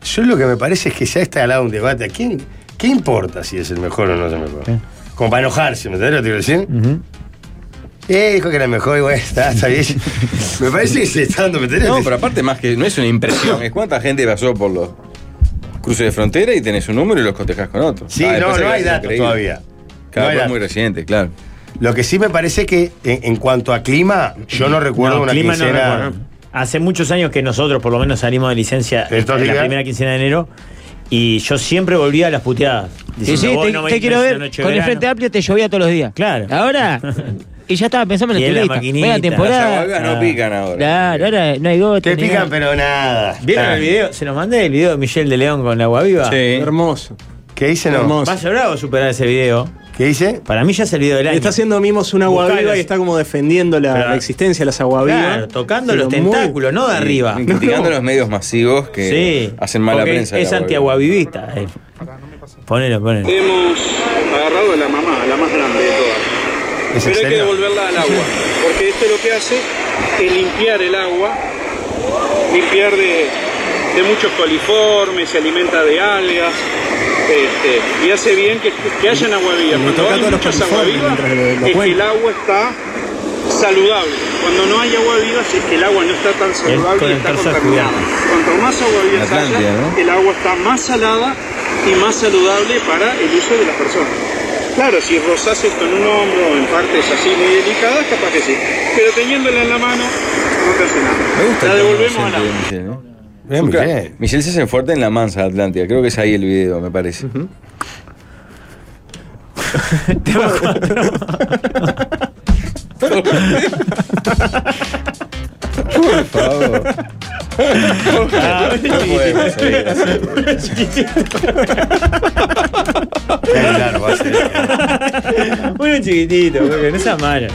[SPEAKER 5] yo lo que me parece es que ya está al lado un debate. ¿A quién, ¿Qué importa si es el mejor o no es el mejor? Como para enojarse, ¿me entendés lo que te quiero decir? Eh, dijo que era el mejor, y bueno, está, está bien. me parece que se está dando, ¿me entendés?
[SPEAKER 7] No, pero aparte más que no es una impresión, es cuánta gente pasó por los cruces de frontera y tenés un número y los cotejás con otro.
[SPEAKER 5] Sí, no,
[SPEAKER 7] después
[SPEAKER 5] no hay
[SPEAKER 7] Ah, que es
[SPEAKER 5] datos
[SPEAKER 7] increíble.
[SPEAKER 5] todavía.
[SPEAKER 7] Claro,
[SPEAKER 5] No hay
[SPEAKER 7] pues es
[SPEAKER 5] datos.
[SPEAKER 7] muy reciente, claro.
[SPEAKER 5] Lo que sí me parece que en, en cuanto a clima, yo no recuerdo
[SPEAKER 8] No,
[SPEAKER 5] una
[SPEAKER 8] clima no
[SPEAKER 5] quincena.
[SPEAKER 8] recuerdo. Hace muchos años que nosotros, por lo menos, salimos de licencia en la
[SPEAKER 5] ligas?
[SPEAKER 8] primera quincena de enero. Y yo siempre volvía a las puteadas.
[SPEAKER 15] Sí, sí,
[SPEAKER 8] diciendo, "Vos
[SPEAKER 15] te,
[SPEAKER 8] no me
[SPEAKER 15] te
[SPEAKER 8] dijiste
[SPEAKER 15] quiero
[SPEAKER 8] esa
[SPEAKER 15] ver.
[SPEAKER 8] noche de
[SPEAKER 15] Con el
[SPEAKER 8] verano".
[SPEAKER 15] Frente Amplio te llovía todos los días.
[SPEAKER 8] Claro.
[SPEAKER 15] Ahora. Y ya estaba pensando en
[SPEAKER 8] Y
[SPEAKER 15] la
[SPEAKER 8] en la
[SPEAKER 15] turista.
[SPEAKER 8] maquinita.
[SPEAKER 15] Buena
[SPEAKER 8] Las
[SPEAKER 15] temporada.
[SPEAKER 8] aguacas no pican ahora.
[SPEAKER 15] Claro, ahora no hay gota.
[SPEAKER 8] Te
[SPEAKER 15] ni
[SPEAKER 8] pican,
[SPEAKER 15] nada.
[SPEAKER 5] pero nada.
[SPEAKER 8] ¿Vieron
[SPEAKER 5] Está.
[SPEAKER 8] el video? ¿Se nos mandé el video de Michelle de León con la agua viva?
[SPEAKER 7] Sí.
[SPEAKER 8] Hermoso.
[SPEAKER 5] ¿Qué dice
[SPEAKER 8] no?
[SPEAKER 6] Hermoso.
[SPEAKER 8] Va a ser bravo superar ese video.
[SPEAKER 5] ¿Qué dice?
[SPEAKER 8] Para mí ya es el video del año.
[SPEAKER 6] Está haciendo mimos una aguaviva
[SPEAKER 8] Buscalas.
[SPEAKER 6] y está como defendiendo la,
[SPEAKER 8] Claro.
[SPEAKER 6] la existencia de las aguavivas.
[SPEAKER 8] Claro, tocando los
[SPEAKER 6] Pero muy-
[SPEAKER 8] tentáculos, no de arriba.
[SPEAKER 7] Y Criticando los medios masivos que
[SPEAKER 8] Sí.
[SPEAKER 7] hacen mala
[SPEAKER 8] Porque
[SPEAKER 7] prensa. de
[SPEAKER 8] Es
[SPEAKER 7] la web.
[SPEAKER 8] antiaguavivista. él. Ponelo, ponelo.
[SPEAKER 20] Hemos agarrado a la mamá, la más grande de todas.
[SPEAKER 8] ¿Es en
[SPEAKER 20] Pero hay que
[SPEAKER 8] serio?
[SPEAKER 20] devolverla al agua, porque esto lo que hace es limpiar el agua, limpiar de, de muchos coliformes, se alimenta de algas, este, y hace bien que, que hayan aguavivas.
[SPEAKER 6] Me
[SPEAKER 20] Cuando
[SPEAKER 6] toca
[SPEAKER 20] hay
[SPEAKER 6] todos los
[SPEAKER 20] muchas
[SPEAKER 6] coliformes
[SPEAKER 20] aguavivas,
[SPEAKER 6] mientras lo- lo
[SPEAKER 20] es que el
[SPEAKER 6] cuento.
[SPEAKER 20] agua está saludable. Cuando no hay aguavivas es que el agua no está tan saludable
[SPEAKER 8] con
[SPEAKER 20] y
[SPEAKER 8] el
[SPEAKER 20] está
[SPEAKER 8] tercer
[SPEAKER 20] contaminada.
[SPEAKER 8] cuidado.
[SPEAKER 20] Cuanto más aguavivas
[SPEAKER 8] La Atlántida,
[SPEAKER 20] haya,
[SPEAKER 8] ¿no?
[SPEAKER 20] el agua está más salada y más saludable para el uso de las personas. Claro, si rozás esto en un hombro, en partes así muy delicadas, capaz que sí. Pero teniéndola en la mano, no te hace nada.
[SPEAKER 7] Me gusta
[SPEAKER 20] la
[SPEAKER 7] el tono
[SPEAKER 20] devolvemos
[SPEAKER 7] docente de
[SPEAKER 20] al agua.
[SPEAKER 7] Michelle, ¿no?
[SPEAKER 5] Bien,
[SPEAKER 7] Nunca-
[SPEAKER 5] Michelle.
[SPEAKER 7] Michelle se hace fuerte en la mansa Atlántica. Creo que es ahí el video, me parece. Por favor. No podemos seguir así.
[SPEAKER 8] Muy chiquitito, porque no seas malo.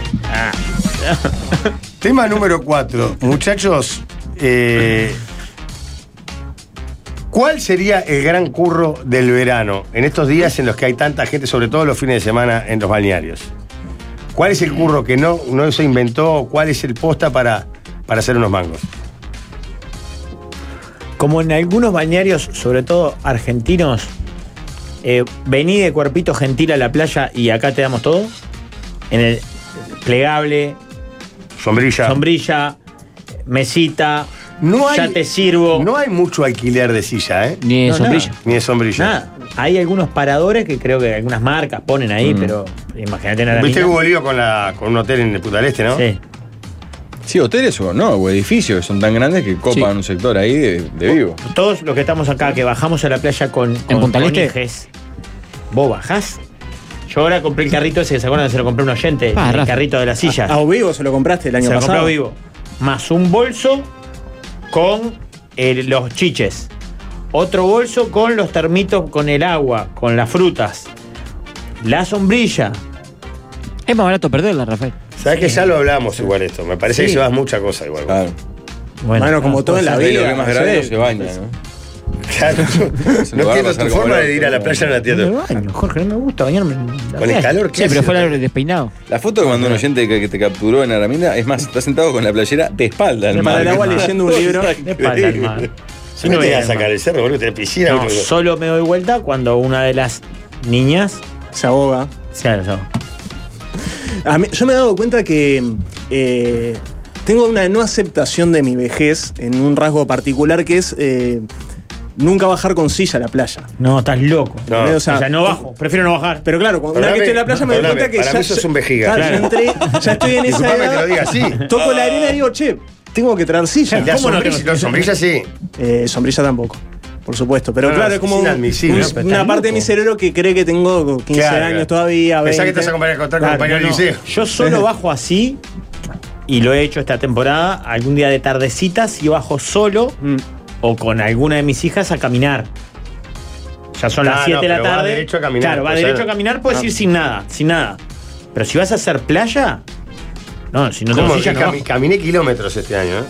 [SPEAKER 5] Tema número 4. Muchachos, eh, ¿cuál sería el gran curro del verano en estos días en los que hay tanta gente, sobre todo los fines de semana en los balnearios? ¿Cuál es el curro que no, no se inventó? ¿Cuál es el posta para, para hacer unos mangos?
[SPEAKER 8] Como en algunos bañarios, sobre todo argentinos, eh, vení de cuerpito gentil a la playa y acá te damos todo. En el plegable,
[SPEAKER 5] Sombrilla.
[SPEAKER 8] sombrilla, mesita,
[SPEAKER 5] No hay-
[SPEAKER 8] ya te sirvo.
[SPEAKER 5] No hay mucho alquiler de silla, ¿eh?
[SPEAKER 8] Ni de sombrilla.
[SPEAKER 5] Ni de sombrilla.
[SPEAKER 8] Nada. Hay algunos paradores que creo que algunas marcas ponen ahí,
[SPEAKER 5] Mm.
[SPEAKER 8] pero imagínate en la
[SPEAKER 5] ¿Viste que
[SPEAKER 8] niña.
[SPEAKER 5] hubo lío con, la, con un hotel en el Punta del Este, no?
[SPEAKER 8] Sí.
[SPEAKER 7] Sí, hoteles o no, o edificios que son tan grandes que copan un sector ahí de, de vivo.
[SPEAKER 8] Todos los que estamos acá, que bajamos a la playa con, con,
[SPEAKER 7] Punta del
[SPEAKER 8] con
[SPEAKER 7] Este?
[SPEAKER 8] hijes, vos bajás. Yo ahora compré el carrito ese, ¿se acuerdan? Se lo compré a un oyente,
[SPEAKER 6] Ah,
[SPEAKER 8] el
[SPEAKER 6] Rafa.
[SPEAKER 8] carrito de las sillas.
[SPEAKER 6] A, a Vivo se lo compraste el año
[SPEAKER 8] se lo compré
[SPEAKER 6] pasado.
[SPEAKER 8] a vivo. Más un bolso con eh, los chiches. Otro bolso con los termitos, con el agua, con las frutas. La sombrilla.
[SPEAKER 15] Es más barato perderla, Rafael.
[SPEAKER 5] Sabes que ya lo hablamos igual esto. Me parece que
[SPEAKER 15] Sí.
[SPEAKER 5] llevas mucha cosa igual. Claro.
[SPEAKER 8] Bueno, pues
[SPEAKER 6] como todo en la vida. sí.
[SPEAKER 5] Claro. No entiendo tu forma de ir a la playa en la
[SPEAKER 15] No me
[SPEAKER 5] tierra.
[SPEAKER 15] baño, Jorge, no me gusta bañarme. en la playa. Sí, pero fue la despeinado.
[SPEAKER 7] La foto que mandó un oyente que, que te capturó en Araminda, es más, está sentado con la playera de espalda al
[SPEAKER 8] De
[SPEAKER 7] mar.
[SPEAKER 8] espalda al agua, leyendo un libro.
[SPEAKER 7] Está
[SPEAKER 8] De espalda al
[SPEAKER 7] increíble.
[SPEAKER 8] mar.
[SPEAKER 5] Si no te vas a sacar el cerro, boludo, tenés piscina.
[SPEAKER 8] No,
[SPEAKER 5] boludo.
[SPEAKER 8] solo me doy vuelta cuando una de las niñas
[SPEAKER 6] se ahoga.
[SPEAKER 8] Claro, se ahoga.
[SPEAKER 6] A mí- yo me he dado cuenta que eh, tengo una no aceptación de mi vejez en un rasgo particular que es eh, nunca bajar con silla a la playa.
[SPEAKER 8] No, estás loco.
[SPEAKER 5] No.
[SPEAKER 6] Eh,
[SPEAKER 8] O sea, no bajo, prefiero no bajar.
[SPEAKER 6] Pero claro, cuando una vez que estoy en la playa me doy
[SPEAKER 5] Perdóname,
[SPEAKER 6] cuenta que
[SPEAKER 5] para
[SPEAKER 6] ya.
[SPEAKER 5] mí sos un vejiga.
[SPEAKER 6] Claro,
[SPEAKER 5] Claro.
[SPEAKER 6] ya entré, ya estoy en esa
[SPEAKER 5] Disculpame
[SPEAKER 6] edad.
[SPEAKER 5] que lo diga así.
[SPEAKER 6] Toco la arena y digo, che, tengo que traer silla.
[SPEAKER 5] La sombrilla,
[SPEAKER 6] tengo-
[SPEAKER 5] la sombrilla sí.
[SPEAKER 6] Eh, sombrilla tampoco. Por supuesto, pero
[SPEAKER 5] No,
[SPEAKER 6] claro,
[SPEAKER 5] no,
[SPEAKER 6] es como
[SPEAKER 5] es
[SPEAKER 6] un-
[SPEAKER 5] inadmisible,
[SPEAKER 6] un-
[SPEAKER 5] ¿no? Pero
[SPEAKER 6] una
[SPEAKER 5] estás
[SPEAKER 6] parte de mi cerebro que cree que tengo 15
[SPEAKER 8] Claro,
[SPEAKER 6] años
[SPEAKER 8] claro.
[SPEAKER 6] todavía.
[SPEAKER 8] Pensá
[SPEAKER 6] 20.
[SPEAKER 8] que te vas a comparar con tal Claro, compañero del no, no. liceo. Yo solo bajo así y lo he hecho esta temporada, algún día de tardecitas, y bajo solo o con alguna de mis hijas a caminar. Ya son
[SPEAKER 5] Ah,
[SPEAKER 8] las 7
[SPEAKER 5] no,
[SPEAKER 8] de la
[SPEAKER 5] pero va
[SPEAKER 8] tarde.
[SPEAKER 5] derecho a caminar,
[SPEAKER 8] Claro, va
[SPEAKER 5] o sea,
[SPEAKER 8] derecho a caminar, puedes
[SPEAKER 5] no.
[SPEAKER 8] ir sin nada, sin nada. Pero si vas a hacer playa, no, si no tengo
[SPEAKER 5] ¿Cómo?
[SPEAKER 8] silla, no
[SPEAKER 5] Cami-
[SPEAKER 8] bajo.
[SPEAKER 5] Caminé kilómetros este año, ¿eh?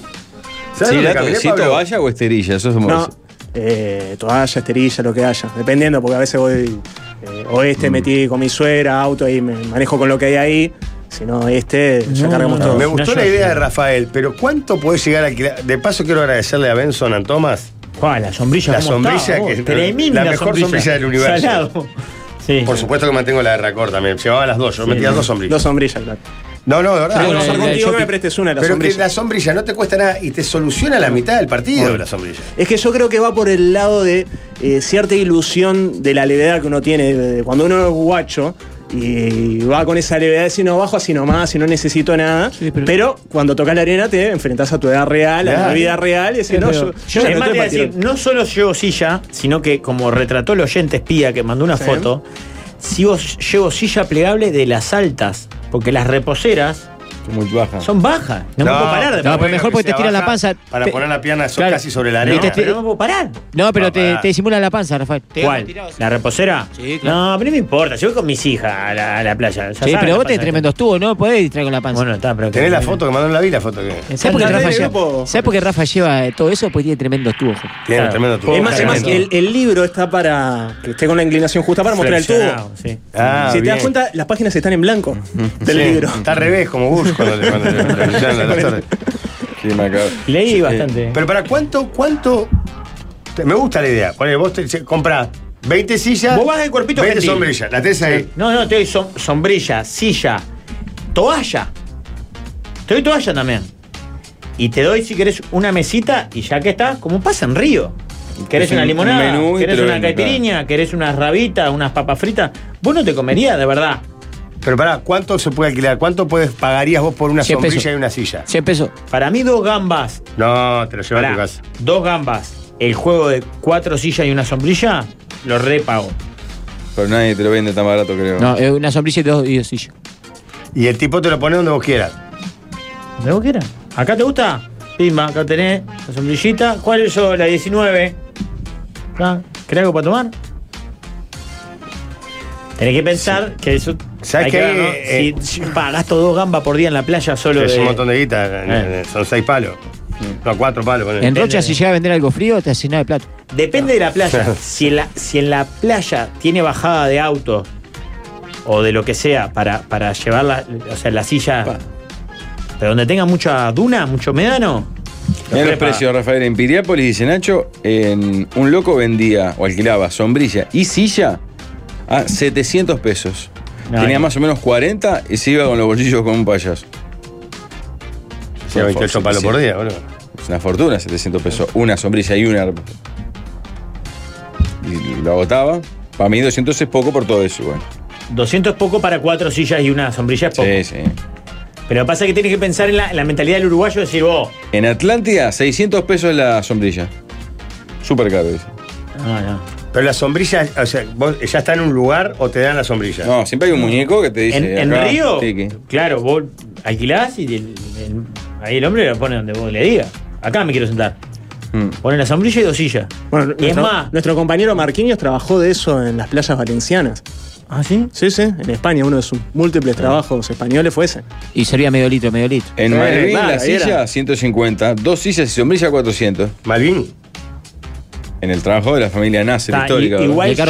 [SPEAKER 5] ¿Sabes
[SPEAKER 7] Sí,
[SPEAKER 5] dónde
[SPEAKER 7] dato,
[SPEAKER 5] caminé,
[SPEAKER 7] ¿sí
[SPEAKER 5] Pablo?
[SPEAKER 7] toalla o esterilla? Eso es
[SPEAKER 6] No, eh, toalla, esterilla, lo que haya. Dependiendo, porque a veces voy eh, oeste, metí con mi suegra, auto, ahí me manejo con lo que hay ahí. Si no, este, ya cargamos todo.
[SPEAKER 5] Me gustó la idea de Rafael, pero ¿cuánto podés llegar a alquilar? De paso quiero agradecerle a Benson Antomas.
[SPEAKER 8] la sombrilla
[SPEAKER 5] La
[SPEAKER 8] cómo
[SPEAKER 5] sombrilla
[SPEAKER 8] estaba, vos.
[SPEAKER 5] que
[SPEAKER 8] Tremenda
[SPEAKER 5] la mejor sombrilla,
[SPEAKER 8] sombrilla
[SPEAKER 5] del universo.
[SPEAKER 8] Salado.
[SPEAKER 5] Por supuesto que mantengo la de Racor también. Llevaba las dos, yo
[SPEAKER 6] Sí.
[SPEAKER 5] metía dos sombrillas.
[SPEAKER 6] Dos sombrillas, claro.
[SPEAKER 5] No, no, de verdad.
[SPEAKER 6] Tengo que pasar contigo que me prestes una, la
[SPEAKER 5] Pero que
[SPEAKER 6] sombrilla.
[SPEAKER 5] la sombrilla no te cuesta nada y te soluciona la mitad del partido
[SPEAKER 6] Bueno.
[SPEAKER 5] la sombrilla.
[SPEAKER 6] Es que yo creo que va por el lado de eh, cierta ilusión de la levedad que uno tiene. de- de cuando uno es guacho y va con esa levedad de si no bajo así nomás, si no necesito nada. pero, cuando tocas la arena te enfrentas a tu edad real, a la
[SPEAKER 8] Claro.
[SPEAKER 6] vida real y decís, no, yo, yo ya
[SPEAKER 8] es
[SPEAKER 6] no estoy
[SPEAKER 8] más, te iba a
[SPEAKER 6] para
[SPEAKER 8] decir,
[SPEAKER 6] tirar.
[SPEAKER 8] no solo llevo silla, sino que como retrató el oyente espía que mandó una
[SPEAKER 6] Sí.
[SPEAKER 8] foto, si vos llevo silla plegable de las altas, porque las reposeras
[SPEAKER 7] son muy bajas.
[SPEAKER 8] Son bajas. No, me puedo parar de
[SPEAKER 15] no, pero mejor porque te tiran la panza.
[SPEAKER 5] Para
[SPEAKER 15] Te-
[SPEAKER 5] poner la pierna so-
[SPEAKER 15] Claro.
[SPEAKER 5] casi sobre la
[SPEAKER 15] Y
[SPEAKER 5] arena.
[SPEAKER 15] te- te-
[SPEAKER 5] Pero
[SPEAKER 8] no me puedo parar.
[SPEAKER 15] No, pero
[SPEAKER 8] No,
[SPEAKER 15] te,
[SPEAKER 8] pará.
[SPEAKER 15] te disimulan la panza, Rafael. Te
[SPEAKER 8] ¿Cuál?
[SPEAKER 15] dejan tirado, sí.
[SPEAKER 8] ¿La reposera?
[SPEAKER 15] Sí, claro.
[SPEAKER 8] No, pero no me importa. Yo voy con mis hijas a la, a la playa. ya
[SPEAKER 15] Sí,
[SPEAKER 8] saben
[SPEAKER 15] pero
[SPEAKER 8] la
[SPEAKER 15] vos tenés
[SPEAKER 8] panza.
[SPEAKER 15] tremendos tubos, ¿no? Podés distraer con la panza.
[SPEAKER 8] Bueno, está, pero.
[SPEAKER 5] Tenés la foto que mandó en la vi, la foto que.
[SPEAKER 15] ¿Sabes por qué
[SPEAKER 6] Andate
[SPEAKER 15] Rafa
[SPEAKER 6] de
[SPEAKER 15] lleva,
[SPEAKER 6] grupo.
[SPEAKER 15] ¿sabés por qué Rafa lleva todo eso? Porque tiene tremendos tubos. Jorge.
[SPEAKER 5] Tiene tremendo tubo.
[SPEAKER 6] Es más, es más, el, el libro está para que esté con la inclinación justa para mostrar el tubo.
[SPEAKER 8] Flexionado, sí.
[SPEAKER 5] Ah,
[SPEAKER 6] si te das
[SPEAKER 5] bien.
[SPEAKER 6] cuenta, las páginas están en blanco del
[SPEAKER 5] Sí,
[SPEAKER 6] libro.
[SPEAKER 5] Está al revés, como Bush cuando le cuando le- cuando le- cuando le- cuando le-
[SPEAKER 7] Sí, eh, me acabo.
[SPEAKER 8] Leí bastante.
[SPEAKER 5] Pero para cuánto, cuánto. te- Me gusta la idea. Ponele, vos te, compras 20 sillas.
[SPEAKER 8] Vos vas de cuerpito
[SPEAKER 5] 20
[SPEAKER 8] gentil.
[SPEAKER 5] sombrillas. La tenés ahí.
[SPEAKER 8] No, no, te doy som- sombrilla, silla, toalla. Te doy toalla también. Y te doy, si querés, una mesita y ya que estás, como pasa en Río. ¿Querés
[SPEAKER 7] Es un-
[SPEAKER 8] una limonada?
[SPEAKER 7] un menú y
[SPEAKER 8] ¿Querés
[SPEAKER 7] te lo
[SPEAKER 8] una
[SPEAKER 7] venden,
[SPEAKER 8] caipiriña? ¿Querés unas rabitas? ¿Unas papas fritas? Vos no te comerías, de verdad.
[SPEAKER 5] Pero pará, ¿cuánto se puede alquilar? ¿Cuánto puedes, pagarías vos por una
[SPEAKER 8] 100
[SPEAKER 5] sombrilla
[SPEAKER 8] pesos.
[SPEAKER 5] y una silla?
[SPEAKER 15] 100 pesos.
[SPEAKER 8] Para mí, dos gambas.
[SPEAKER 5] No, te lo llevas a
[SPEAKER 8] Pará,
[SPEAKER 5] tu casa.
[SPEAKER 8] dos gambas. El juego de cuatro sillas y una sombrilla, lo repago.
[SPEAKER 7] Pero nadie te lo vende tan barato, creo.
[SPEAKER 15] No, es una sombrilla y dos, y dos sillas.
[SPEAKER 5] Y el tipo te lo pone donde vos quieras.
[SPEAKER 8] ¿De vos qué era? ¿Acá te gusta? Pimba, acá tenés la sombrillita. ¿Cuál es yo? La 19. Ah, ¿Querés algo para tomar? Tenés que pensar que eso.
[SPEAKER 5] ¿Sabés
[SPEAKER 8] hay
[SPEAKER 5] qué?
[SPEAKER 8] verlo.
[SPEAKER 5] Eh,
[SPEAKER 8] si, si pagás todos dos gambas por día en la playa solo.
[SPEAKER 5] es
[SPEAKER 8] de- Mm.
[SPEAKER 5] un montón de guita. eh, Son seis palos. No, cuatro palos. ponele.
[SPEAKER 15] En Rocha, si llega a vender algo frío, te haces nada de plata.
[SPEAKER 8] Depende de la playa. si, en la, si en la playa tiene bajada de auto o de lo que sea para, para llevar la, o sea, la silla. Pero donde tenga mucha duna, mucho medano.
[SPEAKER 7] Mirá los
[SPEAKER 8] prepa.
[SPEAKER 7] precios, Rafael. En Piriápolis, dice Nacho, en un loco vendía o alquilaba sombrilla y silla a 700 pesos.
[SPEAKER 8] No,
[SPEAKER 7] Tenía
[SPEAKER 8] no.
[SPEAKER 7] más o menos 40 y se iba con los bolsillos como un payaso.
[SPEAKER 5] Sí, 28 palos por día, boludo.
[SPEAKER 7] Es una fortuna, 700 pesos. Una sombrilla y una. Y lo agotaba. Para mí 200 es poco por todo eso, bueno.
[SPEAKER 8] 200 es poco para cuatro sillas y una sombrilla es poco.
[SPEAKER 7] Sí, sí.
[SPEAKER 8] Pero pasa que tienes que pensar en la, en la mentalidad del uruguayo y decir, vos,
[SPEAKER 7] En Atlántida, 600 pesos la sombrilla. Súper caro, dice.
[SPEAKER 8] No, no.
[SPEAKER 5] Pero la sombrilla, o sea, vos ya está en un lugar o te dan la sombrilla.
[SPEAKER 7] No, siempre hay un muñeco que te dice,
[SPEAKER 8] En, en
[SPEAKER 7] acá,
[SPEAKER 8] Río,
[SPEAKER 7] tiki.
[SPEAKER 8] claro, vos alquilás y el- el- ahí el hombre lo pone donde vos le digas. Acá me quiero sentar.
[SPEAKER 7] Mm.
[SPEAKER 8] Pone la sombrilla y dos sillas.
[SPEAKER 6] Bueno,
[SPEAKER 8] y es
[SPEAKER 6] nuestro,
[SPEAKER 8] más,
[SPEAKER 6] nuestro compañero Marquinhos trabajó de eso en las playas valencianas.
[SPEAKER 8] ¿Ah, sí? Ah.
[SPEAKER 6] Sí, sí, en España. Uno de sus múltiples trabajos españoles fue ese.
[SPEAKER 15] Y servía medio litro, medio litro.
[SPEAKER 7] En
[SPEAKER 6] Eh,
[SPEAKER 7] Malvin,
[SPEAKER 6] claro,
[SPEAKER 7] la
[SPEAKER 6] ahí era.
[SPEAKER 7] silla, 150. Dos sillas y sombrilla, 400.
[SPEAKER 5] ¿Malvin?
[SPEAKER 7] En el trabajo de la familia Nasser,
[SPEAKER 8] está,
[SPEAKER 7] histórica.
[SPEAKER 8] i-
[SPEAKER 7] ¿verdad?
[SPEAKER 8] igual ya,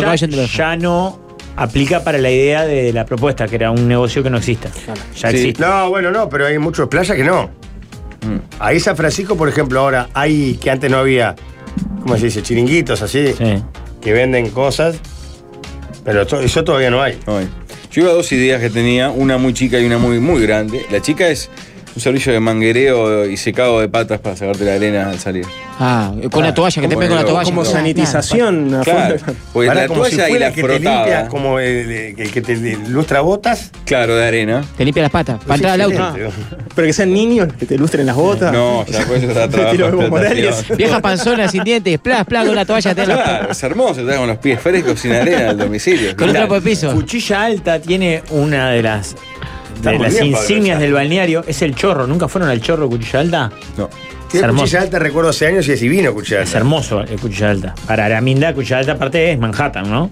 [SPEAKER 8] ya no aplica para la idea de la propuesta, que era un negocio que no exista. Ya
[SPEAKER 5] Sí.
[SPEAKER 8] existe.
[SPEAKER 5] No, bueno, no, pero hay muchos playas que no. Ahí San Francisco, por ejemplo, ahora hay que antes no había, ¿cómo se dice? Chiringuitos así, que venden cosas, pero to- eso todavía no hay.
[SPEAKER 7] Ay. Yo iba a dos ideas que tenía, una muy chica y una muy, muy grande. La chica es un servicio de manguereo y secado de patas para sacarte la arena al salir.
[SPEAKER 15] Ah, con la toalla, que te
[SPEAKER 7] Como
[SPEAKER 15] peguen con la
[SPEAKER 7] el-
[SPEAKER 15] toalla.
[SPEAKER 7] como
[SPEAKER 15] Claro.
[SPEAKER 6] sanitización,
[SPEAKER 15] Claro.
[SPEAKER 7] Claro, porque
[SPEAKER 5] Ahora
[SPEAKER 7] la
[SPEAKER 5] como si
[SPEAKER 7] toalla y
[SPEAKER 5] fuera
[SPEAKER 7] la
[SPEAKER 5] el que te
[SPEAKER 7] frotada.
[SPEAKER 5] limpia, como el, el que te lustra botas.
[SPEAKER 7] Claro, de arena.
[SPEAKER 15] Te limpia las patas. Para entrar al auto.
[SPEAKER 6] Ah, Pero que sean niños que te ilustren las botas.
[SPEAKER 7] No, ya pues eso está
[SPEAKER 6] Te tiro Evo Morales.
[SPEAKER 15] Vieja panzona sin dientes, plas, plas, con la toalla te la
[SPEAKER 7] Claro, es hermoso, estás con los pies frescos sin arena al domicilio.
[SPEAKER 15] Con un trapo de piso.
[SPEAKER 8] Cuchilla Alta tiene una de las,
[SPEAKER 7] Está
[SPEAKER 8] de
[SPEAKER 7] muy
[SPEAKER 8] las
[SPEAKER 7] bien, Pablo,
[SPEAKER 8] insignias del balneario. Es el chorro. ¿Nunca fueron al chorro Cuchilla Alta?
[SPEAKER 7] No.
[SPEAKER 8] Es
[SPEAKER 5] Tiene
[SPEAKER 8] hermoso.
[SPEAKER 5] cuchilla alta, recuerdo hace años y es divino cuchilla alta.
[SPEAKER 8] Es hermoso el Cuchilla Alta. Para Araminda, Cuchilla Alta aparte es Manhattan, ¿no?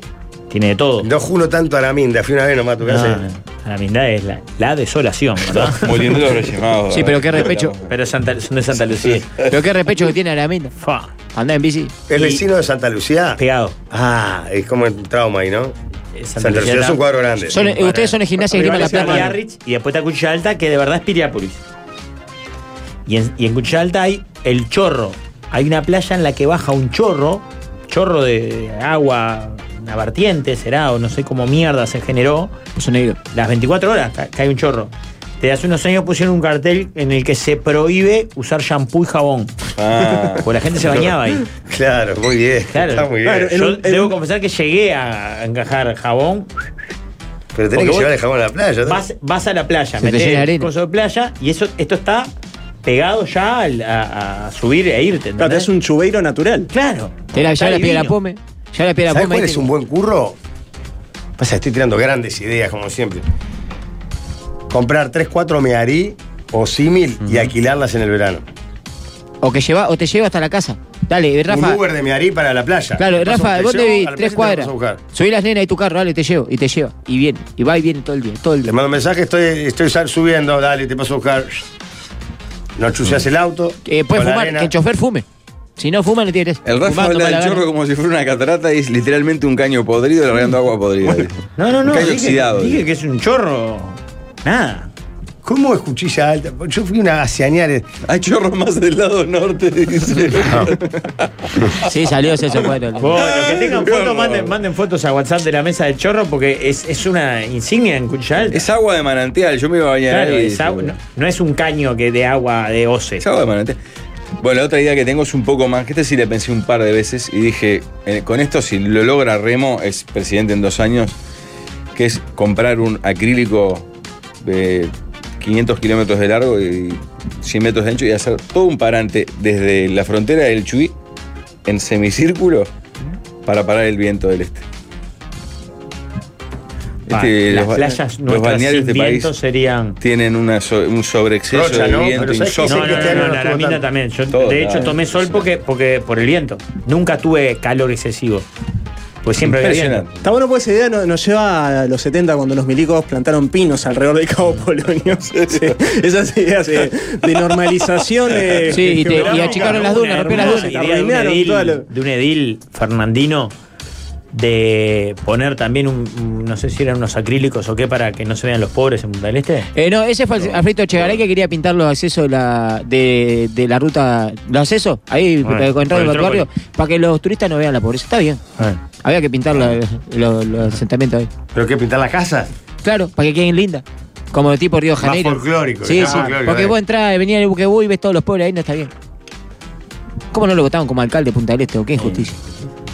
[SPEAKER 8] Tiene de todo.
[SPEAKER 5] No juno tanto a la minda, fui una vez nomás a tu casa.
[SPEAKER 8] No, Araminda es la, la desolación, ¿verdad?
[SPEAKER 7] Moliendo los rellamados.
[SPEAKER 15] Sí, pero qué repecho.
[SPEAKER 8] Pero Santa- son de Santa Lucía.
[SPEAKER 15] Pero qué repecho que tiene Araminda. Andá en bici.
[SPEAKER 5] ¿Es vecino de Santa Lucía?
[SPEAKER 8] Pegado.
[SPEAKER 5] Ah, es como un trauma ahí, ¿no? Santa, Lucía, es
[SPEAKER 8] Lucía-
[SPEAKER 5] un cuadro grande.
[SPEAKER 15] Son- eh, ustedes son el gimnasia de Grima La
[SPEAKER 8] Rivales eran
[SPEAKER 15] Plata.
[SPEAKER 8] Biarritz y después está Cuchilla Alta, que de verdad es Piriápolis. Y en, y en Cuchilla Alta hay el chorro. Hay una playa en la que baja un chorro, chorro de agua, una vertiente será, o no sé cómo mierda se generó. Las 24 horas ca- cae un chorro. Desde hace unos años pusieron un cartel en el que se prohíbe usar shampoo y jabón.
[SPEAKER 7] Ah.
[SPEAKER 8] Porque la gente se bañaba ahí.
[SPEAKER 5] Claro, muy bien.
[SPEAKER 8] Claro.
[SPEAKER 5] Está muy bien.
[SPEAKER 8] Claro, Yo debo confesar que llegué a encajar jabón
[SPEAKER 5] Pero tenés
[SPEAKER 8] porque
[SPEAKER 5] que
[SPEAKER 8] vos
[SPEAKER 5] llevar el jabón a la playa. ¿no?
[SPEAKER 8] Vas, vas a la
[SPEAKER 5] Se
[SPEAKER 8] playa,
[SPEAKER 5] te
[SPEAKER 8] metés
[SPEAKER 5] llena de
[SPEAKER 8] el
[SPEAKER 5] arena.
[SPEAKER 8] coso de playa y eso, esto está pegado ya al- a, a subir e irte.
[SPEAKER 6] Claro, te hace un chubeiro natural.
[SPEAKER 8] Claro.
[SPEAKER 15] Te la- ya la piedra
[SPEAKER 8] pome.
[SPEAKER 15] Ya la piedra
[SPEAKER 5] ¿Sabés
[SPEAKER 15] pome. este
[SPEAKER 5] cuál es un buen curro? Pasa, estoy tirando grandes ideas, como siempre. Comprar 3, 4 mearí o símil y alquilarlas en el verano.
[SPEAKER 15] O que lleva, o te lleva hasta la casa. Dale, Eh, Rafa.
[SPEAKER 5] Un Uber de mearí para la playa.
[SPEAKER 15] Claro,
[SPEAKER 5] Te paso
[SPEAKER 15] Rafa,
[SPEAKER 5] un
[SPEAKER 15] vos
[SPEAKER 5] te
[SPEAKER 15] te
[SPEAKER 5] llevo,
[SPEAKER 15] vi
[SPEAKER 5] a la
[SPEAKER 15] tres
[SPEAKER 5] playa te
[SPEAKER 15] cuadras.
[SPEAKER 5] vamos a buscar.
[SPEAKER 15] Subí las nenas y tu carro, dale, te llevo. Y te lleva. Y viene. Y va y viene todo el día. Todo el
[SPEAKER 5] Te
[SPEAKER 15] día.
[SPEAKER 5] mando un mensaje, estoy, estoy sal- subiendo, dale, te paso a buscar. No chuseas el auto.
[SPEAKER 15] Eh, puedes
[SPEAKER 5] con la
[SPEAKER 15] fumar,
[SPEAKER 5] arena.
[SPEAKER 15] que el chofer fume. Si no fuma, no tienes.
[SPEAKER 7] El Rafa
[SPEAKER 15] Fumá,
[SPEAKER 7] habla
[SPEAKER 15] tomá la
[SPEAKER 7] del
[SPEAKER 15] gana.
[SPEAKER 7] chorro como si fuera una catarata y es literalmente un caño podrido largando agua podrida.
[SPEAKER 8] No, no, no.
[SPEAKER 7] Un caño
[SPEAKER 8] dije-
[SPEAKER 7] oxidado.
[SPEAKER 8] dije que es un chorro. Nada.
[SPEAKER 5] ¿Cómo es cuchilla alta? Yo fui una eh. gaseañar.
[SPEAKER 7] Hay chorros más del lado norte, dice.
[SPEAKER 15] Sí, salió ese cuadro.
[SPEAKER 8] Bueno, que tengan fotos, manden, manden fotos a WhatsApp de la mesa del chorro porque es, es una insignia en Cuchilla Alta.
[SPEAKER 7] Es agua de manantial, yo me iba a bañar
[SPEAKER 8] Claro,
[SPEAKER 7] ahí.
[SPEAKER 8] es agua- no, no es un caño que de agua de oce.
[SPEAKER 7] Es agua de manantial. Bueno, la otra idea que tengo es un poco más, que esta sí la pensé un par de veces y dije, eh, con esto si lo logra Remo, es presidente en dos años, que es comprar un acrílico de 500 kilómetros de largo y 100 metros de ancho y hacer todo un parante desde la frontera del Chuy en semicírculo para parar el viento del este.
[SPEAKER 8] Pa,
[SPEAKER 7] Este,
[SPEAKER 8] las
[SPEAKER 7] ba-
[SPEAKER 8] playas
[SPEAKER 7] los
[SPEAKER 8] nuestras
[SPEAKER 7] balnearios
[SPEAKER 8] sin
[SPEAKER 7] de país
[SPEAKER 8] viento serían
[SPEAKER 7] tienen una so- un sobreexceso
[SPEAKER 5] Rocha,
[SPEAKER 7] de
[SPEAKER 5] ¿no?
[SPEAKER 7] viento
[SPEAKER 5] Pero ¿sabes qué? este
[SPEAKER 8] No,
[SPEAKER 7] insólito.
[SPEAKER 8] no, no, no, Este la mina también. Yo,
[SPEAKER 7] Todo,
[SPEAKER 8] de hecho,
[SPEAKER 7] claro.
[SPEAKER 8] tomé sol porque, porque por el viento. Nunca tuve calor excesivo. Pues siempre había viento.
[SPEAKER 6] Está bueno porque esa idea no- nos lleva a los 70 cuando los milicos plantaron pinos alrededor del Cabo Polonio. Sí, esas ideas eh, de normalización. eh,
[SPEAKER 8] Sí, y te- y
[SPEAKER 6] geográfica,
[SPEAKER 8] achicaron
[SPEAKER 6] ¿no?
[SPEAKER 8] las dunas,
[SPEAKER 6] Una
[SPEAKER 8] rompieron las
[SPEAKER 6] hermosa idea
[SPEAKER 8] dunas.
[SPEAKER 6] de un
[SPEAKER 8] Arruinaron
[SPEAKER 6] edil.
[SPEAKER 8] toda la- de un edil fernandino de poner también un, un- no sé si eran unos acrílicos o qué para que no se vean los pobres en Punta del Este.
[SPEAKER 15] Eh, no, ese fue el- Alfredo Echegaray que quería pintar los accesos de la, de, de la ruta. ¿Los accesos? Ahí,
[SPEAKER 8] Bueno,
[SPEAKER 15] para encontrar
[SPEAKER 8] por el
[SPEAKER 15] el barrio. Para que los turistas no vean la pobreza. Está bien. Había que pintar la- los, los asentamientos ahí.
[SPEAKER 5] ¿Pero qué? ¿Pintar las casas?
[SPEAKER 15] Claro, para que queden lindas. Como de tipo Río de
[SPEAKER 5] Más
[SPEAKER 15] Janeiro.
[SPEAKER 5] folclórico.
[SPEAKER 15] Sí,
[SPEAKER 5] más
[SPEAKER 15] sí.
[SPEAKER 5] folclórico,
[SPEAKER 15] Porque
[SPEAKER 5] eh.
[SPEAKER 15] vos entrás, venía en el buquebú y ves todos los pobres ahí, no está bien. ¿Cómo no lo votaban como alcalde de Punta del Este? ¿O qué injusticia?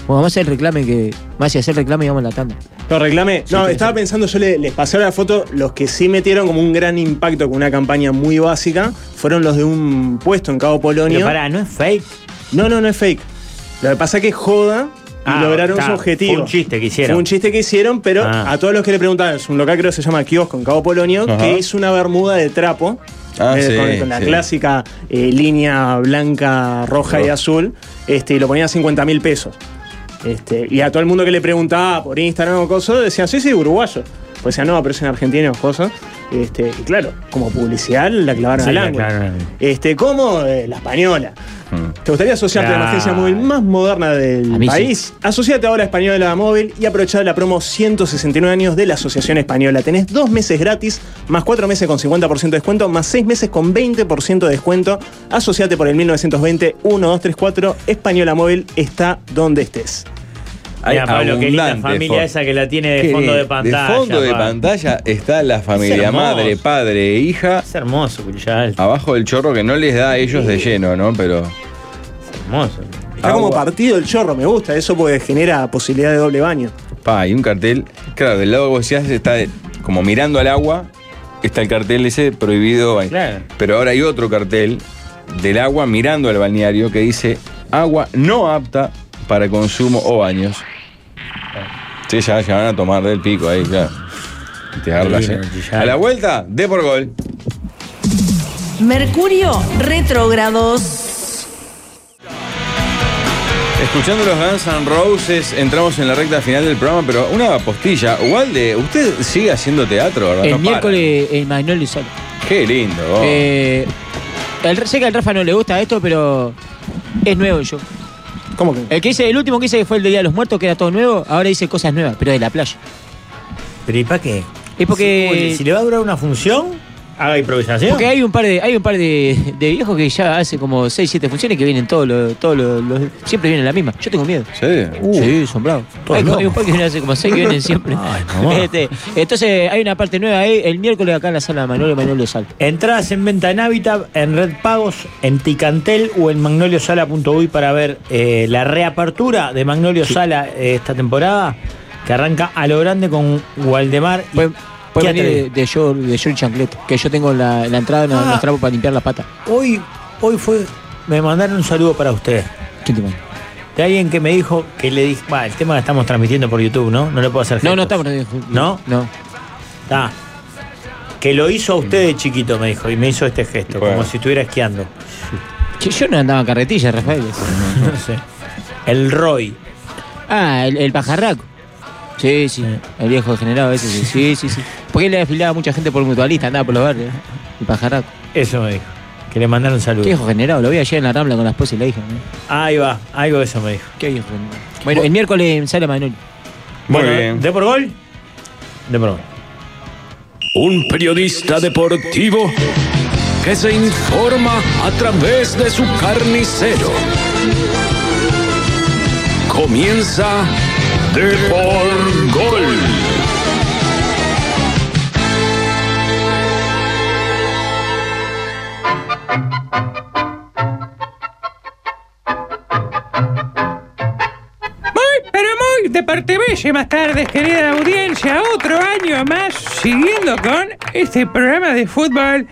[SPEAKER 15] Bueno, vamos a hacer reclame que. Más y hacer reclame y vamos a la tanda.
[SPEAKER 6] No, reclame. No, estaba pensando, yo le- les pasé ahora la foto. Los que sí metieron como un gran impacto con una campaña muy básica fueron los de un puesto en Cabo Polonio.
[SPEAKER 8] Pero pará, ¿no es fake?
[SPEAKER 6] No, no, no es fake. Lo que pasa es que joda y
[SPEAKER 8] Ah,
[SPEAKER 6] lograron
[SPEAKER 8] está.
[SPEAKER 6] su objetivo.
[SPEAKER 8] Fue un chiste que hicieron.
[SPEAKER 6] Fue un chiste que hicieron, pero
[SPEAKER 8] Ah.
[SPEAKER 6] a todos los que le preguntaban, es un local creo que se llama Kiosco en Cabo Polonio,
[SPEAKER 8] Ajá.
[SPEAKER 6] que hizo una bermuda de trapo.
[SPEAKER 8] Ah,
[SPEAKER 6] eh,
[SPEAKER 8] sí,
[SPEAKER 6] con, con la
[SPEAKER 8] sí.
[SPEAKER 6] clásica eh, línea blanca, roja y
[SPEAKER 8] Roja.
[SPEAKER 6] azul, este, y lo ponía a 50 mil pesos. Este, y a todo el mundo que le preguntaba por Instagram o cosas, decían, sí, sí, uruguayo. Pues decían, no, pero es en Argentina o cosas. Este, y claro, como publicidad la clavaron
[SPEAKER 8] Sí,
[SPEAKER 6] al
[SPEAKER 8] la
[SPEAKER 6] ángulo.
[SPEAKER 8] clavaron. Mm.
[SPEAKER 6] Este, como eh, la española. ¿Te gustaría asociarte a la
[SPEAKER 8] Claro.
[SPEAKER 6] agencia móvil más moderna
[SPEAKER 8] A
[SPEAKER 6] del
[SPEAKER 8] mí sí.
[SPEAKER 6] país? Asociate ahora a Española Móvil y aprovecha la promo 169 años de la Asociación Española. Tenés dos meses gratis, más cuatro meses con 50% de descuento, más seis meses con 20% de descuento. Asociate por el 1920-1234. Española Móvil está donde estés.
[SPEAKER 7] Hay
[SPEAKER 8] Mira, Pablo, qué linda
[SPEAKER 7] abundante
[SPEAKER 8] familia
[SPEAKER 7] foto.
[SPEAKER 8] esa que la tiene de
[SPEAKER 7] Qué
[SPEAKER 8] fondo de
[SPEAKER 7] lindo.
[SPEAKER 8] pantalla.
[SPEAKER 7] De fondo de
[SPEAKER 8] pa.
[SPEAKER 7] pantalla está la familia
[SPEAKER 8] hermoso.
[SPEAKER 7] madre, padre e hija. Es
[SPEAKER 8] hermoso, Cuyal.
[SPEAKER 7] Abajo del chorro que no les da a ellos de lleno, ¿no? Pero.
[SPEAKER 8] hermoso.
[SPEAKER 6] Está como partido el chorro, me gusta eso porque genera posibilidad de doble baño.
[SPEAKER 7] Pa, y un cartel. Claro, del lado que vos decías está de- como mirando al agua. Está el cartel ese prohibido. ahí.
[SPEAKER 8] Claro.
[SPEAKER 7] Pero ahora hay otro cartel del agua mirando al balneario que dice agua no apta para consumo o baños. Sí, ya, ya van a tomar del pico ahí, claro. Te hablas,
[SPEAKER 8] Divino,
[SPEAKER 7] eh.
[SPEAKER 8] Chillán.
[SPEAKER 7] A la vuelta, de por gol.
[SPEAKER 11] Mercurio retrógrados.
[SPEAKER 7] Escuchando los Guns N' Roses, entramos en la recta final del programa, pero una postilla. Walde, usted sigue haciendo teatro, ¿verdad?
[SPEAKER 15] El
[SPEAKER 7] No para.
[SPEAKER 15] miércoles el Magnoli sale.
[SPEAKER 7] Qué lindo. vos.
[SPEAKER 15] Eh, el, sé que al Rafa no le gusta esto, pero es nuevo yo.
[SPEAKER 6] ¿Cómo que?
[SPEAKER 15] El, que hice, el último que hice que fue el de Día de los Muertos, que era todo nuevo, ahora hice cosas nuevas, pero de la playa.
[SPEAKER 8] ¿Pero y para qué?
[SPEAKER 15] Es porque.
[SPEAKER 8] Si, si le va a durar una función, haga improvisación.
[SPEAKER 15] Porque hay un par de, hay un par de, de viejos que ya hace como 6, 7 funciones que vienen todos los, todos los, los- siempre vienen la misma. Yo tengo miedo.
[SPEAKER 7] Sí.
[SPEAKER 15] sí, son bravos.
[SPEAKER 8] Uh. Todos
[SPEAKER 15] Hay, co-
[SPEAKER 8] locos.
[SPEAKER 15] hay un par que vienen hace como 6 que vienen siempre.
[SPEAKER 8] mamá.
[SPEAKER 15] Este, entonces hay una parte nueva ahí, el miércoles acá en la sala de Manuel Manuel de Sal.
[SPEAKER 8] Entradas en venta en Habitat, en Red Pagos, en Ticantel o en magnoliosala.uy para ver eh, la reapertura de Magnolio Sala eh, esta temporada, que arranca a lo grande con Waldemar. y
[SPEAKER 15] Puede
[SPEAKER 8] Kiatre.
[SPEAKER 15] venir de, de George, de George Chanclet, que yo tengo la, la entrada en
[SPEAKER 8] Ah.
[SPEAKER 15] los trapos para limpiar la pata.
[SPEAKER 8] Hoy, hoy fue. Me mandaron un saludo para usted. De alguien que me dijo que le dije. Bah, el tema que estamos transmitiendo por YouTube, ¿no? No le puedo hacer
[SPEAKER 15] No, no
[SPEAKER 8] gestos.
[SPEAKER 15] estamos.
[SPEAKER 8] ¿No?
[SPEAKER 15] No.
[SPEAKER 8] Está. Ah, Que lo hizo a usted de chiquito, me dijo, y me hizo este gesto, como si estuviera esquiando.
[SPEAKER 15] Que yo no andaba en carretilla, Rafael.
[SPEAKER 8] no sé. El Roy.
[SPEAKER 15] Ah, el, el pajarraco. Sí, sí, El viejo degenerado ese, sí, sí, sí, sí. Porque él le afilaba a mucha gente por mutualista, andaba por los barrios. ¿eh? El pajarraco.
[SPEAKER 8] Eso me dijo. Que le mandaron saludos.
[SPEAKER 15] Qué viejo generado, lo vi ayer en la rambla con la esposa y la hija. ¿no?
[SPEAKER 8] Ahí va, algo de eso me dijo.
[SPEAKER 15] Qué viejo generado. Bueno, el miércoles sale Manuel.
[SPEAKER 8] Bueno, ¿de por gol? De por gol.
[SPEAKER 3] Un periodista deportivo que se informa a través de su carnicero. Comienza De por Gol.
[SPEAKER 21] Muy, pero muy deportivísimas tardes, querida audiencia. Otro año más siguiendo con este programa de fútbol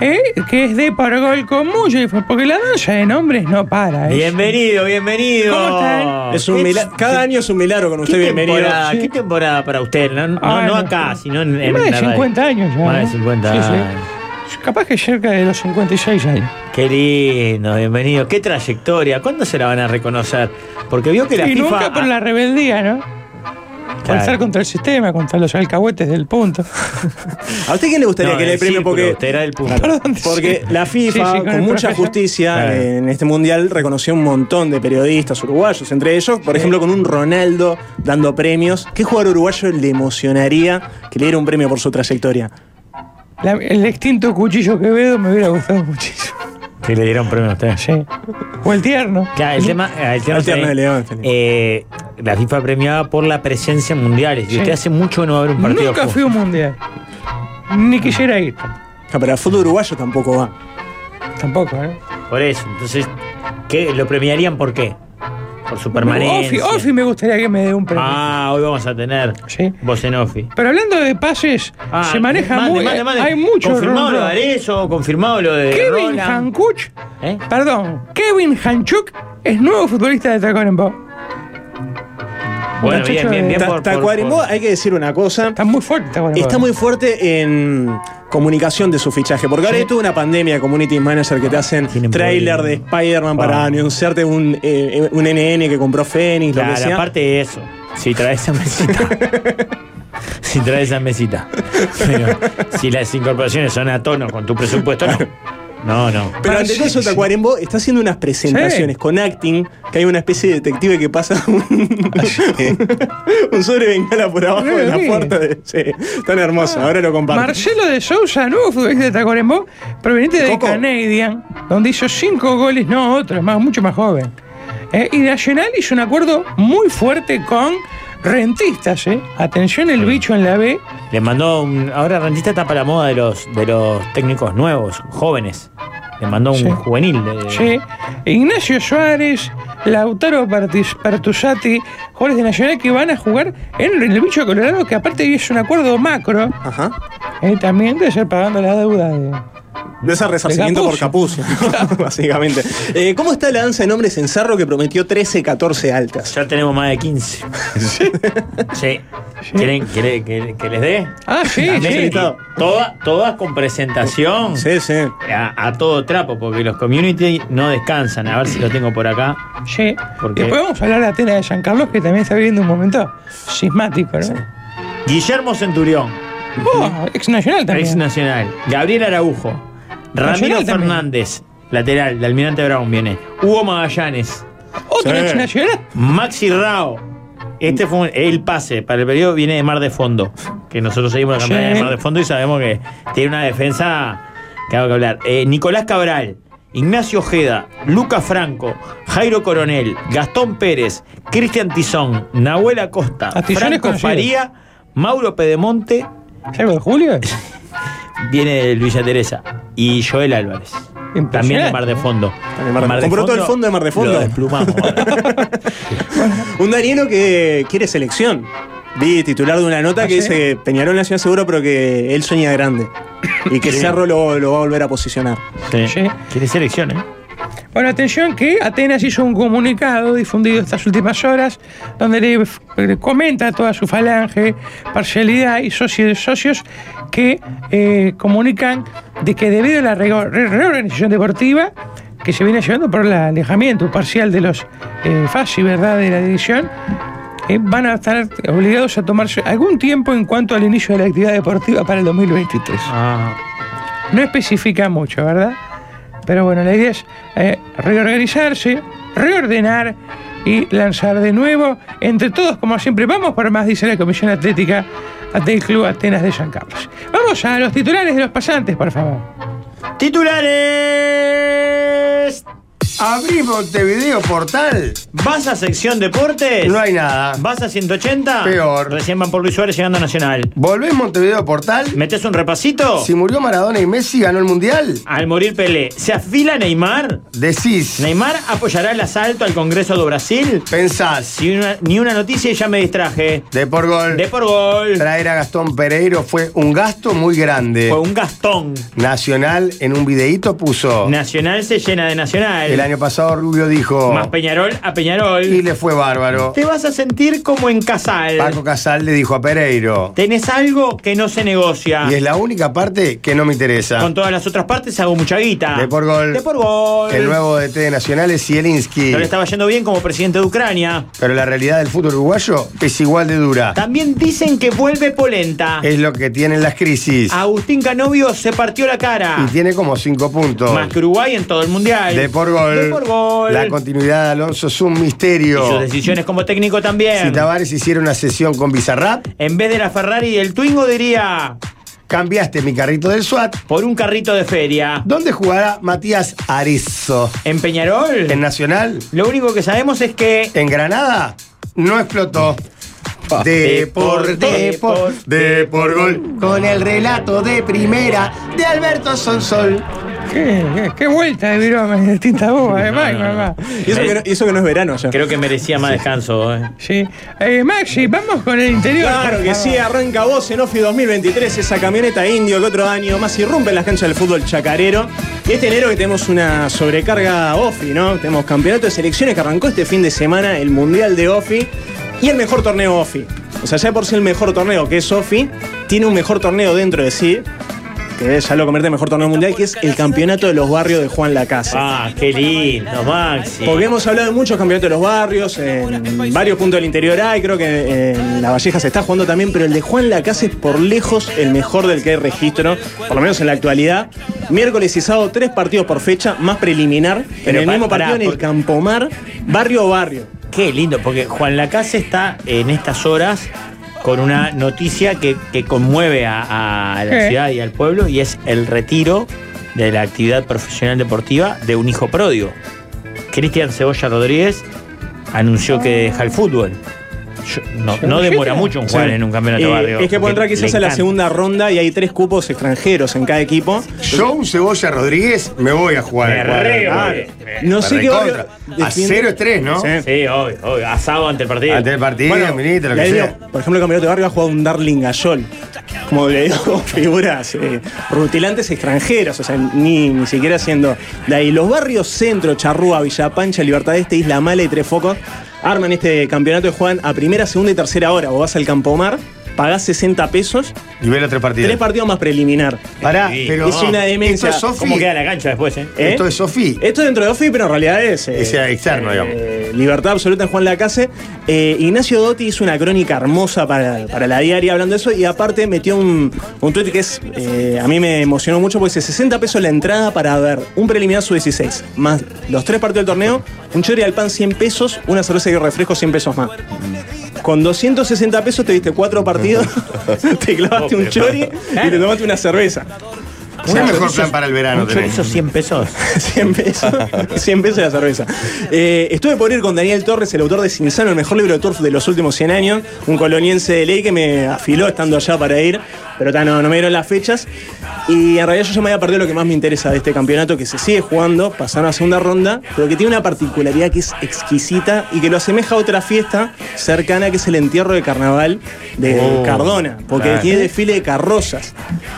[SPEAKER 21] eh, que es de por gol con mucho, difo- porque la danza de nombres no para. ¿eh?
[SPEAKER 8] Bienvenido, bienvenido.
[SPEAKER 21] ¿Cómo están?
[SPEAKER 6] Es un mila- cada año es un milagro con usted,
[SPEAKER 8] ¿Qué
[SPEAKER 6] bienvenido.
[SPEAKER 8] temporada,
[SPEAKER 6] Sí.
[SPEAKER 8] ¿Qué temporada para usted? No, no-
[SPEAKER 6] Ah, no.
[SPEAKER 8] no acá, sino en, en
[SPEAKER 21] Más de
[SPEAKER 8] la radio.
[SPEAKER 21] 50 años ya.
[SPEAKER 8] Más de
[SPEAKER 21] ¿no?
[SPEAKER 8] 50
[SPEAKER 21] Sí, sí.
[SPEAKER 8] años.
[SPEAKER 21] Capaz que cerca de los 56 años.
[SPEAKER 8] Qué lindo, bienvenido. Qué trayectoria. ¿Cuándo se la van a reconocer? Porque vio que la
[SPEAKER 21] y
[SPEAKER 8] FIFA. Ah,
[SPEAKER 21] nunca por la rebeldía, ¿no? Por
[SPEAKER 8] Claro.
[SPEAKER 21] estar contra el sistema, contra los alcahuetes del punto.
[SPEAKER 6] ¿A usted quién le gustaría
[SPEAKER 21] No,
[SPEAKER 6] que
[SPEAKER 8] eh,
[SPEAKER 21] en
[SPEAKER 6] le
[SPEAKER 21] el
[SPEAKER 6] premio?
[SPEAKER 21] círculo,
[SPEAKER 6] Porque,
[SPEAKER 21] usted era el punto.
[SPEAKER 6] Claro,
[SPEAKER 21] Perdón, sí.
[SPEAKER 6] porque la FIFA,
[SPEAKER 21] Sí, sí, con
[SPEAKER 6] con,
[SPEAKER 21] el
[SPEAKER 6] mucha
[SPEAKER 21] profesor.
[SPEAKER 6] justicia
[SPEAKER 21] Claro.
[SPEAKER 6] eh, en este mundial, reconoció un montón de periodistas uruguayos, entre ellos, por ejemplo, con un Ronaldo dando premios. ¿Qué jugador uruguayo le emocionaría que le diera un premio por su trayectoria?
[SPEAKER 21] La- el extinto cuchillo Quevedo me hubiera gustado muchísimo.
[SPEAKER 8] Sí, le dieron premio a usted.
[SPEAKER 21] Sí. O el tierno.
[SPEAKER 8] Claro, el tema, ah, el tema
[SPEAKER 21] El tierno
[SPEAKER 8] es que,
[SPEAKER 21] de León,
[SPEAKER 8] eh, la FIFA premiaba por la presencia en mundiales. Y
[SPEAKER 21] Sí.
[SPEAKER 8] usted hace mucho que no va a ver un partido.
[SPEAKER 21] Nunca
[SPEAKER 8] de
[SPEAKER 21] fui a un mundial. Ni quisiera ir.
[SPEAKER 6] No, pero el fútbol uruguayo tampoco va.
[SPEAKER 21] Tampoco, ¿eh?
[SPEAKER 8] Por eso, entonces ¿Qué, ¿Lo premiarían por qué? Por su permanencia.
[SPEAKER 21] Ofi, Ofi me gustaría que me dé un premio.
[SPEAKER 8] Ah, hoy vamos a tener voz en Ofi.
[SPEAKER 21] Pero hablando de pases,
[SPEAKER 8] Ah,
[SPEAKER 21] se maneja
[SPEAKER 8] mande,
[SPEAKER 21] muy.
[SPEAKER 8] mande, mande.
[SPEAKER 21] Hay mucho.
[SPEAKER 8] Confirmado
[SPEAKER 21] rum-rum.
[SPEAKER 8] lo de Arezzo, confirmado lo de
[SPEAKER 21] Kevin
[SPEAKER 8] Roland. ¿Eh?
[SPEAKER 21] Hankuch. Perdón, Kevin Hanchuk es nuevo futbolista de Tacuarembó.
[SPEAKER 8] Bueno, bien, bien, bien
[SPEAKER 6] Ta-
[SPEAKER 8] por-
[SPEAKER 6] Tacuarembó,
[SPEAKER 8] por- por-
[SPEAKER 6] hay que decir una cosa. Está muy fuerte Tacuarembó. Está muy fuerte en comunicación de su fichaje. Porque ahora tuvo una pandemia de community manager que te hacen trailer de Spider-Man para anunciarte un, eh, un NN que compró Fénix, lo que
[SPEAKER 8] Claro,
[SPEAKER 6] sea.
[SPEAKER 8] aparte de eso, si traes esa mesita. si traes esa mesita. Pero si las incorporaciones son a tono con tu presupuesto, no. No, no.
[SPEAKER 6] Pero ante todo eso, Tacuarembó está haciendo unas presentaciones con acting, que hay una especie de detective que pasa un, un sobre bengala por abajo de la
[SPEAKER 21] Sí.
[SPEAKER 6] puerta. de- sí, tan hermoso, ahora lo comparto.
[SPEAKER 21] Marcelo de Sousa, nuevo futbolista de Tacuarembó, proveniente de Canadian, donde hizo cinco goles, no otros, más, mucho más joven. Eh, y Nacional hizo un acuerdo muy fuerte con rentistas, ¿eh? Atención el bicho en la B.
[SPEAKER 8] Le mandó un. Ahora Rentista está para la moda de los, de los técnicos nuevos, jóvenes. Le mandó un
[SPEAKER 21] Sí.
[SPEAKER 8] juvenil. de-
[SPEAKER 21] Sí. Ignacio Suárez, Lautaro Partis- Partusati, jugadores de Nacional que van a jugar en el bicho colorado, que aparte es un acuerdo macro. Ajá. también de ser pagando la deuda de.
[SPEAKER 6] De
[SPEAKER 8] Ah,
[SPEAKER 6] ese resarcimiento por capuz, básicamente. Eh, ¿Cómo está la danza de nombres en Cerro que prometió 13, 14 altas?
[SPEAKER 8] Ya tenemos más de 15. sí. ¿Quieren, quiere- que, que les dé?
[SPEAKER 21] Ah, sí,
[SPEAKER 8] También,
[SPEAKER 21] sí.
[SPEAKER 8] y Todas, todas con presentación.
[SPEAKER 6] Sí, sí.
[SPEAKER 8] A, a todo trapo, porque los community no descansan. A ver si lo tengo por acá.
[SPEAKER 21] Sí.
[SPEAKER 8] Porque-
[SPEAKER 21] Después vamos a hablar de Atenas de San Carlos, que también está viviendo un momento sismático, ¿no?
[SPEAKER 8] Guillermo Centurión.
[SPEAKER 21] Oh, ex nacional también.
[SPEAKER 8] Ex nacional. Gabriel Araujo. Ramiro
[SPEAKER 21] Nacional también.
[SPEAKER 8] Fernández. Lateral, de Almirante Brown viene. Hugo Magallanes.
[SPEAKER 21] Otro ex nacional.
[SPEAKER 8] Maxi Rao. Este fue un- el pase para el periodo, viene de Mar de Fondo. Que nosotros seguimos la campaña
[SPEAKER 21] Sí.
[SPEAKER 8] de Mar de Fondo y sabemos que tiene una defensa que hago que hablar. Eh, Nicolás Cabral, Ignacio Ojeda, Luca Franco, Jairo Coronel, Gastón Pérez, Cristian Tizón, Nahuel Acosta,
[SPEAKER 21] Tizón es
[SPEAKER 8] Franco
[SPEAKER 21] conocido.
[SPEAKER 8] Faría, Mauro Pedemonte.
[SPEAKER 21] ¿Jairo Julio?
[SPEAKER 8] viene de Luisa Teresa. Y Joel Álvarez. También de Mar de Fondo.
[SPEAKER 6] Mar de-
[SPEAKER 8] Mar de
[SPEAKER 6] Compró todo el fondo de Mar de Fondo.
[SPEAKER 8] Lo desplumamos.
[SPEAKER 6] Un Danielo que quiere selección. Vi titular de una nota que
[SPEAKER 8] ¿Ah, sí?
[SPEAKER 6] dice que Peñarol nació seguro, pero que él sueña grande. Y que
[SPEAKER 8] Sí.
[SPEAKER 6] Cerro lo, lo va a volver a posicionar.
[SPEAKER 8] Quiere selección, ¿eh?
[SPEAKER 21] Bueno, atención que Atenas hizo un comunicado difundido estas últimas horas donde le, f- le comenta toda su falange, parcialidad y socio- socios que eh, comunican de que debido a la rego- re- reorganización deportiva que se viene llevando por el alejamiento parcial de los eh, FASI, ¿verdad?, de la división, eh, van a estar obligados a tomarse algún tiempo en cuanto al inicio de la actividad deportiva para el 2023. No especifica mucho, ¿verdad? Pero bueno, la idea es eh, reorganizarse, reordenar y lanzar de nuevo. Entre todos, como siempre, vamos por más, dice la Comisión Atlética del Club Atenas de San Carlos. Vamos a los titulares de los pasantes, por favor.
[SPEAKER 8] ¡Titulares!
[SPEAKER 5] Abrí Montevideo Portal.
[SPEAKER 8] ¿Vas a sección deportes?
[SPEAKER 5] No hay nada.
[SPEAKER 8] ¿Vas a 180?
[SPEAKER 5] Peor.
[SPEAKER 8] Recién van por Luis Suárez llegando a Nacional.
[SPEAKER 5] ¿Volvés Montevideo Portal?
[SPEAKER 8] ¿Metes un repasito?
[SPEAKER 5] Si murió Maradona y Messi, ganó el Mundial.
[SPEAKER 8] Al morir Pelé, ¿se afila Neymar?
[SPEAKER 5] Decís.
[SPEAKER 8] ¿Neymar apoyará el asalto al Congreso do Brasil?
[SPEAKER 5] Pensás.
[SPEAKER 8] Ni una, ni una noticia y ya me distraje.
[SPEAKER 5] De por gol.
[SPEAKER 8] De por gol.
[SPEAKER 5] Traer a Gastón Pereiro fue un gasto muy grande. Fue
[SPEAKER 8] un gastón.
[SPEAKER 5] Nacional en un videíto puso.
[SPEAKER 8] Nacional se llena de Nacional.
[SPEAKER 5] El año pasado Rubio dijo.
[SPEAKER 8] Más Peñarol a Peñarol.
[SPEAKER 5] Y le fue bárbaro.
[SPEAKER 8] Te vas a sentir como en Casal.
[SPEAKER 5] Paco Casal le dijo a Pereiro.
[SPEAKER 8] Tenés algo que no se negocia.
[SPEAKER 5] Y es la única parte que no me interesa.
[SPEAKER 8] Con todas las otras partes hago mucha guita.
[SPEAKER 5] De por gol.
[SPEAKER 8] De por gol.
[SPEAKER 5] El nuevo DT de Nacional es Zielinski.
[SPEAKER 8] No le estaba yendo bien como presidente de Ucrania.
[SPEAKER 5] Pero la realidad del fútbol uruguayo es igual de dura.
[SPEAKER 8] También dicen que vuelve Polenta.
[SPEAKER 5] Es lo que tienen las crisis.
[SPEAKER 8] Agustín Canovio se partió la cara.
[SPEAKER 5] Y tiene como cinco puntos.
[SPEAKER 8] Más que Uruguay en todo el mundial.
[SPEAKER 5] De por gol.
[SPEAKER 8] De por gol.
[SPEAKER 5] La continuidad de Alonso es un misterio.
[SPEAKER 8] y sus decisiones como técnico
[SPEAKER 5] Si
[SPEAKER 8] también.
[SPEAKER 5] Tavares hiciera una sesión con Bizarrap,
[SPEAKER 8] En vez de la Ferrari, el Twingo diría.
[SPEAKER 5] cambiaste mi carrito del SWAT.
[SPEAKER 8] Por un carrito de feria.
[SPEAKER 5] ¿Dónde jugará Matías Arizo?
[SPEAKER 8] ¿En Peñarol?
[SPEAKER 5] ¿En Nacional?
[SPEAKER 8] Lo único que sabemos es que.
[SPEAKER 5] ¿En Granada? No explotó. De por, de por, de por gol.
[SPEAKER 22] Con el relato de primera de Alberto Sonsol.
[SPEAKER 21] Qué, qué vuelta de viroma de tinta boba, eh, Mike, mamá.
[SPEAKER 6] Y eso, que no, y eso que no es verano ya.
[SPEAKER 16] Creo que merecía más descanso. eh.
[SPEAKER 21] Sí. Eh, Maxi, vamos con el interior.
[SPEAKER 6] Claro
[SPEAKER 21] por
[SPEAKER 6] que
[SPEAKER 21] favor.
[SPEAKER 6] sí, arranca vos en Ofi 2023, esa camioneta indio que otro año más irrumpe en las canchas del fútbol chacarero. Y este enero que tenemos una sobrecarga Ofi, ¿no? Tenemos campeonato de selecciones que arrancó este fin de semana, el Mundial de Ofi y el mejor torneo Ofi. O sea, ya por ser el mejor torneo que es Ofi, tiene un mejor torneo dentro de sí, que ya lo convierte en mejor torneo mundial, que es el campeonato de los barrios de Juan Lacasa.
[SPEAKER 16] Ah, qué lindo, Maxi.
[SPEAKER 6] Porque hemos hablado de muchos campeonatos de los barrios, en varios puntos del interior hay, creo que en La Valleja se está jugando también, pero el de Juan Lacase es por lejos el mejor del que hay registro, por lo menos en la actualidad. Miércoles y sábado, tres partidos por fecha, más preliminar,
[SPEAKER 16] Pero
[SPEAKER 6] en el
[SPEAKER 16] pa-
[SPEAKER 6] mismo
[SPEAKER 16] pará,
[SPEAKER 6] partido en el
[SPEAKER 16] porque-
[SPEAKER 6] Campomar, barrio a barrio.
[SPEAKER 16] Qué lindo, porque Juan Lacase está en estas horas con una noticia que, que conmueve a, a la
[SPEAKER 6] ¿Qué?
[SPEAKER 16] ciudad y al pueblo y es el retiro de la actividad profesional deportiva de un hijo pródigo. Cristian Cebolla Rodríguez anunció que deja el fútbol. Yo- no, no demora mucho en jugar
[SPEAKER 6] Sí.
[SPEAKER 16] en un campeonato de
[SPEAKER 6] Eh,
[SPEAKER 16] barrio.
[SPEAKER 6] Es que puede entrar
[SPEAKER 16] porque
[SPEAKER 6] quizás
[SPEAKER 16] le
[SPEAKER 6] a la
[SPEAKER 16] encanta.
[SPEAKER 6] segunda ronda y hay tres cupos extranjeros en cada equipo.
[SPEAKER 5] Yo, un Cebolla Rodríguez, me voy a jugar.
[SPEAKER 16] Me
[SPEAKER 5] al cuadro.
[SPEAKER 16] re
[SPEAKER 5] Ah,
[SPEAKER 16] voy.
[SPEAKER 5] me-
[SPEAKER 6] No
[SPEAKER 5] me
[SPEAKER 6] sé qué
[SPEAKER 5] recontra.
[SPEAKER 6] barrio
[SPEAKER 5] A
[SPEAKER 6] defiende-
[SPEAKER 5] 0 es 3, ¿no?
[SPEAKER 16] Sí, obvio, obvio. Asado ante el partido.
[SPEAKER 5] Ante el partido,
[SPEAKER 6] Bueno,
[SPEAKER 5] milita, lo
[SPEAKER 6] le
[SPEAKER 5] que
[SPEAKER 6] digo,
[SPEAKER 5] sea.
[SPEAKER 6] Por ejemplo, el campeonato de barrio ha jugado un Darling Gallol. Como le digo, con figuras eh, rutilantes extranjeras, o sea, ni, ni siquiera siendo de ahí. Los barrios Centro, Charrúa, Villapancha, Libertad Este, Isla Mala y Tres Focos arman este campeonato y juegan a primera, segunda y tercera hora. Vos vas al Campomar, pagás 60 pesos,
[SPEAKER 5] Y ve los tres partidos.
[SPEAKER 6] tres partidos más preliminar.
[SPEAKER 5] Pará,
[SPEAKER 6] Sí.
[SPEAKER 5] pero.
[SPEAKER 6] es una demencia.
[SPEAKER 5] Esto es Sofi.
[SPEAKER 6] ¿Cómo queda
[SPEAKER 16] la cancha después, eh?
[SPEAKER 6] ¿Eh?
[SPEAKER 5] Esto es Sofi.
[SPEAKER 6] Esto dentro de Ofi, pero en realidad es. eh,
[SPEAKER 5] Es externo, digamos.
[SPEAKER 6] eh, libertad absoluta en Juan Lacase. Eh, Ignacio Dotti hizo una crónica hermosa para, para la diaria hablando de eso y aparte metió un, un tuit que es, eh, a mí me emocionó mucho porque dice 60 pesos la entrada para ver un preliminar sub-16, más los tres partidos del torneo, un chori al pan 100 pesos, una cerveza y refresco 100 pesos más. Con 260 pesos te diste cuatro partidos, te clavaste un chori y te tomaste una cerveza.
[SPEAKER 5] Es el mejor plan para el verano.
[SPEAKER 6] Un
[SPEAKER 5] tenés.
[SPEAKER 6] chorizo 100 pesos. 100 pesos. 100 pesos la cerveza. Eh, estuve por ir con Daniel Torres, el autor de Sin Sano, el mejor libro de turf de los últimos 100 años. Un coloniense de ley que me afiló estando allá para ir, pero ta, no, no me dieron las fechas. Y en realidad yo ya me había perdido lo que más me interesa de este campeonato, que se sigue jugando, pasaron a segunda ronda, pero que tiene una particularidad que es exquisita y que lo asemeja a otra fiesta cercana, que es el entierro de carnaval de
[SPEAKER 16] Oh,
[SPEAKER 6] Cardona, porque
[SPEAKER 16] claro.
[SPEAKER 6] tiene desfile de carrozas.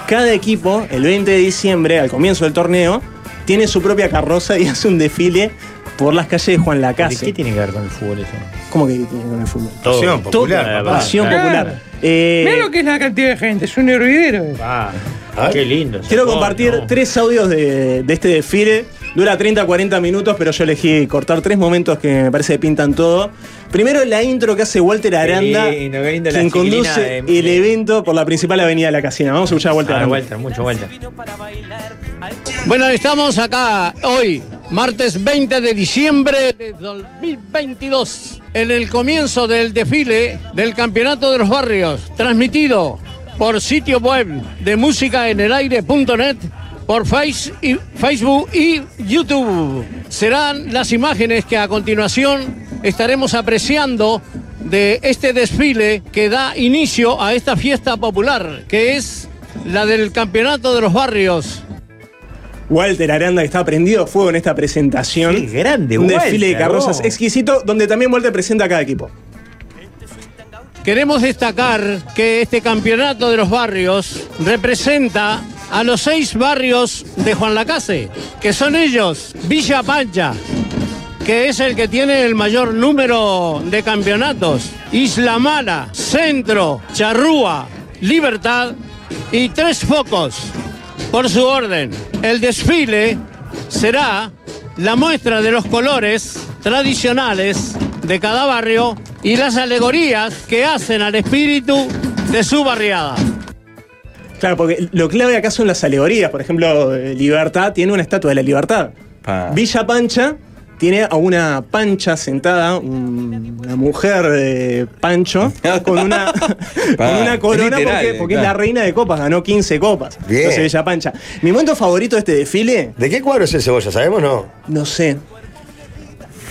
[SPEAKER 6] Cada equipo, el 20 de diciembre, al comienzo del torneo, tiene su propia carroza y hace un desfile por las calles de Juan Lacase.
[SPEAKER 16] ¿Qué tiene que ver con el fútbol eso?
[SPEAKER 6] ¿Cómo que tiene con el fútbol?
[SPEAKER 16] Todo. Pasión
[SPEAKER 6] Todo.
[SPEAKER 16] popular, papá.
[SPEAKER 6] Pasión
[SPEAKER 16] Claro.
[SPEAKER 6] popular. Eh,
[SPEAKER 21] Mirá lo que es la cantidad de gente, es un hervidero. eh.
[SPEAKER 3] Ah.
[SPEAKER 16] Qué lindo.
[SPEAKER 6] Quiero compartir tres audios de, de este desfile. Dura 30, 40 minutos, pero yo elegí cortar tres momentos que me parece que pintan todo. Primero, la intro que hace Walter Aranda,
[SPEAKER 16] lindo, qué lindo la
[SPEAKER 6] quien
[SPEAKER 16] chiquilina
[SPEAKER 6] conduce
[SPEAKER 16] de-
[SPEAKER 6] el evento por la principal avenida de la casina. Vamos a escuchar a Walter
[SPEAKER 16] Ah,
[SPEAKER 6] Aranda.
[SPEAKER 16] Walter, mucho Walter.
[SPEAKER 19] Bueno, estamos acá hoy, martes 20 de diciembre de 2022, en el comienzo del desfile del Campeonato de los Barrios, transmitido por sitio web de música en el aire.net, por Face y- Facebook y YouTube. Serán las imágenes que a continuación estaremos apreciando de este desfile que da inicio a esta fiesta popular, que es la del Campeonato de los Barrios.
[SPEAKER 6] Walter Aranda que está prendido a fuego en esta presentación.
[SPEAKER 16] grande,
[SPEAKER 6] Un
[SPEAKER 19] Walter,
[SPEAKER 6] desfile de carrozas
[SPEAKER 19] vos.
[SPEAKER 6] exquisito, donde también Walter presenta a cada equipo.
[SPEAKER 19] Queremos destacar que este campeonato de los barrios representa a los seis barrios de Juan Lacase, que son ellos Villa Pancha, que es el que tiene el mayor número de campeonatos, Isla Mala, Centro, Charrúa, Libertad y Tres Focos. Por su orden, el desfile será la muestra de los colores tradicionales de cada barrio y las alegorías que hacen al espíritu de su barriada.
[SPEAKER 6] Claro, porque lo clave acá son las alegorías. Por ejemplo, eh, Libertad tiene una estatua de la libertad. Villa Pancha tiene a una pancha sentada, un- una mujer de pancho, con una, con una corona
[SPEAKER 16] literal,
[SPEAKER 6] porque, porque es
[SPEAKER 16] claro.
[SPEAKER 6] la reina de copas, ganó 15 copas.
[SPEAKER 5] Bien.
[SPEAKER 6] Entonces Villa Pancha. Mi momento favorito de este desfile,
[SPEAKER 5] ¿De qué cuadro es el Cebolla? ¿Sabemos o no?
[SPEAKER 6] no sé.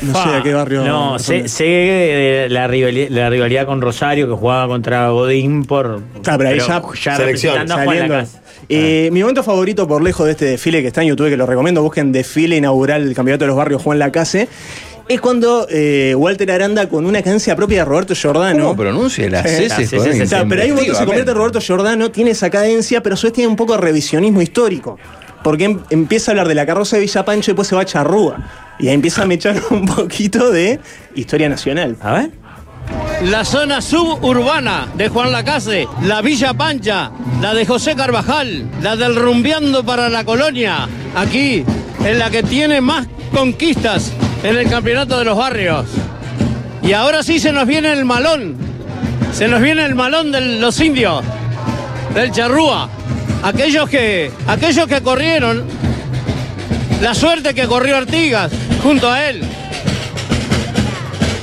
[SPEAKER 6] No sé a qué barrio.
[SPEAKER 16] No, sé, sé de la, rivali- la rivalidad con Rosario que jugaba contra Godín por.
[SPEAKER 6] Ah, pero ahí
[SPEAKER 16] pero
[SPEAKER 6] ya,
[SPEAKER 16] ya representando a Juan
[SPEAKER 6] saliendo.
[SPEAKER 16] Lacaz.
[SPEAKER 6] Eh,
[SPEAKER 7] Ah.
[SPEAKER 6] Mi momento favorito por lejos de este desfile que está en YouTube, que lo recomiendo, busquen desfile inaugural del Campeonato de los Barrios Juan Lacase, es cuando eh, Walter Aranda con una cadencia propia de Roberto Giordano.
[SPEAKER 7] ¿Cómo pronuncia las
[SPEAKER 6] Sí.
[SPEAKER 7] heces,
[SPEAKER 6] Sí, sí,
[SPEAKER 7] joder?
[SPEAKER 6] sí, sí. O sea, Pero hay un momento que se
[SPEAKER 7] Efectivamente.
[SPEAKER 6] convierte en Roberto Giordano, tiene esa cadencia, pero a su vez tiene un poco de revisionismo histórico. Porque em- empieza a hablar de la carroza de Villa Pancho y después se va a Charrúa. Y ahí empieza a mechar un poquito de historia nacional.
[SPEAKER 16] A ver.
[SPEAKER 19] La zona suburbana de Juan Lacase, la Villa Pancha, la de José Carvajal, la del Rumbeando para la Colonia, aquí, en la que tiene más conquistas en el campeonato de los barrios. Y ahora sí se nos viene el malón, se nos viene el malón de los indios, del charrúa, aquellos que, aquellos que corrieron, la suerte que corrió Artigas junto a él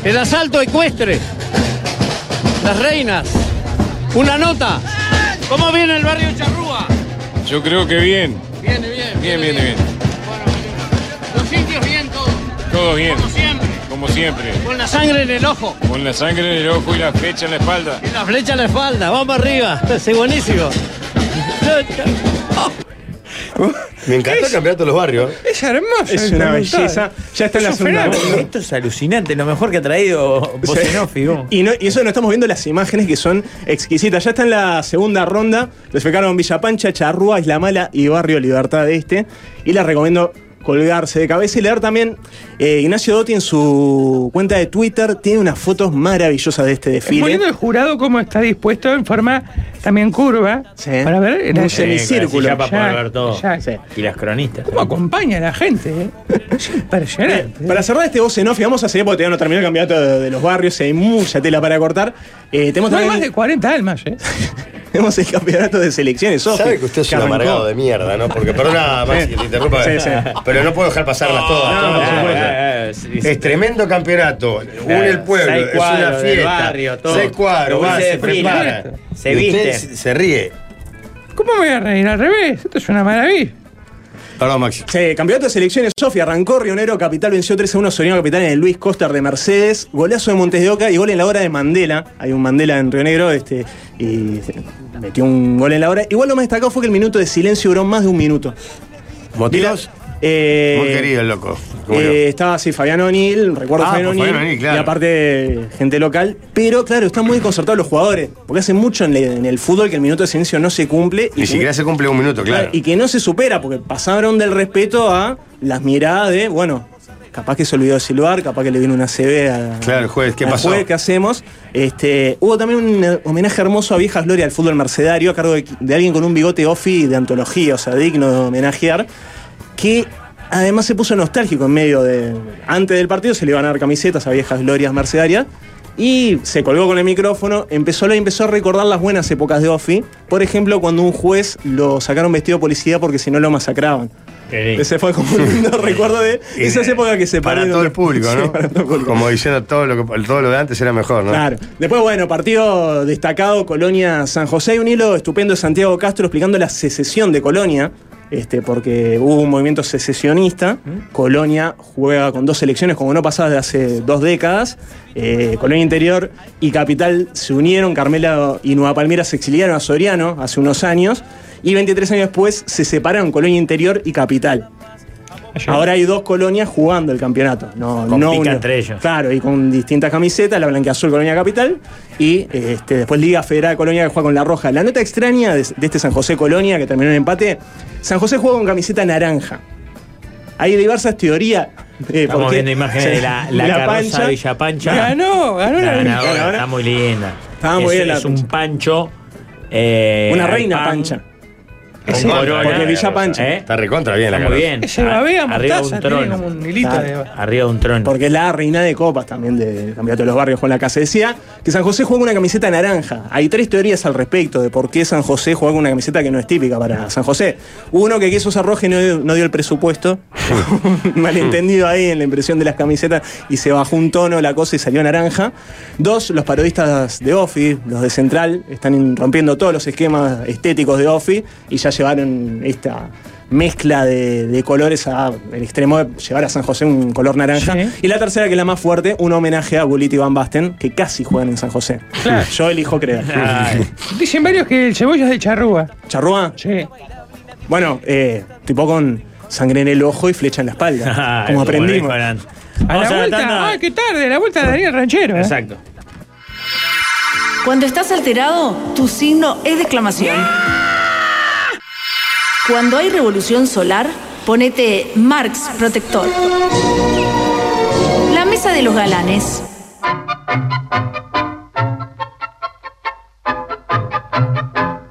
[SPEAKER 19] el asalto ecuestre, las reinas, una nota. ¿Cómo viene el barrio Charrúa?
[SPEAKER 3] Yo creo que bien.
[SPEAKER 19] Viene bien.
[SPEAKER 3] Bien, bien, bien.
[SPEAKER 19] Los indios bien todos,
[SPEAKER 3] Todo bien,
[SPEAKER 19] como siempre,
[SPEAKER 3] como siempre.
[SPEAKER 19] con la sangre en el ojo,
[SPEAKER 3] Con la sangre en el ojo y la flecha en la espalda.
[SPEAKER 19] la flecha en la espalda, vamos arriba. Sí, buenísimo.
[SPEAKER 5] Me encanta el campeonato de los barrios.
[SPEAKER 21] Es hermoso.
[SPEAKER 16] Es
[SPEAKER 21] el
[SPEAKER 16] una
[SPEAKER 21] documental.
[SPEAKER 16] belleza.
[SPEAKER 6] Ya está en la
[SPEAKER 21] Es un
[SPEAKER 6] segunda.
[SPEAKER 21] fenómeno.
[SPEAKER 16] Esto es alucinante, lo mejor que ha traído Bosenofi.
[SPEAKER 6] Y, no- y eso no estamos viendo las imágenes que son exquisitas. Ya está en la segunda ronda. Desfecaron Villapancha, Charrúa, Isla Mala y Barrio Libertad Este. Y les recomiendo colgarse de cabeza y leer también. eh, Ignacio Dotti en su cuenta de Twitter tiene unas fotos maravillosas de este
[SPEAKER 21] Es muy
[SPEAKER 6] desfile.
[SPEAKER 21] lindo el jurado como está dispuesto en forma también curva para ver
[SPEAKER 16] Un
[SPEAKER 21] la-
[SPEAKER 16] semicírculo. Ya para poder
[SPEAKER 21] Ya,
[SPEAKER 16] ver todo.
[SPEAKER 21] ya.
[SPEAKER 16] Y las cronistas.
[SPEAKER 21] ¿Cómo acompaña a la gente? eh? Es impresionante.
[SPEAKER 6] Eh, Para cerrar este voz en off, y vamos a seguir porque todavía no terminó el campeonato de, de los barrios, y hay mucha tela para cortar. Eh, tenemos
[SPEAKER 21] No hay
[SPEAKER 6] también-
[SPEAKER 21] más de 40 almas, ¿eh?
[SPEAKER 6] Tenemos el campeonato de selecciones, Sofi.
[SPEAKER 5] Sabe que usted es un
[SPEAKER 6] arrancó.
[SPEAKER 5] amargado de mierda, Ah, ¿no? Porque, perdona, Maxi, que te interrumpa.
[SPEAKER 6] Sí, sí.
[SPEAKER 5] Pero no puedo dejar pasarlas todas.
[SPEAKER 6] No, Eh,
[SPEAKER 5] ¿no?
[SPEAKER 6] no,
[SPEAKER 5] Por
[SPEAKER 6] no,
[SPEAKER 5] supuesto. Es tremendo campeonato. Une el pueblo.
[SPEAKER 16] seis
[SPEAKER 5] es
[SPEAKER 16] cuadros
[SPEAKER 5] una
[SPEAKER 16] del
[SPEAKER 5] fiesta.
[SPEAKER 16] barrio, todo.
[SPEAKER 5] Seis cuadros,
[SPEAKER 16] Los
[SPEAKER 5] va,
[SPEAKER 16] dulces
[SPEAKER 5] se
[SPEAKER 16] de fila.
[SPEAKER 5] prepara.
[SPEAKER 16] Se
[SPEAKER 5] Y
[SPEAKER 16] viste.
[SPEAKER 5] usted se- se ríe.
[SPEAKER 21] ¿Cómo me voy a reír al revés? Esto es una maravilla.
[SPEAKER 5] Perdón, Maxi.
[SPEAKER 6] Sí, campeonato de selecciones, Sofía arrancó Rionero Capital, venció 3 a 1 Soriano Capital en el Luis Coster de Mercedes, golazo de Montes de Oca y gol en la hora de Mandela. Hay un Mandela en Río Negro este, y metió un gol en la hora. Igual lo más destacado fue que el minuto de silencio duró más de un minuto.
[SPEAKER 5] ¿Motivos?
[SPEAKER 6] Eh,
[SPEAKER 5] Muy querido el loco. como
[SPEAKER 6] eh,
[SPEAKER 5] yo.
[SPEAKER 6] estaba así Fabián O'Neill, recuerdo
[SPEAKER 5] Ah,
[SPEAKER 6] a Fabián
[SPEAKER 5] por Fabián
[SPEAKER 6] O'Neill,
[SPEAKER 5] O'Neill, claro.
[SPEAKER 6] y aparte gente local, pero claro, están muy desconcertados los jugadores, porque hace mucho en, le- en el fútbol que el minuto de silencio no se cumple.
[SPEAKER 5] Ni siquiera se cumple un minuto, claro.
[SPEAKER 6] Y que no se supera, porque pasaron del respeto a las miradas de, bueno, capaz que se olvidó de silbar, capaz que le vino una CB a...
[SPEAKER 5] Claro, juez, ¿qué
[SPEAKER 6] al
[SPEAKER 5] pasó?
[SPEAKER 6] juez, ¿Qué hacemos? Este, hubo también un homenaje hermoso a Viejas Gloria al fútbol mercedario a cargo de, de alguien con un bigote offi de antología, o sea, digno de homenajear, que además se puso nostálgico en medio de. Antes del partido se le iban a dar camisetas a Viejas Glorias mercedarias y se colgó con el micrófono, empezó a hablar y empezó a recordar las buenas épocas de Offi. Por ejemplo, cuando un juez lo sacaron vestido de policía porque si no lo masacraban. Ese fue como un lindo recuerdo de esas épocas que se
[SPEAKER 5] Para
[SPEAKER 6] perdieron.
[SPEAKER 5] todo el público,
[SPEAKER 6] Sí,
[SPEAKER 5] ¿no?
[SPEAKER 6] para todo el público.
[SPEAKER 5] Como diciendo todo lo, que, todo lo de antes era mejor, ¿no?
[SPEAKER 6] Claro. Después, bueno, partido destacado Colonia San José. Hay un hilo estupendo de Santiago Castro explicando la secesión de Colonia. Este, porque hubo un movimiento secesionista. Colonia juega con dos selecciones, como no pasaba de hace dos décadas. Eh, Colonia Interior y Capital se unieron. Carmela y Nueva Palmira se exiliaron a Soriano hace unos años. Y 23 años después se separaron Colonia Interior y Capital. Ahora hay dos colonias jugando el campeonato. No,
[SPEAKER 16] Con
[SPEAKER 6] no
[SPEAKER 16] pica
[SPEAKER 6] una.
[SPEAKER 16] entre ellos.
[SPEAKER 6] Claro, y con distintas camisetas, la blanqueazul Colonia Capital y este, después Liga Federal de Colonia que juega con la roja. La nota extraña de, de este San José Colonia que terminó en empate, San José juega con camiseta naranja. Hay diversas teorías. eh,
[SPEAKER 16] Estamos
[SPEAKER 6] porque-
[SPEAKER 16] viendo imágenes
[SPEAKER 6] Sí.
[SPEAKER 16] de la, la, carroza de Villa Pancha.
[SPEAKER 21] Ganó, ganó la
[SPEAKER 16] Ganadora,
[SPEAKER 21] ganadora.
[SPEAKER 16] Está muy linda.
[SPEAKER 6] Está muy
[SPEAKER 16] Es-
[SPEAKER 6] bien la
[SPEAKER 16] Es un pancho. eh,
[SPEAKER 6] Una reina
[SPEAKER 16] al pan,
[SPEAKER 6] pancha.
[SPEAKER 16] con
[SPEAKER 6] Sí,
[SPEAKER 16] corona.
[SPEAKER 6] porque Villa Pancha.
[SPEAKER 16] ¿Eh?
[SPEAKER 5] Está recontra bien la
[SPEAKER 16] Está muy
[SPEAKER 5] carroza.
[SPEAKER 16] bien.
[SPEAKER 6] Se la ve a
[SPEAKER 16] Arriba de un
[SPEAKER 6] mostaza, tiene
[SPEAKER 16] trono.
[SPEAKER 6] como un hilito de-
[SPEAKER 16] Arriba de un trono.
[SPEAKER 6] Porque es la reina de copas también del Campeonato de los Barrios, Juan Lacase. Decía que San José juega con una camiseta naranja. Hay tres teorías al respecto de por qué San José juega con una camiseta que no es típica para San José. Uno que quiso usar roja y no dio, no dio el presupuesto. Un Malentendido ahí en la impresión de las camisetas y se bajó un tono la cosa y salió naranja. Dos, los parodistas de Offi, los de Central, están rompiendo todos los esquemas estéticos de Offi y ya llevaron esta mezcla de, de colores a el extremo de llevar a San José un color naranja. Y la tercera, que es la más fuerte, un homenaje a Bullitt y Van Basten, que casi juegan en San José.
[SPEAKER 21] Claro.
[SPEAKER 6] Yo elijo creer.
[SPEAKER 21] Dicen varios que el cebolla es de charrúa.
[SPEAKER 6] ¿Charrúa?
[SPEAKER 21] Sí.
[SPEAKER 6] Bueno, eh, tipo con sangre en el ojo y flecha en la espalda. como aprendimos.
[SPEAKER 16] dijo Aran.
[SPEAKER 21] A
[SPEAKER 6] Vamos
[SPEAKER 21] la
[SPEAKER 6] a la
[SPEAKER 21] vuelta,
[SPEAKER 6] tanda.
[SPEAKER 21] ah, qué tarde, a la vuelta de Daniel Ranchero. ¿eh? Exacto.
[SPEAKER 11] Cuando estás alterado, tu signo es de exclamación. Cuando hay revolución solar, ponete Marx Protector. La mesa de los galanes.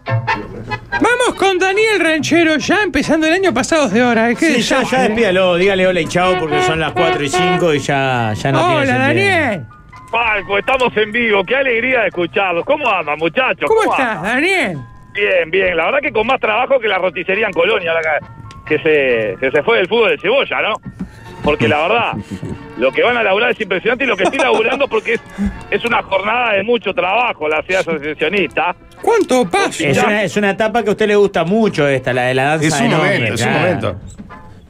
[SPEAKER 21] Vamos con Daniel Ranchero, ya empezando el año pasados de hora. ¿eh? Qué
[SPEAKER 16] Sí, ya,
[SPEAKER 21] desastre. eh.
[SPEAKER 16] ya despídalo, dígale hola y chao porque son las 4 y 5 y ya, ya no tiene
[SPEAKER 2] Hola,
[SPEAKER 16] sentido.
[SPEAKER 2] Daniel. Paco, estamos en vivo. Qué alegría de escucharlos. ¿Cómo andan, muchachos?
[SPEAKER 21] ¿Cómo estás,
[SPEAKER 2] andan?
[SPEAKER 21] Daniel?
[SPEAKER 2] Bien, bien. La verdad que con más trabajo que la roticería en Colonia, la que, que se, que se fue del fútbol de cebolla, ¿no? Porque la verdad, lo que van a laburar es impresionante y lo que estoy laburando porque es, es una jornada de mucho trabajo la ciudad asociacionista.
[SPEAKER 21] ¿Cuánto
[SPEAKER 6] Ah,
[SPEAKER 21] paso?
[SPEAKER 16] Es una, es una etapa que a usted le gusta mucho esta, la de la danza
[SPEAKER 2] Es un
[SPEAKER 16] de nombre,
[SPEAKER 2] momento, es un
[SPEAKER 16] claro.
[SPEAKER 2] momento.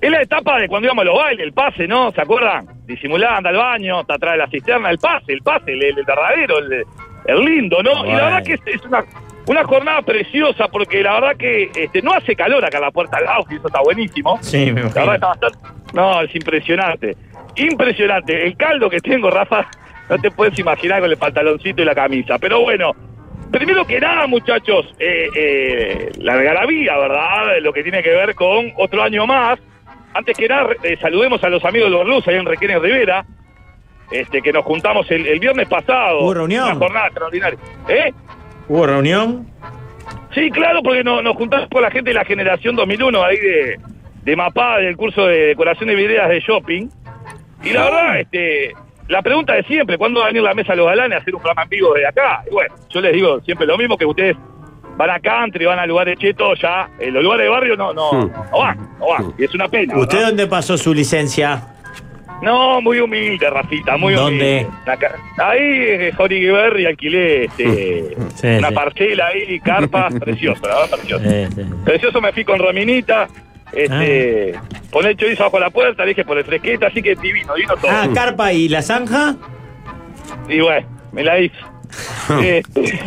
[SPEAKER 2] Es la etapa de cuando íbamos a los bailes, el pase, ¿no? ¿Se acuerdan? Disimulada, anda al baño, está atrás de la cisterna, el pase, el pase, el, el verdadero, el, el lindo, ¿no? Y la
[SPEAKER 16] Bueno.
[SPEAKER 2] verdad que es, es una, una jornada preciosa porque la verdad que este, no hace calor acá en la puerta al lado, que eso está buenísimo.
[SPEAKER 16] Sí, me
[SPEAKER 2] La verdad está bastante- No, es impresionante. Impresionante. El caldo que tengo, Rafa, no te puedes imaginar con el pantaloncito y la camisa. Pero bueno, primero que nada, muchachos, eh, eh, la algarabía, ¿verdad? Lo que tiene que ver con otro año más. Antes que nada, eh, saludemos a los amigos de Borluz, ahí en Requenes Rivera, este, que nos juntamos el, el viernes pasado.
[SPEAKER 16] ¿Hubo reunión?
[SPEAKER 2] Una jornada extraordinaria. ¿Eh?
[SPEAKER 16] ¿Hubo reunión?
[SPEAKER 2] Sí, claro, porque no- nos juntamos con la gente de la generación 2001 ahí de, de Mapá, del curso de decoración de videas de shopping. Y la verdad, este, la pregunta de siempre, ¿cuándo va a venir la mesa a los galanes a hacer un programa en vivo desde acá? Y bueno, yo les digo siempre lo mismo, que ustedes van a country, van a lugares chetos, ya en los lugares de barrio no, no,
[SPEAKER 16] Hmm.
[SPEAKER 2] no van, no van. Y es una pena.
[SPEAKER 16] ¿Usted
[SPEAKER 2] ¿verdad?
[SPEAKER 16] dónde pasó su licencia?
[SPEAKER 2] No, muy humilde, Rafita, muy humilde.
[SPEAKER 16] ¿Dónde?
[SPEAKER 2] Acá- Ahí, eh, Johnny Guerri alquilé este,
[SPEAKER 16] Sí,
[SPEAKER 2] una
[SPEAKER 16] sí.
[SPEAKER 2] parcela ahí, carpa, preciosa, la verdad, preciosa.
[SPEAKER 16] Eh, eh.
[SPEAKER 2] Precioso me fui con Raminita. Este,
[SPEAKER 16] Ah.
[SPEAKER 2] Poné el chorizo bajo la puerta, le dije por el fresqueta, así que divino, divino todo.
[SPEAKER 16] Ah, Carpa y la zanja.
[SPEAKER 2] Y bueno, me la hizo. Este,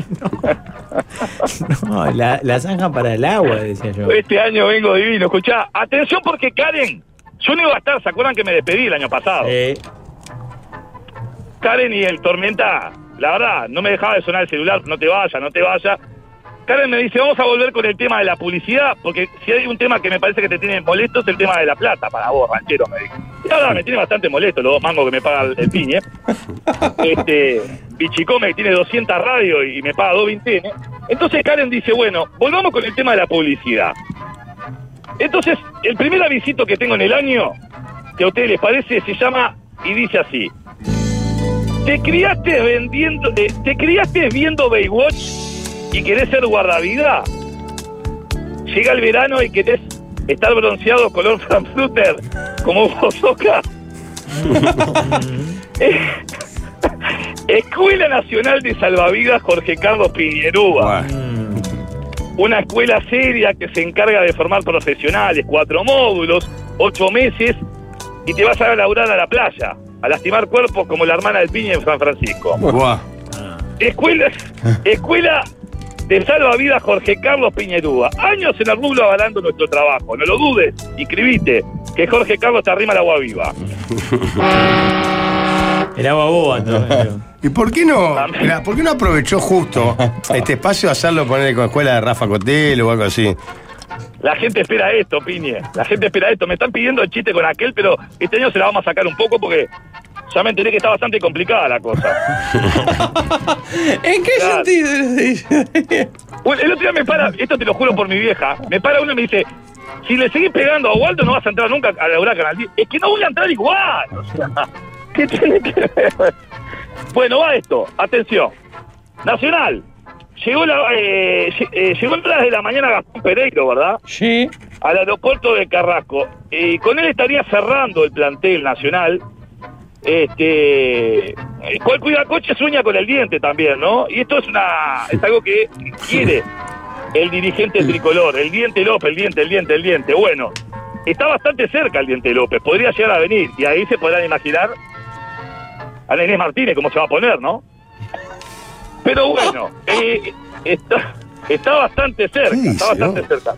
[SPEAKER 16] No, la, la zanja para el agua, decía yo.
[SPEAKER 2] este año vengo divino. Escuchá, atención porque Karen, yo no iba a estar, ¿se acuerdan que me despedí el año pasado? Karen y el Tormenta, la verdad, no me dejaba de sonar el celular, no te vayas, no te vayas. Karen me dice, vamos a volver con el tema de la publicidad, porque si hay un tema que me parece que te tiene molesto es el tema de la plata para vos, ranchero, me dijo. Y la verdad, me tiene bastante molesto los dos mangos que me paga el, el piñe. Este, Bichicome que tiene 200 radios y me paga dos veintenes. Entonces Karen dice, bueno, volvamos con el tema de la publicidad. Entonces, el primer avisito que tengo en el año, que a ustedes les parece, se llama y dice así. ¿Te criaste vendiendo, eh, te criaste viendo Baywatch y querés ser guardavida? Llega el verano y querés estar bronceado color Frankfurter como vos Oca. Eh, Escuela Nacional de Salvavidas Jorge Carlos Piñerúa. Una escuela seria que se encarga de formar profesionales, cuatro módulos, ocho meses, y te vas a laburar a la playa, a lastimar cuerpos como la hermana del piña en San Francisco. Escuela, escuela de Salvavidas Jorge Carlos Piñerúa. Años en el rublo avalando nuestro trabajo. No lo dudes, inscribite, que Jorge Carlos te arrima el agua viva.
[SPEAKER 16] El agua boba, entonces.
[SPEAKER 5] ¿Y por qué no? mirá, ¿Por qué no aprovechó justo este espacio a hacerlo poner con escuela de Rafa Cotel o algo así?
[SPEAKER 2] La gente espera esto, Piñe. La gente espera esto. Me están pidiendo el chiste con aquel, pero este año se la vamos a sacar un poco porque ya me enteré que está bastante complicada la cosa.
[SPEAKER 21] ¿En qué sentido lo dice?
[SPEAKER 2] Bueno, el otro día me para, esto te lo juro por mi vieja, me para uno y me dice, si le seguís pegando a Waldo no vas a entrar nunca a laburar a Canal 10. Es que no voy a entrar igual. O sea, ¿qué tiene que ver? Bueno, va esto. Atención. Nacional. Llegó la, eh, lle- eh, llegó en horas de la mañana Gastón Pereiro, ¿verdad?
[SPEAKER 21] Sí.
[SPEAKER 2] Al aeropuerto de Carrasco. Y con él estaría cerrando el plantel nacional. Este. El cual cuida coche sueña con el diente también, ¿no? Y esto es una. es algo que quiere el dirigente tricolor, el diente López, el diente, el diente, el diente. Bueno, está bastante cerca el diente López, podría llegar a venir y ahí se podrán imaginar a la Inés Martínez cómo se va a poner, ¿no? Pero bueno, eh, está, está bastante cerca, está bastante cerca.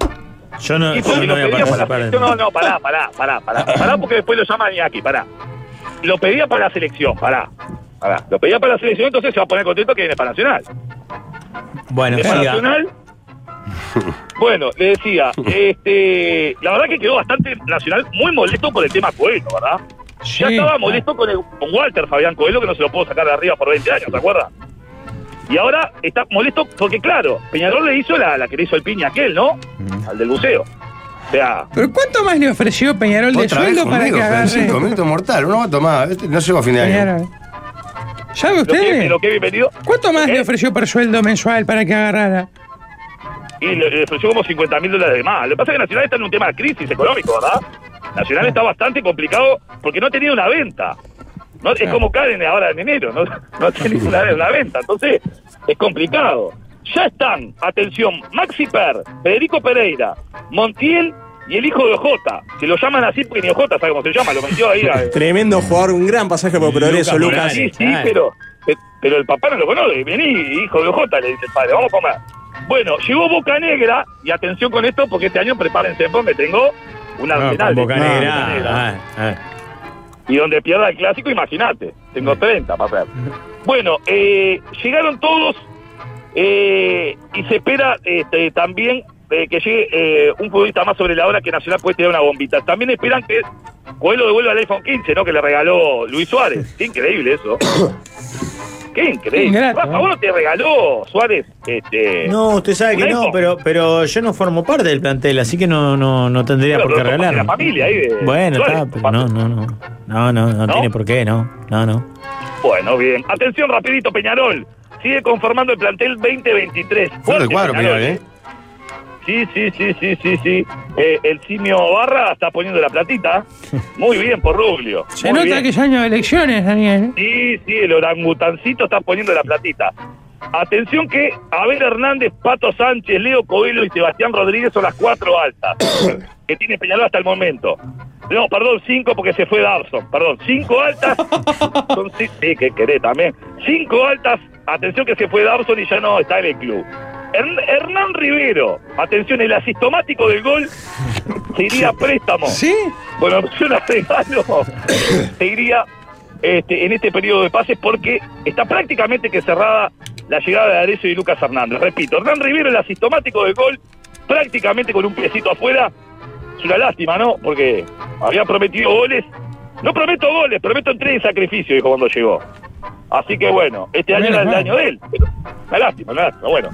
[SPEAKER 16] Yo no,
[SPEAKER 2] Y
[SPEAKER 16] yo
[SPEAKER 2] porque
[SPEAKER 16] no
[SPEAKER 2] lo
[SPEAKER 16] voy a
[SPEAKER 2] pedía para-
[SPEAKER 16] participar de
[SPEAKER 2] No, no, pará, pará, pará, pará, pará, porque después lo llaman aquí, pará. Lo pedía para la selección, pará. pará. Lo pedía para la selección, entonces se va a poner contento que viene para Nacional.
[SPEAKER 16] Bueno,
[SPEAKER 2] Es para
[SPEAKER 16] siga.
[SPEAKER 2] Nacional. Bueno, le decía, este, la verdad que quedó bastante Nacional muy molesto por el tema Coelho, ¿verdad? ya estaba molesto con, el- con Walter Fabián Coelho, que no se lo puedo sacar de arriba por 20 años, ¿te acuerdas? Y ahora está molesto porque, claro, Peñarol le hizo la, la que le hizo el piña aquel, ¿no? Al del buceo. O sea,
[SPEAKER 21] ¿Pero cuánto más le ofreció Peñarol de
[SPEAKER 5] Otra vez
[SPEAKER 21] sueldo para
[SPEAKER 5] conmigo,
[SPEAKER 21] que agarre?
[SPEAKER 5] Francisco, minuto mortal. Uno va a tomar. este, No llegó a fin de año.
[SPEAKER 21] Peñarol. ¿Sabe usted? ¿Cuánto
[SPEAKER 2] ¿Eh?
[SPEAKER 21] más le ofreció por sueldo mensual para que agarrara?
[SPEAKER 2] y le, le ofreció como 50 mil dólares de más. Lo que pasa es que Nacional está en un tema de crisis económico, ¿verdad? Nacional está bastante complicado porque no ha tenido una venta. No, es como Karen ahora en enero, no, no ha tenido una, una venta. Entonces, es complicado. Ya están, atención, Maxi Per, Federico Pereira, Montiel y el hijo de Ojota, que lo llaman así porque ni Ojota sabe cómo se llama, lo metió ahí a,
[SPEAKER 6] Tremendo jugador, un gran pasaje por progreso, Lucas.
[SPEAKER 2] Sí, sí, pero, eh, pero el papá no lo conoce. Vení, hijo de OJ, le dice el padre, vamos a comer. Bueno, llegó Boca Negra, y atención con esto, porque este año prepárense, porque tengo un arsenal. de
[SPEAKER 16] Boca
[SPEAKER 2] equipos de
[SPEAKER 16] Negra, ah.
[SPEAKER 2] Y donde pierda el clásico, imagínate, tengo 30 para hacer. Bueno, eh, llegaron todos eh, y se espera este, también eh, que llegue eh, un futbolista más sobre la hora que Nacional puede tirar una bombita. También esperan que Coelho devuelva el iPhone 15, ¿no? Que le regaló Luis Suárez. Qué increíble eso. Qué increíble.
[SPEAKER 16] Ingrato, ¿eh?
[SPEAKER 2] Rafa, vos no te regaló Suárez. Este,
[SPEAKER 16] No, usted sabe que
[SPEAKER 2] un
[SPEAKER 16] no,
[SPEAKER 2] iPhone?
[SPEAKER 16] pero, pero yo no formo parte del plantel, así que no, no, no tendría
[SPEAKER 2] Pero
[SPEAKER 16] por qué
[SPEAKER 2] lo comparte
[SPEAKER 16] regalar.
[SPEAKER 2] la familia ahí de
[SPEAKER 16] bueno,
[SPEAKER 2] Suárez,
[SPEAKER 16] está, pero no, no, no. No, no, no
[SPEAKER 2] ¿No?
[SPEAKER 16] tiene por qué, no. No, no.
[SPEAKER 2] Bueno, bien. Atención, rapidito, Peñarol. Sigue conformando el plantel 2023.
[SPEAKER 5] Fue
[SPEAKER 2] Fuerte,
[SPEAKER 5] de cuadro,
[SPEAKER 2] Peñarol,
[SPEAKER 5] Peñarol, ¿eh?
[SPEAKER 2] Sí, sí, sí, sí, sí, sí. Eh, el simio Barra está poniendo la platita. Muy bien por Rubio.
[SPEAKER 21] Se
[SPEAKER 2] Muy
[SPEAKER 21] nota
[SPEAKER 2] bien.
[SPEAKER 21] que es año de elecciones, Daniel.
[SPEAKER 2] Sí, sí, el orangutancito está poniendo la platita. Atención que Abel Hernández, Pato Sánchez, Leo Coelho y Sebastián Rodríguez son las cuatro altas que tiene Peñarol hasta el momento. No, perdón, cinco porque se fue Dawson. Perdón, cinco altas. Son, ci- sí, que querés también. Cinco altas. Atención que se fue Dawson y ya no está en el club. Hern- Hernán Rivero, atención, el asistomático del gol se iría a préstamo. ¿Sí? Bueno, opción a regalo. se iría este, en este periodo de pases porque está prácticamente que cerrada la llegada de Arecio y Lucas Hernández. Repito, Hernán Rivero, el asistomático del gol, prácticamente con un piecito afuera. Es una lástima, ¿no? Porque había prometido goles. No prometo goles, prometo entrega y sacrificio, dijo cuando llegó. Así que bueno, este año
[SPEAKER 21] Menos
[SPEAKER 2] era el
[SPEAKER 21] mal.
[SPEAKER 2] año de él. Pero una lástima, una lástima. Bueno.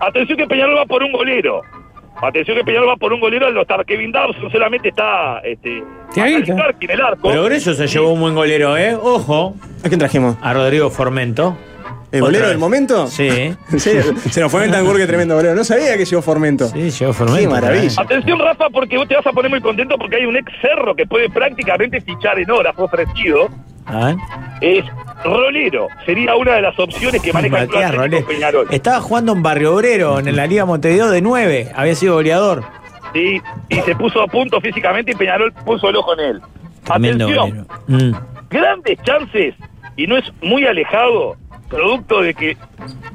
[SPEAKER 2] Atención que Peñarol va por un golero. Atención que Peñarol va por un golero al no estar Kevin Dawson, solamente está este, Starkin, el arco.
[SPEAKER 16] Progreso se llevó un buen golero, ¿eh? Ojo.
[SPEAKER 6] ¿A quién trajimos?
[SPEAKER 16] A Rodrigo Formento.
[SPEAKER 6] ¿El
[SPEAKER 16] Otra
[SPEAKER 6] golero
[SPEAKER 16] vez.
[SPEAKER 6] del momento?
[SPEAKER 16] Sí.
[SPEAKER 6] ¿En serio? Se nos fue Bentancur, que tremendo golero. No sabía que llegó Formento. Sí,
[SPEAKER 16] llegó
[SPEAKER 6] Qué maravilla.
[SPEAKER 2] Atención, Rafa, porque vos te vas a poner muy contento porque hay un ex cerro que puede prácticamente fichar en horas, fue ofrecido.
[SPEAKER 16] A ver.
[SPEAKER 2] Es Rolero. Sería una de las opciones que maneja el Club
[SPEAKER 16] Matías
[SPEAKER 2] Atlético
[SPEAKER 16] Rolé.
[SPEAKER 2] Peñarol.
[SPEAKER 16] Estaba jugando en Barrio Obrero, en la Liga Montevideo de 9. Había sido goleador.
[SPEAKER 2] Sí, y se puso a punto físicamente y Peñarol puso el ojo en él.
[SPEAKER 16] Tremendo
[SPEAKER 2] Atención,
[SPEAKER 16] Mm.
[SPEAKER 2] grandes chances, y no es muy alejado, producto de que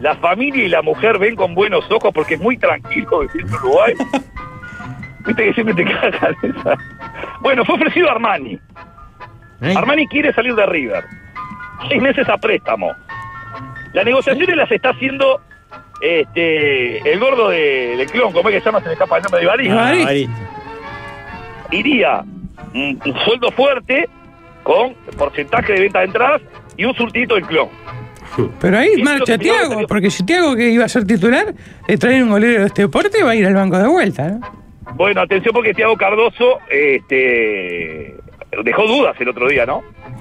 [SPEAKER 2] la familia y la mujer ven con buenos ojos porque es muy tranquilo decir Uruguay. Viste que siempre te cagan esa. Bueno, fue ofrecido a Armani. Armani quiere salir de River. Seis meses a préstamo. Las negociaciones las está haciendo este el gordo de, del clon, ¿cómo es que se llama? Se me escapa el nombre de Ibarri.
[SPEAKER 6] Ibarri.
[SPEAKER 2] Iría un, un sueldo fuerte con porcentaje de venta de entradas y un surtidito del clon.
[SPEAKER 21] Pero ahí
[SPEAKER 2] Y
[SPEAKER 21] marcha
[SPEAKER 2] esto que
[SPEAKER 21] Tiago, porque si Tiago que iba a ser titular, le traen un golero de este deporte y va a ir al banco de vuelta, ¿no?
[SPEAKER 2] Bueno, atención porque Thiago Cardoso este, dejó dudas el otro día, ¿no?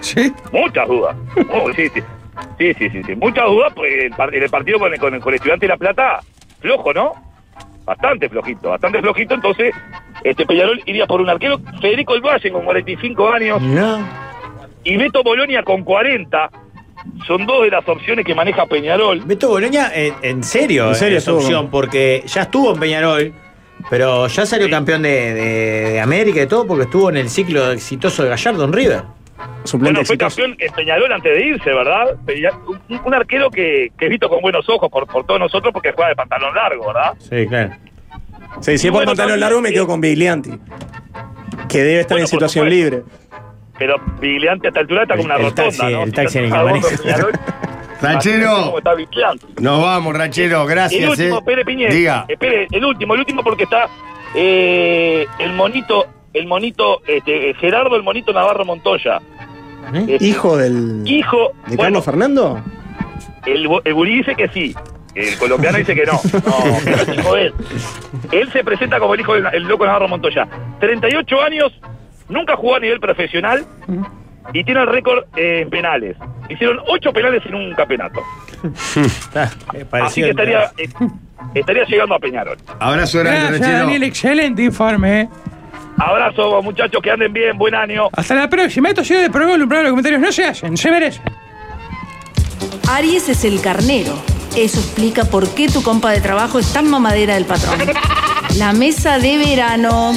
[SPEAKER 21] Sí.
[SPEAKER 2] Muchas dudas. Oh, sí, sí. Sí, sí, sí, sí. Muchas dudas porque el, par- el partido con el, con el- con el Estudiante de La Plata, flojo, ¿no? Bastante flojito, bastante flojito. Entonces, este Peñarol iría por un arquero, Federico El Valle con 45 años y Beto Bolonia con 40. son dos de las opciones que maneja Peñarol.
[SPEAKER 8] Beto Boloña, en, en serio, eh,
[SPEAKER 16] En serio
[SPEAKER 8] es
[SPEAKER 16] estuvo
[SPEAKER 8] opción,
[SPEAKER 16] con-
[SPEAKER 8] porque ya estuvo en Peñarol, pero ya salió campeón de, de- de América y todo, porque estuvo en el ciclo exitoso de Gallardo en River.
[SPEAKER 2] Bueno, fue campeón en Peñarol antes de irse, ¿verdad? Peña- un, un arquero que, que es visto con buenos ojos por, por todos nosotros porque juega de pantalón largo, ¿verdad?
[SPEAKER 8] Sí, claro.
[SPEAKER 6] Sí, si es por
[SPEAKER 2] Bueno, eh,
[SPEAKER 6] pantalón
[SPEAKER 2] también-
[SPEAKER 6] largo, me quedo con Biglianti. Que debe estar en situación libre.
[SPEAKER 2] Pero vigilante a esta altura está como una
[SPEAKER 6] El- el
[SPEAKER 2] rotonda,
[SPEAKER 6] taxi-
[SPEAKER 2] ¿no?
[SPEAKER 6] el
[SPEAKER 2] Si
[SPEAKER 6] taxi en el
[SPEAKER 2] está
[SPEAKER 6] que
[SPEAKER 2] gordo
[SPEAKER 6] maneja.
[SPEAKER 2] Peñarol,
[SPEAKER 5] Ranchero.
[SPEAKER 2] como está vigilante.
[SPEAKER 5] Nos vamos, ranchero, gracias.
[SPEAKER 2] El último,
[SPEAKER 5] eh.
[SPEAKER 2] espere, Piñe.
[SPEAKER 5] Diga.
[SPEAKER 2] Espere, el último, el último porque está eh, el monito, el monito, este, Gerardo, el monito Navarro Montoya. Este,
[SPEAKER 6] Hijo del.
[SPEAKER 2] Hijo,
[SPEAKER 6] ¿De
[SPEAKER 2] bueno,
[SPEAKER 6] Carlos Fernando?
[SPEAKER 2] el, bu- el gurí dice que sí. El colombiano dice que no. No, pero es hijo de él. Él se presenta como el hijo del el loco Navarro Montoya. 38 años, nunca jugó a nivel profesional y tiene el récord eh, en penales. Hicieron 8 penales en un campeonato. Así que estaría, eh, estaría llegando a Peñarol.
[SPEAKER 5] Abrazo
[SPEAKER 21] Gracias, Daniel. Excelente informe. ¿eh?
[SPEAKER 2] Abrazo, muchachos, que anden bien, buen año.
[SPEAKER 21] Hasta la próxima. Esto ha sido de Progol. Un programa de comentarios no se hacen, se merecen.
[SPEAKER 11] Aries es el carnero. Eso explica por qué tu compa de trabajo es tan mamadera del patrón. La mesa de verano.